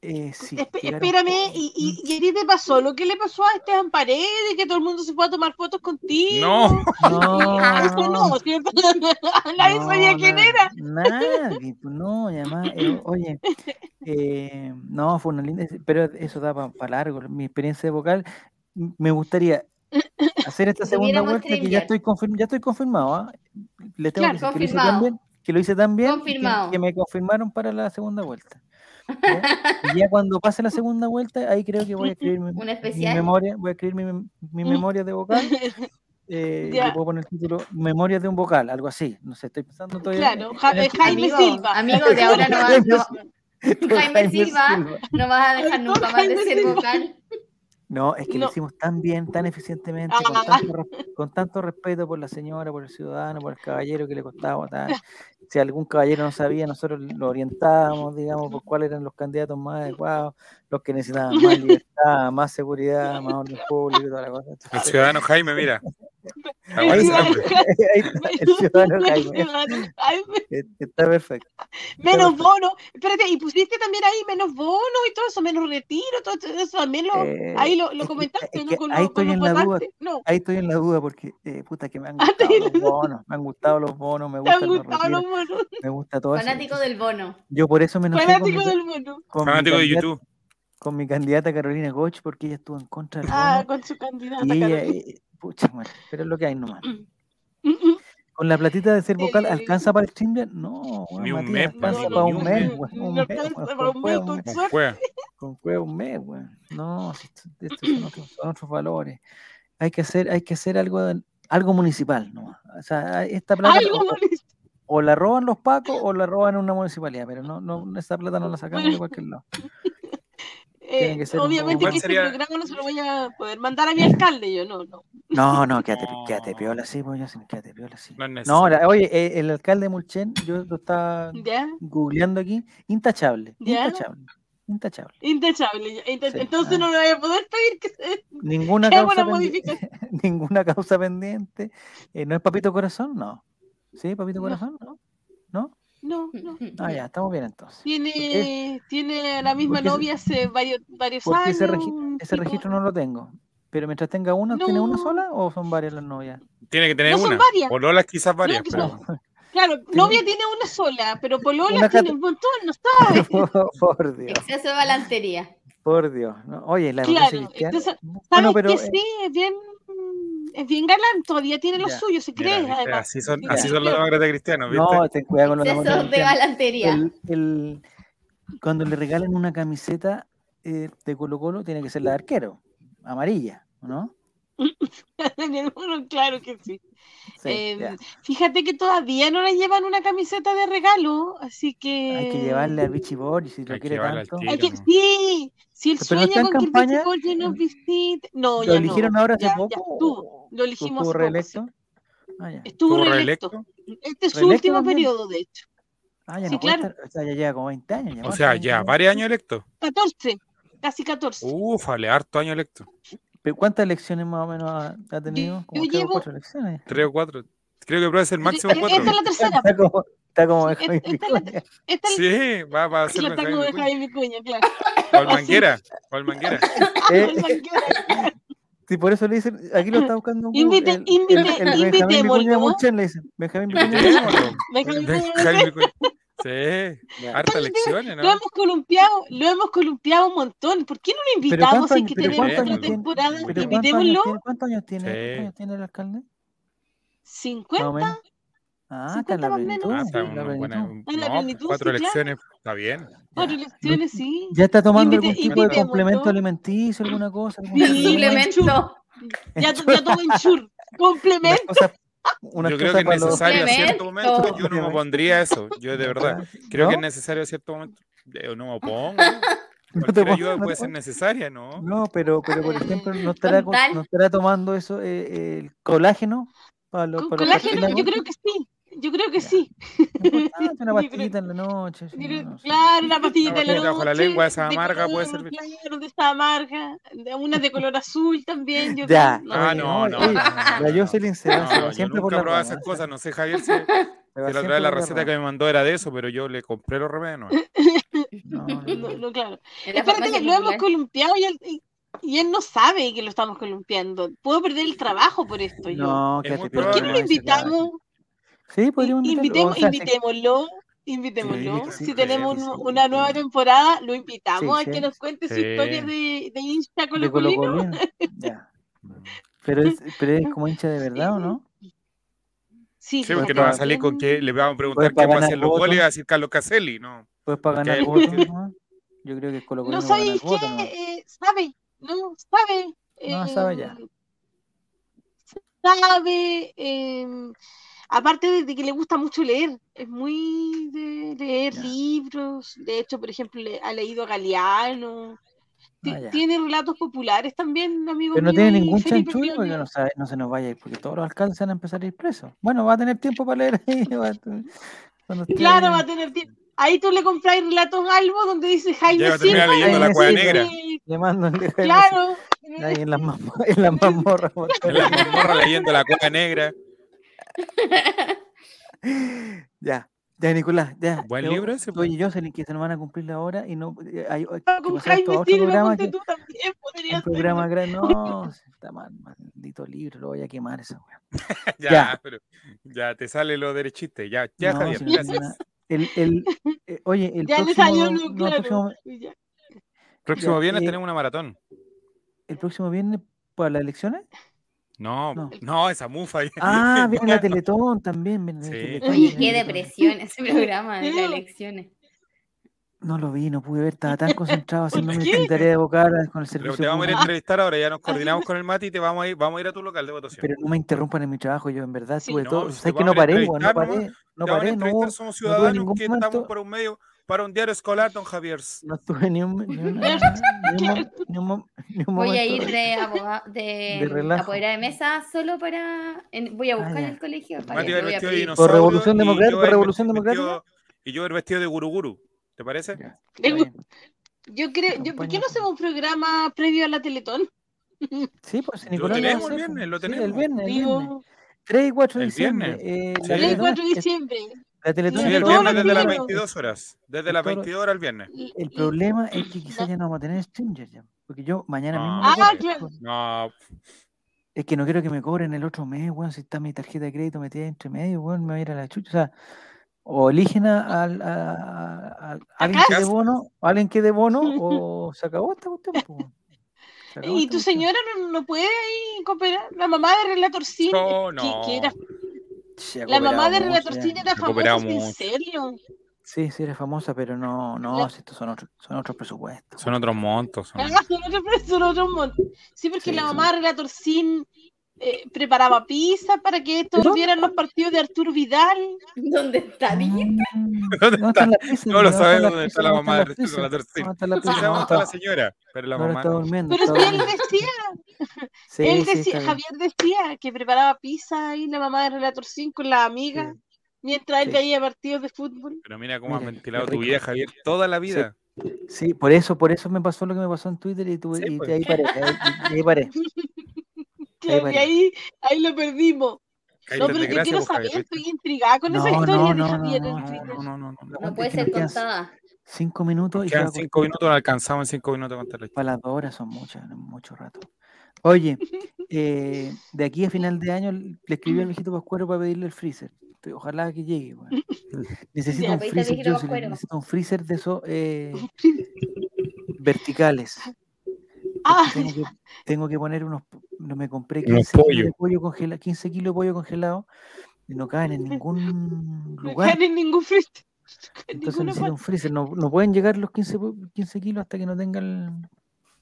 [SPEAKER 2] eh, sí,
[SPEAKER 4] Espe-
[SPEAKER 2] llegaron
[SPEAKER 4] espérame,
[SPEAKER 2] todos.
[SPEAKER 4] y, y, y a ti te pasó lo que le pasó a Esteban Paredes, que todo el mundo se fue a tomar fotos contigo.
[SPEAKER 1] No.
[SPEAKER 2] No,
[SPEAKER 4] Ah, Eso no, ¿cierto? Nadie
[SPEAKER 2] No,
[SPEAKER 4] sabía quién
[SPEAKER 2] nada,
[SPEAKER 4] era.
[SPEAKER 2] Nadie, pues, no, y además, eh, oye, eh, no, fue una linda, pero eso da para largo, mi experiencia de vocal, m- me gustaría hacer esta segunda
[SPEAKER 3] Debiéramos
[SPEAKER 2] vuelta que ya
[SPEAKER 3] streamear.
[SPEAKER 2] estoy, confirm- ya estoy confirmado, ¿ah? le tengo
[SPEAKER 4] Claro,
[SPEAKER 2] que decir que lo hice tan
[SPEAKER 3] confirmado.
[SPEAKER 2] bien, que lo hice tan bien, y que-
[SPEAKER 3] Confirmado.
[SPEAKER 2] que me confirmaron para la segunda vuelta. ¿ya? Y ya cuando pase la segunda vuelta, ahí creo que voy a escribir mi,
[SPEAKER 3] Un
[SPEAKER 2] mi
[SPEAKER 3] especial.
[SPEAKER 2] memoria, voy a escribir mi, mem- mi memoria de vocal. Eh, le
[SPEAKER 4] Ya.
[SPEAKER 2] puedo poner el título Memorias de un vocal, algo así. No sé, estoy pensando todavía. en-
[SPEAKER 4] Claro, Ja- eh,
[SPEAKER 2] en el
[SPEAKER 4] Jaime
[SPEAKER 3] Amigo,
[SPEAKER 4] Silva.
[SPEAKER 3] amigo, de ahora no vas, no,
[SPEAKER 2] título.
[SPEAKER 3] Jaime Silva. no vas a dejar nunca más de ser vocal.
[SPEAKER 2] No, es que lo
[SPEAKER 4] No.
[SPEAKER 2] hicimos tan bien, tan eficientemente, con,
[SPEAKER 4] Ah.
[SPEAKER 2] tanto, res- con tanto respeto por la señora, por el ciudadano, por el caballero que le costaba votar. Si algún caballero no sabía, nosotros lo orientábamos, digamos, por cuáles eran los candidatos más adecuados, los que necesitaban más libertad, más seguridad, más orden público y toda la cosa.
[SPEAKER 1] El
[SPEAKER 2] Entonces,
[SPEAKER 1] ciudadano Jaime, mira.
[SPEAKER 2] Ah,
[SPEAKER 4] El
[SPEAKER 1] Ahora ese
[SPEAKER 4] ciudadano
[SPEAKER 1] nombre.
[SPEAKER 2] ahí está, el ciudadano Jaime.
[SPEAKER 4] Ciudadano Jaime.
[SPEAKER 2] Eh, Está perfecto.
[SPEAKER 4] Menos bono. Espérate, y pusiste también ahí menos bono y todo eso, menos retiro, todo eso también lo,
[SPEAKER 2] Eh,
[SPEAKER 4] ahí lo,
[SPEAKER 2] es
[SPEAKER 4] lo
[SPEAKER 2] que-
[SPEAKER 4] comentaste,
[SPEAKER 2] es
[SPEAKER 4] ¿no?
[SPEAKER 2] que
[SPEAKER 4] Con,
[SPEAKER 2] ahí
[SPEAKER 4] los- con
[SPEAKER 2] estoy
[SPEAKER 4] los
[SPEAKER 2] en la duda.
[SPEAKER 4] votantes. No,
[SPEAKER 2] Ahí estoy en la duda porque, eh, puta, que me han
[SPEAKER 4] Ah,
[SPEAKER 2] gustado
[SPEAKER 4] te-
[SPEAKER 2] los bonos, me han gustado los bonos, me
[SPEAKER 4] te han
[SPEAKER 2] gustan los
[SPEAKER 4] gustado los
[SPEAKER 2] retiros,
[SPEAKER 4] bonos.
[SPEAKER 2] me gusta todo eso.
[SPEAKER 3] Fanático del bono.
[SPEAKER 2] Yo por eso me enojé con mi,
[SPEAKER 4] Fanático del mundo.
[SPEAKER 2] con mi
[SPEAKER 1] Fanático de
[SPEAKER 2] candidata-
[SPEAKER 1] YouTube.
[SPEAKER 2] con mi candidata Carolina Goch porque ella estuvo en contra del
[SPEAKER 4] Ah,
[SPEAKER 2] bono
[SPEAKER 4] con su candidata.
[SPEAKER 2] y eh, ella,
[SPEAKER 4] Carolina.
[SPEAKER 2] eh, pucha, bueno, pero es lo que hay nomás.
[SPEAKER 4] Mm, mm.
[SPEAKER 2] Con ¿Con la platita de ser vocal
[SPEAKER 4] Eh,
[SPEAKER 2] alcanza para el streamer? No, weón,
[SPEAKER 1] Ni un
[SPEAKER 2] Matías,
[SPEAKER 1] mes,
[SPEAKER 2] alcanza
[SPEAKER 1] Pati,
[SPEAKER 2] para
[SPEAKER 1] ni
[SPEAKER 2] un
[SPEAKER 1] un
[SPEAKER 2] mes,
[SPEAKER 1] mes.
[SPEAKER 2] weón,
[SPEAKER 4] No
[SPEAKER 2] un mes,
[SPEAKER 4] alcanza
[SPEAKER 2] weón,
[SPEAKER 4] para
[SPEAKER 2] con
[SPEAKER 4] un mes,
[SPEAKER 2] cueva
[SPEAKER 4] con
[SPEAKER 2] un mes,
[SPEAKER 1] Como fue.
[SPEAKER 2] con cueva un mes, weón. No, si esto- estos son otros, son otros valores. Hay que hacer, hay que hacer algo, de- algo municipal, nomás. O sea, esta plata
[SPEAKER 4] Algo
[SPEAKER 2] o-
[SPEAKER 4] bonito.
[SPEAKER 2] o la roban los pacos o la roban en una municipalidad, pero no, no, esa plata no la sacamos de cualquier lado. Tiene
[SPEAKER 4] Eh,
[SPEAKER 2] que ser un
[SPEAKER 4] obviamente
[SPEAKER 2] poco-
[SPEAKER 4] que este
[SPEAKER 1] ¿Cuál sería-
[SPEAKER 4] programa no se lo voy a poder mandar a mi alcalde, yo no, no.
[SPEAKER 2] No, no, quédate,
[SPEAKER 1] No.
[SPEAKER 2] quédate piola, sí, pues, Jocelyn, quédate piola, sí.
[SPEAKER 1] No es
[SPEAKER 2] No,
[SPEAKER 1] necesario.
[SPEAKER 2] ahora, oye, eh, el alcalde Mulchen, yo lo estaba
[SPEAKER 4] ¿Ya?
[SPEAKER 2] googleando aquí, intachable,
[SPEAKER 4] ¿Ya?
[SPEAKER 2] intachable, intachable.
[SPEAKER 4] Intachable. ya, inta-
[SPEAKER 2] Sí,
[SPEAKER 4] Entonces
[SPEAKER 2] ah.
[SPEAKER 4] no le voy a poder pedir que se...
[SPEAKER 2] Ninguna
[SPEAKER 4] que haga una
[SPEAKER 2] causa, pendiente,
[SPEAKER 4] modificación.
[SPEAKER 2] ninguna causa pendiente. eh, ¿No es Papito Corazón? No. ¿Sí, Papito
[SPEAKER 4] No.
[SPEAKER 2] Corazón? No.
[SPEAKER 4] No, no.
[SPEAKER 2] Ah, ya, estamos bien entonces.
[SPEAKER 4] Tiene, tiene a la misma
[SPEAKER 2] Porque se-
[SPEAKER 4] novia hace varios, varios
[SPEAKER 2] ¿Por qué
[SPEAKER 4] años.
[SPEAKER 2] ese, regi-
[SPEAKER 4] un
[SPEAKER 2] ese
[SPEAKER 4] tipo-
[SPEAKER 2] registro no lo tengo? Pero mientras tenga una, ¿tiene una
[SPEAKER 4] No.
[SPEAKER 2] sola o son varias las novias?
[SPEAKER 1] Tiene que tener
[SPEAKER 4] No son
[SPEAKER 1] una.
[SPEAKER 4] varias.
[SPEAKER 1] O Lola quizás varias,
[SPEAKER 4] que
[SPEAKER 1] pero
[SPEAKER 4] son- Claro, novia tiene una sola, pero
[SPEAKER 2] Una
[SPEAKER 4] Polola
[SPEAKER 2] cata-
[SPEAKER 4] tiene un montón, no sabe.
[SPEAKER 2] por Dios.
[SPEAKER 3] Exceso de galantería.
[SPEAKER 2] Por Dios. ¿no? Oye, la democracia
[SPEAKER 4] Claro,
[SPEAKER 2] cristiana-
[SPEAKER 4] entonces, ¿sabes
[SPEAKER 2] Bueno, pero
[SPEAKER 4] que
[SPEAKER 2] eh,
[SPEAKER 4] sí? Es bien, es bien galán, todavía tiene lo
[SPEAKER 2] Ya,
[SPEAKER 4] suyo, se
[SPEAKER 1] mira,
[SPEAKER 4] cree,
[SPEAKER 1] ¿viste?
[SPEAKER 4] además.
[SPEAKER 1] así son,
[SPEAKER 2] Mira.
[SPEAKER 1] así son los demócratas cristianos, ¿viste?
[SPEAKER 2] no, ten cuidado con los
[SPEAKER 3] Exceso
[SPEAKER 2] demócratas
[SPEAKER 3] de
[SPEAKER 2] cristianos.
[SPEAKER 3] galantería.
[SPEAKER 2] El- el- Cuando le regalen una camiseta eh, de Colo Colo, tiene que ser la de arquero, amarilla, ¿no?
[SPEAKER 4] Bueno, claro que sí.
[SPEAKER 2] Sí,
[SPEAKER 4] Eh,
[SPEAKER 2] ya.
[SPEAKER 4] Fíjate que todavía no le llevan una camiseta de regalo, así que.
[SPEAKER 2] Hay que llevarle al Bichi Boris si lo
[SPEAKER 1] hay que
[SPEAKER 2] quiere
[SPEAKER 1] llevarle al
[SPEAKER 2] tanto.
[SPEAKER 4] Hay
[SPEAKER 1] Pero
[SPEAKER 4] que-
[SPEAKER 1] no.
[SPEAKER 4] sí, si él
[SPEAKER 2] Pero no está
[SPEAKER 4] sueña
[SPEAKER 2] en
[SPEAKER 4] con que el
[SPEAKER 2] campaña,
[SPEAKER 4] Bichicolle nos
[SPEAKER 2] eh,
[SPEAKER 4] visite. No,
[SPEAKER 2] ¿Lo
[SPEAKER 4] ya
[SPEAKER 2] eligieron
[SPEAKER 4] no.
[SPEAKER 2] ahora hace
[SPEAKER 4] ya- ya
[SPEAKER 2] poco?
[SPEAKER 4] estuvo,
[SPEAKER 2] o-
[SPEAKER 4] Lo
[SPEAKER 2] o
[SPEAKER 4] elegimos
[SPEAKER 2] estuvo
[SPEAKER 4] hace poco, sí.
[SPEAKER 2] reelecto? Ah, ya.
[SPEAKER 4] Estuvo
[SPEAKER 1] ¿Estuvo
[SPEAKER 4] reelecto. Este es su
[SPEAKER 2] ¿Reelecto
[SPEAKER 4] último
[SPEAKER 2] también?
[SPEAKER 4] periodo, de hecho.
[SPEAKER 2] Ah, ya
[SPEAKER 4] Sí,
[SPEAKER 2] no puede
[SPEAKER 4] claro.
[SPEAKER 2] estar- o sea, ya lleva como 20 años.
[SPEAKER 1] O
[SPEAKER 2] más,
[SPEAKER 1] sea,
[SPEAKER 2] 20
[SPEAKER 1] ya varios años electos.
[SPEAKER 4] 14, casi 14.
[SPEAKER 1] Uh, Ufale, harto años electos.
[SPEAKER 2] ¿Pero cuántas elecciones más o menos ha, ha tenido? Como
[SPEAKER 4] yo
[SPEAKER 2] tres o
[SPEAKER 4] llevo-
[SPEAKER 2] cuatro elecciones.
[SPEAKER 1] Tres o cuatro. Creo que puede ser máximo
[SPEAKER 4] Esta
[SPEAKER 1] cuatro.
[SPEAKER 4] es la tercera.
[SPEAKER 2] Está como, está como Benjamín
[SPEAKER 4] es- esta es la-
[SPEAKER 2] Vicuña.
[SPEAKER 4] Esta es
[SPEAKER 1] Sí, va, va a ser
[SPEAKER 4] la está como
[SPEAKER 1] Benjamín Vicuña.
[SPEAKER 4] Jaime Cuña, claro.
[SPEAKER 1] O al manguera. O al manguera.
[SPEAKER 2] Eh,
[SPEAKER 4] Manguera.
[SPEAKER 2] Sí, por eso le dicen, aquí lo está buscando en Google,
[SPEAKER 4] Invite-
[SPEAKER 2] el-
[SPEAKER 4] invite-
[SPEAKER 2] el- el Benjamín
[SPEAKER 4] invitémoslo.
[SPEAKER 2] Vicuña Muchen, le dicen. Benjamín Vicuña Muchen.
[SPEAKER 1] Invitémoslo.
[SPEAKER 4] Benjamín Vicuña.
[SPEAKER 1] Benjamín Vicuña. Sí,
[SPEAKER 2] Ya.
[SPEAKER 1] harta lecciones,
[SPEAKER 4] Lo
[SPEAKER 1] ¿no?
[SPEAKER 4] hemos columpiado, lo hemos columpiado un montón. ¿Por qué no lo
[SPEAKER 2] Pero
[SPEAKER 4] invitamos si es
[SPEAKER 2] años-
[SPEAKER 4] que
[SPEAKER 2] pero
[SPEAKER 4] tenemos
[SPEAKER 1] cuánto
[SPEAKER 4] otra
[SPEAKER 1] años tiene-
[SPEAKER 2] pero
[SPEAKER 4] temporada?
[SPEAKER 1] cuánto
[SPEAKER 2] ¿cuántos años
[SPEAKER 4] Invitémoslo.
[SPEAKER 2] tiene, cuántos años tiene, cuántos
[SPEAKER 1] Sí.
[SPEAKER 2] años tiene el alcalde?
[SPEAKER 4] 50.
[SPEAKER 2] Más o menos. Ah, está en la
[SPEAKER 4] 50 más o menos.
[SPEAKER 2] plenitud.
[SPEAKER 1] Ah, está
[SPEAKER 2] la
[SPEAKER 1] una buena.
[SPEAKER 2] plenitud.
[SPEAKER 4] Ah, la
[SPEAKER 1] no,
[SPEAKER 4] plenitud,
[SPEAKER 1] cuatro
[SPEAKER 4] sí, claro.
[SPEAKER 1] elecciones, está bien.
[SPEAKER 4] Cuatro
[SPEAKER 2] Ya.
[SPEAKER 4] elecciones, sí.
[SPEAKER 2] ¿Ya está tomando
[SPEAKER 4] Invite-
[SPEAKER 2] algún tipo de
[SPEAKER 4] invitemos,
[SPEAKER 2] complemento
[SPEAKER 4] ¿no?
[SPEAKER 2] alimenticio, alguna cosa? alguna
[SPEAKER 4] Sí,
[SPEAKER 3] Suplemento.
[SPEAKER 4] Ya, to- ya todo en chur.
[SPEAKER 2] unas
[SPEAKER 4] Complemento.
[SPEAKER 2] cosas- unas
[SPEAKER 1] Yo creo que es
[SPEAKER 2] cosas para los-
[SPEAKER 1] necesario a cierto
[SPEAKER 3] Complemento.
[SPEAKER 1] momento. Yo no me pondría eso, yo de verdad. Creo
[SPEAKER 2] ¿No?
[SPEAKER 1] que es necesario a cierto momento. Yo no me opongo. Cualquier
[SPEAKER 2] pon-
[SPEAKER 1] ayuda
[SPEAKER 2] no
[SPEAKER 1] puede
[SPEAKER 2] te
[SPEAKER 1] ser
[SPEAKER 2] pon-
[SPEAKER 1] necesaria, ¿no?
[SPEAKER 2] No, pero, pero por ejemplo, no
[SPEAKER 3] Con
[SPEAKER 2] estará, con-
[SPEAKER 3] tal-
[SPEAKER 2] no estará tomando eso, eh, el colágeno para los
[SPEAKER 4] Con
[SPEAKER 2] para los
[SPEAKER 4] colágeno, yo
[SPEAKER 2] cartílagos.
[SPEAKER 4] creo que sí. Yo creo que
[SPEAKER 2] Ya.
[SPEAKER 4] sí.
[SPEAKER 2] Importante, una
[SPEAKER 4] Yo creo-
[SPEAKER 2] pastillita en la noche. sí,
[SPEAKER 4] Yo creo-
[SPEAKER 2] no, no sé.
[SPEAKER 4] claro, una pastillita
[SPEAKER 1] Una
[SPEAKER 4] de la
[SPEAKER 1] pastilla bajo la
[SPEAKER 4] noche,
[SPEAKER 1] lengua, esa
[SPEAKER 4] de
[SPEAKER 1] amarga puede
[SPEAKER 4] color,
[SPEAKER 1] servir.
[SPEAKER 4] Claro, de esa amarga. de- Una de color azul también. Yo
[SPEAKER 2] Ya.
[SPEAKER 4] creo.
[SPEAKER 1] Ah,
[SPEAKER 2] Oye,
[SPEAKER 1] no,
[SPEAKER 2] no,
[SPEAKER 1] no.
[SPEAKER 2] oye,
[SPEAKER 1] no, no,
[SPEAKER 2] La
[SPEAKER 1] no.
[SPEAKER 2] Jocelyn se va, se va
[SPEAKER 1] No, yo
[SPEAKER 2] siempre por
[SPEAKER 1] nunca
[SPEAKER 2] la
[SPEAKER 1] he probado
[SPEAKER 2] rama,
[SPEAKER 1] esas
[SPEAKER 2] se va-
[SPEAKER 1] cosas. No sé, Javier, si, si
[SPEAKER 2] se va
[SPEAKER 1] la otra
[SPEAKER 2] siempre
[SPEAKER 1] vez la
[SPEAKER 2] por
[SPEAKER 1] receta que
[SPEAKER 2] rama.
[SPEAKER 1] me mandó era de eso, pero yo le compré los remedios. ¿no?
[SPEAKER 2] No, no,
[SPEAKER 4] No,
[SPEAKER 2] no.
[SPEAKER 4] no, claro.
[SPEAKER 3] En la
[SPEAKER 4] Espérate,
[SPEAKER 3] farmacia
[SPEAKER 4] que lo hemos
[SPEAKER 3] popular.
[SPEAKER 4] columpiado y él, y- y él no sabe que lo estamos columpiando. Puedo perder el trabajo por esto yo.
[SPEAKER 2] No,
[SPEAKER 1] Es
[SPEAKER 2] quédate
[SPEAKER 1] muy
[SPEAKER 2] piola,
[SPEAKER 4] ¿Por qué no lo
[SPEAKER 1] probable.
[SPEAKER 2] dice nada.
[SPEAKER 4] invitamos?
[SPEAKER 2] Sí, podríamos invitarlo.
[SPEAKER 4] Invitemos,
[SPEAKER 2] o sea, sí,
[SPEAKER 4] invitémoslo, invitémoslo.
[SPEAKER 1] sí,
[SPEAKER 4] si
[SPEAKER 1] sí,
[SPEAKER 4] tenemos
[SPEAKER 2] sí,
[SPEAKER 4] un-
[SPEAKER 2] sí,
[SPEAKER 4] una
[SPEAKER 2] sí.
[SPEAKER 4] nueva temporada, lo invitamos
[SPEAKER 2] Sí,
[SPEAKER 4] a
[SPEAKER 2] sí.
[SPEAKER 4] que nos cuente su
[SPEAKER 1] Sí.
[SPEAKER 4] historia de, de hincha
[SPEAKER 2] de Colo
[SPEAKER 4] colocolino.
[SPEAKER 2] Colino, ya. Pero es, pero es como hincha de verdad, ¿o no?
[SPEAKER 4] Sí,
[SPEAKER 1] Sí,
[SPEAKER 4] fíjate,
[SPEAKER 1] porque no va a salir
[SPEAKER 4] también-
[SPEAKER 1] con que le vamos a
[SPEAKER 2] Pues
[SPEAKER 1] preguntar
[SPEAKER 2] para
[SPEAKER 1] quién va a
[SPEAKER 2] ganar
[SPEAKER 1] hacer los
[SPEAKER 2] votos.
[SPEAKER 1] goles y va a decir Carlos Caselli, ¿no?
[SPEAKER 2] Pues para
[SPEAKER 1] Porque
[SPEAKER 2] ganar
[SPEAKER 1] hay-
[SPEAKER 2] votos. ¿no? Yo creo que es Colo
[SPEAKER 4] No
[SPEAKER 2] Colino. va a
[SPEAKER 4] sabéis
[SPEAKER 2] ganar
[SPEAKER 4] qué,
[SPEAKER 2] votos, ¿no?
[SPEAKER 4] eh, sabe, no sabe. eh,
[SPEAKER 2] No, sabe ya.
[SPEAKER 4] Sabe, eh, aparte de, de que le gusta mucho leer, es muy de leer
[SPEAKER 2] Ya.
[SPEAKER 4] libros. De hecho, por ejemplo, le- ha leído a Galeano. Ti-
[SPEAKER 2] Ah, ya.
[SPEAKER 4] Tiene relatos populares también, amigo
[SPEAKER 2] Pero no
[SPEAKER 4] mío,
[SPEAKER 2] tiene
[SPEAKER 4] ahí,
[SPEAKER 2] ningún
[SPEAKER 4] Felipe
[SPEAKER 2] chanchullo porque
[SPEAKER 4] Pioño.
[SPEAKER 2] no, sabe- no se nos vaya a ir, porque todos los alcaldes van a empezar a ir presos. Bueno, va a tener tiempo para leer ahí. va a tener- cuando esté-
[SPEAKER 4] Claro, va a tener tiempo. Ahí tú le compras relatos algo donde dice Jaime
[SPEAKER 1] Ya va a terminar
[SPEAKER 4] Silva,
[SPEAKER 1] leyendo
[SPEAKER 2] La Cueva
[SPEAKER 4] dice-
[SPEAKER 1] Negra.
[SPEAKER 2] Le mando el dejo de
[SPEAKER 4] Claro.
[SPEAKER 2] decir, ahí en las mazmorras. En las mazmorras, por
[SPEAKER 1] En la
[SPEAKER 2] favor.
[SPEAKER 1] morra leyendo la cueva negra.
[SPEAKER 2] ya, ya, Nicolás, ya.
[SPEAKER 1] Buen
[SPEAKER 2] Yo-
[SPEAKER 1] libro ese, po.
[SPEAKER 2] Oye, Jocelyn, que se nos van a cumplir la hora y no. eh, Hay, hay que pasar
[SPEAKER 4] Con
[SPEAKER 2] estos
[SPEAKER 4] Jaime
[SPEAKER 2] otros
[SPEAKER 4] Silva,
[SPEAKER 2] programas
[SPEAKER 4] ponte
[SPEAKER 2] que-
[SPEAKER 4] tú también, podría
[SPEAKER 2] un
[SPEAKER 4] ser.
[SPEAKER 2] programa grande. No, si está mal, maldito libro, lo voy a quemar esa weá.
[SPEAKER 1] Ya,
[SPEAKER 2] Ya.
[SPEAKER 1] pero ya te sale lo derechiste. Ya, ya,
[SPEAKER 2] No,
[SPEAKER 1] Javier.
[SPEAKER 2] si no
[SPEAKER 1] gracias.
[SPEAKER 2] tiene nada. El, el, eh, oye, el
[SPEAKER 4] Ya le
[SPEAKER 2] próximo, no,
[SPEAKER 4] salió lo
[SPEAKER 2] el
[SPEAKER 4] claro.
[SPEAKER 2] próximo-
[SPEAKER 4] Ya.
[SPEAKER 1] Próximo
[SPEAKER 2] Ya,
[SPEAKER 1] viernes
[SPEAKER 2] eh,
[SPEAKER 1] tenemos una maratón.
[SPEAKER 2] el próximo viernes para las elecciones.
[SPEAKER 1] No, no,
[SPEAKER 2] No.
[SPEAKER 1] esa mufa. ya.
[SPEAKER 2] Ah, viene la Teletón también. viene la
[SPEAKER 1] Sí.
[SPEAKER 2] Teletón,
[SPEAKER 3] Oye,
[SPEAKER 2] viene
[SPEAKER 3] qué
[SPEAKER 2] la Teletón.
[SPEAKER 3] depresión ese programa de las
[SPEAKER 4] Sí.
[SPEAKER 3] elecciones.
[SPEAKER 2] No lo vi, no pude ver, estaba tan concentrado haciendo mi
[SPEAKER 4] qué?
[SPEAKER 2] tarea de bocar con el
[SPEAKER 1] Pero
[SPEAKER 2] servicio.
[SPEAKER 1] te vamos a ir a
[SPEAKER 2] público.
[SPEAKER 1] entrevistar ahora, ya nos coordinamos con el Mati y te vamos a ir, vamos a ir a tu local de votación.
[SPEAKER 2] Pero no me interrumpan en mi trabajo, yo en verdad
[SPEAKER 4] Sí.
[SPEAKER 2] tuve
[SPEAKER 1] No,
[SPEAKER 2] todo.
[SPEAKER 1] si te
[SPEAKER 2] Sabes que
[SPEAKER 1] vamos
[SPEAKER 2] no
[SPEAKER 1] a ir a
[SPEAKER 2] paré, weón, no
[SPEAKER 1] entrevistar
[SPEAKER 2] paré,
[SPEAKER 1] nomás,
[SPEAKER 2] no
[SPEAKER 1] Te van a
[SPEAKER 2] paré, no,
[SPEAKER 1] entrevistar, somos
[SPEAKER 2] no tuve
[SPEAKER 1] ciudadanos
[SPEAKER 2] ningún
[SPEAKER 1] que estamos
[SPEAKER 2] momento-
[SPEAKER 1] para un medio, para un diario escolar, don Javiers.
[SPEAKER 2] no tuve ni un, ni una- ni un mo- ni un mo- ni un
[SPEAKER 3] Voy a
[SPEAKER 2] momento
[SPEAKER 3] ir de, aboga- de,
[SPEAKER 2] De
[SPEAKER 3] mm,
[SPEAKER 2] relajo.
[SPEAKER 3] apoderada de mesa solo para. en- voy a
[SPEAKER 2] Ah,
[SPEAKER 3] buscar
[SPEAKER 2] ya.
[SPEAKER 3] el colegio. Para
[SPEAKER 1] Mati
[SPEAKER 3] le
[SPEAKER 1] va a ir
[SPEAKER 3] voy a
[SPEAKER 1] vestido de
[SPEAKER 3] pedir.
[SPEAKER 1] dinosaurio
[SPEAKER 2] Por Revolución
[SPEAKER 1] y yo voy a ir
[SPEAKER 2] Democrática, por
[SPEAKER 1] vestido-
[SPEAKER 2] Revolución Democrática.
[SPEAKER 1] vestido- Y yo voy a ir vestido de guruguru. ¿Te parece?
[SPEAKER 2] Ya,
[SPEAKER 4] De
[SPEAKER 2] está bien.
[SPEAKER 4] Yo creo, yo, ¿por qué no
[SPEAKER 2] Acompáñame.
[SPEAKER 4] hacemos un programa previo a la Teletón?
[SPEAKER 2] Sí, pues
[SPEAKER 1] Lo
[SPEAKER 2] Nicolás
[SPEAKER 1] tenemos
[SPEAKER 2] va a
[SPEAKER 1] el
[SPEAKER 2] hacer,
[SPEAKER 1] viernes, lo
[SPEAKER 2] sí, el
[SPEAKER 1] tenemos.
[SPEAKER 2] viernes, el viernes.
[SPEAKER 4] Digo,
[SPEAKER 2] 3 y 4 de
[SPEAKER 1] El
[SPEAKER 2] diciembre. eh, la
[SPEAKER 1] Sí.
[SPEAKER 4] 3 y
[SPEAKER 2] Teletón
[SPEAKER 4] 4 de
[SPEAKER 2] es-
[SPEAKER 4] diciembre.
[SPEAKER 2] La Teletón
[SPEAKER 1] Sí,
[SPEAKER 4] No,
[SPEAKER 2] es
[SPEAKER 1] el
[SPEAKER 4] no,
[SPEAKER 2] todos
[SPEAKER 1] viernes
[SPEAKER 4] no,
[SPEAKER 2] los
[SPEAKER 1] desde las
[SPEAKER 4] no.
[SPEAKER 2] días.
[SPEAKER 1] 22 horas. Desde las
[SPEAKER 2] Doctor-
[SPEAKER 1] 22 horas el viernes.
[SPEAKER 4] Y-
[SPEAKER 2] El
[SPEAKER 4] y-
[SPEAKER 2] problema es que
[SPEAKER 4] la-
[SPEAKER 2] quizás ya no vamos a tener Stringer ya. Porque yo mañana
[SPEAKER 1] No,
[SPEAKER 2] mismo.
[SPEAKER 1] Ah,
[SPEAKER 2] me voy.
[SPEAKER 4] claro.
[SPEAKER 1] No,
[SPEAKER 2] Es que no quiero que me cobren el otro mes, weón. Si está mi tarjeta de crédito metida entre medio, weón, me va a ir a la chucha. O sea, o eligen a, al- a- a- a- alguien que dé
[SPEAKER 1] casa.
[SPEAKER 2] bono, o alguien que dé bono, o se acabó esta cuestión, po, weón. Se acabó
[SPEAKER 4] ¿Y
[SPEAKER 2] esta
[SPEAKER 4] tu
[SPEAKER 2] cuestión.
[SPEAKER 4] señora no, no puede ahí cooperar? La mamá de Relator Cine.
[SPEAKER 1] No,
[SPEAKER 4] que-
[SPEAKER 1] oh, no. eh,
[SPEAKER 4] que era-
[SPEAKER 2] Se ha
[SPEAKER 4] la mamá
[SPEAKER 2] cooperado
[SPEAKER 4] de
[SPEAKER 2] mucho,
[SPEAKER 4] Relator
[SPEAKER 2] ya.
[SPEAKER 4] Cine era
[SPEAKER 1] Se ha cooperado
[SPEAKER 4] famosa, ¿en
[SPEAKER 1] mucho.
[SPEAKER 4] serio?
[SPEAKER 2] Sí, sí, era famosa, pero no, no,
[SPEAKER 4] La-
[SPEAKER 2] si estos son otros, son otros presupuestos.
[SPEAKER 1] son otros montos. son-
[SPEAKER 4] Ah, son otros pre- son otros montes. Sí, porque
[SPEAKER 2] Sí,
[SPEAKER 4] la
[SPEAKER 2] sí.
[SPEAKER 4] mamá de Relator Sin eh, preparaba pizza para que estos
[SPEAKER 2] ¿Pero?
[SPEAKER 4] vieran los partidos de Arturo Vidal.
[SPEAKER 3] ¿Dónde está? Dije,
[SPEAKER 2] Mm,
[SPEAKER 1] ¿Dónde
[SPEAKER 2] ¿dónde
[SPEAKER 1] está?
[SPEAKER 2] están las pizzas,
[SPEAKER 1] No lo
[SPEAKER 2] weón?
[SPEAKER 1] sabemos
[SPEAKER 2] ¿Dónde
[SPEAKER 1] dónde
[SPEAKER 2] están
[SPEAKER 1] está la
[SPEAKER 2] las
[SPEAKER 1] mamá de
[SPEAKER 2] pizzas? ¿Dónde
[SPEAKER 1] Relator Cine?
[SPEAKER 2] están las
[SPEAKER 1] Sí,
[SPEAKER 2] pizzas?
[SPEAKER 1] sabemos
[SPEAKER 2] ¿Dónde
[SPEAKER 1] dónde
[SPEAKER 2] está
[SPEAKER 1] está
[SPEAKER 2] la
[SPEAKER 1] la señora, pero la
[SPEAKER 2] pizzas? Ahora
[SPEAKER 1] mamá.
[SPEAKER 2] está durmiendo.
[SPEAKER 4] Pero
[SPEAKER 2] está
[SPEAKER 4] si él
[SPEAKER 2] durmiendo.
[SPEAKER 4] decía,
[SPEAKER 2] Sí,
[SPEAKER 4] él
[SPEAKER 2] sí,
[SPEAKER 4] decía,
[SPEAKER 2] está bien.
[SPEAKER 4] Javier decía que preparaba pizza y la mamá de Relator Sin con la amiga
[SPEAKER 2] Sí.
[SPEAKER 4] mientras él
[SPEAKER 2] Sí.
[SPEAKER 4] veía partidos de fútbol.
[SPEAKER 1] Pero mira cómo has
[SPEAKER 2] Mira, qué
[SPEAKER 1] ventilado tu
[SPEAKER 2] rico.
[SPEAKER 1] vida, Javier, toda la vida.
[SPEAKER 2] Sí, por eso, por eso me pasó lo que me pasó en Twitter y, tuve,
[SPEAKER 1] Sí,
[SPEAKER 2] y
[SPEAKER 1] pues.
[SPEAKER 2] de ahí paré, de ahí, de ahí paré.
[SPEAKER 4] Claro, y
[SPEAKER 2] parece.
[SPEAKER 4] ahí, ahí lo perdimos.
[SPEAKER 1] Caíste
[SPEAKER 4] No,
[SPEAKER 1] en
[SPEAKER 4] pero yo
[SPEAKER 1] desgracia,
[SPEAKER 4] quiero
[SPEAKER 1] pues,
[SPEAKER 4] saber,
[SPEAKER 1] Javier, ¿viste?
[SPEAKER 4] estoy intrigada con esa
[SPEAKER 2] No,
[SPEAKER 4] historia
[SPEAKER 2] no,
[SPEAKER 4] de
[SPEAKER 2] no,
[SPEAKER 4] Javier
[SPEAKER 2] no,
[SPEAKER 4] en
[SPEAKER 2] no,
[SPEAKER 4] Twitter.
[SPEAKER 1] No, no, no, no.
[SPEAKER 3] No puede ser
[SPEAKER 2] Quedan
[SPEAKER 3] contada.
[SPEAKER 2] Cinco minutos y se va a
[SPEAKER 1] Quedan cinco
[SPEAKER 2] cortar.
[SPEAKER 1] minutos, no alcanzamos en cinco minutos a contar la historia.
[SPEAKER 2] Para las dos horas son muchas, no es mucho rato. Oye, eh, de aquí a final de año le escribí al viejito Pascuero para pedirle el freezer. Te- Ojalá que llegue, weón. Necesito
[SPEAKER 4] Ya,
[SPEAKER 2] un
[SPEAKER 3] pediste al
[SPEAKER 2] freezer,
[SPEAKER 3] viejito
[SPEAKER 2] Jocelyn,
[SPEAKER 3] Pascuero.
[SPEAKER 2] necesito un freezer de esos eh, verticales.
[SPEAKER 4] Ah,
[SPEAKER 2] Tengo que, tengo que poner unos. po- no Me compré
[SPEAKER 1] Unos
[SPEAKER 2] 15 kilos
[SPEAKER 1] pollos.
[SPEAKER 2] de pollo congelado, 15 kilos de pollo congelado y no caen en ningún
[SPEAKER 4] no
[SPEAKER 2] lugar.
[SPEAKER 4] caen en ningún freestyle.
[SPEAKER 2] Entonces necesito un freezer. No, no pueden llegar los 15, po- 15 kilos hasta que no tenga el,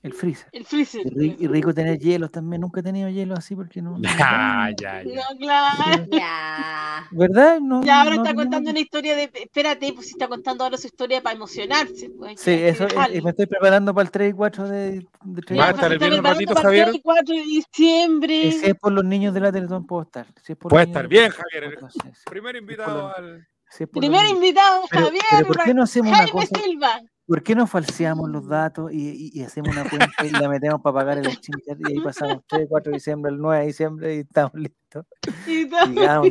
[SPEAKER 2] el freezer.
[SPEAKER 4] El freezer.
[SPEAKER 2] Y, ri- y rico tener hielos también. Nunca he tenido hielos así porque no. no-
[SPEAKER 1] Ya, ya, ya.
[SPEAKER 4] No, claro.
[SPEAKER 3] Ya.
[SPEAKER 2] ¿Verdad? No,
[SPEAKER 4] Ya ahora
[SPEAKER 2] no
[SPEAKER 4] está
[SPEAKER 2] tenemos-
[SPEAKER 4] contando una historia de. Espérate, pues si está contando ahora su historia para emocionarse. pues, hay que-
[SPEAKER 2] Sí,
[SPEAKER 4] hay que
[SPEAKER 2] eso. eh,
[SPEAKER 4] dejarlo.
[SPEAKER 2] eh, me estoy preparando para el 3 y 4 de. de 3 y
[SPEAKER 1] Va a
[SPEAKER 4] Ya, pues,
[SPEAKER 2] 4.
[SPEAKER 1] estar el
[SPEAKER 4] está
[SPEAKER 1] viernes un
[SPEAKER 4] preparando
[SPEAKER 1] ratito,
[SPEAKER 4] para el
[SPEAKER 1] Javier.
[SPEAKER 4] 4 de diciembre.
[SPEAKER 2] Y si es por los niños de la Teletón, puedo estar. Si es por los
[SPEAKER 1] Puede
[SPEAKER 2] niños
[SPEAKER 1] estar
[SPEAKER 2] de la
[SPEAKER 1] bien,
[SPEAKER 2] Teletón,
[SPEAKER 1] Javier.
[SPEAKER 2] puedo estar, sí.
[SPEAKER 1] Primer invitado al.
[SPEAKER 2] Si es por los
[SPEAKER 4] Primer
[SPEAKER 2] niños.
[SPEAKER 4] invitado,
[SPEAKER 2] Pero-
[SPEAKER 4] Javier.
[SPEAKER 2] pero ¿por qué no hacemos una
[SPEAKER 4] Jaime
[SPEAKER 2] cosa?
[SPEAKER 4] Silva.
[SPEAKER 2] ¿Por qué no falseamos los datos y, y- y hacemos una cuenta y la metemos para pagar el extinguer y ahí pasamos 3, 4 de diciembre, el 9 de diciembre y estamos listos?
[SPEAKER 4] Y todo.
[SPEAKER 2] Digamos.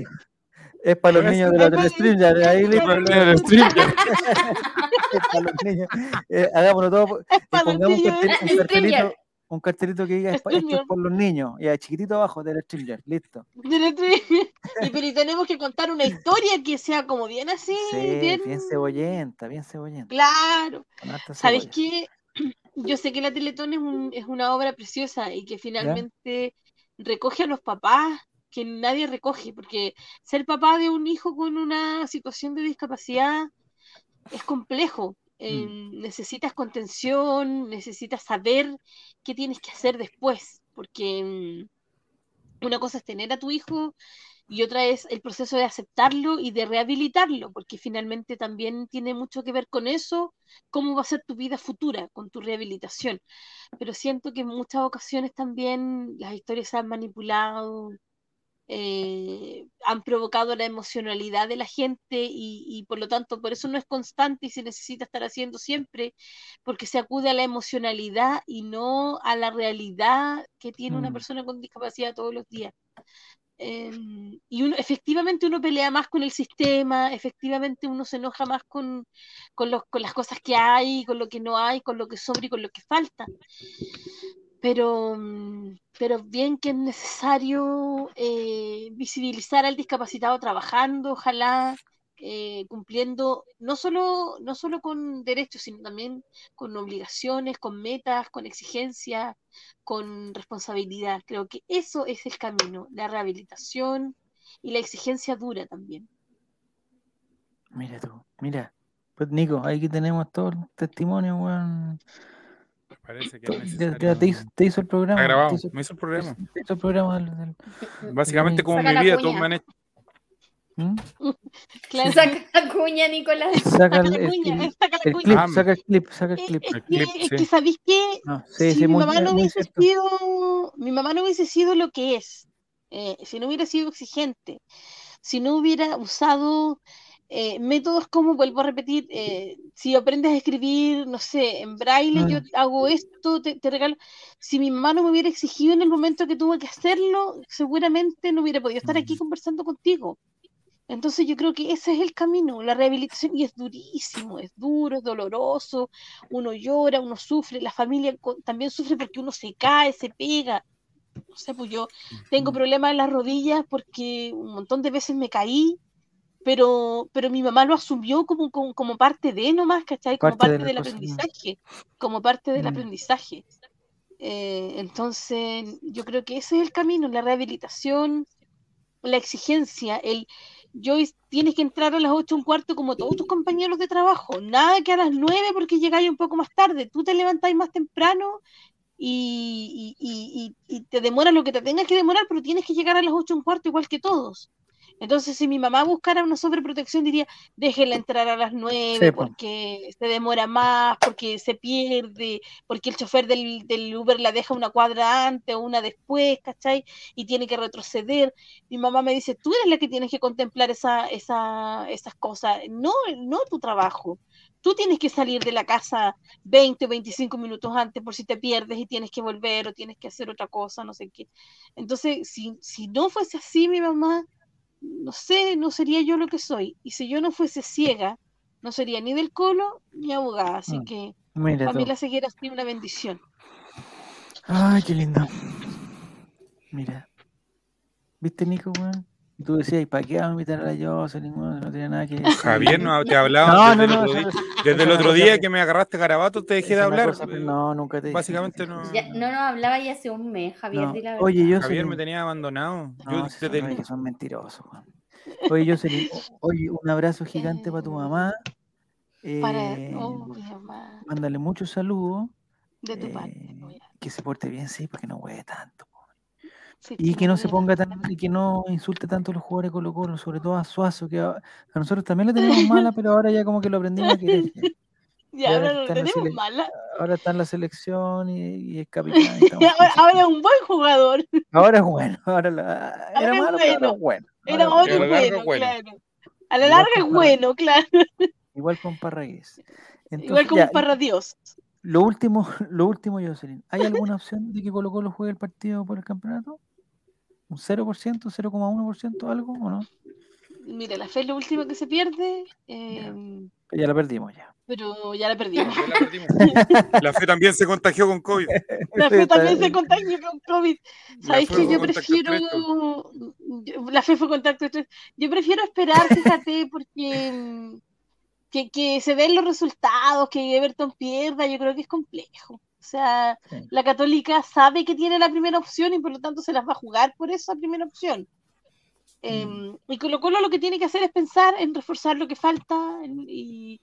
[SPEAKER 2] Es para los
[SPEAKER 1] Ahora
[SPEAKER 2] niños de
[SPEAKER 4] sí.
[SPEAKER 2] la Telestringer, ahí listo.
[SPEAKER 4] Para los
[SPEAKER 2] es
[SPEAKER 1] del
[SPEAKER 2] para los niños. Eh, hagámoslo todo. por-
[SPEAKER 4] Es
[SPEAKER 2] y
[SPEAKER 4] para los
[SPEAKER 2] pongamos un,
[SPEAKER 4] niños de
[SPEAKER 2] cartel- un
[SPEAKER 3] Telestringer.
[SPEAKER 2] cartelito, un cartelito que diga "Es pa- esto es
[SPEAKER 4] Telestringer.
[SPEAKER 2] por los niños. Y chiquitito abajo, Telestringer, listo.
[SPEAKER 4] Del otro día. Y pero tenemos que contar una historia que sea como bien así,
[SPEAKER 2] Sí,
[SPEAKER 4] bien
[SPEAKER 2] bien cebollenta, bien cebollenta.
[SPEAKER 4] claro.
[SPEAKER 2] con harta
[SPEAKER 4] ¿Sabes
[SPEAKER 2] cebolla.
[SPEAKER 4] qué? Yo sé que la Teletón es, un- es una obra preciosa y que finalmente recoge a los papás que nadie recoge, porque ser papá de un hijo con una situación de discapacidad es complejo. Eh, necesitas contención, necesitas saber qué tienes que hacer después, porque mm, una cosa es tener a tu hijo y otra es el proceso de aceptarlo y de rehabilitarlo, porque finalmente también tiene mucho que ver con eso, cómo va a ser tu vida futura con tu rehabilitación. Pero siento que en muchas ocasiones también las historias se han manipulado, eh, han provocado la emocionalidad de la gente y, y por lo tanto por eso no es constante y se necesita estar haciendo siempre, porque se acude a la emocionalidad y no a la realidad que tiene una
[SPEAKER 2] Mm.
[SPEAKER 4] persona con discapacidad todos los días. Eh, y uno, efectivamente uno pelea más con el sistema, efectivamente uno se enoja más con, con, los, con las cosas que hay, con lo que no hay, con lo que sobra y con lo que falta. Pero, mm, pero bien que es necesario eh, visibilizar al discapacitado trabajando, ojalá eh, cumpliendo no solo, no solo con derechos, sino también con obligaciones, con metas, con exigencias, con responsabilidad. Creo que eso es el camino, la rehabilitación y la exigencia dura también.
[SPEAKER 2] Mira tú, mira. Pues Nico, aquí tenemos todo el testimonio, weón.
[SPEAKER 1] Me parece que
[SPEAKER 2] Te-
[SPEAKER 1] es necesario.
[SPEAKER 2] te- te, hizo, te hizo el programa.
[SPEAKER 1] Está grabado,
[SPEAKER 2] Te hizo,
[SPEAKER 1] me hizo el programa.
[SPEAKER 2] te hizo el programa. del- del-
[SPEAKER 1] Básicamente como
[SPEAKER 3] Saca
[SPEAKER 1] mi
[SPEAKER 3] la
[SPEAKER 1] vida,
[SPEAKER 3] cuña.
[SPEAKER 1] todos me han hecho.
[SPEAKER 2] ¿Mm?
[SPEAKER 4] Claro,
[SPEAKER 3] Saca la cuña, Nicolás.
[SPEAKER 2] Saca
[SPEAKER 4] saca
[SPEAKER 2] el,
[SPEAKER 4] la
[SPEAKER 2] el-
[SPEAKER 4] cuña,
[SPEAKER 2] el-
[SPEAKER 4] saca la
[SPEAKER 2] el
[SPEAKER 4] cuña.
[SPEAKER 2] clip,
[SPEAKER 1] Ah, me-
[SPEAKER 2] saca el clip, saca el
[SPEAKER 4] Eh,
[SPEAKER 2] clip.
[SPEAKER 4] Es,
[SPEAKER 1] El clip,
[SPEAKER 4] que, es
[SPEAKER 1] sí.
[SPEAKER 4] que, ¿sabéis qué?
[SPEAKER 2] No, sí,
[SPEAKER 4] si
[SPEAKER 2] sí,
[SPEAKER 4] mi
[SPEAKER 2] muy,
[SPEAKER 4] mamá no
[SPEAKER 2] muy
[SPEAKER 4] hubiese
[SPEAKER 2] cierto.
[SPEAKER 4] sido, mi mamá no hubiese sido lo que es, eh, si no hubiera sido exigente, si no hubiera usado eh, métodos como, vuelvo a repetir, eh, si aprendes a escribir, no sé, en braille, yo hago esto, te, te regalo. Si mi mamá no me hubiera exigido en el momento que tuve que hacerlo, seguramente no hubiera podido estar aquí
[SPEAKER 2] Mm.
[SPEAKER 4] conversando contigo. Entonces yo creo que ese es el camino, la rehabilitación, y es durísimo, es duro, es doloroso, uno llora, uno sufre, la familia co- también sufre porque uno se cae, se pega. No sé, pues yo tengo
[SPEAKER 2] Ujú.
[SPEAKER 4] problemas en las rodillas porque un montón de veces me caí, pero, pero mi mamá lo asumió como, como, como parte de nomás, ¿cachai? Como
[SPEAKER 2] Parte
[SPEAKER 4] parte,
[SPEAKER 2] de la
[SPEAKER 4] del
[SPEAKER 2] cosa, mm.
[SPEAKER 4] aprendizaje, como parte del
[SPEAKER 2] Mm.
[SPEAKER 4] aprendizaje. Eh, entonces, yo creo que ese es el camino, la rehabilitación, la exigencia, el Joyce, tienes que entrar a las ocho un cuarto como todos tus compañeros de trabajo. Nada que a las nueve porque llegáis un poco más tarde. Tú te levantáis más temprano y, y- y- y- y te demoras lo que te tengas que demorar, pero tienes que llegar a las ocho un cuarto igual que todos. Entonces, si mi mamá buscara una sobreprotección, diría, déjela entrar a las nueve
[SPEAKER 2] Sí, po.
[SPEAKER 4] porque se demora más, porque se pierde, porque el chofer del, del Uber la deja una cuadra antes o una después, ¿cachai? Y tiene que retroceder mi mamá me dice, tú eres la que tienes que contemplar esa, esa, esas cosas, no, no tu trabajo. Tú tienes que salir de la casa 20 o 25 minutos antes por si te pierdes y tienes que volver o tienes que hacer otra cosa, no sé qué. Entonces, si, si no fuese así mi mamá, no sé, no sería yo lo que soy. Y si yo no fuese ciega, no sería ni del colo ni abogada. Así
[SPEAKER 2] Mm,
[SPEAKER 4] que
[SPEAKER 2] Mira
[SPEAKER 4] para mí
[SPEAKER 2] tú.
[SPEAKER 4] la ceguera ha sido una bendición.
[SPEAKER 2] Ay, qué lindo. Mira. ¿Viste, Nico, weón? Y tú decías, ¿y para qué vamos a invitar a la Jocelyn, weón? No tiene nada que decir.
[SPEAKER 1] Javier, no, te hablaba
[SPEAKER 2] No, no,
[SPEAKER 1] desde,
[SPEAKER 2] no.
[SPEAKER 1] el, otro
[SPEAKER 2] esa
[SPEAKER 1] día,
[SPEAKER 2] no es-
[SPEAKER 1] desde
[SPEAKER 2] esa
[SPEAKER 1] el
[SPEAKER 2] no es
[SPEAKER 1] otro
[SPEAKER 2] la
[SPEAKER 1] día
[SPEAKER 2] cosa-
[SPEAKER 1] que me agarraste garabato, te dejé
[SPEAKER 2] esa
[SPEAKER 1] de
[SPEAKER 2] no es la
[SPEAKER 1] hablar. pues.
[SPEAKER 2] cosa, pero no, nunca te dije.
[SPEAKER 1] Básicamente no-
[SPEAKER 3] Ya, no nos hablaba ya hace un mes, Javier,
[SPEAKER 2] Ah. No.
[SPEAKER 3] di la
[SPEAKER 2] Oye,
[SPEAKER 3] verdad.
[SPEAKER 2] yo
[SPEAKER 1] Javier me tenía abandonado. Yo
[SPEAKER 2] No, si
[SPEAKER 1] desde
[SPEAKER 2] son,
[SPEAKER 1] el-
[SPEAKER 2] re- son mentirosos, Juan. Oye, Jocelyn, o- oye, un abrazo gigante para tu
[SPEAKER 4] Eh,
[SPEAKER 2] mamá.
[SPEAKER 4] Para,
[SPEAKER 2] eh,
[SPEAKER 4] oh, mi mamá,
[SPEAKER 2] Mándale muchos saludos.
[SPEAKER 4] de tu parte.
[SPEAKER 2] eh,
[SPEAKER 4] voy a-
[SPEAKER 2] que se porte bien, sí, porque no hueve tanto. po.
[SPEAKER 4] sí,
[SPEAKER 2] Y que no se
[SPEAKER 4] mira.
[SPEAKER 2] ponga tan, y que no insulte tanto a los jugadores de Colo Colo, sobre todo a Suazo, que a, a nosotros también lo tenemos mala, pero ahora ya como que lo aprendimos a querer. ya.
[SPEAKER 4] Ya,
[SPEAKER 2] Ya
[SPEAKER 4] ahora
[SPEAKER 2] ahora
[SPEAKER 4] no
[SPEAKER 2] está en la
[SPEAKER 4] tenemos
[SPEAKER 2] sele-
[SPEAKER 4] mala.
[SPEAKER 2] Ahora está en la selección y, y es capitán. y estamos
[SPEAKER 4] Ya, ahora,
[SPEAKER 2] felices.
[SPEAKER 4] ahora es un buen jugador.
[SPEAKER 2] Ahora es bueno, ahora lo- ah,
[SPEAKER 4] Ahora
[SPEAKER 2] era
[SPEAKER 4] es
[SPEAKER 2] malo, pero ahora
[SPEAKER 4] bueno,
[SPEAKER 2] es bueno.
[SPEAKER 4] Era
[SPEAKER 2] ahora es
[SPEAKER 4] ahora
[SPEAKER 1] a
[SPEAKER 4] es
[SPEAKER 1] la
[SPEAKER 2] bueno.
[SPEAKER 1] larga es
[SPEAKER 4] bueno,
[SPEAKER 1] bueno.
[SPEAKER 4] claro. A la
[SPEAKER 2] Igual
[SPEAKER 4] larga
[SPEAKER 2] que
[SPEAKER 4] es
[SPEAKER 2] Parra-
[SPEAKER 4] bueno, claro.
[SPEAKER 2] Igual con Parragués.
[SPEAKER 4] Igual
[SPEAKER 2] Entonces,
[SPEAKER 4] como
[SPEAKER 2] ya,
[SPEAKER 4] un
[SPEAKER 2] y
[SPEAKER 4] parra Dios.
[SPEAKER 2] lo último, lo último, Jocelyn. ¿Hay alguna opción de que Colo Colo juegue el partido por el campeonato? ¿Un 0%, 0,1%, algo o no?
[SPEAKER 4] Mira, la fe es lo último que se pierde, eh,
[SPEAKER 2] Ya la perdimos ya.
[SPEAKER 4] pero ya la perdimos.
[SPEAKER 1] Ya la perdimos. La fe también se contagió con COVID.
[SPEAKER 4] La fe también se contagia con COVID.
[SPEAKER 1] La
[SPEAKER 4] Sabéis
[SPEAKER 1] fe
[SPEAKER 4] que
[SPEAKER 1] fue
[SPEAKER 4] yo
[SPEAKER 1] contacto
[SPEAKER 4] prefiero.
[SPEAKER 1] estrecho.
[SPEAKER 4] yo- La fe fue contacto estrecho. Yo prefiero esperar, fíjate, porque. mm, Que, que se den los resultados, que Everton pierda, yo creo que es complejo. O sea,
[SPEAKER 2] Sí.
[SPEAKER 4] la Católica sabe que tiene la primera opción y por lo tanto se las va a jugar por esa primera opción.
[SPEAKER 1] Mm.
[SPEAKER 4] Em, y Colo Colo lo que tiene que hacer es pensar en reforzar lo que falta en- y,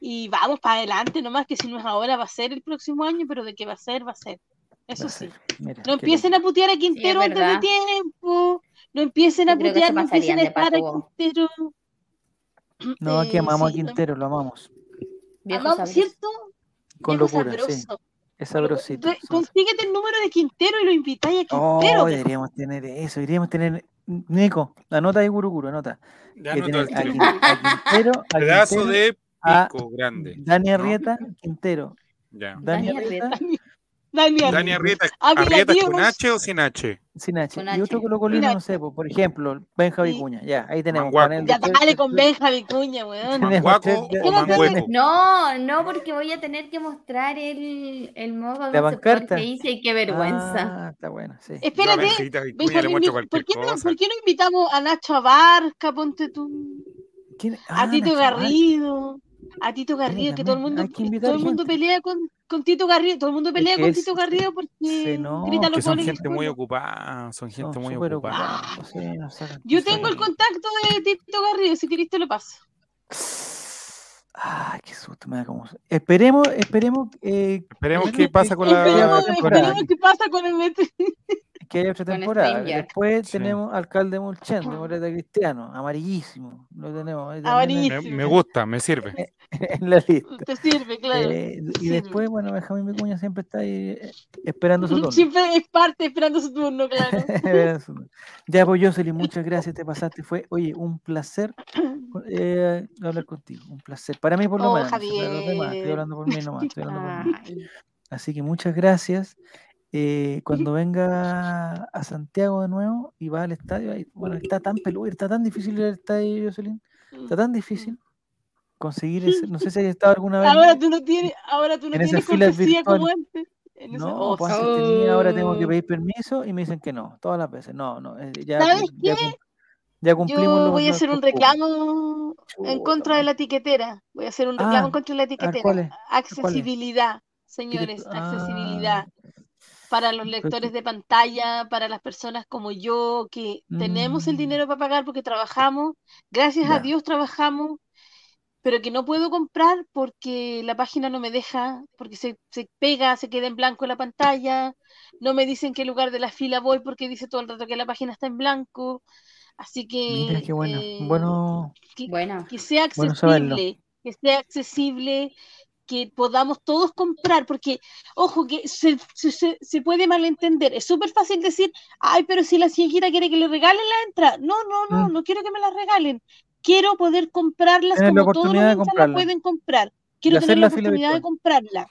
[SPEAKER 4] y vamos para adelante nomás, que si no es ahora va a ser el próximo año, pero de qué va a ser, va a ser. Eso
[SPEAKER 2] Va a
[SPEAKER 4] sí.
[SPEAKER 2] ser. Mira,
[SPEAKER 4] No
[SPEAKER 2] qué
[SPEAKER 4] empiecen a putear a Quintero antes de
[SPEAKER 3] verdad.
[SPEAKER 4] tiempo. No empiecen a
[SPEAKER 3] Yo creo que
[SPEAKER 4] putear,
[SPEAKER 3] se
[SPEAKER 4] no empiecen
[SPEAKER 3] pasarían
[SPEAKER 4] a
[SPEAKER 3] de
[SPEAKER 4] estar a
[SPEAKER 3] patuo.
[SPEAKER 4] Quintero.
[SPEAKER 2] lindo. No, aquí
[SPEAKER 4] Eh,
[SPEAKER 2] amamos a
[SPEAKER 4] sí, no-
[SPEAKER 2] Quintero, lo amamos.
[SPEAKER 3] Viejo
[SPEAKER 4] amamos,
[SPEAKER 3] sabroso.
[SPEAKER 4] ¿cierto?
[SPEAKER 2] Con
[SPEAKER 4] Viejo
[SPEAKER 2] locura, sí.
[SPEAKER 4] sabroso.
[SPEAKER 2] Es
[SPEAKER 4] Colo-
[SPEAKER 2] sabrosito.
[SPEAKER 4] re-
[SPEAKER 2] sabroso.
[SPEAKER 4] Consíguete el número de Quintero y lo invitáis a
[SPEAKER 2] Oh,
[SPEAKER 4] Quintero.
[SPEAKER 2] deberíamos tener eso, deberíamos tener. Nico, anota ahí, Guruguru, anota.
[SPEAKER 1] Ya
[SPEAKER 2] que
[SPEAKER 1] no
[SPEAKER 2] tener
[SPEAKER 1] todo
[SPEAKER 2] a,
[SPEAKER 1] el
[SPEAKER 2] Quin- a Quintero, a
[SPEAKER 1] Pedazo
[SPEAKER 2] Quintero,
[SPEAKER 1] de
[SPEAKER 2] a
[SPEAKER 1] pico grande.
[SPEAKER 2] Dani
[SPEAKER 1] ¿no?
[SPEAKER 2] Arrieta, Quintero.
[SPEAKER 1] Ya.
[SPEAKER 2] Dani,
[SPEAKER 3] Dani
[SPEAKER 2] Arrieta,
[SPEAKER 3] Arrieta.
[SPEAKER 4] Dani Arrieta.
[SPEAKER 1] Dani Arrieta,
[SPEAKER 4] Apelativos.
[SPEAKER 1] Arrieta es con H o sin H.
[SPEAKER 2] sin H.
[SPEAKER 3] Con
[SPEAKER 2] Y
[SPEAKER 3] H.
[SPEAKER 2] otro colocolino,
[SPEAKER 4] Sin
[SPEAKER 2] no sé, pues, por ejemplo, Benja
[SPEAKER 4] Y-
[SPEAKER 2] Vicuña. Ya, ahí tenemos.
[SPEAKER 1] Manguaco.
[SPEAKER 2] panel de
[SPEAKER 4] Ya dale
[SPEAKER 2] tres-
[SPEAKER 4] con Benja Vicuña, weón.
[SPEAKER 2] tenemos tres-
[SPEAKER 1] Manguaco o
[SPEAKER 4] Espérate.
[SPEAKER 1] Mangueco.
[SPEAKER 3] No, no, porque voy a tener que mostrar el, el modo conceptual
[SPEAKER 2] pancarta?
[SPEAKER 3] que hice y qué vergüenza.
[SPEAKER 2] Ah, está bueno, sí.
[SPEAKER 1] Yo a
[SPEAKER 4] Espérate,
[SPEAKER 1] Benjita Vicuña le
[SPEAKER 4] Benjamín,
[SPEAKER 1] muestro
[SPEAKER 4] ¿por
[SPEAKER 1] cualquier
[SPEAKER 4] qué, no,
[SPEAKER 1] cosa.
[SPEAKER 4] por qué no invitamos a Nacho Abarca? Ponte tú.
[SPEAKER 2] ¿Quién?
[SPEAKER 4] a
[SPEAKER 2] Ah,
[SPEAKER 4] Tito
[SPEAKER 2] Nacho Bar-
[SPEAKER 4] Garrido, a Tito Garrido, que
[SPEAKER 2] también
[SPEAKER 4] todo el mundo,
[SPEAKER 2] hay que invitar
[SPEAKER 4] todo el mundo
[SPEAKER 2] gente.
[SPEAKER 4] pelea con, con Tito Garrido, todo el mundo pelea
[SPEAKER 2] que
[SPEAKER 4] con
[SPEAKER 2] es-
[SPEAKER 4] Tito Garrido porque
[SPEAKER 2] se no,
[SPEAKER 4] grita
[SPEAKER 1] Que
[SPEAKER 4] los
[SPEAKER 1] son
[SPEAKER 4] goles del
[SPEAKER 1] gente muy
[SPEAKER 4] pueblo.
[SPEAKER 1] ocupada, son gente
[SPEAKER 2] Son
[SPEAKER 1] muy
[SPEAKER 2] súper
[SPEAKER 1] ocupada.
[SPEAKER 2] ocupados, sí, no sacan-
[SPEAKER 4] Yo
[SPEAKER 2] no
[SPEAKER 4] tengo el
[SPEAKER 2] sacan-
[SPEAKER 4] contacto de Tito Garrido, si querés te lo paso.
[SPEAKER 2] Ay, qué susto me da como. Esperemos, esperemos eh,
[SPEAKER 1] Esperemos qué pasa con la
[SPEAKER 4] Esperemos,
[SPEAKER 1] temporada.
[SPEAKER 4] esperemos qué pasa con el Met-
[SPEAKER 2] que haya otra
[SPEAKER 3] Con
[SPEAKER 2] temporada.
[SPEAKER 3] Stranger.
[SPEAKER 2] Después
[SPEAKER 1] Sí.
[SPEAKER 2] tenemos alcalde Mulchen, demócrata cristiano, amarillísimo. Lo tenemos ahí también en-
[SPEAKER 4] Amarillo.
[SPEAKER 1] Me, me gusta, me sirve.
[SPEAKER 2] en la lista.
[SPEAKER 4] Te sirve, claro.
[SPEAKER 2] Eh, y
[SPEAKER 4] sí.
[SPEAKER 2] después, bueno, Benjamín Vicuña siempre está ahí eh, esperando su turno.
[SPEAKER 4] Siempre es parte esperando su turno, claro.
[SPEAKER 2] Esperando su turno. ya, pues Jocelyn, muchas gracias, te pasaste. Fue, oye, un placer eh, hablar contigo, un placer. Para mí, por lo
[SPEAKER 4] Oh,
[SPEAKER 2] menos. no sé para los demás, estoy
[SPEAKER 4] Javier.
[SPEAKER 2] hablando por mí nomás. Estoy hablando por mí.
[SPEAKER 3] Ay,
[SPEAKER 2] Así que muchas gracias. Eh, cuando venga a Santiago de nuevo y va al estadio, ahí, bueno, está tan peludo, está tan difícil ir al estadio, Jocelyn, está tan difícil conseguir ese, no sé si has estado alguna vez.
[SPEAKER 4] Ahora tú no tienes, ahora tú no
[SPEAKER 2] en esas
[SPEAKER 4] tienes
[SPEAKER 2] filas
[SPEAKER 4] cortesía como
[SPEAKER 2] virtuales.
[SPEAKER 4] antes. En esa-
[SPEAKER 2] No,
[SPEAKER 4] oh,
[SPEAKER 2] pues
[SPEAKER 4] sí.
[SPEAKER 2] antes tenía, ahora tengo que
[SPEAKER 4] Oh.
[SPEAKER 2] pedir permiso y me dicen que no, todas las veces. No, no, eh, ya,
[SPEAKER 4] ¿Sabes
[SPEAKER 2] cum- ya, cum- ya cumplimos.
[SPEAKER 4] yo
[SPEAKER 2] los-
[SPEAKER 4] voy a
[SPEAKER 2] los
[SPEAKER 4] hacer un
[SPEAKER 2] cupos.
[SPEAKER 4] reclamo en contra de la etiquetera. Voy a hacer un reclamo
[SPEAKER 2] Ah,
[SPEAKER 4] en contra de la
[SPEAKER 2] ¿cuál es?
[SPEAKER 4] etiquetera.
[SPEAKER 2] es?
[SPEAKER 4] Accesibilidad,
[SPEAKER 2] Chuta,
[SPEAKER 4] señores,
[SPEAKER 2] ah,
[SPEAKER 4] accesibilidad. para los
[SPEAKER 2] Entonces-
[SPEAKER 4] lectores de pantalla, para las personas como yo que tenemos el
[SPEAKER 2] Mm.
[SPEAKER 4] dinero para pagar porque trabajamos, gracias a
[SPEAKER 2] Ya.
[SPEAKER 4] Dios trabajamos, pero que no puedo comprar porque la página no me deja, porque se, se pega, se queda en blanco la pantalla, no me dicen qué lugar de la fila voy porque dice todo el rato que la página está en blanco, así
[SPEAKER 2] Mira,
[SPEAKER 4] que
[SPEAKER 2] qué bueno.
[SPEAKER 4] eh,
[SPEAKER 2] Bueno,
[SPEAKER 4] que-
[SPEAKER 3] Buena.
[SPEAKER 4] que sea
[SPEAKER 2] Ah, Bueno saberlo.
[SPEAKER 4] accesible, que sea accesible, que podamos todos comprar, porque, ojo, que se, se- se- se puede malentender. Es súper fácil decir, ay, pero si la señorita quiere que le regalen la entrada. No, no, no,
[SPEAKER 2] Mm.
[SPEAKER 4] no quiero que me la regalen. Quiero poder comprarlas
[SPEAKER 2] Tener la
[SPEAKER 4] como todos los
[SPEAKER 2] oportunidad de
[SPEAKER 4] hinchas la
[SPEAKER 2] comprarla.
[SPEAKER 4] pueden comprar. Quiero
[SPEAKER 2] hacer
[SPEAKER 4] tener la
[SPEAKER 2] la fila
[SPEAKER 4] oportunidad de
[SPEAKER 2] virtual.
[SPEAKER 4] comprarla.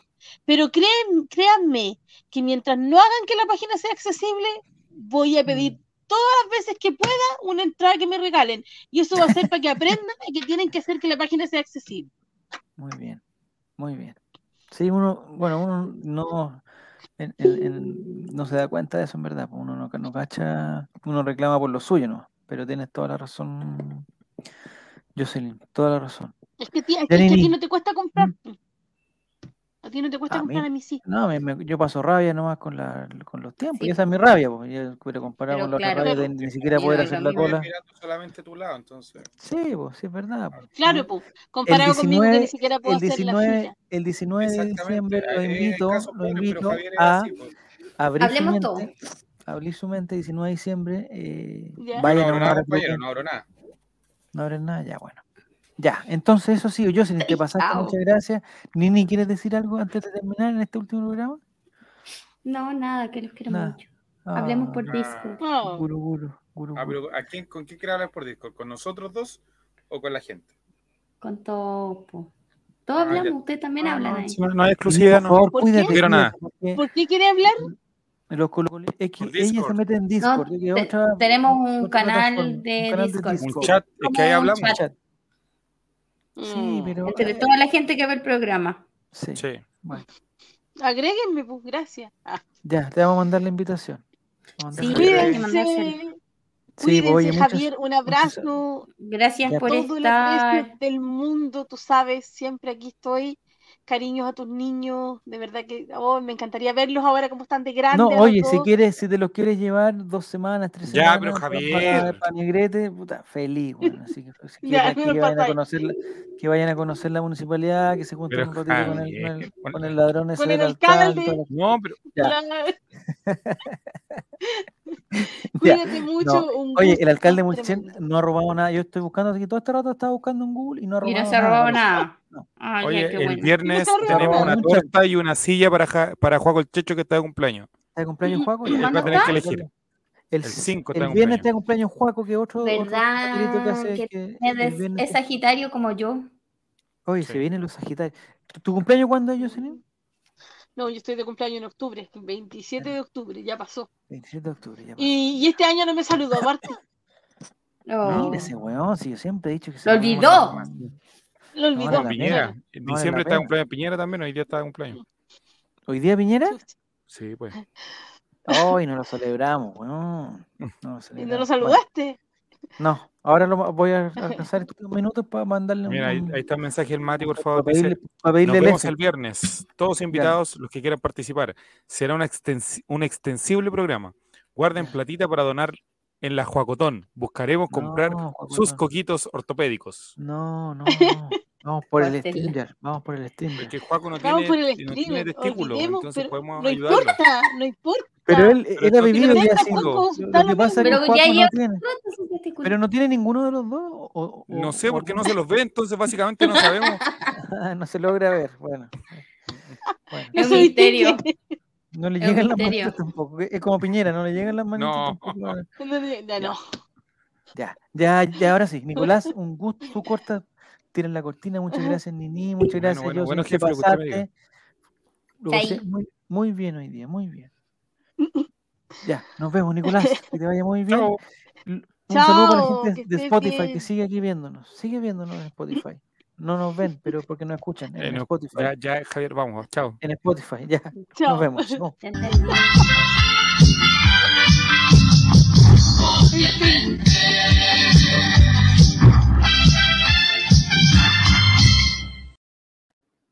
[SPEAKER 4] Pero creen- créanme que mientras no hagan que la página sea accesible, voy a pedir
[SPEAKER 2] mm,
[SPEAKER 4] las veces que pueda una entrada que me regalen. Y eso va a ser para que aprendan y que tienen que hacer que la página sea accesible.
[SPEAKER 2] muy bien, muy bien. Sí, uno, bueno, uno no, en- en- en- no se da cuenta de eso en verdad, pues, uno no, ca- no cacha, uno reclama por lo suyo, ¿no? Pero tienes toda la razón, Jocelyn, toda la razón.
[SPEAKER 4] Es que, ti- es que a ti
[SPEAKER 2] Janine.
[SPEAKER 4] no te cuesta comprar.
[SPEAKER 2] Mm.
[SPEAKER 4] A ti no te
[SPEAKER 2] A
[SPEAKER 4] cuesta
[SPEAKER 2] mí-
[SPEAKER 4] comprar, a mí sí.
[SPEAKER 2] No, me- me- yo paso rabia nomás con, la, con los tiempos,
[SPEAKER 3] Sí,
[SPEAKER 2] y esa es mi rabia, pues, yo quiero comparar
[SPEAKER 3] Pero
[SPEAKER 2] con la otra
[SPEAKER 3] claro,
[SPEAKER 2] rabia de ni siquiera
[SPEAKER 3] sí,
[SPEAKER 2] poder
[SPEAKER 3] no es
[SPEAKER 2] hacer
[SPEAKER 3] lo
[SPEAKER 2] la
[SPEAKER 3] mismo.
[SPEAKER 2] cola.
[SPEAKER 1] mirando solamente tu lado, entonces.
[SPEAKER 2] Sí, pues, sí, es verdad. pues.
[SPEAKER 4] Claro, po, comparado conmigo que
[SPEAKER 2] 19
[SPEAKER 4] ni siquiera puedo
[SPEAKER 2] El
[SPEAKER 4] hacer la
[SPEAKER 2] 19,
[SPEAKER 4] fila.
[SPEAKER 2] el 19 de diciembre
[SPEAKER 1] eh,
[SPEAKER 2] lo invito,
[SPEAKER 1] este
[SPEAKER 2] lo invito a
[SPEAKER 1] a
[SPEAKER 2] abrir
[SPEAKER 3] Hablemos
[SPEAKER 2] su
[SPEAKER 3] todos.
[SPEAKER 2] mente, abrir su mente 19 de diciembre, eh,
[SPEAKER 4] Ya.
[SPEAKER 2] vayan a
[SPEAKER 1] nada,
[SPEAKER 2] una
[SPEAKER 1] compañero,
[SPEAKER 2] reunión,
[SPEAKER 1] no abro nada.
[SPEAKER 2] no abren nada, ya bueno. Ya, entonces eso sí, yo si te pasaste,
[SPEAKER 3] Chao.
[SPEAKER 2] muchas gracias. Nini, ¿quieres decir algo antes de terminar en este último programa?
[SPEAKER 3] No, nada, que los quiero
[SPEAKER 2] Nada.
[SPEAKER 3] mucho. Hablemos por
[SPEAKER 1] Ah.
[SPEAKER 3] Discord.
[SPEAKER 4] No,
[SPEAKER 2] Guru, guru, guru,
[SPEAKER 1] Ah,
[SPEAKER 2] guru.
[SPEAKER 1] pero ¿a quién, ¿Con quién quiere hablar por Discord? ¿Con nosotros dos o con la gente?
[SPEAKER 3] Con Topo.
[SPEAKER 1] Ah,
[SPEAKER 3] Todos hablamos,
[SPEAKER 1] ya.
[SPEAKER 3] ustedes también
[SPEAKER 1] Ah,
[SPEAKER 3] hablan
[SPEAKER 1] no,
[SPEAKER 3] ahí.
[SPEAKER 1] si no, no hay
[SPEAKER 2] Nini,
[SPEAKER 1] exclusividad,
[SPEAKER 2] por favor,
[SPEAKER 1] no.
[SPEAKER 4] ¿Por
[SPEAKER 2] cuídate,
[SPEAKER 4] qué?
[SPEAKER 1] Quiero nada.
[SPEAKER 2] cuídate, porque
[SPEAKER 4] ¿Por qué quiere hablar?
[SPEAKER 2] los colo- es que
[SPEAKER 1] Por
[SPEAKER 2] ella se
[SPEAKER 1] Discord.
[SPEAKER 2] mete en Discord.
[SPEAKER 3] No,
[SPEAKER 2] es que
[SPEAKER 3] te-
[SPEAKER 2] otra-
[SPEAKER 3] tenemos un
[SPEAKER 2] otra
[SPEAKER 3] canal
[SPEAKER 2] plataforma,
[SPEAKER 3] de
[SPEAKER 2] un canal
[SPEAKER 3] Discord.
[SPEAKER 1] Un chat, es que ahí
[SPEAKER 3] Como un
[SPEAKER 1] hablamos.
[SPEAKER 3] chat.
[SPEAKER 2] chat. Sí,
[SPEAKER 4] Mm.
[SPEAKER 2] pero.
[SPEAKER 3] Entre
[SPEAKER 2] eh,
[SPEAKER 3] toda la gente que ve el programa.
[SPEAKER 2] sí,
[SPEAKER 1] Sí.
[SPEAKER 2] bueno.
[SPEAKER 4] Agréguenme, pues, gracias. Ah,
[SPEAKER 2] Ya, te vamos a mandar la invitación. Vamos a
[SPEAKER 3] Sí,
[SPEAKER 2] mandar la-
[SPEAKER 1] Agréguenme.
[SPEAKER 4] cuídense.
[SPEAKER 2] Sí, pues,
[SPEAKER 4] Cuídense,
[SPEAKER 2] oye, muchas-
[SPEAKER 4] Javier. Un abrazo.
[SPEAKER 3] Gracias
[SPEAKER 2] Ya.
[SPEAKER 3] por
[SPEAKER 4] todo el aprecio
[SPEAKER 3] estar.
[SPEAKER 4] del mundo, tú sabes, siempre aquí estoy. Cariños a tus niños, de verdad que oh, me encantaría verlos ahora como están de grandes.
[SPEAKER 2] No,
[SPEAKER 4] a los
[SPEAKER 2] oye, si
[SPEAKER 4] dos.
[SPEAKER 2] quieres, si te los quieres llevar dos semanas, tres
[SPEAKER 1] Ya,
[SPEAKER 2] semanas,
[SPEAKER 1] pero
[SPEAKER 2] pa- pa-
[SPEAKER 1] Javier.
[SPEAKER 2] pa- pa' Negrete, puta, feliz, bueno, así que, pues, que-
[SPEAKER 4] Ya,
[SPEAKER 2] que
[SPEAKER 4] no
[SPEAKER 2] vayan
[SPEAKER 4] pasa
[SPEAKER 2] a
[SPEAKER 4] ahí.
[SPEAKER 2] conocer la, que vayan a conocer la municipalidad, que se junten
[SPEAKER 1] Pero
[SPEAKER 2] un ratito con el, con
[SPEAKER 1] Javier,
[SPEAKER 2] el,
[SPEAKER 1] con-
[SPEAKER 2] con el ladrón ese
[SPEAKER 4] con
[SPEAKER 2] del
[SPEAKER 4] el
[SPEAKER 2] alcalde.
[SPEAKER 4] alcalde.
[SPEAKER 2] toda la-
[SPEAKER 1] No, pero
[SPEAKER 2] Ya. Ya.
[SPEAKER 4] Cuídate mucho. un
[SPEAKER 2] Oye,
[SPEAKER 4] gusto
[SPEAKER 2] el alcalde de Mulchen
[SPEAKER 4] tremendo.
[SPEAKER 2] no ha robado nada. Yo estoy buscando, así que todo este rato estaba buscando en Google y no ha robado
[SPEAKER 3] Y
[SPEAKER 2] nada.
[SPEAKER 3] no se ha robado nada.
[SPEAKER 2] No.
[SPEAKER 3] Ay, ya,
[SPEAKER 1] oye,
[SPEAKER 3] qué
[SPEAKER 1] el
[SPEAKER 3] bueno.
[SPEAKER 1] viernes
[SPEAKER 4] Muchas gracias.
[SPEAKER 1] tenemos una
[SPEAKER 2] Muchas
[SPEAKER 1] torta y una silla para, Ja- para Juaco el Checho que está de cumpleaños.
[SPEAKER 2] Está de cumpleaños Juaco.
[SPEAKER 3] ¿Cuándo
[SPEAKER 2] ya.
[SPEAKER 1] Él va a tener que
[SPEAKER 2] El-
[SPEAKER 1] elegir. El
[SPEAKER 2] El,
[SPEAKER 1] 5 está
[SPEAKER 2] el
[SPEAKER 1] de
[SPEAKER 2] viernes
[SPEAKER 1] cumpleaños.
[SPEAKER 2] está de cumpleaños Juaco, que otro. otro satirito
[SPEAKER 3] ¿Verdad? Que
[SPEAKER 2] que- el
[SPEAKER 3] Es,
[SPEAKER 2] viernes
[SPEAKER 3] es
[SPEAKER 2] que-
[SPEAKER 3] Sagitario como yo.
[SPEAKER 2] Oye,
[SPEAKER 1] Sí.
[SPEAKER 2] se vienen los Sagitarios. ¿Tu, tu cumpleaños cuándo es, Jocelyn?
[SPEAKER 4] No, yo estoy de cumpleaños en octubre, 27 de octubre, ya pasó.
[SPEAKER 2] 27 de octubre. Ya pasó.
[SPEAKER 4] Y, y este año no me saludó, aparte.
[SPEAKER 3] Oh.
[SPEAKER 2] Mira ese weón, si yo siempre he dicho que se
[SPEAKER 3] Lo
[SPEAKER 2] lo
[SPEAKER 3] olvidó.
[SPEAKER 4] Lo olvidó.
[SPEAKER 2] vale la
[SPEAKER 1] Piñera.
[SPEAKER 2] pena.
[SPEAKER 1] En
[SPEAKER 2] No vale
[SPEAKER 1] diciembre
[SPEAKER 2] la
[SPEAKER 1] está de
[SPEAKER 2] pena.
[SPEAKER 1] cumpleaños Piñera también, hoy día está de cumpleaños.
[SPEAKER 2] ¿Hoy día Piñera?
[SPEAKER 4] Chucha.
[SPEAKER 1] Sí, pues.
[SPEAKER 2] Hoy no lo celebramos, weón. No lo
[SPEAKER 4] Y no lo
[SPEAKER 2] celebramos. Bueno,
[SPEAKER 4] saludaste.
[SPEAKER 2] no, Ahora lo voy a alcanzar estos minutos para mandarle
[SPEAKER 1] Mira, ahí,
[SPEAKER 2] un-
[SPEAKER 1] ahí está el mensaje del Mati, por
[SPEAKER 2] para
[SPEAKER 1] favor. dice,
[SPEAKER 2] pedirle, para pedirle
[SPEAKER 1] Nos
[SPEAKER 2] el
[SPEAKER 1] vemos
[SPEAKER 2] F".
[SPEAKER 1] el viernes. Todos invitados, los que quieran participar. Será una extensi- un extensible programa. Guarden platita para donar en la Juacotón. Buscaremos comprar
[SPEAKER 2] No,
[SPEAKER 1] sus
[SPEAKER 2] Juacotón.
[SPEAKER 1] coquitos ortopédicos.
[SPEAKER 2] No, no, no. Vamos por el
[SPEAKER 3] Pastel.
[SPEAKER 2] Stringer. Vamos por el Stringer.
[SPEAKER 1] Porque Juaco no
[SPEAKER 4] Vamos
[SPEAKER 1] tiene,
[SPEAKER 4] por el
[SPEAKER 1] no tiene
[SPEAKER 4] streamer,
[SPEAKER 1] testículo,
[SPEAKER 4] olvidemos,
[SPEAKER 1] entonces
[SPEAKER 4] pero
[SPEAKER 1] podemos
[SPEAKER 4] No
[SPEAKER 1] ayudarlo.
[SPEAKER 4] importa, no importa.
[SPEAKER 2] Pero él, él
[SPEAKER 1] no
[SPEAKER 2] ha vivido
[SPEAKER 1] tiene
[SPEAKER 2] ya
[SPEAKER 1] nada,
[SPEAKER 2] así.
[SPEAKER 1] tampoco,
[SPEAKER 4] da
[SPEAKER 2] Lo
[SPEAKER 4] lo
[SPEAKER 2] que pasa es que
[SPEAKER 3] mismo. Pero
[SPEAKER 2] Juaco
[SPEAKER 3] ya
[SPEAKER 2] no
[SPEAKER 3] lleva-
[SPEAKER 2] tiene.
[SPEAKER 3] este
[SPEAKER 2] Pero no tiene ninguno de los dos. o- o-
[SPEAKER 1] No
[SPEAKER 2] o-
[SPEAKER 1] sé,
[SPEAKER 2] o
[SPEAKER 1] porque no
[SPEAKER 2] alguno.
[SPEAKER 1] se los ve, entonces básicamente no sabemos.
[SPEAKER 2] Ah, no se logra ver. Bueno. Bueno,
[SPEAKER 4] No
[SPEAKER 3] Es
[SPEAKER 4] se
[SPEAKER 3] un
[SPEAKER 4] distingue.
[SPEAKER 2] no le
[SPEAKER 3] Es un
[SPEAKER 2] llegan las
[SPEAKER 3] misterio.
[SPEAKER 2] manitas tampoco. Es como Piñera, no le llegan las manitas
[SPEAKER 1] No.
[SPEAKER 2] tampoco.
[SPEAKER 4] No, no, ya no.
[SPEAKER 2] Ya, ya, ya, ahora sí. Nicolás, un gusto. Tú cortas, tiras la cortina. Muchas
[SPEAKER 4] Ajá.
[SPEAKER 2] gracias, Nini. Muchas
[SPEAKER 1] Bueno,
[SPEAKER 2] gracias,
[SPEAKER 1] bueno,
[SPEAKER 2] José,
[SPEAKER 1] bueno,
[SPEAKER 2] te
[SPEAKER 1] jefe, lo que usted me diga.
[SPEAKER 2] pasaste. Lo
[SPEAKER 3] Está ahí.
[SPEAKER 2] pasé muy, muy bien hoy día, muy bien. Ya, nos vemos, Nicolás. Que te vaya muy bien.
[SPEAKER 1] Chao.
[SPEAKER 2] Un saludo para la
[SPEAKER 4] Chao,
[SPEAKER 2] gente
[SPEAKER 4] que
[SPEAKER 2] de
[SPEAKER 4] estés
[SPEAKER 2] Spotify que
[SPEAKER 4] bien.
[SPEAKER 2] sigue aquí viéndonos. Sigue viéndonos en Spotify. No nos ven, pero porque no escuchan. En,
[SPEAKER 1] Eh, no,
[SPEAKER 2] Spotify.
[SPEAKER 1] ya, ya, Javier, vamos, chao.
[SPEAKER 2] En Spotify, ya. Nos
[SPEAKER 4] Chao.
[SPEAKER 2] vemos. chao.
[SPEAKER 3] Ya entendí.
[SPEAKER 4] El streamer.